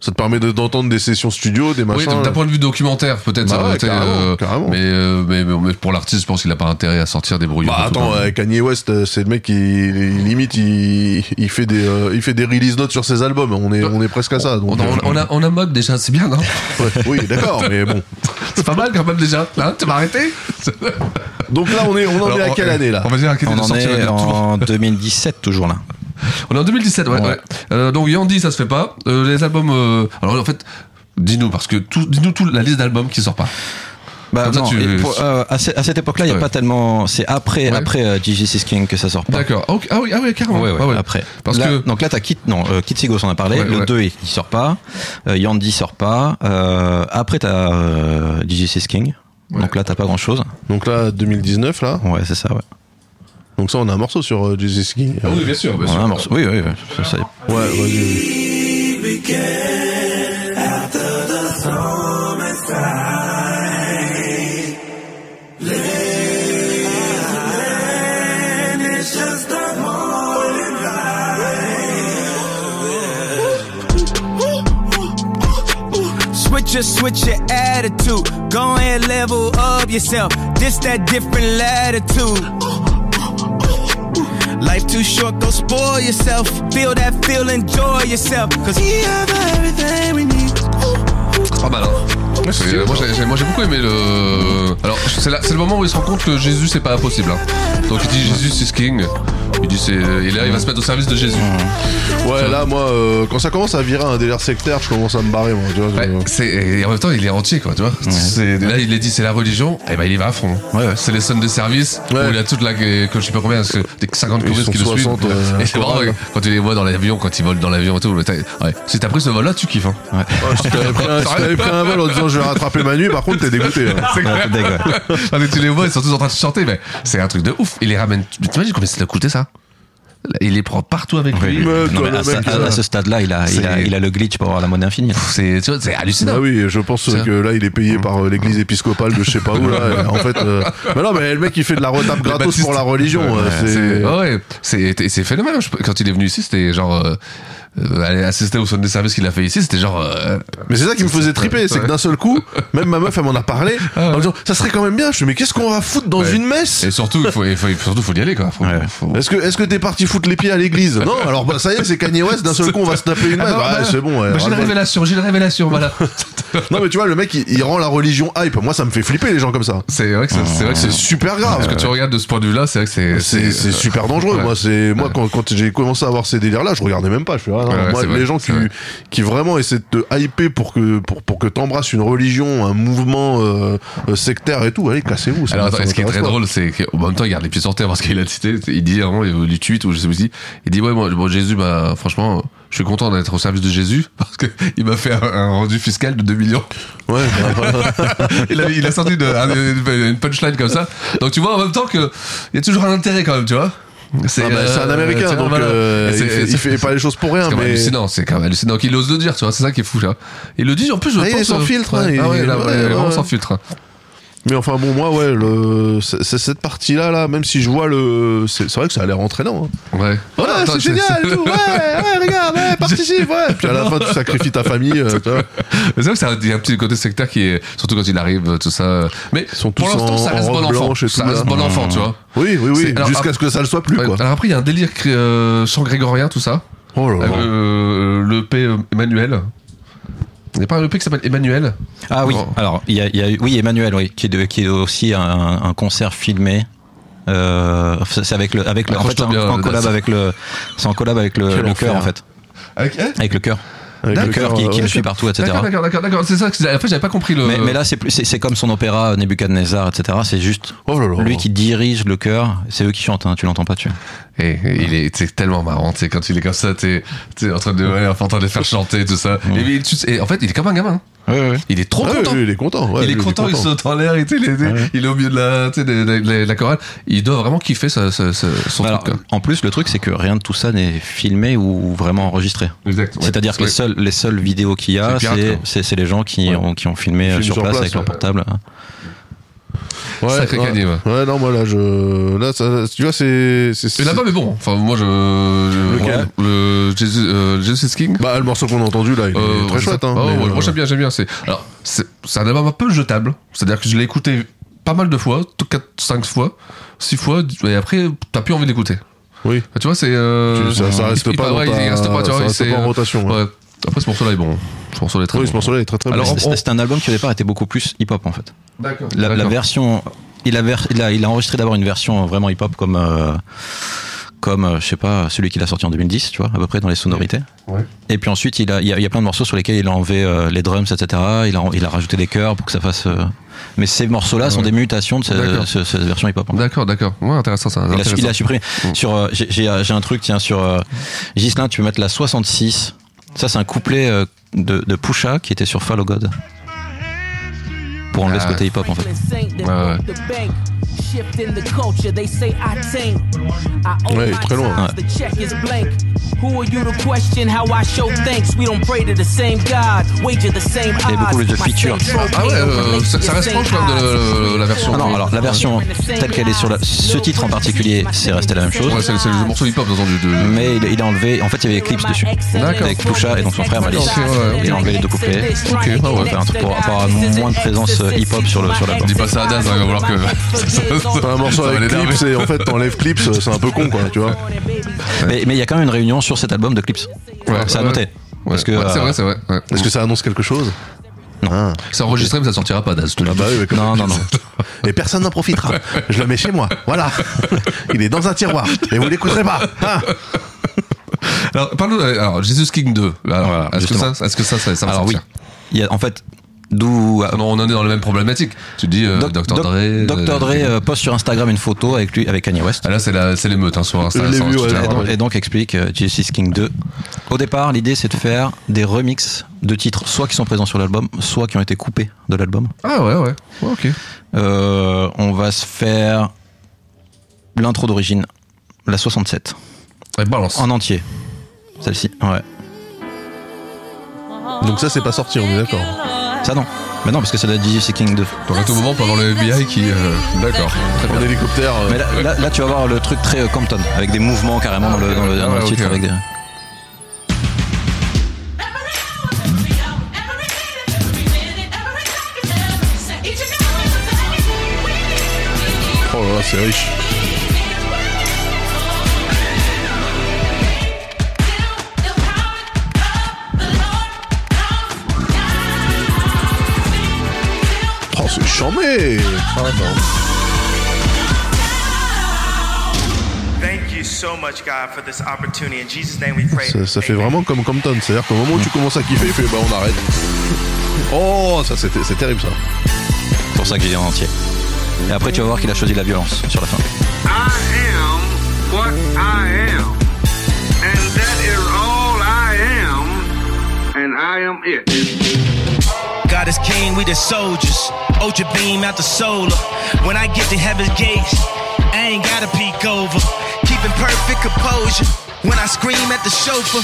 [SPEAKER 7] Ça te permet de- d'entendre des sessions studio, des
[SPEAKER 8] Oui,
[SPEAKER 7] machins. euh,
[SPEAKER 8] d'un point de vue documentaire, peut-être.
[SPEAKER 7] Bah
[SPEAKER 8] ça,
[SPEAKER 7] ouais,
[SPEAKER 8] tu sais,
[SPEAKER 7] carrément,
[SPEAKER 8] Mais, euh, mais, mais- mais pour l'artiste, je pense qu'il a pas intérêt à sortir des brouillons.
[SPEAKER 7] Bah attends, euh, Kanye West, euh, c'est le mec qui il- limite il, il fait des euh, il fait des release notes sur ses albums. On est on est presque à ça. donc,
[SPEAKER 8] on, on-
[SPEAKER 7] euh,
[SPEAKER 8] on a, on a mode déjà, c'est bien, non <laughs>
[SPEAKER 7] ouais, Oui, d'accord, mais bon.
[SPEAKER 8] C'est pas mal quand même déjà. Hein, tu m'as arrêté
[SPEAKER 7] Donc là, on est on en
[SPEAKER 8] Alors,
[SPEAKER 7] est à quelle
[SPEAKER 8] euh,
[SPEAKER 7] année là
[SPEAKER 8] On va dire à quelle
[SPEAKER 10] On
[SPEAKER 8] année
[SPEAKER 10] en
[SPEAKER 8] sortir
[SPEAKER 10] est
[SPEAKER 8] le tour.
[SPEAKER 10] en 2017, toujours là.
[SPEAKER 8] On est en 2017, ouais. ouais. Euh, donc Yandy, ça se fait pas. Euh, les albums. euh, alors en fait, dis-nous parce que tout, dis-nous tout la liste d'albums qui sort pas.
[SPEAKER 10] Bah,
[SPEAKER 8] Comme ça,
[SPEAKER 10] non,
[SPEAKER 8] tu-
[SPEAKER 10] et pour- euh, à, ce- à cette époque-là, il n'y a
[SPEAKER 8] Ouais.
[SPEAKER 10] pas tellement. C'est après, après euh, GG6 King que ça sort pas.
[SPEAKER 8] D'accord. Ah, ok. Ah oui, ah oui, carrément.
[SPEAKER 10] Ouais, ouais,
[SPEAKER 8] Ah ouais.
[SPEAKER 10] après.
[SPEAKER 8] Parce
[SPEAKER 10] Là-
[SPEAKER 8] que
[SPEAKER 10] donc là, t'as Kit, non, euh, Kit Sigos, on a parlé.
[SPEAKER 8] Ouais,
[SPEAKER 10] le
[SPEAKER 8] ouais.
[SPEAKER 10] 2, il, il sort pas. Euh, Yandy sort pas. Euh, après, t'as euh, DJ6 King. Donc là, t'as pas grand chose.
[SPEAKER 7] Donc là, 2019 là.
[SPEAKER 10] Ouais, c'est ça, ouais.
[SPEAKER 7] Donc ça, on a un morceau sur euh, Jesus King.
[SPEAKER 8] Ah oui, bien sûr, bien sûr.
[SPEAKER 10] Oui, oui, oui. Ça, ça-
[SPEAKER 7] Ouais, vas-y.
[SPEAKER 12] It's just a morning light.
[SPEAKER 9] Just switch your attitude. Go ahead, level up yourself. This that different latitude. Life too short, go spoil yourself. Feel that feel, enjoy yourself. Cause we have everything we need.
[SPEAKER 8] Pas mal, hein.
[SPEAKER 9] Ouais, c'est
[SPEAKER 8] Et,
[SPEAKER 9] sûr.
[SPEAKER 8] euh, moi, j'ai, j'ai- moi, j'ai beaucoup aimé le. Alors, c'est, là- c'est le moment où il se rend compte que Jésus, c'est pas impossible. hein. Donc, il dit Jésus is king. Il dit c'est. Et là, il va se mettre au service de Jésus.
[SPEAKER 7] Ouais, là, moi, euh, quand ça commence à virer un délire sectaire, je commence à me barrer, moi. Tu vois, je-
[SPEAKER 8] C'est, et en même temps, il est entier, quoi, tu vois. C'est- là, il est dit, c'est la religion, et ben il y va à fond. C'est les sommes de service, où il y a toute la. que je sais pas combien, parce que des 50
[SPEAKER 7] Ils
[SPEAKER 8] choristes
[SPEAKER 7] sont
[SPEAKER 8] qui le suivent.
[SPEAKER 7] 60, euh,
[SPEAKER 8] <laughs> et c'est marrant,
[SPEAKER 7] chorales.
[SPEAKER 8] quand tu les vois dans l'avion, quand ils volent dans l'avion et tout. mais t'as- ouais. Si t'as pris ce vol-là, tu kiffes. Hein.
[SPEAKER 7] Ouais, si euh, t'avais pris, un- si t'avais pris un vol en disant je vais rattraper Manu, par contre, t'es dégoûté. hein.
[SPEAKER 8] C'est clair. <laughs> Ah, mais tu les vois, ils sont tous en train de chanter, mais c'est un truc de ouf. Il les ramène. mais T'imagines combien ça a coûté ça Il les prend partout avec lui.
[SPEAKER 10] Non, mais à, ce- à- à ce stade-là, il a, il, a,
[SPEAKER 8] C'est-
[SPEAKER 10] il a le glitch pour avoir la mode infinie.
[SPEAKER 8] C'est hallucinant.
[SPEAKER 7] Bah oui, je pense que là, il est payé
[SPEAKER 8] Mm.
[SPEAKER 7] par euh, l'église épiscopale de je sais pas où. Là. Et
[SPEAKER 8] <laughs>
[SPEAKER 7] En fait, euh, bah non, mais le mec, il fait de la retape gratos
[SPEAKER 8] Baptiste-
[SPEAKER 7] pour la religion.
[SPEAKER 8] Ouais,
[SPEAKER 7] euh, c'est-
[SPEAKER 8] c'est- ouais, c'est et c'est phénoménal. Je- Quand il est venu ici, c'était genre euh, euh, aller assister au soin des services qu'il a fait ici, c'était genre. euh,
[SPEAKER 7] Mais c'est ça qui me faisait triper, c'est que d'un seul coup, même ma meuf, elle m'en a parlé, en me disant, ça serait quand même bien. Je suis mais qu'est-ce qu'on va foutre dans une messe
[SPEAKER 8] Ah Et surtout, il faut, il faut, surtout, faut y aller quoi. Faut- faut-
[SPEAKER 7] Est-ce que est-ce que t'es parti foutre les pieds à l'église Non, alors bah, ça y est, c'est Kanye West. D'un seul coup, on va se taper une
[SPEAKER 8] Ah
[SPEAKER 7] messe.
[SPEAKER 8] bah,
[SPEAKER 7] Ouais,
[SPEAKER 8] voilà.
[SPEAKER 7] c'est bon. ouais,
[SPEAKER 8] Bah, j'ai la
[SPEAKER 7] ras-le-bol.
[SPEAKER 8] révélation, j'ai la
[SPEAKER 7] <laughs>
[SPEAKER 8] révélation, voilà.
[SPEAKER 7] non mais tu vois, le mec, il, il rend la religion hype. Moi, ça me fait flipper les gens comme ça.
[SPEAKER 8] C'est vrai que ça- c'est vrai que
[SPEAKER 7] c'est super grave.
[SPEAKER 8] Parce que tu regardes de ce point de vue-là, c'est vrai que c'est. euh,
[SPEAKER 7] C'est c'est super dangereux.
[SPEAKER 8] Ouais.
[SPEAKER 7] Moi, c'est moi quand, quand j'ai commencé à avoir ces délires-là, je regardais même pas. Je fais, ah, non,
[SPEAKER 8] Ouais, ouais,
[SPEAKER 7] moi,
[SPEAKER 8] c'est
[SPEAKER 7] les
[SPEAKER 8] vrai,
[SPEAKER 7] gens qui, qui vraiment essaient de te hyper pour que pour, pour que t'embrasses une religion, un mouvement euh, euh, sectaire et tout, allez cassez-vous. ça m-
[SPEAKER 8] Alors attends,
[SPEAKER 7] ça
[SPEAKER 8] et ce qui est
[SPEAKER 7] m'intéresse
[SPEAKER 8] très
[SPEAKER 7] pas.
[SPEAKER 8] drôle, c'est qu'en même temps, il garde les pieds sur terre parce qu'il a cité, il dit vraiment, il du tweet ou je sais pas si, il dit ouais, moi, bon, Jésus, bah, franchement, je suis content d'être au service de Jésus <laughs> parce que il m'a fait un, un rendu fiscal de 2 millions.
[SPEAKER 7] Ouais. bah,
[SPEAKER 8] il, a, il a sorti une, une punchline comme ça. Donc tu vois, en même temps que, il y a toujours un intérêt quand même, tu vois.
[SPEAKER 7] Ah
[SPEAKER 8] euh,
[SPEAKER 7] bah, c'est un Américain,
[SPEAKER 8] tu vois,
[SPEAKER 7] donc,
[SPEAKER 8] <laughs>
[SPEAKER 7] euh, il fait- il fait pas les choses pour rien,
[SPEAKER 8] C'est quand même
[SPEAKER 7] mais-
[SPEAKER 8] hallucinant, c'est quand même hallucinant qu'il ose le dire, tu vois. C'est ça qui est fou, là. Il le dit en plus, je
[SPEAKER 7] Ah,
[SPEAKER 8] pense.
[SPEAKER 7] il est sans
[SPEAKER 8] euh,
[SPEAKER 7] filtre,
[SPEAKER 8] ouais.
[SPEAKER 7] hein, il-
[SPEAKER 8] Ah ouais, là,
[SPEAKER 7] ouais,
[SPEAKER 8] ouais,
[SPEAKER 7] ouais,
[SPEAKER 8] vraiment
[SPEAKER 7] ouais.
[SPEAKER 8] sans filtre. hein.
[SPEAKER 7] Mais enfin bon, moi ouais, le, c'est c'est cette partie-là là, même si je vois le, c'est c'est vrai que ça a l'air entraînant.
[SPEAKER 8] hein. Ouais.
[SPEAKER 7] Voilà,
[SPEAKER 8] Attends,
[SPEAKER 7] c'est
[SPEAKER 8] c'est-
[SPEAKER 7] génial,
[SPEAKER 8] c'est-
[SPEAKER 7] tout, ouais, ouais, regarde,
[SPEAKER 8] <laughs>
[SPEAKER 7] ouais, participe, ouais. Puis à la fin, tu sacrifies ta famille. euh, tu vois.
[SPEAKER 8] Mais c'est vrai que c'est un- il y a un petit côté sectaire qui est surtout quand il arrive euh, tout ça mais pour
[SPEAKER 7] tous
[SPEAKER 8] l'instant
[SPEAKER 7] en-
[SPEAKER 8] ça reste
[SPEAKER 7] en
[SPEAKER 8] bon
[SPEAKER 7] robe
[SPEAKER 8] enfant
[SPEAKER 7] blanche et
[SPEAKER 8] ça
[SPEAKER 7] tout, là.
[SPEAKER 8] reste bon enfant tu vois
[SPEAKER 7] Oui, oui, oui,
[SPEAKER 8] C'est- alors,
[SPEAKER 7] jusqu'à ce que ça le soit plus,
[SPEAKER 8] Ouais,
[SPEAKER 7] quoi.
[SPEAKER 8] alors après il y a un délire cré- euh, chant grégorien tout ça
[SPEAKER 7] oh là
[SPEAKER 8] là le P euh, Emmanuel il n'y a pas un EP qui s'appelle Emmanuel
[SPEAKER 10] Ah oui,
[SPEAKER 8] Oh.
[SPEAKER 10] alors il y a, il y a eu- oui Emmanuel oui qui est, de- qui est aussi un, un concert filmé. Euh, c'est avec le avec le, en fait c'est
[SPEAKER 8] Accroche-toi
[SPEAKER 10] en,
[SPEAKER 8] bien,
[SPEAKER 10] en
[SPEAKER 8] Daz.
[SPEAKER 10] collab avec le c'est en collab avec le,
[SPEAKER 8] Quel
[SPEAKER 10] le
[SPEAKER 8] enfer.
[SPEAKER 10] cœur en fait
[SPEAKER 8] avec
[SPEAKER 7] hein
[SPEAKER 8] eh
[SPEAKER 10] avec le cœur
[SPEAKER 8] Avec
[SPEAKER 10] le
[SPEAKER 8] le
[SPEAKER 10] cœur
[SPEAKER 8] chœur,
[SPEAKER 10] qui, qui
[SPEAKER 8] ouais,
[SPEAKER 10] le suit
[SPEAKER 8] ok.
[SPEAKER 10] partout etc.
[SPEAKER 8] D'accord, Euh, d'accord, d'accord, d'accord. C'est ça. que- En fait, j'avais pas compris le.
[SPEAKER 10] Mais, mais là c'est plus c'est c'est comme son opéra euh, Nebuchadnezzar etc. C'est juste
[SPEAKER 8] Oh.
[SPEAKER 10] lui qui dirige le cœur c'est eux qui chantent hein, tu l'entends pas tu.
[SPEAKER 8] Et, et Eh, il est c'est tellement marrant, tu sais, quand il est comme ça, t'es es en train de, ouais, en train de les faire chanter, tout ça. Et, lui, tu sais- et en fait, il est comme un gamin. Il est trop
[SPEAKER 7] Mmh. Ah oui,
[SPEAKER 8] content.
[SPEAKER 7] oui, il est content, ouais,
[SPEAKER 8] il est
[SPEAKER 7] lui, il est
[SPEAKER 8] content, il
[SPEAKER 7] content. Ah
[SPEAKER 8] saute en l'air, et tu sais, il, est- il est au milieu de la, tu sais, de- de- de la chorale. Il doit vraiment kiffer ça, ça- ça- son
[SPEAKER 10] Alors,
[SPEAKER 8] truc. quoi.
[SPEAKER 10] en plus, le truc, c'est que rien de tout ça n'est filmé ou vraiment enregistré.
[SPEAKER 8] Exact, ouais.
[SPEAKER 10] C'est-à-dire que les
[SPEAKER 8] Ouais.
[SPEAKER 10] seules, les seules vidéos qu'il y a,
[SPEAKER 8] C'est pirate,
[SPEAKER 10] c'est-
[SPEAKER 8] quoi.
[SPEAKER 10] c'est c'est les gens qui, ont, qui ont filmé euh,
[SPEAKER 7] Filment
[SPEAKER 10] sur
[SPEAKER 7] sur
[SPEAKER 10] place,
[SPEAKER 7] place,
[SPEAKER 10] avec leur
[SPEAKER 7] ouais.
[SPEAKER 10] portable. hein.
[SPEAKER 7] Ouais,
[SPEAKER 8] Sacré
[SPEAKER 7] ouais.
[SPEAKER 8] Kanye, ouais.
[SPEAKER 7] Ouais, non, moi là, je. Là, ça, tu vois, c'est. c'est-
[SPEAKER 8] Il
[SPEAKER 7] c'est-
[SPEAKER 8] l'a pas, mais bon. Enfin, moi, je. je-
[SPEAKER 7] Lequel
[SPEAKER 8] Le Jesus, euh, Jesus is King.
[SPEAKER 7] Bah, le morceau qu'on a entendu là, il est
[SPEAKER 8] Euh,
[SPEAKER 7] très
[SPEAKER 8] je sais
[SPEAKER 7] chouette.
[SPEAKER 8] pas.
[SPEAKER 7] Hein,
[SPEAKER 8] Oh,
[SPEAKER 7] mais,
[SPEAKER 8] ouais,
[SPEAKER 7] euh,
[SPEAKER 8] Moi j'aime bien, j'aime bien. C'est alors c'est c'est un album un peu jetable. C'est-à-dire que je l'ai écouté pas mal de fois, 4 5 fois, 6 fois et après t'as plus envie d'écouter.
[SPEAKER 7] Oui.
[SPEAKER 8] tu vois c'est euh,
[SPEAKER 7] Tu- ça- ça reste
[SPEAKER 8] il- il-
[SPEAKER 7] pas dans
[SPEAKER 8] ouais, il
[SPEAKER 7] ta-
[SPEAKER 8] reste pas, tu
[SPEAKER 7] ça
[SPEAKER 8] vois,
[SPEAKER 7] reste
[SPEAKER 8] c'est- euh,
[SPEAKER 7] pas en rotation, ouais.
[SPEAKER 8] ouais. Après ce morceau là est bon. Ce morceau là est très
[SPEAKER 7] Oui,
[SPEAKER 8] bon.
[SPEAKER 7] ce morceau-là est très, très bon.
[SPEAKER 8] Alors,
[SPEAKER 10] Alors,
[SPEAKER 8] on-
[SPEAKER 10] c'est un album qui au départ était beaucoup plus hip-hop en fait.
[SPEAKER 8] D'accord.
[SPEAKER 10] La, la
[SPEAKER 8] D'accord.
[SPEAKER 10] version, il a, ver- il a, il a enregistré d'abord une version vraiment hip-hop comme, euh, comme euh, je sais pas, celui qu'il a sorti en 2010, tu vois, à peu près dans les sonorités.
[SPEAKER 8] Ouais.
[SPEAKER 10] Et puis ensuite, il, a, il, y a, il y a plein de morceaux sur lesquels il a enlevé euh, les drums, etc. Il a, il a rajouté des chœurs pour que ça fasse. euh, Mais ces morceaux-là sont des mutations de ce-
[SPEAKER 8] D'accord.
[SPEAKER 10] ce- cette version hip-hop. en fait.
[SPEAKER 8] Ah, D'accord, d'accord. Ouais, intéressant ça.
[SPEAKER 10] Il a-
[SPEAKER 8] intéressant. Mm.
[SPEAKER 10] Il a, supprimé. Sur, euh, j'ai- j'ai euh, j'ai un truc, tiens, sur euh, Ghislain, tu peux mettre la 66. Ça, c'est un couplet euh, de, de Pusha qui était sur Follow God. Pour enlever ce côté hip-hop, en fait.
[SPEAKER 8] Ah.
[SPEAKER 16] Franklin sank that
[SPEAKER 10] Ouais, ouais.
[SPEAKER 16] broke the bank.
[SPEAKER 9] Shift in the culture, they say I tank. I owe
[SPEAKER 7] Ouais,
[SPEAKER 9] my
[SPEAKER 7] très loin.
[SPEAKER 9] times, the check is blank. Who are you to question how I show thanks? We don't pray to the same God, wager the same odds.
[SPEAKER 10] Il y a beaucoup plus de features.
[SPEAKER 9] Ah
[SPEAKER 8] ouais, euh, ça- ça reste proche, là, de euh, la- la- la version.
[SPEAKER 10] Ah non, alors la version telle qu'elle est sur la- ce titre en particulier, c'est resté la même chose.
[SPEAKER 8] Ouais, c'est- c'est le morceau hip-hop, dans du.
[SPEAKER 10] Mais il, il a enlevé. En fait, il y avait Eclipse dessus.
[SPEAKER 8] D'accord.
[SPEAKER 10] Avec Pusha et donc son frère Malice.
[SPEAKER 8] Ok, ouais, ouais.
[SPEAKER 10] Il a enlevé les deux couplets.
[SPEAKER 8] Ok. ah
[SPEAKER 10] Pour faire un truc pour avoir moins de présence euh, hip-hop sur le sur l'album.
[SPEAKER 8] Dis pas ça à Daz, il va voir que.
[SPEAKER 10] <laughs>
[SPEAKER 7] T'as un morceau
[SPEAKER 10] Ça va
[SPEAKER 7] <laughs> avec
[SPEAKER 10] l'énerver.
[SPEAKER 7] clips et en fait t'enlèves clips, c'est un peu con quoi, tu vois.
[SPEAKER 10] Mais mais il y a quand même une réunion sur cet album de Clips. C'est à
[SPEAKER 7] ouais.
[SPEAKER 10] noter. Parce que,
[SPEAKER 8] Ouais, c'est
[SPEAKER 10] euh,
[SPEAKER 8] vrai, c'est vrai. ouais.
[SPEAKER 7] Est-ce que ça annonce quelque chose Non.
[SPEAKER 8] C'est enregistré, mais ça sortira pas Daz.
[SPEAKER 7] Ah bah oui, mais comme-
[SPEAKER 10] Non, non, non.
[SPEAKER 7] Et personne n'en profitera. Je le mets chez moi. Voilà. Il est dans un tiroir. Et vous l'écouterez pas. Ah.
[SPEAKER 8] Alors, parle-nous. euh, Alors, Jesus King 2. Alors, est-ce que
[SPEAKER 10] bah. justement.
[SPEAKER 8] ça, est-ce que ça, ça, ça va
[SPEAKER 10] Alors oui.
[SPEAKER 8] sortir euh,
[SPEAKER 10] Il y a en fait d'où
[SPEAKER 8] on en est dans la même problématique. Tu dis euh,
[SPEAKER 10] Doc-
[SPEAKER 8] Dr
[SPEAKER 10] Doc-
[SPEAKER 8] Dre. euh, Ah,
[SPEAKER 10] Dr. Dre euh, poste sur Instagram une photo avec lui, avec Kanye West.
[SPEAKER 8] là, c'est la- c'est l'émeute hein, sur Insta. sur Twitter.
[SPEAKER 10] et, donc, et donc explique euh, Justice King 2. Au départ, l'idée c'est de faire des remixes de titres, soit qui sont présents sur l'album, soit qui ont été coupés de l'album.
[SPEAKER 8] Ah ouais, ouais. Ouais, ok.
[SPEAKER 10] Euh, on va se faire l'intro d'origine, la 67. En entier. Celle-ci, ouais.
[SPEAKER 7] Donc ça, c'est pas sorti, on est d'accord.
[SPEAKER 10] Ça non. Mais non, parce que c'est la DJ King 2.
[SPEAKER 8] Donc à tout moment, on peut avoir le FBI qui. euh, D'accord. Très bien.
[SPEAKER 7] hélicoptère. euh,
[SPEAKER 10] Mais là, là- là, tu vas voir le truc très euh, Compton, avec des mouvements carrément dans le, dans le- dans
[SPEAKER 8] Ah ouais,
[SPEAKER 10] le titre.
[SPEAKER 8] ok,
[SPEAKER 10] avec
[SPEAKER 8] ouais.
[SPEAKER 10] des...
[SPEAKER 7] Oh là là, c'est riche. Oh, c'est chambé Ah,
[SPEAKER 11] Thank you so much, God, for this opportunity. In Jesus' name we pray.
[SPEAKER 7] ça, ça fait vraiment comme Compton, c'est-à-dire qu'au moment où tu commences à kiffer, il fait bah on arrête. Oh, ça c'était- c'est terrible ça.
[SPEAKER 10] C'est pour ça que j'ai dit en entier. Et après, tu vas voir qu'il a choisi la violence sur la fin.
[SPEAKER 11] I am what I am, and that is all I am, and I am it.
[SPEAKER 12] God is king, we the soldiers. Ultra beam out the solar. When I get to heaven's gates, I ain't gotta peek over. Keeping perfect composure. When I scream at the chauffeur,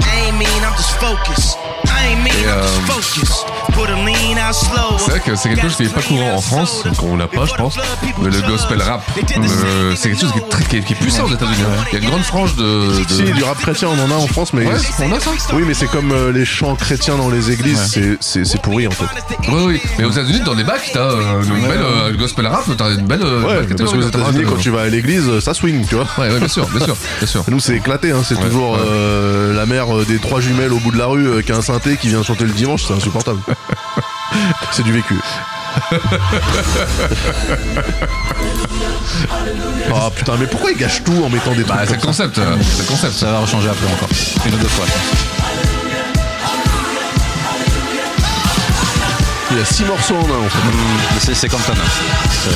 [SPEAKER 12] I ain't mean, I'm just focused. I ain't mean,
[SPEAKER 8] Et,
[SPEAKER 12] I'm just
[SPEAKER 8] euh,
[SPEAKER 12] focused. Put a lean out slower.
[SPEAKER 8] C'est vrai que c'est quelque chose qui n'est pas courant en France, qu'on l'a pas, je pense. mais le gospel rap, euh, c'est quelque chose qui est, très- qui est- qui est puissant aux États-Unis. hein. Il y a une grande frange de. de-
[SPEAKER 7] Si, du rap chrétien, on en a en France, mais.
[SPEAKER 8] Ouais, on a ça.
[SPEAKER 7] Oui, mais c'est comme euh, les chants chrétiens dans les églises, c'est- c'est c'est pourri en fait.
[SPEAKER 8] Oui, oui. Mais aux États-Unis, dans les bacs, t'as euh, une belle euh, gospel rap, t'as une belle. euh,
[SPEAKER 7] Ouais,
[SPEAKER 8] une belle
[SPEAKER 7] parce que aux
[SPEAKER 8] catégorie.
[SPEAKER 7] États-Unis, quand tu vas à l'église, euh, ça swing, tu vois.
[SPEAKER 8] Ouais, ouais, bien sûr, bien sûr, bien sûr.
[SPEAKER 7] Nous, c'est éclaté, hein, c'est toujours euh, la mère euh, des trois jumelles au bout de la rue euh, qui a un synthé qui vient chanter le dimanche, c'est insupportable. c'est du vécu. Ah putain, mais pourquoi ils gâchent tout en mettant des trucs
[SPEAKER 8] Bah, c'est le
[SPEAKER 7] comme ça
[SPEAKER 8] concept, euh, c'est le concept.
[SPEAKER 10] Ça va rechanger après encore. Une
[SPEAKER 8] euh,
[SPEAKER 10] ou deux fois.
[SPEAKER 7] Il y a six morceaux en un en fait.
[SPEAKER 10] c'est, c'est Compton. hein. C'est-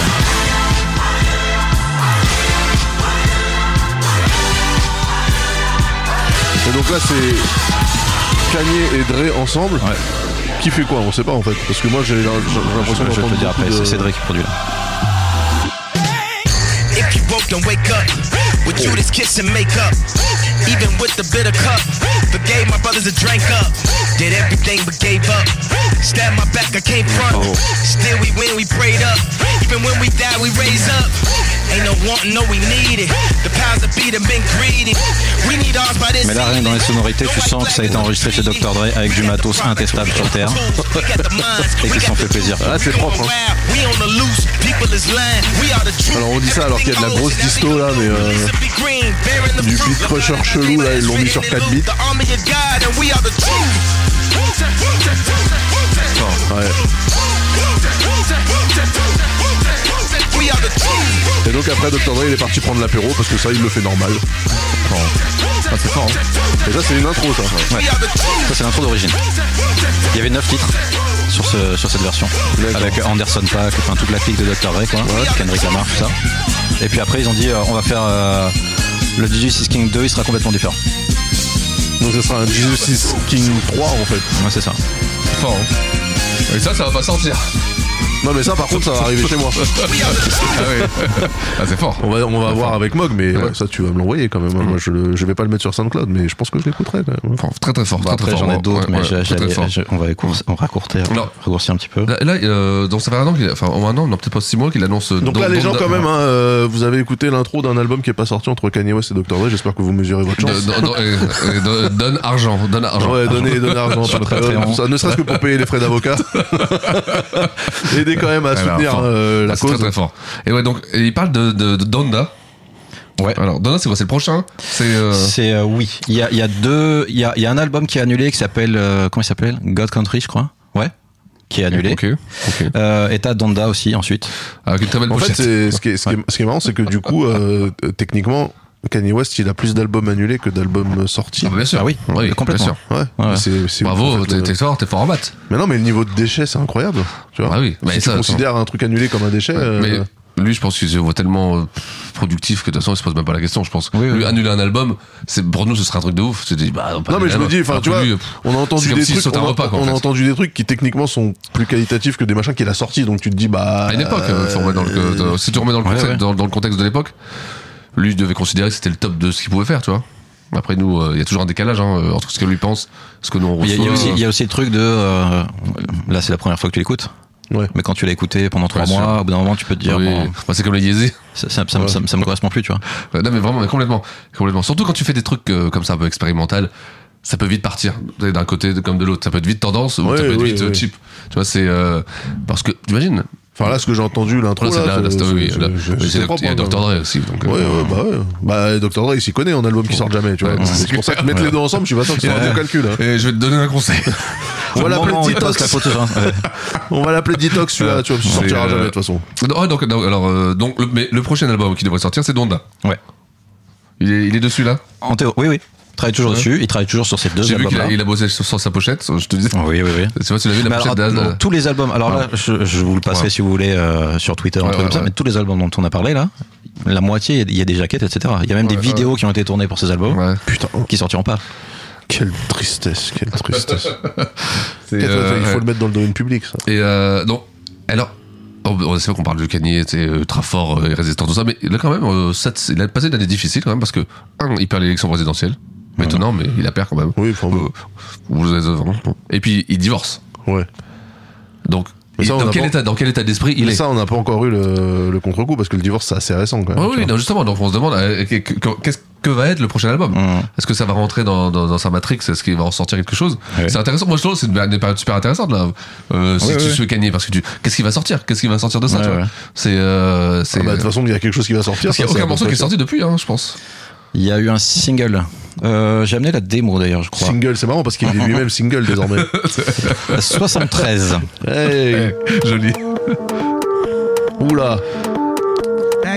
[SPEAKER 7] Et donc là, c'est Kanye et Dre ensemble. Qui fait quoi On sait pas en fait. Parce que moi, j'ai j'ai- j'ai l'impression
[SPEAKER 10] Je vais te
[SPEAKER 7] d'entendre
[SPEAKER 10] le dire après,
[SPEAKER 7] beaucoup de-
[SPEAKER 10] c'est Cédric qui produit là.
[SPEAKER 12] If you woke, don't wake up. With you, this kiss and makeup. Even with the bitter cup. Forgave my brothers and drank up. Did everything but gave up. Stabbed my back, I came
[SPEAKER 10] Oh.
[SPEAKER 12] front. Still we win, we prayed up. Even when we die, we raise up. Ain't no wanting, no, we need it. The powers that be done been greedy. We need ours by this.
[SPEAKER 10] Mais là, rien que dans les sonorités, tu sens que ça a été enregistré chez Dr. Dre avec du matos intestable sur Terre. <laughs> Et qu'ils s'en fait plaisir.
[SPEAKER 7] Ah, c'est propre. hein.
[SPEAKER 12] We on the loose, people is lying. We are the truth.
[SPEAKER 7] Alors on dit ça alors qu'il y a de la grosse disto là, mais euh,
[SPEAKER 12] Green, bearing the
[SPEAKER 7] du
[SPEAKER 12] fruit.
[SPEAKER 7] beat crusher chelou là, ils l'ont mis sur 4 bits.
[SPEAKER 12] The army of God, and we are the truth. We are the truth.
[SPEAKER 7] Et donc après, Dr Dre il est parti prendre l'apéro parce que ça, il le fait normal.
[SPEAKER 10] Ah, c'est fort, hein.
[SPEAKER 7] Et ça, c'est une intro, ça.
[SPEAKER 10] Ouais. Ça, c'est l'intro d'origine. Il y avait 9 titres sur, ce, sur cette version. Avec Anderson Pack, enfin toute la clique de Dr. Dre, quoi. Kendrick Lamar, tout ça. Et puis après, ils ont dit, euh, on va faire euh, le DJ 6 King 2, il sera complètement différent.
[SPEAKER 7] Donc ça sera un Jesus is King 3 en fait.
[SPEAKER 10] Ouais, c'est ça.
[SPEAKER 8] Fort, hein. Et ça, ça va pas sortir.
[SPEAKER 7] Non, mais ça, par contre, ça va arriver chez moi.
[SPEAKER 8] Ah, c'est fort.
[SPEAKER 7] On va, on va voir avec Mog, mais ouais, ça, tu vas me l'envoyer quand même. Moi, je, le- je vais pas le mettre sur SoundCloud, mais je pense que je l'écouterai quand même.
[SPEAKER 8] très très fort.
[SPEAKER 7] Bah, après,
[SPEAKER 8] très, très
[SPEAKER 7] j'en ai
[SPEAKER 8] fort.
[SPEAKER 7] d'autres, mais je-
[SPEAKER 8] très,
[SPEAKER 7] j'allais-
[SPEAKER 8] très fort.
[SPEAKER 10] Je- on va raccour- on va raccourcir, raccourcir un petit peu.
[SPEAKER 8] Là, là, euh, donc ça fait un an, qu'il- enfin un an, non peut-être pas six mois qu'il annonce. euh,
[SPEAKER 7] Donc
[SPEAKER 8] dans-
[SPEAKER 7] là, les gens,
[SPEAKER 8] dans-
[SPEAKER 7] quand
[SPEAKER 8] dans-
[SPEAKER 7] même, hein, euh, vous avez écouté l'intro d'un album qui est pas sorti entre Kanye West et Dr. Dre. J'espère que vous mesurez votre hein, chance.
[SPEAKER 8] dans- dans- euh, euh, don- donne argent, donne argent.
[SPEAKER 7] Ouais, donnez, donnez
[SPEAKER 8] <laughs>
[SPEAKER 7] argent,
[SPEAKER 8] Ah Sur
[SPEAKER 7] Patreon,
[SPEAKER 8] Patreon.
[SPEAKER 7] tout ça, ne serait-ce que pour payer les frais
[SPEAKER 8] <laughs>
[SPEAKER 7] d'avocat. Aidez quand même à
[SPEAKER 8] Ouais, bah,
[SPEAKER 7] soutenir
[SPEAKER 8] fort.
[SPEAKER 7] euh, la
[SPEAKER 8] Ah, c'est
[SPEAKER 7] cause.
[SPEAKER 8] Très très fort. Et ouais, donc et il parle de, de, de Donda.
[SPEAKER 10] Ouais.
[SPEAKER 8] Alors Donda, c'est quoi C'est le prochain C'est. euh,
[SPEAKER 10] C'est euh, oui. Il y a, il y a deux. Il y a, il y a un album qui est annulé qui s'appelle euh, comment il s'appelle God Country, je crois. Ouais. Qui est annulé.
[SPEAKER 8] Ok.
[SPEAKER 10] Euh, et t'as Donda aussi ensuite.
[SPEAKER 8] Avec une très belle
[SPEAKER 7] En fait,
[SPEAKER 10] pochette.
[SPEAKER 7] c'est- ce qui est, ce qui est- ce qui est marrant, c'est que du coup, euh, euh, techniquement, Kanye West, il a plus d'albums annulés que d'albums sortis.
[SPEAKER 8] Ah, bien sûr.
[SPEAKER 10] Ah oui,
[SPEAKER 8] Oui, bien
[SPEAKER 10] complètement.
[SPEAKER 8] sûr.
[SPEAKER 7] Ouais.
[SPEAKER 10] Ouais.
[SPEAKER 7] C'est- c'est-
[SPEAKER 8] Bravo,
[SPEAKER 7] en fait,
[SPEAKER 8] t'es
[SPEAKER 7] le-
[SPEAKER 8] t'es fort, t'es fort en maths.
[SPEAKER 7] Mais non, mais le niveau de déchet, c'est incroyable. Tu vois
[SPEAKER 8] Ah oui,
[SPEAKER 7] Si
[SPEAKER 8] mais
[SPEAKER 7] tu
[SPEAKER 8] ça,
[SPEAKER 7] considères un truc annulé comme un déchet. euh,
[SPEAKER 8] Mais lui, je pense qu'il se voit tellement euh, productif que de toute façon, il se pose même pas la question. Je pense. Lui, annuler un album, c'est pour nous, ce serait un truc de ouf. Tu te dis, bah, on peut
[SPEAKER 7] Non mais
[SPEAKER 8] annuler
[SPEAKER 7] je
[SPEAKER 8] un
[SPEAKER 7] me dis,
[SPEAKER 8] album.
[SPEAKER 7] enfin
[SPEAKER 8] Alors
[SPEAKER 7] tu
[SPEAKER 8] que
[SPEAKER 7] vois,
[SPEAKER 8] lui, euh,
[SPEAKER 7] on a
[SPEAKER 8] c'est
[SPEAKER 7] entendu
[SPEAKER 8] comme
[SPEAKER 7] des
[SPEAKER 8] s'il
[SPEAKER 7] trucs,
[SPEAKER 8] sautait
[SPEAKER 7] on
[SPEAKER 8] un
[SPEAKER 7] a,
[SPEAKER 8] repas, quoi, en
[SPEAKER 7] on a
[SPEAKER 8] fait.
[SPEAKER 7] entendu des trucs qui techniquement sont plus qualitatifs que des machins qu'il a sortis, donc tu te dis bah.
[SPEAKER 8] À une époque,
[SPEAKER 7] euh,
[SPEAKER 8] euh, faut remettre dans le- dans- si tu remets dans le,
[SPEAKER 7] Ouais,
[SPEAKER 8] contexte,
[SPEAKER 7] ouais.
[SPEAKER 8] Dans, dans le contexte de l'époque, lui il devait considérer que c'était le top de ce qu'il pouvait faire, tu vois. Après nous, euh, il y a toujours un décalage hein, euh, entre ce que lui pense, ce que nous on
[SPEAKER 10] Il y, a- il y a
[SPEAKER 8] reçoit.
[SPEAKER 10] aussi- il y a aussi le truc de. euh, là, c'est la première fois que tu l'écoutes. Mais quand tu l'as écouté pendant trois
[SPEAKER 8] Bien sûr.
[SPEAKER 10] mois, au bout d'un moment, tu peux te dire.
[SPEAKER 8] Oui.
[SPEAKER 10] bon,
[SPEAKER 8] Bah, c'est comme les Yeezy.
[SPEAKER 10] Ça, ça, ça me- ça me- ça me correspond plus, tu vois.
[SPEAKER 8] Euh, Non mais vraiment, mais complètement, complètement. Surtout quand tu fais des trucs euh, comme ça un peu expérimental, ça peut vite partir tu sais, d'un côté comme de l'autre. Ça peut être vite tendance ou
[SPEAKER 7] Ouais,
[SPEAKER 8] ça peut être
[SPEAKER 7] oui,
[SPEAKER 8] vite euh,
[SPEAKER 7] oui.
[SPEAKER 8] cheap. Tu vois, c'est euh, parce que t'imagines.
[SPEAKER 7] Enfin là, ce que j'ai entendu l'intro
[SPEAKER 8] Là, c'est
[SPEAKER 7] là,
[SPEAKER 8] là, là,
[SPEAKER 7] c'est-
[SPEAKER 8] c'est- oui,
[SPEAKER 7] c'est-
[SPEAKER 8] là,
[SPEAKER 7] c'est-
[SPEAKER 8] mais
[SPEAKER 7] c'est
[SPEAKER 8] c'est
[SPEAKER 7] propre,
[SPEAKER 8] il y a
[SPEAKER 7] hein.
[SPEAKER 8] Dr Dre aussi. Donc, euh,
[SPEAKER 7] Ouais, ouais, bah ouais. Bah, Dr. Dre, il s'y connaît en album qui sort jamais, tu vois.
[SPEAKER 8] Ouais,
[SPEAKER 7] c'est
[SPEAKER 8] c'est
[SPEAKER 7] pour ça que
[SPEAKER 8] clair.
[SPEAKER 7] mettre les
[SPEAKER 8] Ouais.
[SPEAKER 7] deux ensemble, je suis pas sûr que c'est un
[SPEAKER 8] Ouais.
[SPEAKER 7] bon calcul. hein.
[SPEAKER 8] Et je vais te donner un conseil.
[SPEAKER 7] On va
[SPEAKER 8] Au
[SPEAKER 7] l'appeler
[SPEAKER 8] moment où il
[SPEAKER 7] Detox.
[SPEAKER 8] passe la photo, <laughs> hein.
[SPEAKER 10] euh,
[SPEAKER 8] Ouais.
[SPEAKER 7] On va l'appeler Detox celui-là, tu vois, parce qu'il
[SPEAKER 8] C'est,
[SPEAKER 7] sortira
[SPEAKER 8] euh,
[SPEAKER 7] jamais de toute façon.
[SPEAKER 8] non, ah, donc, non, alors, euh, donc, le, mais le prochain album qui devrait sortir, c'est Donda.
[SPEAKER 10] Ouais.
[SPEAKER 8] Il est, il est dessus là
[SPEAKER 10] En théorie, oui, oui. Il travaille toujours
[SPEAKER 8] Ouais.
[SPEAKER 10] dessus. Il travaille toujours sur ces deux
[SPEAKER 8] J'ai vu
[SPEAKER 10] albums.
[SPEAKER 8] qu'il a, il a bossé sur, sur sa pochette, je te dis.
[SPEAKER 10] Oui, oui, oui.
[SPEAKER 8] Je sais pas si tu l'as vu, la
[SPEAKER 7] Bah,
[SPEAKER 10] Mais
[SPEAKER 8] pochette
[SPEAKER 10] alors,
[SPEAKER 8] d'Az.
[SPEAKER 10] dans tous les albums. Alors là,
[SPEAKER 8] Ouais.
[SPEAKER 10] je, je vous le passerai
[SPEAKER 8] Ouais.
[SPEAKER 10] si vous voulez euh, sur Twitter, un
[SPEAKER 8] Ouais,
[SPEAKER 10] truc comme
[SPEAKER 8] ouais,
[SPEAKER 10] ça.
[SPEAKER 8] ouais.
[SPEAKER 10] Mais tous les albums dont on a parlé là, la moitié, il y a- il y, a des jaquettes, etc. Il y a même des
[SPEAKER 7] Ouais,
[SPEAKER 10] vidéos qui ont été tournées pour ces albums, qui sortiront pas.
[SPEAKER 7] Quelle tristesse, quelle <laughs> tristesse.
[SPEAKER 8] C'est,
[SPEAKER 7] Peut-être,
[SPEAKER 8] euh,
[SPEAKER 7] Il faut
[SPEAKER 8] ouais.
[SPEAKER 7] le mettre dans le domaine public, ça.
[SPEAKER 8] Et euh, non, alors, on, on sait qu'on parle de Kanye, c'est ultra fort euh, et résistant, tout ça, mais là quand même, euh, ça, c'est- il a passé une année difficile quand même, parce que, un, il perd l'élection présidentielle, maintenant, mais il la perd quand même. Euh,
[SPEAKER 7] Oui,
[SPEAKER 8] vous avez raison. Et puis, il divorce.
[SPEAKER 7] Ouais.
[SPEAKER 8] Donc,
[SPEAKER 7] Mais
[SPEAKER 8] il-
[SPEAKER 7] ça, on
[SPEAKER 8] dans,
[SPEAKER 7] n'a
[SPEAKER 8] quel
[SPEAKER 7] pas-
[SPEAKER 8] état, dans quel état d'esprit il
[SPEAKER 7] Mais
[SPEAKER 8] est
[SPEAKER 7] ça, on n'a pas encore eu le, le contre-coup parce que le divorce, c'est assez récent quand même.
[SPEAKER 8] Ouais, oui, non, justement, donc on se demande euh, que- que- que- qu'est-ce que va être le prochain album
[SPEAKER 7] Mm.
[SPEAKER 8] Est-ce que ça va rentrer dans, dans, dans sa matrix Est-ce qu'il va en sortir quelque chose C'est intéressant, moi je trouve que c'est une une période super intéressante là. Euh, si
[SPEAKER 7] Ouais,
[SPEAKER 8] tu
[SPEAKER 7] ouais.
[SPEAKER 8] suis Kanye, parce que tu... qu'est-ce qui va sortir Qu'est-ce qui va sortir de ça
[SPEAKER 7] Ouais,
[SPEAKER 8] tu vois
[SPEAKER 7] ouais.
[SPEAKER 8] C'est. euh,
[SPEAKER 7] Ah
[SPEAKER 8] c'est-
[SPEAKER 7] bah, de toute façon, il y a quelque chose qui va sortir.
[SPEAKER 8] Parce qu'il y a
[SPEAKER 7] ça, c'est
[SPEAKER 8] aucun
[SPEAKER 7] à
[SPEAKER 8] morceau
[SPEAKER 7] peu
[SPEAKER 8] qui est
[SPEAKER 7] près
[SPEAKER 8] sorti depuis, hein,
[SPEAKER 7] <laughs>
[SPEAKER 8] je pense.
[SPEAKER 10] Il y a eu un single. Euh, J'ai amené la démo d'ailleurs, je crois.
[SPEAKER 7] Single, c'est marrant parce qu'il est lui-même single désormais.
[SPEAKER 8] <laughs>
[SPEAKER 10] Euh, 73.
[SPEAKER 7] Hey.
[SPEAKER 8] Joli.
[SPEAKER 7] Oula.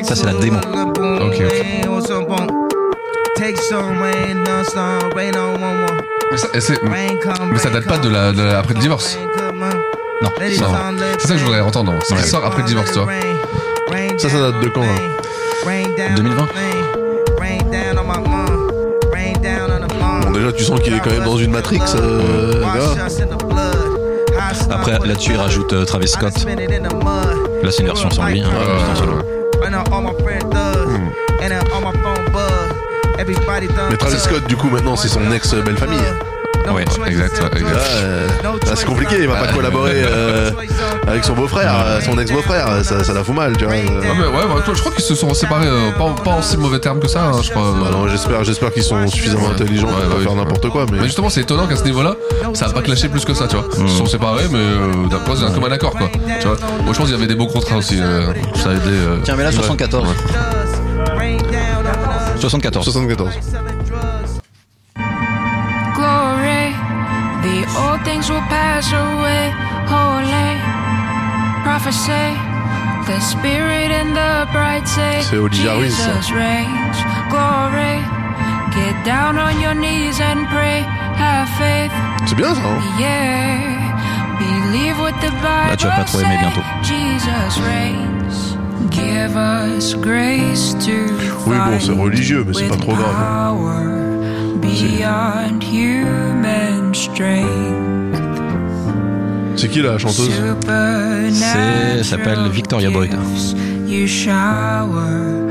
[SPEAKER 10] Ça, c'est la démo.
[SPEAKER 8] Ok, Mais ça, et c'est- mais ça date pas de la, de la- après le divorce.
[SPEAKER 10] Non.
[SPEAKER 8] Non. C'est ça que je voudrais entendre. Ça
[SPEAKER 10] Ouais.
[SPEAKER 8] sort après le divorce, tu vois.
[SPEAKER 7] Ça, ça date de quand hein
[SPEAKER 10] 2020.
[SPEAKER 7] Bon, déjà, tu sens qu'il est quand même dans une Matrix. euh, grave.
[SPEAKER 10] Après, là-dessus, il rajoute euh, Travis Scott. Là, c'est une version sans lui. hein,
[SPEAKER 8] Ouais, ouais,
[SPEAKER 10] version
[SPEAKER 8] ouais.
[SPEAKER 10] solo.
[SPEAKER 7] Mais Travis Scott, du coup, maintenant, c'est son ex euh, belle famille.
[SPEAKER 8] Ouais, exact. ouais, exact.
[SPEAKER 7] Euh, c'est compliqué, il va pas
[SPEAKER 8] <laughs>
[SPEAKER 7] collaborer euh, avec son beau-frère, euh, son ex-beau-frère, ça, ça la fout mal, tu vois. euh.
[SPEAKER 8] Ouais, mais ouais, ouais, je crois qu'ils se sont séparés euh, pas, en- pas en si mauvais termes que ça, hein, je crois.
[SPEAKER 7] Bah non, j'espère, j'espère qu'ils sont suffisamment intelligents pour pas faire n'importe quoi, mais.
[SPEAKER 8] Mais justement, c'est étonnant qu'à ce niveau-là, ça a pas clashé plus que ça, tu vois.
[SPEAKER 10] Hmm.
[SPEAKER 8] Ils se sont séparés, mais euh, d'un point, c'est un commun accord, quoi. Tu vois. Moi, je pense qu'il y avait des beaux contrats aussi. euh, ça a aidé. euh,
[SPEAKER 10] Tiens, mais là,
[SPEAKER 8] ouais.
[SPEAKER 10] 74.
[SPEAKER 8] Ouais.
[SPEAKER 10] 74.
[SPEAKER 7] 74.
[SPEAKER 3] glory. The old things will pass away, holy prophecy. The spirit and the bright say,
[SPEAKER 7] C'est Olivia Ruiz, ça.
[SPEAKER 3] Jesus reigns, glory. Get down on your knees and pray, have faith,
[SPEAKER 7] C'est bien ça, hein
[SPEAKER 3] yeah. Believe what the Bible
[SPEAKER 8] Ah,
[SPEAKER 10] Là, tu vas pas trop aimer bientôt.
[SPEAKER 3] says. Jesus reigns. Give us grace to
[SPEAKER 7] Oui, bon, c'est religieux, mais c'est pas trop grave.
[SPEAKER 3] beyond human strength.
[SPEAKER 7] C'est qui la chanteuse
[SPEAKER 10] C'est s'appelle Victoria Boyd.
[SPEAKER 3] You shower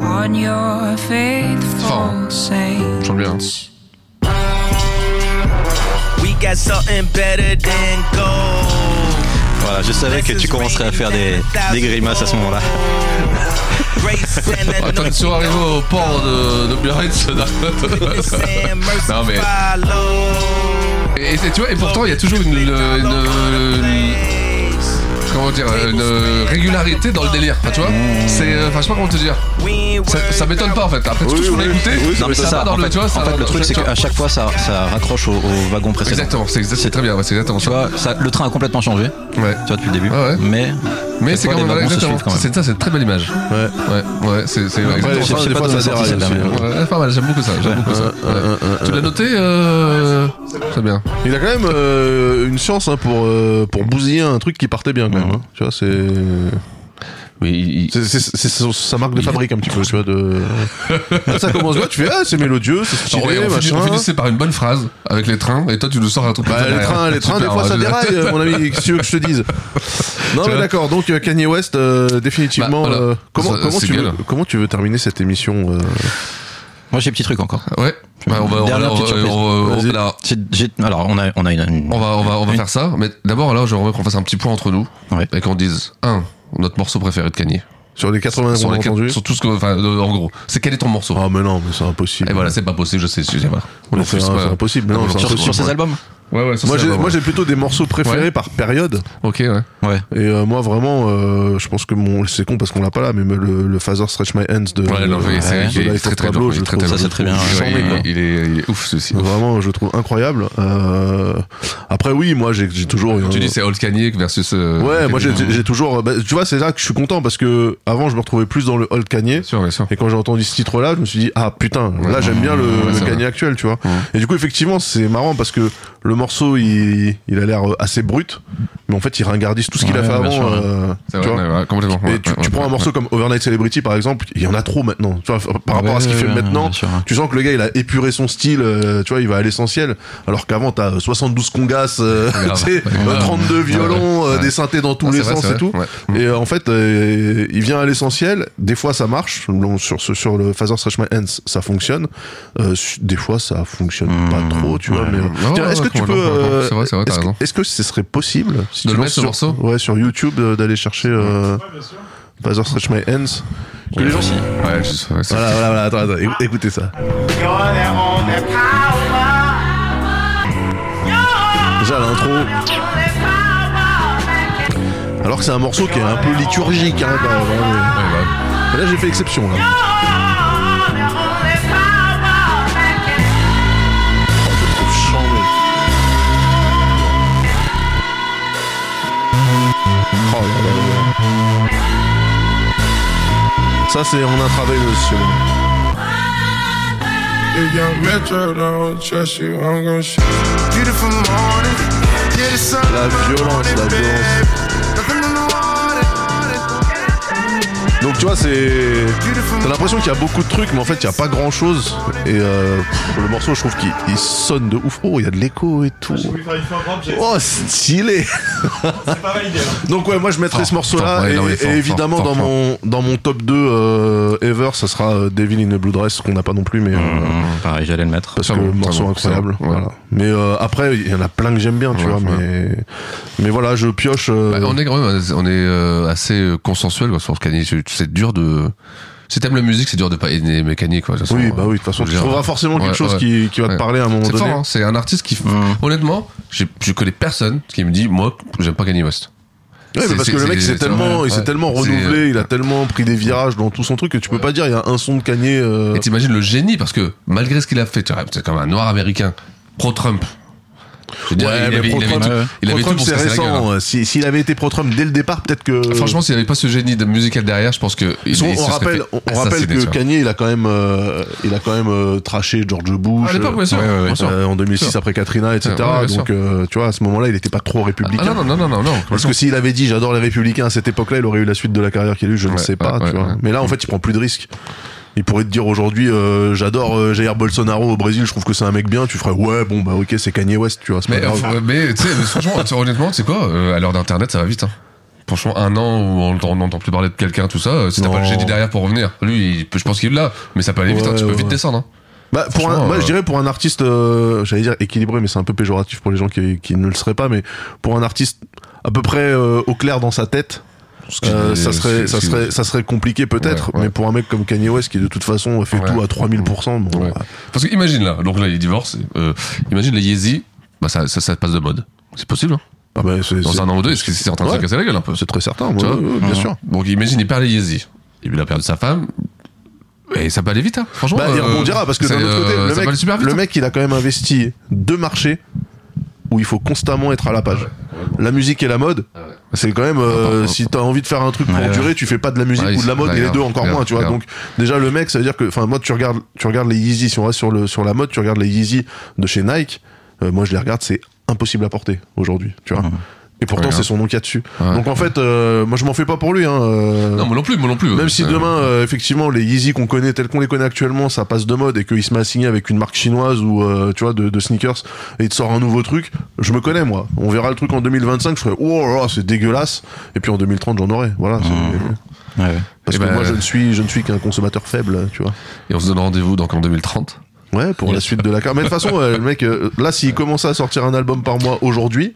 [SPEAKER 3] on your faithful saints.
[SPEAKER 8] Chante bien. hein.
[SPEAKER 13] We got something better than gold.
[SPEAKER 10] Voilà, je savais que tu commencerais à faire des, des grimaces à
[SPEAKER 13] <laughs>
[SPEAKER 10] ce moment-là.
[SPEAKER 8] <laughs> Ouais, Quand ils sont arrivés au port de, de Biarritz, <laughs> Dark non mais. Et, et tu vois, et pourtant, il y a toujours une. une- une- comment dire Une régularité dans le délire. Enfin, tu vois
[SPEAKER 10] Hmm.
[SPEAKER 8] C'est. euh, Enfin, je sais pas comment te dire. Ça, ça m'étonne pas en fait. Après, toujours
[SPEAKER 10] oui,
[SPEAKER 8] l'ai écouté.
[SPEAKER 10] oui,
[SPEAKER 8] mais ça, va dans
[SPEAKER 10] en
[SPEAKER 8] le.
[SPEAKER 10] fait,
[SPEAKER 8] tu vois,
[SPEAKER 10] en
[SPEAKER 8] ça
[SPEAKER 10] fait,
[SPEAKER 8] va
[SPEAKER 10] le
[SPEAKER 8] dans-
[SPEAKER 10] truc, c'est
[SPEAKER 8] tu vois,
[SPEAKER 10] qu'à chaque fois, ça, ça raccroche au, au wagon précédent.
[SPEAKER 8] Exactement, c'est exact- c'est très bien, ouais, c'est exactement
[SPEAKER 10] Tu vois, ça, le train a complètement changé. Tu vois, depuis le début. Mais,
[SPEAKER 8] Mais
[SPEAKER 10] chaque
[SPEAKER 8] c'est
[SPEAKER 10] fois,
[SPEAKER 8] quand
[SPEAKER 10] les
[SPEAKER 8] même.
[SPEAKER 10] wagons se
[SPEAKER 8] exactement.
[SPEAKER 10] suivent quand même.
[SPEAKER 8] C'est ça, c'est une très belle image. Ouais. Ouais, ouais, c'est. c'est-
[SPEAKER 7] Après,
[SPEAKER 8] exactement
[SPEAKER 7] les
[SPEAKER 8] ça.
[SPEAKER 7] chiffres, des fois, ça déraille
[SPEAKER 8] c'est pas
[SPEAKER 7] aussi,
[SPEAKER 8] mal.
[SPEAKER 7] hein.
[SPEAKER 8] Ouais, pas mal, j'aime beaucoup ça. J'aime beaucoup ça. Ouais. Tu l'as noté euh, Très bien.
[SPEAKER 7] Il a quand même euh, une chance hein, pour, euh, pour bousiller un truc qui partait bien quand même. hein. Tu vois, c'est.
[SPEAKER 8] Oui,
[SPEAKER 7] c'est c'est- c'est son- sa marque de fabrique un petit peu, tu vois. De...
[SPEAKER 8] <laughs>
[SPEAKER 7] Là, ça commence bien, tu fais ah c'est mélodieux, c'est
[SPEAKER 8] Alors,
[SPEAKER 7] stylé,
[SPEAKER 8] on, finit-
[SPEAKER 7] machin.
[SPEAKER 8] on finissait par une bonne phrase avec les trains et toi tu nous sors un truc comme
[SPEAKER 7] Bah,
[SPEAKER 8] ça
[SPEAKER 7] les
[SPEAKER 8] derrière.
[SPEAKER 7] trains, les trains, des
[SPEAKER 8] Super,
[SPEAKER 7] fois ça
[SPEAKER 8] ouais,
[SPEAKER 7] déraille,
[SPEAKER 8] je-
[SPEAKER 7] euh, mon ami. <laughs> Qu'est-ce que tu veux que je te dise Non,
[SPEAKER 8] Tu
[SPEAKER 7] mais
[SPEAKER 8] vois
[SPEAKER 7] d'accord. Donc euh, Kanye West, euh, définitivement.
[SPEAKER 8] Bah, voilà.
[SPEAKER 7] euh, comment,
[SPEAKER 8] Ça,
[SPEAKER 7] comment,
[SPEAKER 8] c'est
[SPEAKER 7] tu veux,
[SPEAKER 8] bien.
[SPEAKER 7] comment tu veux terminer cette émission euh
[SPEAKER 10] Moi, j'ai un petit truc encore.
[SPEAKER 8] <laughs> Ouais. Bah, on va, on va-
[SPEAKER 10] Dernière
[SPEAKER 8] on
[SPEAKER 10] petite
[SPEAKER 8] va-
[SPEAKER 10] surprise.
[SPEAKER 8] on va-
[SPEAKER 10] Vas-y.
[SPEAKER 8] alors,
[SPEAKER 10] J'ai- Alors, on a, on a une.
[SPEAKER 8] on va, on va, on va faire ça. Mais d'abord, alors, j'aimerais qu'on fasse un petit point entre nous et qu'on dise un notre morceau préféré de Kanye.
[SPEAKER 7] Sur les 80
[SPEAKER 8] sur,
[SPEAKER 7] qu'on a
[SPEAKER 8] quatre-
[SPEAKER 7] entendus
[SPEAKER 8] sur tout ce que, enfin, euh, en gros, c'est quel est ton morceau
[SPEAKER 7] Ah mais non, mais c'est impossible.
[SPEAKER 8] Et voilà, c'est pas possible. Je sais, je sais pas.
[SPEAKER 7] Mais
[SPEAKER 8] En
[SPEAKER 7] c'est-
[SPEAKER 8] plus,
[SPEAKER 7] c'est
[SPEAKER 8] ouais.
[SPEAKER 7] impossible, mais non,
[SPEAKER 8] On
[SPEAKER 7] c'est
[SPEAKER 8] sur-
[SPEAKER 7] impossible.
[SPEAKER 8] sur ses albums. Ouais, ouais. sur
[SPEAKER 7] Moi
[SPEAKER 8] ses
[SPEAKER 7] j'ai
[SPEAKER 8] albums,
[SPEAKER 7] moi,
[SPEAKER 8] ouais.
[SPEAKER 7] j'ai plutôt des morceaux préférés
[SPEAKER 8] Ouais.
[SPEAKER 7] par période.
[SPEAKER 8] Ok ouais.
[SPEAKER 10] Ouais.
[SPEAKER 7] Et euh, moi vraiment, euh, je pense que mon c'est con parce qu'on l'a pas là, mais me- le, le Father Stretch My Hands de,
[SPEAKER 8] Ouais, non,
[SPEAKER 7] de
[SPEAKER 8] mais c'est
[SPEAKER 7] Life
[SPEAKER 8] il est
[SPEAKER 7] of
[SPEAKER 8] très très
[SPEAKER 7] Pablo,
[SPEAKER 8] bien.
[SPEAKER 7] je
[SPEAKER 8] Il est très
[SPEAKER 7] trouve-
[SPEAKER 8] très
[SPEAKER 7] je
[SPEAKER 8] bien.
[SPEAKER 7] trouve charmé,
[SPEAKER 8] Ouais,
[SPEAKER 7] quoi.
[SPEAKER 8] Il est il est ouf ceci.
[SPEAKER 7] Vraiment, je le trouve incroyable. Euh, Après, oui, moi, j'ai j'ai toujours.
[SPEAKER 8] Tu dis c'est Old Kanye versus. euh,
[SPEAKER 7] Ouais, moi j'ai
[SPEAKER 8] Kanye.
[SPEAKER 7] j'ai toujours. bah, tu vois, c'est là que je suis content parce que avant je me retrouvais plus dans le old Kanye. Et quand j'ai entendu ce titre-là, je me suis dit ah putain, là j'aime bien le,
[SPEAKER 8] Ouais,
[SPEAKER 7] le
[SPEAKER 8] c'est
[SPEAKER 7] Kanye
[SPEAKER 8] vrai.
[SPEAKER 7] actuel, tu vois. Et du coup, effectivement, c'est marrant parce que le morceau, il, il a l'air euh, assez brut, mais en fait, il ringardise tout ce qu'il a
[SPEAKER 8] Ouais,
[SPEAKER 7] fait
[SPEAKER 8] bien
[SPEAKER 7] avant.
[SPEAKER 8] sûr, ouais.
[SPEAKER 7] euh,
[SPEAKER 8] C'est
[SPEAKER 7] tu
[SPEAKER 8] vrai,
[SPEAKER 7] vois.
[SPEAKER 8] ouais, ouais, complètement.
[SPEAKER 7] Et
[SPEAKER 8] Ouais,
[SPEAKER 7] tu,
[SPEAKER 8] ouais, Ah,
[SPEAKER 7] tu
[SPEAKER 8] ouais,
[SPEAKER 7] prends un
[SPEAKER 8] ouais.
[SPEAKER 7] morceau comme Overnight Celebrity, par exemple, il y en a trop maintenant. Tu vois, par
[SPEAKER 10] Ouais,
[SPEAKER 7] rapport à ce qu'il
[SPEAKER 10] ouais,
[SPEAKER 7] fait
[SPEAKER 10] ouais,
[SPEAKER 7] maintenant,
[SPEAKER 10] bien sûr, ouais.
[SPEAKER 7] tu sens que le gars, il a épuré son style, euh, tu vois, il va à l'essentiel. Alors qu'avant, t'as 72 congas, euh, <laughs>
[SPEAKER 8] Grave.
[SPEAKER 7] tu sais,
[SPEAKER 8] Ouais.
[SPEAKER 7] euh, 32
[SPEAKER 8] Ouais,
[SPEAKER 7] violons,
[SPEAKER 8] ouais.
[SPEAKER 7] euh,
[SPEAKER 8] Ouais.
[SPEAKER 7] des synthés dans tous
[SPEAKER 8] Ah,
[SPEAKER 7] les
[SPEAKER 8] c'est vrai,
[SPEAKER 7] sens
[SPEAKER 8] c'est
[SPEAKER 7] et tout.
[SPEAKER 8] vrai.
[SPEAKER 7] Et euh, en fait, euh, il vient à l'essentiel. Des fois, ça marche. Bon, Sur, ce- sur le Phaser Stretch My Hands, ça fonctionne. Euh, su- des fois, ça fonctionne pas trop, tu vois.
[SPEAKER 8] Hmm. Ouais.
[SPEAKER 7] Mais euh,
[SPEAKER 8] Ouais,
[SPEAKER 7] tiens,
[SPEAKER 8] ouais,
[SPEAKER 7] est-ce
[SPEAKER 8] ouais,
[SPEAKER 7] que tu peux.
[SPEAKER 8] complètement, complètement.
[SPEAKER 7] euh,
[SPEAKER 8] C'est vrai, c'est vrai, t'as
[SPEAKER 7] est-ce que-
[SPEAKER 8] raison.
[SPEAKER 7] Est-ce que ce serait possible si
[SPEAKER 8] De
[SPEAKER 7] tu
[SPEAKER 8] le
[SPEAKER 7] lances
[SPEAKER 8] mettre, ce
[SPEAKER 7] sur, ouais, sur YouTube euh, d'aller chercher euh, Phaser Stretch My Hands que les gens
[SPEAKER 8] Ouais, je- ouais, c'est-
[SPEAKER 7] Voilà, voilà, voilà, attends, attends, éc- écoutez ça. Déjà l'intro. Alors que c'est un morceau qui est un peu liturgique. Hein, bah, voilà, mais- Mais Là j'ai fait exception. Là. Oh, je le trouve chambé. Oh là là là là. Ça c'est on a travaillé monsieur.
[SPEAKER 13] If young Metro don't trust you, I'm gonna shoot you. Beautiful morning, yeah, the sun.
[SPEAKER 7] La violence, la violence.
[SPEAKER 13] Nothing in the water.
[SPEAKER 7] Donc tu vois, c'est. T'as l'impression qu'il y a beaucoup de trucs, mais en fait, il n'y a pas grand chose. Et euh, pff, le morceau, je trouve qu'il il sonne de ouf. Oh, il y a de l'écho et tout. Oh, stylé Donc, ouais, moi, je mettrais
[SPEAKER 8] Fort,
[SPEAKER 7] ce morceau-là.
[SPEAKER 8] fort, ouais,
[SPEAKER 7] et,
[SPEAKER 8] non, mais fort,
[SPEAKER 7] et évidemment,
[SPEAKER 8] fort,
[SPEAKER 7] dans,
[SPEAKER 8] fort, fort.
[SPEAKER 7] Mon, dans mon top 2 euh, ever, ça sera euh, Devil in a Blue Dress, qu'on n'a pas non plus, mais. euh,
[SPEAKER 8] Mm-hmm.
[SPEAKER 10] Mmh, Pareil, j'allais le mettre.
[SPEAKER 7] parce que le morceau incroyable. Voilà. Mais euh, après, il y en a plein que j'aime bien, tu vois. Mais, mais voilà, je pioche. euh,
[SPEAKER 8] Bah, on est quand même on est euh, assez euh, consensuel quoi, sur Kanye. C'est- C'est dur de. Si t'aimes la musique, c'est dur de euh, pas aimer mais Kanye quoi.
[SPEAKER 7] Oui, bah oui, de toute façon, tu trouveras forcément quelque chose qui- qui va te parler à un moment
[SPEAKER 8] C'est
[SPEAKER 7] donné. Mm.
[SPEAKER 8] fort, hein, c'est un artiste qui. Honnêtement, j'ai- je connais personne qui me dit moi j'aime pas Kanye West.
[SPEAKER 7] Ouais, mais
[SPEAKER 8] C'est-
[SPEAKER 7] parce
[SPEAKER 8] c'est-
[SPEAKER 7] que le mec,
[SPEAKER 8] c'est-
[SPEAKER 7] c'est
[SPEAKER 8] c'est-
[SPEAKER 7] tellement,
[SPEAKER 8] ouais,
[SPEAKER 7] il s'est
[SPEAKER 8] ouais.
[SPEAKER 7] tellement
[SPEAKER 8] C'est-
[SPEAKER 7] renouvelé, il a tellement pris des virages dans tout son truc que tu peux pas dire il y a un son de Kanye. euh,
[SPEAKER 8] Et t'imagines le génie parce que malgré ce qu'il a fait, tu vois, c'est comme un noir américain pro-Trump. Je veux dire,
[SPEAKER 7] ouais,
[SPEAKER 8] il
[SPEAKER 7] mais
[SPEAKER 8] avait, il avait
[SPEAKER 7] pro-Trump,
[SPEAKER 8] tout,
[SPEAKER 7] ouais.
[SPEAKER 8] il avait
[SPEAKER 7] Pro-Trump,
[SPEAKER 8] tout pour
[SPEAKER 7] c'est
[SPEAKER 8] se casser la gueule, hein. Ah,
[SPEAKER 7] récent. euh, si- S'il avait été pro-Trump dès le départ, peut-être que.
[SPEAKER 8] Franchement, s'il n'y avait pas ce génie de musical derrière, je pense que. il-
[SPEAKER 7] Euh, Parce qu'on-
[SPEAKER 8] il se
[SPEAKER 7] on
[SPEAKER 8] serait
[SPEAKER 7] rappelle,
[SPEAKER 8] fait Ah,
[SPEAKER 7] on on
[SPEAKER 8] assassiner,
[SPEAKER 7] rappelle
[SPEAKER 8] tu
[SPEAKER 7] que
[SPEAKER 8] vois.
[SPEAKER 7] Kanye, il a quand même, euh, il a quand même euh, traché George Bush.
[SPEAKER 8] À l'époque, bien sûr.
[SPEAKER 7] euh,
[SPEAKER 8] Ouais, ouais, ouais, bien sûr.
[SPEAKER 7] euh, en 2006
[SPEAKER 8] Bien sûr.
[SPEAKER 7] après Katrina, etc.
[SPEAKER 8] Ouais, ouais, bien sûr.
[SPEAKER 7] Donc, euh, tu vois, à ce moment-là, il était pas trop républicain.
[SPEAKER 8] Ah, non, non, non, non, non.
[SPEAKER 7] Parce que s'il avait dit j'adore les républicains à cette époque-là, il aurait eu la suite de la carrière qu'il a eu, je ne
[SPEAKER 8] Ouais,
[SPEAKER 7] sais pas,
[SPEAKER 8] ouais,
[SPEAKER 7] tu
[SPEAKER 8] ouais,
[SPEAKER 7] vois.
[SPEAKER 8] ouais.
[SPEAKER 7] Mais là, en fait, il prend plus de risques. Il pourrait te dire aujourd'hui, euh, j'adore euh, Jair Bolsonaro au Brésil, je trouve que c'est un mec bien. Tu ferais, ouais, bon, bah ok, c'est Kanye West, tu vois. c'est pas
[SPEAKER 8] Mais,
[SPEAKER 7] grave.
[SPEAKER 8] euh, mais, tu sais, mais franchement, tu sais, honnêtement, tu sais quoi, euh, à l'heure d'Internet, ça va vite. Hein. Franchement, un an où on on n'entend plus parler de quelqu'un, tout ça, euh, si t'as pas le
[SPEAKER 7] Non.
[SPEAKER 8] génie derrière pour revenir, lui, il peut- je pense qu'il l'a, mais ça peut aller vite, hein,
[SPEAKER 7] Ouais,
[SPEAKER 8] tu peux
[SPEAKER 7] ouais.
[SPEAKER 8] vite descendre. Hein.
[SPEAKER 7] Bah, pour un-
[SPEAKER 8] Franchement,
[SPEAKER 7] moi,
[SPEAKER 8] euh,
[SPEAKER 7] je dirais pour un artiste, euh, j'allais dire équilibré, mais c'est un peu péjoratif pour les gens qui, qui ne le seraient pas, mais pour un artiste à peu près euh, au clair dans sa tête.
[SPEAKER 8] qui-
[SPEAKER 7] euh, ça serait
[SPEAKER 8] ce
[SPEAKER 7] ça
[SPEAKER 8] qui-
[SPEAKER 7] serait ça serait compliqué peut-être mais pour un mec comme Kanye West qui de toute façon fait tout à 3000 bon, bah,
[SPEAKER 8] Parce que imagine là, donc là, il divorce, euh, imagine les Yeezy, bah, ça, ça, ça passe de mode. C'est possible, hein
[SPEAKER 7] ah bah, c'est-
[SPEAKER 8] Dans
[SPEAKER 7] c'est-
[SPEAKER 8] un an ou deux, est-ce que c'est en train de
[SPEAKER 7] Ouais.
[SPEAKER 8] se casser la gueule un peu
[SPEAKER 7] C'est très certain,
[SPEAKER 8] Tu
[SPEAKER 7] ouais,
[SPEAKER 8] vois
[SPEAKER 7] ouais, ouais, bien
[SPEAKER 8] Mhm.
[SPEAKER 7] sûr.
[SPEAKER 8] Donc imagine, il perd les Yeezy, et il a perdu sa femme, et ça peut aller vite, hein. franchement.
[SPEAKER 7] Bah, il
[SPEAKER 8] euh,
[SPEAKER 7] rebondira parce que
[SPEAKER 8] c'est,
[SPEAKER 7] d'un autre côté,
[SPEAKER 8] euh, ça peut
[SPEAKER 7] le,
[SPEAKER 8] aller
[SPEAKER 7] mec,
[SPEAKER 8] super vite,
[SPEAKER 7] le
[SPEAKER 8] hein.
[SPEAKER 7] mec, il a quand même investi deux marchés où il faut constamment être à la page. La musique et la mode, c'est quand même euh, si t'as envie de faire un truc pour
[SPEAKER 8] Ouais, ouais.
[SPEAKER 7] durer, tu fais pas de la musique
[SPEAKER 8] Ouais,
[SPEAKER 7] ou de la
[SPEAKER 8] c'est-
[SPEAKER 7] mode et les
[SPEAKER 8] regarde,
[SPEAKER 7] deux encore
[SPEAKER 8] regarde,
[SPEAKER 7] moins, tu vois.
[SPEAKER 8] regarde.
[SPEAKER 7] Donc déjà le mec, ça veut dire que enfin moi tu regardes tu regardes les Yeezy si on reste sur le sur la mode, tu regardes les Yeezy de chez Nike, euh, moi je les regarde, c'est impossible à porter aujourd'hui, tu vois. Et pourtant,
[SPEAKER 8] Ouais,
[SPEAKER 7] c'est
[SPEAKER 8] grave.
[SPEAKER 7] son nom qu'il y a dessus. Donc en fait, euh, moi je m'en fais pas pour lui. Hein, euh,
[SPEAKER 8] Non, moi non plus, moi non plus.
[SPEAKER 7] Même
[SPEAKER 8] euh,
[SPEAKER 7] si
[SPEAKER 8] ça-
[SPEAKER 7] demain, euh, effectivement, les Yeezy qu'on connaît, tels qu'on les connaît actuellement, ça passe de mode et qu'il se met à signer avec une marque chinoise ou, euh, tu vois, de, de sneakers et il te sort un nouveau truc, je me connais, moi. On verra le truc en 2025, je ferai, oh là là, c'est dégueulasse. Et puis en 2030, j'en aurai. Voilà. c'est- Parce
[SPEAKER 8] Eh
[SPEAKER 7] que
[SPEAKER 8] ben,
[SPEAKER 7] moi, je ne suis, je ne suis qu'un consommateur faible, tu vois.
[SPEAKER 8] Et on se donne rendez-vous donc en 2030.
[SPEAKER 7] Ouais, pour la suite de la carte. Mais de toute façon, euh, le mec, euh, là, s'il commençait à sortir un album par mois aujourd'hui,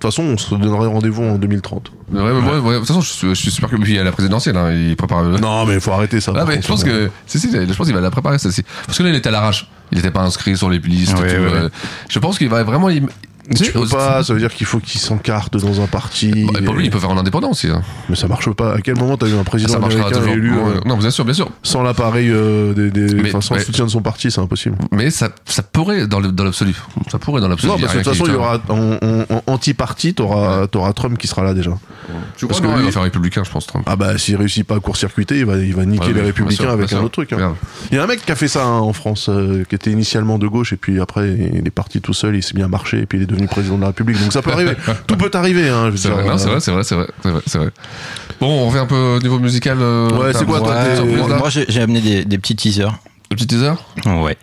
[SPEAKER 7] de toute façon, on se donnerait rendez-vous en 2030.
[SPEAKER 8] Ouais, ouais, ouais, ouais, de toute façon, je, suis- je suis super que lui, il a la présidentielle, hein, il prépare.
[SPEAKER 7] Non, mais il faut arrêter ça.
[SPEAKER 8] Ah,
[SPEAKER 7] par
[SPEAKER 8] mais
[SPEAKER 7] contre, hein.
[SPEAKER 8] je pense que. Si, si, je pense qu'il va la préparer, ça, si. Parce que là, il était à l'arrache. Il n'était pas inscrit sur les listes. et
[SPEAKER 7] Ouais,
[SPEAKER 8] tout,
[SPEAKER 7] ouais,
[SPEAKER 8] euh,
[SPEAKER 7] ouais.
[SPEAKER 8] Je pense qu'il va vraiment. Il...
[SPEAKER 7] Tu peux pas, ça veut dire qu'il faut qu'il s'encarte dans un parti.
[SPEAKER 8] Et Bah, pour lui, il peut faire en indépendant aussi. hein.
[SPEAKER 7] Mais ça marche pas. À quel moment t'as eu un président
[SPEAKER 8] Ça marchera
[SPEAKER 7] américain
[SPEAKER 8] toujours.
[SPEAKER 7] élu euh,
[SPEAKER 8] Ouais, Non, bien sûr, bien sûr.
[SPEAKER 7] sans l'appareil euh, des, des-
[SPEAKER 8] Mais-
[SPEAKER 7] enfin, sans
[SPEAKER 8] mais-
[SPEAKER 7] le soutien de son parti, c'est impossible.
[SPEAKER 8] Mais ça, ça pourrait dans le- dans l'absolu. Ça pourrait dans l'absolu.
[SPEAKER 7] Non, parce que de toute façon, il y aura en, en- en anti-parti, t'auras t'auras Trump qui sera là déjà.
[SPEAKER 8] Tu
[SPEAKER 7] parce
[SPEAKER 8] crois
[SPEAKER 7] que
[SPEAKER 8] qu'il
[SPEAKER 7] lui-
[SPEAKER 8] va faire républicain, je pense, Trump.
[SPEAKER 7] Ah bah s'il réussit pas à court-circuiter, il va, il va niquer
[SPEAKER 8] Ouais,
[SPEAKER 7] les
[SPEAKER 8] oui,
[SPEAKER 7] républicains
[SPEAKER 8] bien sûr,
[SPEAKER 7] avec
[SPEAKER 8] bien
[SPEAKER 7] un
[SPEAKER 8] sûr.
[SPEAKER 7] autre truc. hein.
[SPEAKER 8] Regarde.
[SPEAKER 7] Il y a un mec qui a fait ça hein, en France, euh, qui était initialement de gauche et puis après il est parti tout seul, il s'est bien marché et puis il est devenu président de la République. Donc ça peut
[SPEAKER 8] <laughs>
[SPEAKER 7] arriver. Tout peut arriver. Hein, je veux
[SPEAKER 8] C'est
[SPEAKER 7] dire,
[SPEAKER 8] vrai, non, c'est
[SPEAKER 7] euh,
[SPEAKER 8] vrai, c'est vrai, c'est vrai, c'est vrai, c'est vrai. Bon, on revient un peu au niveau musical. euh, t'as-
[SPEAKER 12] Ah,
[SPEAKER 10] Ouais,
[SPEAKER 8] t'as-
[SPEAKER 10] moi-
[SPEAKER 8] t'as-
[SPEAKER 10] Moi, j'ai j'ai amené des, des petits teasers.
[SPEAKER 8] Des petits teasers
[SPEAKER 10] Ouais.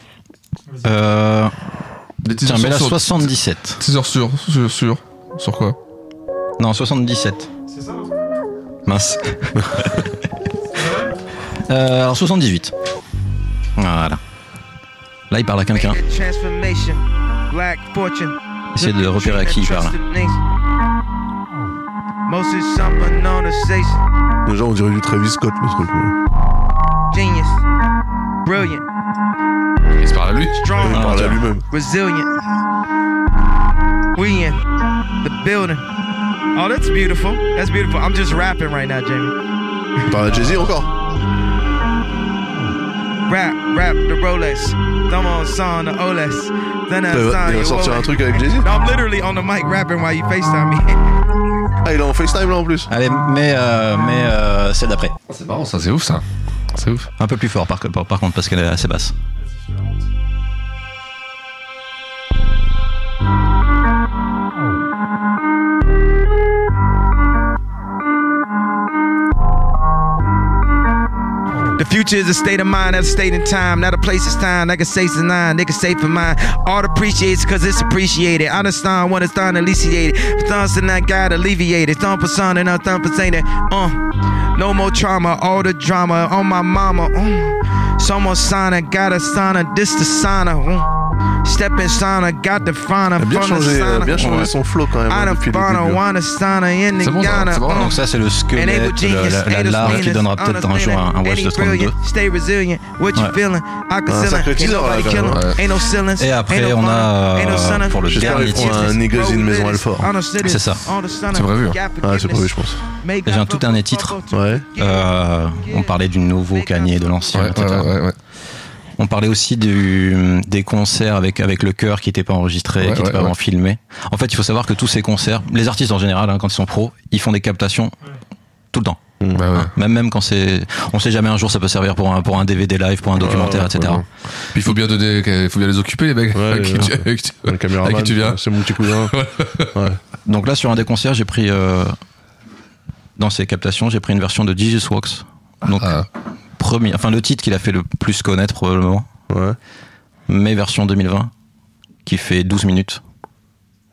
[SPEAKER 10] Euh...
[SPEAKER 8] teasers
[SPEAKER 10] Tiens, mais là,
[SPEAKER 8] sur-
[SPEAKER 10] 77.
[SPEAKER 8] Teaser sur, sur, sur, sur quoi
[SPEAKER 10] Non, 77.
[SPEAKER 12] hein <laughs>
[SPEAKER 10] Mince. Euh, alors, 78. Voilà. Là, il parle à quelqu'un.
[SPEAKER 12] Transformation, black fortune.
[SPEAKER 10] Essayez de repérer à qui il parle.
[SPEAKER 12] Most is some unknown sensation.
[SPEAKER 7] Déjà, on dirait du Travis Scott le truc. mais-
[SPEAKER 12] Genius, brilliant,
[SPEAKER 8] Il se parle à lui.
[SPEAKER 12] strong,
[SPEAKER 7] Il parle à lui-même.
[SPEAKER 12] resilient. We in the building. Oh, that's beautiful. That's beautiful. I'm just rapping right now, Jamie.
[SPEAKER 7] Il parle à Jay-Z encore.
[SPEAKER 12] Rap, rap, the Rolex. Thumb on song, the Oles. Then I
[SPEAKER 7] Il va-
[SPEAKER 12] sign
[SPEAKER 7] Ah, il va
[SPEAKER 12] your
[SPEAKER 7] sortir
[SPEAKER 12] Rolex.
[SPEAKER 7] un truc avec Jay-Z
[SPEAKER 12] No, I'm literally on the mic rapping while you FaceTime me. <laughs>
[SPEAKER 7] Ah, il est en FaceTime là en plus.
[SPEAKER 10] Allez, mais, euh, mais euh, c'est d'après.
[SPEAKER 8] C'est marrant, ça, c'est ouf, ça. C'est ouf.
[SPEAKER 10] Un peu plus fort, par, par, par contre, parce qu'elle est assez basse.
[SPEAKER 12] The future is a state of mind, not a state in time, not a place is time. Like a safe is nine, nigga safe in mind. Art appreciates cause it's appreciated. I understand when it's done, alleviated. Thoughts and I got alleviated. Thumb for son and I thumb for saying that. Uh, no more trauma, all the drama on my mama. Uh, someone sign, I got a sauna, this the sauna. Uh, step in sauna, got the fauna.
[SPEAKER 7] Il a bien
[SPEAKER 12] from the
[SPEAKER 7] changé, euh,
[SPEAKER 12] sauna.
[SPEAKER 7] bien changé son flow quand même.
[SPEAKER 12] I
[SPEAKER 7] hein,
[SPEAKER 12] done
[SPEAKER 7] depuis le
[SPEAKER 12] found a
[SPEAKER 7] début.
[SPEAKER 12] wanna sauna in the
[SPEAKER 7] C'est bon, ça,
[SPEAKER 12] Ghana.
[SPEAKER 7] c'est bon.
[SPEAKER 12] Uh,
[SPEAKER 10] Donc ça, c'est le
[SPEAKER 12] And able
[SPEAKER 10] squelette, le-
[SPEAKER 12] genius,
[SPEAKER 10] la, la
[SPEAKER 12] native
[SPEAKER 10] larve qui
[SPEAKER 12] genius,
[SPEAKER 10] donnera peut-être un jour un, un
[SPEAKER 12] understanding,
[SPEAKER 10] Watch de
[SPEAKER 12] any
[SPEAKER 10] 32.
[SPEAKER 12] brilliant, Stay resilient. What you
[SPEAKER 10] Ouais.
[SPEAKER 12] feeling? Ah, I can
[SPEAKER 7] Ah,
[SPEAKER 10] Ouais,
[SPEAKER 12] sell
[SPEAKER 10] sacré
[SPEAKER 12] it. Ain't
[SPEAKER 10] teaser,
[SPEAKER 12] nobody
[SPEAKER 10] là, quand
[SPEAKER 12] killing.
[SPEAKER 10] même. Ouais.
[SPEAKER 12] Ain't no ceilings.
[SPEAKER 10] Et
[SPEAKER 12] ain't
[SPEAKER 10] après,
[SPEAKER 12] no
[SPEAKER 10] on
[SPEAKER 12] fun,
[SPEAKER 10] a
[SPEAKER 12] ain't no
[SPEAKER 10] euh,
[SPEAKER 12] sunning,
[SPEAKER 10] pour le
[SPEAKER 12] ain't
[SPEAKER 7] J'espère
[SPEAKER 10] dernier
[SPEAKER 7] qu'ils feront
[SPEAKER 10] teaser.
[SPEAKER 7] un magazine Maison Alfort.
[SPEAKER 10] C'est ça.
[SPEAKER 12] C'est prévu, hein.
[SPEAKER 7] Ah, c'est prévu, je pense.
[SPEAKER 10] Et J'ai un tout dernier titre. Euh, on parlait du nouveau Kanye, de l'ancien,
[SPEAKER 8] Ouais,
[SPEAKER 10] etc.
[SPEAKER 8] ouais, ouais, ouais.
[SPEAKER 10] On parlait aussi du, des concerts avec, avec le chœur qui n'était pas enregistré,
[SPEAKER 8] Ouais,
[SPEAKER 10] qui n'était
[SPEAKER 8] ouais,
[SPEAKER 10] pas
[SPEAKER 8] ouais.
[SPEAKER 10] vraiment filmé. En fait, il faut savoir que tous ces concerts, les artistes en général, hein, quand ils sont pros, ils font des captations tout le temps.
[SPEAKER 8] Bah,
[SPEAKER 10] Hein, Même même quand c'est, on sait jamais un jour ça peut servir pour un pour un DVD live, pour un documentaire, etc.
[SPEAKER 8] Puis il faut bien donner, il faut bien les occuper, les mecs. avec, <laughs> qui tu, avec, qui tu- avec qui tu viens.
[SPEAKER 7] C'est mon petit
[SPEAKER 8] <laughs>
[SPEAKER 7] cousin.
[SPEAKER 10] Donc là, sur un des concerts, j'ai pris
[SPEAKER 8] Ah.
[SPEAKER 10] euh, dans ces captations, j'ai pris une version de Jesus Walks. Donc premier, enfin le titre qu'il a fait le plus connaître probablement.
[SPEAKER 7] Ouais.
[SPEAKER 10] Mais version 2020, qui fait 12 minutes.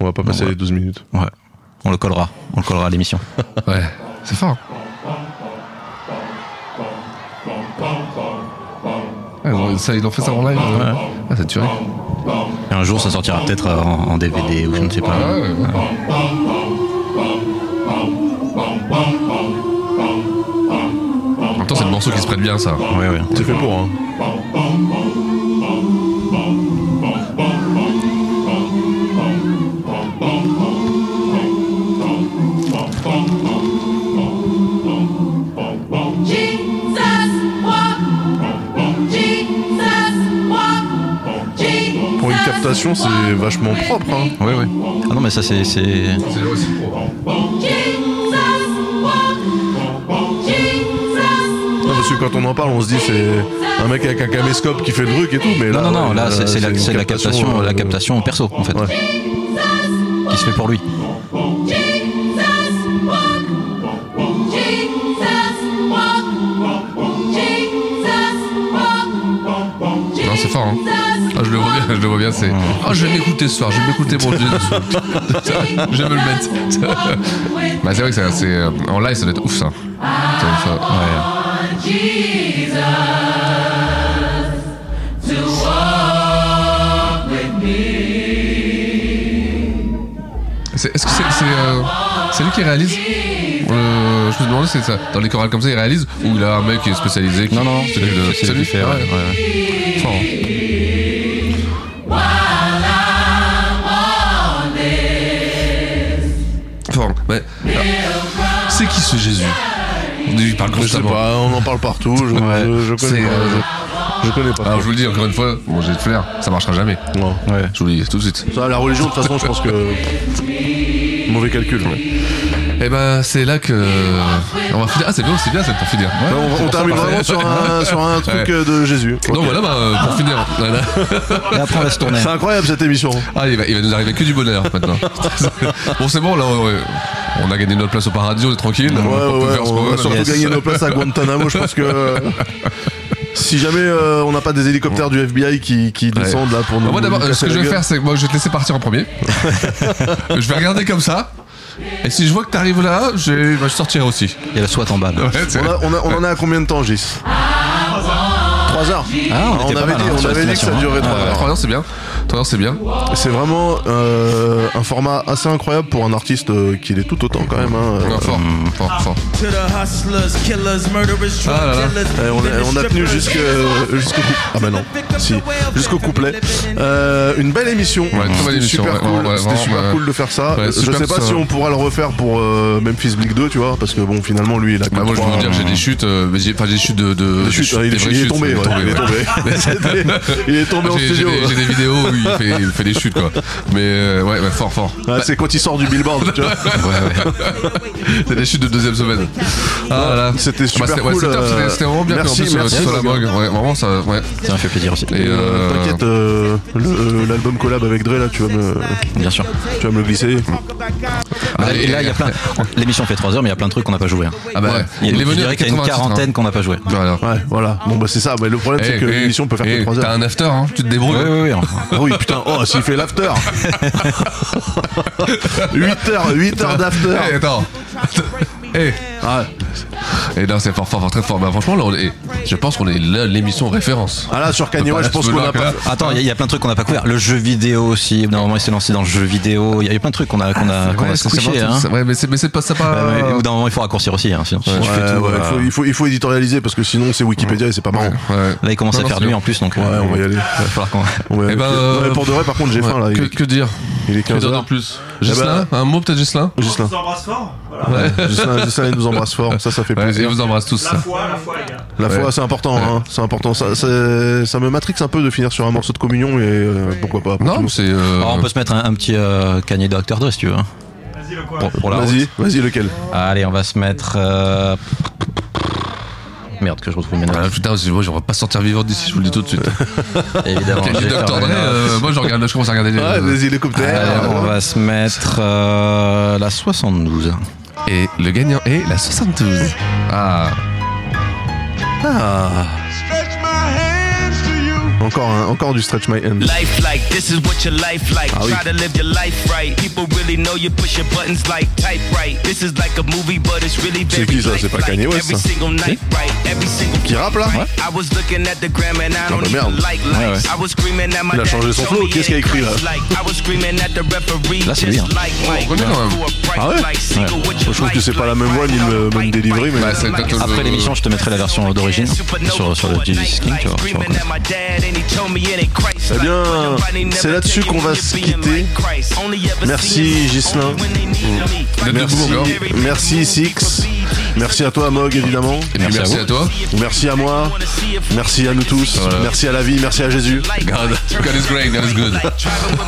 [SPEAKER 7] On va pas passer les 12 minutes.
[SPEAKER 10] Ouais. On le collera. On le collera à l'émission.
[SPEAKER 8] ouais. C'est fort. Ouais, ils ont- ça, ils ont fait ça en live. euh. Ah, ça tuerait.
[SPEAKER 10] Et un jour, ça sortira peut-être euh, en, en DVD ou je ne sais pas.
[SPEAKER 8] En même temps, c'est le morceau qui se prête bien, ça.
[SPEAKER 10] Ouais, ouais.
[SPEAKER 7] C'est fait pour, hein.
[SPEAKER 10] Pour une captation, c'est vachement propre. Hein. Ouais, ouais. Ah non, mais ça, c'est. C'est
[SPEAKER 7] Non, parce que quand on en parle, on se dit c'est un mec avec un caméscope qui fait le truc et tout, mais là.
[SPEAKER 10] Non, non, non,
[SPEAKER 7] ouais,
[SPEAKER 10] là, c'est c'est la,
[SPEAKER 7] une
[SPEAKER 10] c'est la captation,
[SPEAKER 7] euh,
[SPEAKER 10] la captation perso, en fait. Qui se fait pour lui.
[SPEAKER 8] Non, c'est fort. Hein. Ah, je le vois bien, je le vois bien. C'est. Ah, je vais m'écouter ce soir. Je vais m'écouter mon Dieu. <laughs> je vais me le mettre. bah, c'est vrai que c'est- c'est euh, en live, ça doit être ouf, ça. Ça doit être fort. C'est- Est-ce que c'est c'est, euh, c'est lui qui réalise Euh, Je me demandais c'est ça. Dans les chorales comme ça, il réalise ou il a un mec qui est spécialisé qui-
[SPEAKER 10] Non, non, c'est lui-
[SPEAKER 8] le-
[SPEAKER 10] c'est lui qui fait,
[SPEAKER 8] Ah
[SPEAKER 10] ouais, ouais.
[SPEAKER 8] Fort, hein. Fort, ouais. Alors, ah. C'est qui ce Jésus Il parle
[SPEAKER 7] Je sais
[SPEAKER 8] constamment.
[SPEAKER 7] pas, on en parle partout, je, je- je
[SPEAKER 8] C'est,
[SPEAKER 7] connais pas.
[SPEAKER 8] euh,
[SPEAKER 7] je- je connais pas.
[SPEAKER 8] Alors je vous le dis encore une fois, bon j'ai de flair, ça marchera jamais.
[SPEAKER 7] Non.
[SPEAKER 10] Ouais.
[SPEAKER 8] Je vous le dis tout de suite.
[SPEAKER 7] Ça, la religion, de toute façon, je pense que. Mauvais calcul.
[SPEAKER 8] Et ben c'est là que on va finir. Ah c'est bien, c'est bien ça pour finir.
[SPEAKER 7] Ouais, on va- on
[SPEAKER 8] C'est
[SPEAKER 7] termine
[SPEAKER 8] parfait.
[SPEAKER 7] vraiment sur un- sur un truc, euh, de Jésus.
[SPEAKER 8] Donc
[SPEAKER 7] Ok.
[SPEAKER 8] voilà bah, euh, pour finir. voilà.
[SPEAKER 10] Et après, on va se tourner.
[SPEAKER 7] C'est incroyable cette émission.
[SPEAKER 8] Ah, il va, il va nous arriver que du bonheur maintenant. <laughs> bon, c'est bon, là, on, on a gagné notre place au paradis, on est tranquille.
[SPEAKER 7] Ouais,
[SPEAKER 8] on
[SPEAKER 7] ouais, ouais,
[SPEAKER 8] ce qu'on
[SPEAKER 7] on
[SPEAKER 8] veut,
[SPEAKER 7] va surtout
[SPEAKER 8] Yes.
[SPEAKER 7] gagner nos places à Guantanamo. Je pense que
[SPEAKER 8] <laughs>
[SPEAKER 7] euh, si jamais euh, on n'a pas des hélicoptères du FBI qui, qui
[SPEAKER 8] Ouais.
[SPEAKER 7] descendent là pour nous.
[SPEAKER 8] Bah, moi, d'abord,
[SPEAKER 7] nous
[SPEAKER 8] euh,
[SPEAKER 7] casser
[SPEAKER 8] ce que je
[SPEAKER 7] la
[SPEAKER 8] vais
[SPEAKER 7] gueule.
[SPEAKER 8] faire, c'est que moi, je vais te laisser partir
[SPEAKER 7] <laughs>
[SPEAKER 8] en premier. je vais regarder comme ça. Et si je vois que t'arrives là, je vais bah, je sortirai aussi.
[SPEAKER 10] Il y a la SWAT en bas. là.
[SPEAKER 7] on, a- on a- on en est à combien de temps, Gis 3 heures.
[SPEAKER 10] Ah, on était pas
[SPEAKER 7] avait
[SPEAKER 10] mal,
[SPEAKER 7] dit,
[SPEAKER 10] hein,
[SPEAKER 7] on
[SPEAKER 10] sur
[SPEAKER 7] avait dit que ça
[SPEAKER 10] l'estimation,
[SPEAKER 7] durait
[SPEAKER 10] hein.
[SPEAKER 7] 3
[SPEAKER 8] Ah,
[SPEAKER 10] Ouais,
[SPEAKER 7] heures.
[SPEAKER 10] trois
[SPEAKER 8] heures, c'est bien. 3 heures, c'est bien.
[SPEAKER 7] C'est vraiment euh, un format assez incroyable pour un artiste euh, qui l'est tout autant quand même. hein.
[SPEAKER 8] Ouais, fort, fort, fort.
[SPEAKER 9] To the hustlers, killers, murderers,
[SPEAKER 7] Ah
[SPEAKER 9] drug
[SPEAKER 7] là là.
[SPEAKER 9] dealers,
[SPEAKER 7] Eh, on, a, on a tenu jusque- euh, jusqu'au cou- ah bah non, si, jusqu'au couplet. Euh, une belle émission.
[SPEAKER 8] très
[SPEAKER 7] C'était
[SPEAKER 8] bonne émission,
[SPEAKER 7] Super
[SPEAKER 8] ouais,
[SPEAKER 7] cool.
[SPEAKER 8] ouais, ouais,
[SPEAKER 7] C'était
[SPEAKER 8] vraiment,
[SPEAKER 7] super
[SPEAKER 8] ouais.
[SPEAKER 7] cool de faire ça.
[SPEAKER 8] Ouais,
[SPEAKER 7] je
[SPEAKER 8] super
[SPEAKER 7] sais
[SPEAKER 8] que
[SPEAKER 7] pas
[SPEAKER 8] ça-
[SPEAKER 7] si on pourra le refaire pour euh, Memphis Bleak 2, tu vois, parce que bon, finalement lui, il a. que
[SPEAKER 8] Bah, moi, je
[SPEAKER 7] trois- hmm.
[SPEAKER 8] veux dire, j'ai des chutes, euh, mais j'ai- enfin, des chutes de. de
[SPEAKER 7] Des chutes,
[SPEAKER 8] des
[SPEAKER 7] il est-
[SPEAKER 8] vraies
[SPEAKER 7] il est
[SPEAKER 8] chutes,
[SPEAKER 7] tombé, ouais, il est tombé.
[SPEAKER 8] ouais.
[SPEAKER 7] C'était-
[SPEAKER 8] <laughs>
[SPEAKER 7] il est tombé en
[SPEAKER 8] J'ai- j'ai
[SPEAKER 7] studio.
[SPEAKER 8] des- J'ai des vidéos où il fait, il fait des chutes, quoi. Mais euh, ouais, bah, fort, fort.
[SPEAKER 7] Ah,
[SPEAKER 8] Bah, <laughs>
[SPEAKER 7] c'est quand il sort du billboard, tu vois.
[SPEAKER 8] C'est des chutes de deuxième semaine. Ah, là.
[SPEAKER 7] C'était super
[SPEAKER 8] c'était-
[SPEAKER 7] cool,
[SPEAKER 8] c'était-
[SPEAKER 7] euh,
[SPEAKER 8] C'était c'était vraiment bien.
[SPEAKER 7] merci,
[SPEAKER 8] en plus, euh,
[SPEAKER 7] merci,
[SPEAKER 8] tu sois
[SPEAKER 7] les
[SPEAKER 8] la
[SPEAKER 7] gars.
[SPEAKER 8] mogue. Ouais, vraiment, ça. Ouais.
[SPEAKER 10] Ça m'a fait plaisir aussi.
[SPEAKER 8] Et, euh,
[SPEAKER 7] T'inquiète, euh, le- euh, l'album collab avec Dre, là, tu vas me.
[SPEAKER 10] Bien sûr.
[SPEAKER 7] Tu vas me le glisser.
[SPEAKER 10] Ah, et là, il y a plein. L'émission fait 3 heures, mais il y a plein de trucs qu'on n'a pas joué. hein.
[SPEAKER 8] Ah bah, ouais.
[SPEAKER 10] Il y a,
[SPEAKER 8] Il est
[SPEAKER 10] je
[SPEAKER 8] venu
[SPEAKER 10] dirais
[SPEAKER 8] avec
[SPEAKER 10] qu'il y a une
[SPEAKER 8] 80 titres,
[SPEAKER 10] quarantaine
[SPEAKER 8] hein.
[SPEAKER 10] qu'on n'a pas joué.
[SPEAKER 8] Voilà.
[SPEAKER 7] Ouais, voilà. Bon, bah, c'est ça. Mais le problème, c'est
[SPEAKER 8] Eh,
[SPEAKER 7] que
[SPEAKER 8] eh,
[SPEAKER 7] l'émission peut faire
[SPEAKER 8] eh,
[SPEAKER 7] que 3 heures.
[SPEAKER 8] T'as un after, hein Tu te débrouilles.
[SPEAKER 10] Ouais, ouais, <laughs> ouais.
[SPEAKER 7] Ah oui, putain, oh, s'il fait
[SPEAKER 8] <laughs>
[SPEAKER 7] l'after 8 heures, 8 heures d'after
[SPEAKER 8] Eh, attends. Eh. Et non, c'est fort, fort, fort, très fort. Bah, franchement, là, on est- je pense qu'on est là, l'émission référence.
[SPEAKER 7] Ah là, sur Kanye
[SPEAKER 8] Bah,
[SPEAKER 7] West,
[SPEAKER 8] là,
[SPEAKER 7] je pense
[SPEAKER 8] tu
[SPEAKER 7] qu'on
[SPEAKER 8] me
[SPEAKER 7] a
[SPEAKER 8] l'as-
[SPEAKER 7] pas.
[SPEAKER 10] Attends, il y a- il y, a plein de trucs qu'on n'a pas couvert. Le jeu vidéo aussi. Normalement, il s'est lancé dans le jeu vidéo. Il y a eu plein de trucs qu'on a, qu'on
[SPEAKER 7] Ah,
[SPEAKER 10] a, qu'on a
[SPEAKER 8] Ouais, c'est- c'est
[SPEAKER 10] squishé,
[SPEAKER 8] pas-
[SPEAKER 10] hein.
[SPEAKER 8] c'est- Ouais, mais c'est mais c'est pas ça pas.
[SPEAKER 10] Bah ouais, Au bout d'un moment, il faut raccourcir aussi. hein, sinon, si
[SPEAKER 7] Ouais,
[SPEAKER 10] tu fais tout,
[SPEAKER 7] ouais, il,
[SPEAKER 10] euh,
[SPEAKER 7] faut, il, faut, il faut éditorialiser parce que sinon c'est Wikipédia et c'est pas marrant.
[SPEAKER 10] Là, il commence
[SPEAKER 7] Non,
[SPEAKER 10] à
[SPEAKER 7] non,
[SPEAKER 10] faire
[SPEAKER 7] c'est
[SPEAKER 10] nuit
[SPEAKER 7] bien.
[SPEAKER 10] en plus, donc.
[SPEAKER 7] Ouais,
[SPEAKER 10] euh,
[SPEAKER 7] on va y aller.
[SPEAKER 10] va falloir qu'on.
[SPEAKER 7] On va y
[SPEAKER 8] Eh ben,
[SPEAKER 7] aller.
[SPEAKER 8] euh,
[SPEAKER 7] Ouais, pour de vrai, par contre, j'ai
[SPEAKER 8] ouais,
[SPEAKER 7] faim là.
[SPEAKER 8] Que,
[SPEAKER 7] Il,
[SPEAKER 8] que dire
[SPEAKER 7] il est
[SPEAKER 8] Que dire
[SPEAKER 7] 15h.
[SPEAKER 8] en plus
[SPEAKER 7] Eh
[SPEAKER 8] Gislain Un mot peut-être Gislain
[SPEAKER 7] ben, Gislain.
[SPEAKER 15] s'embrasse fort.
[SPEAKER 7] Ouais, Gislain, Gislain, il nous embrasse fort. Ça, ça fait
[SPEAKER 8] Ah Ouais,
[SPEAKER 7] plaisir.
[SPEAKER 8] et vous embrasse tous. ça.
[SPEAKER 15] foi, la foi, les gars.
[SPEAKER 7] La foi,
[SPEAKER 8] Ouais.
[SPEAKER 7] c'est important, hein, c'est important. Ça, c'est- ça me matrixe un peu de finir sur un morceau de communion et euh, pourquoi pas. pour tout
[SPEAKER 8] Non,
[SPEAKER 7] le
[SPEAKER 8] mais
[SPEAKER 7] monde.
[SPEAKER 8] c'est. euh,
[SPEAKER 10] Alors, Ah, on peut se mettre un, un petit euh, canier de Dr. Dre si tu veux. hein. Pour, pour la
[SPEAKER 7] Vas-y,
[SPEAKER 10] route.
[SPEAKER 7] vas-y, lequel
[SPEAKER 10] Allez, on va se mettre. euh, Merde, que je retrouve
[SPEAKER 7] <laughs>
[SPEAKER 10] mes notes.
[SPEAKER 8] Ah, putain, moi, je vais pas sortir vivant d'ici, je vous le dis tout de suite.
[SPEAKER 10] Évidemment.
[SPEAKER 8] Ok,
[SPEAKER 10] je vais
[SPEAKER 8] Dr.
[SPEAKER 10] faire mes
[SPEAKER 8] Dre, euh,
[SPEAKER 10] notes.
[SPEAKER 8] moi, je regarde, je commence à regarder les-
[SPEAKER 7] Ouais, Ah, vas-y, l'hélicoptère.
[SPEAKER 10] Allez, on va se mettre euh, la 72.
[SPEAKER 8] Et le gagnant est la 72. Ah.
[SPEAKER 7] Ah. Encore, un- encore du stretch my hand.
[SPEAKER 12] Life like, this is what your life like.
[SPEAKER 7] Ah oui.
[SPEAKER 12] Try to live your life right. People really know you push your buttons like type right. This is like a movie, but it's really
[SPEAKER 7] C'est qui ça C'est pas Kanye West
[SPEAKER 12] every
[SPEAKER 7] ça
[SPEAKER 12] single night right. Every single
[SPEAKER 7] Qui rappe là
[SPEAKER 12] I was looking at the gram and I
[SPEAKER 7] Ah
[SPEAKER 12] don't
[SPEAKER 7] bah
[SPEAKER 12] even
[SPEAKER 7] merde.
[SPEAKER 12] like
[SPEAKER 7] Ouais,
[SPEAKER 12] lights.
[SPEAKER 7] ouais.
[SPEAKER 12] I was screaming at my
[SPEAKER 7] Il a
[SPEAKER 12] dad,
[SPEAKER 7] changé son
[SPEAKER 12] show
[SPEAKER 7] flow.
[SPEAKER 12] me
[SPEAKER 7] Qu'est-ce qu'il a
[SPEAKER 12] ain't
[SPEAKER 7] écrit, là
[SPEAKER 12] Christ like. I was screaming at the referee,
[SPEAKER 7] Là, c'est bien.
[SPEAKER 12] just like
[SPEAKER 7] Oh,
[SPEAKER 12] Mike.
[SPEAKER 7] on connaît quand même.
[SPEAKER 12] For a price
[SPEAKER 7] Ah ouais
[SPEAKER 12] like, single with
[SPEAKER 7] Je
[SPEAKER 12] your
[SPEAKER 7] trouve que
[SPEAKER 12] life
[SPEAKER 7] c'est pas la même voix ni le même delivery,
[SPEAKER 8] Bah,
[SPEAKER 7] mais
[SPEAKER 10] Après l'émission, je te mettrai la version d'origine hein, sur, sur le Jesus King, tu vois. tu vois.
[SPEAKER 12] Screaming at my dad and he told me it ain't Christ.
[SPEAKER 7] Eh bien, c'est là-dessus qu'on va se quitter. Merci Gislin. Merci, merci Six. Merci à toi Mog évidemment.
[SPEAKER 8] Et merci à vous.
[SPEAKER 7] Merci à moi. Merci à nous tous.
[SPEAKER 8] Voilà.
[SPEAKER 7] Merci à la vie. Merci à Jésus.
[SPEAKER 8] God, God is great, God is good.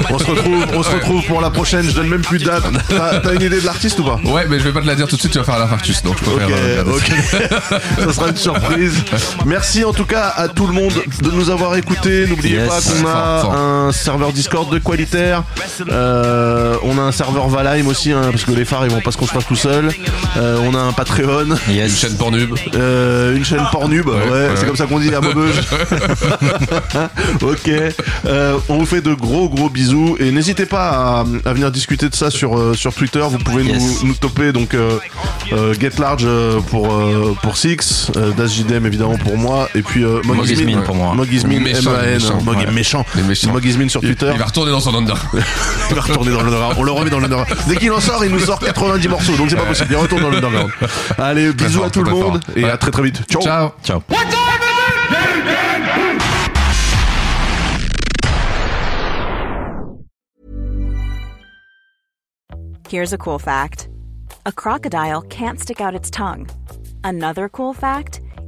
[SPEAKER 7] On se retrouve. On se
[SPEAKER 8] Ouais.
[SPEAKER 7] retrouve pour la prochaine. Je donne même plus de date. T'as t'as une idée de l'artiste ou pas
[SPEAKER 8] Ouais, mais je vais pas te la dire tout de suite, tu vas faire l'infarctus, donc je préfère.
[SPEAKER 7] Ok,
[SPEAKER 8] euh, garder
[SPEAKER 7] ok.
[SPEAKER 8] ça.
[SPEAKER 7] <laughs> Ça sera une surprise. Merci en tout cas à tout le monde de nous avoir écoutés. N'oubliez
[SPEAKER 8] Yes.
[SPEAKER 7] pas qu'on a
[SPEAKER 8] Fort, fort.
[SPEAKER 7] un serveur Discord de qualitaire. Euh, on a un serveur Valheim aussi, hein, parce que les phares ils vont pas se construire tout seuls. Euh, on a un Patreon.
[SPEAKER 8] Une chaîne Pornhub.
[SPEAKER 7] Euh, une chaîne Pornhub. Ouais,
[SPEAKER 8] ouais,
[SPEAKER 7] c'est
[SPEAKER 8] ouais.
[SPEAKER 7] comme ça qu'on dit à <laughs> Bobeuge. ok. Euh, on vous fait de gros gros bisous et n'hésitez pas à, à venir discuter de ça sur, euh, sur Twitter. Vous pouvez nous, nous toper donc euh, euh, Get Large euh, pour, euh, pour Six, euh, Das JDM évidemment pour moi et puis euh, Mog
[SPEAKER 10] Mog
[SPEAKER 7] Is
[SPEAKER 10] is
[SPEAKER 7] Mean.
[SPEAKER 10] mean pour moi.
[SPEAKER 7] Mog Is Mean,
[SPEAKER 8] Méchant,
[SPEAKER 7] M.A.N.,
[SPEAKER 8] méchant,
[SPEAKER 7] hein. Mog est
[SPEAKER 8] ouais.
[SPEAKER 7] méchant.
[SPEAKER 8] Il est méchant.
[SPEAKER 7] Mog Is Mean sur
[SPEAKER 8] Il-
[SPEAKER 7] Twitter.
[SPEAKER 8] Il va retourner dans son under.
[SPEAKER 7] Il va retourner dans l'underground. On le remet dans l'underground. Dès qu'il en sort, il nous sort 90 morceaux, donc c'est pas possible. Il retourne dans l'underground. Allez,
[SPEAKER 8] Très
[SPEAKER 7] bisous
[SPEAKER 8] fort,
[SPEAKER 7] à tout le
[SPEAKER 8] très fort.
[SPEAKER 7] monde et
[SPEAKER 8] Ouais.
[SPEAKER 7] à très très vite. Ciao.
[SPEAKER 8] Ciao.
[SPEAKER 10] Ciao.
[SPEAKER 17] Here's a cool fact a crocodile can't stick out its tongue. Another cool fact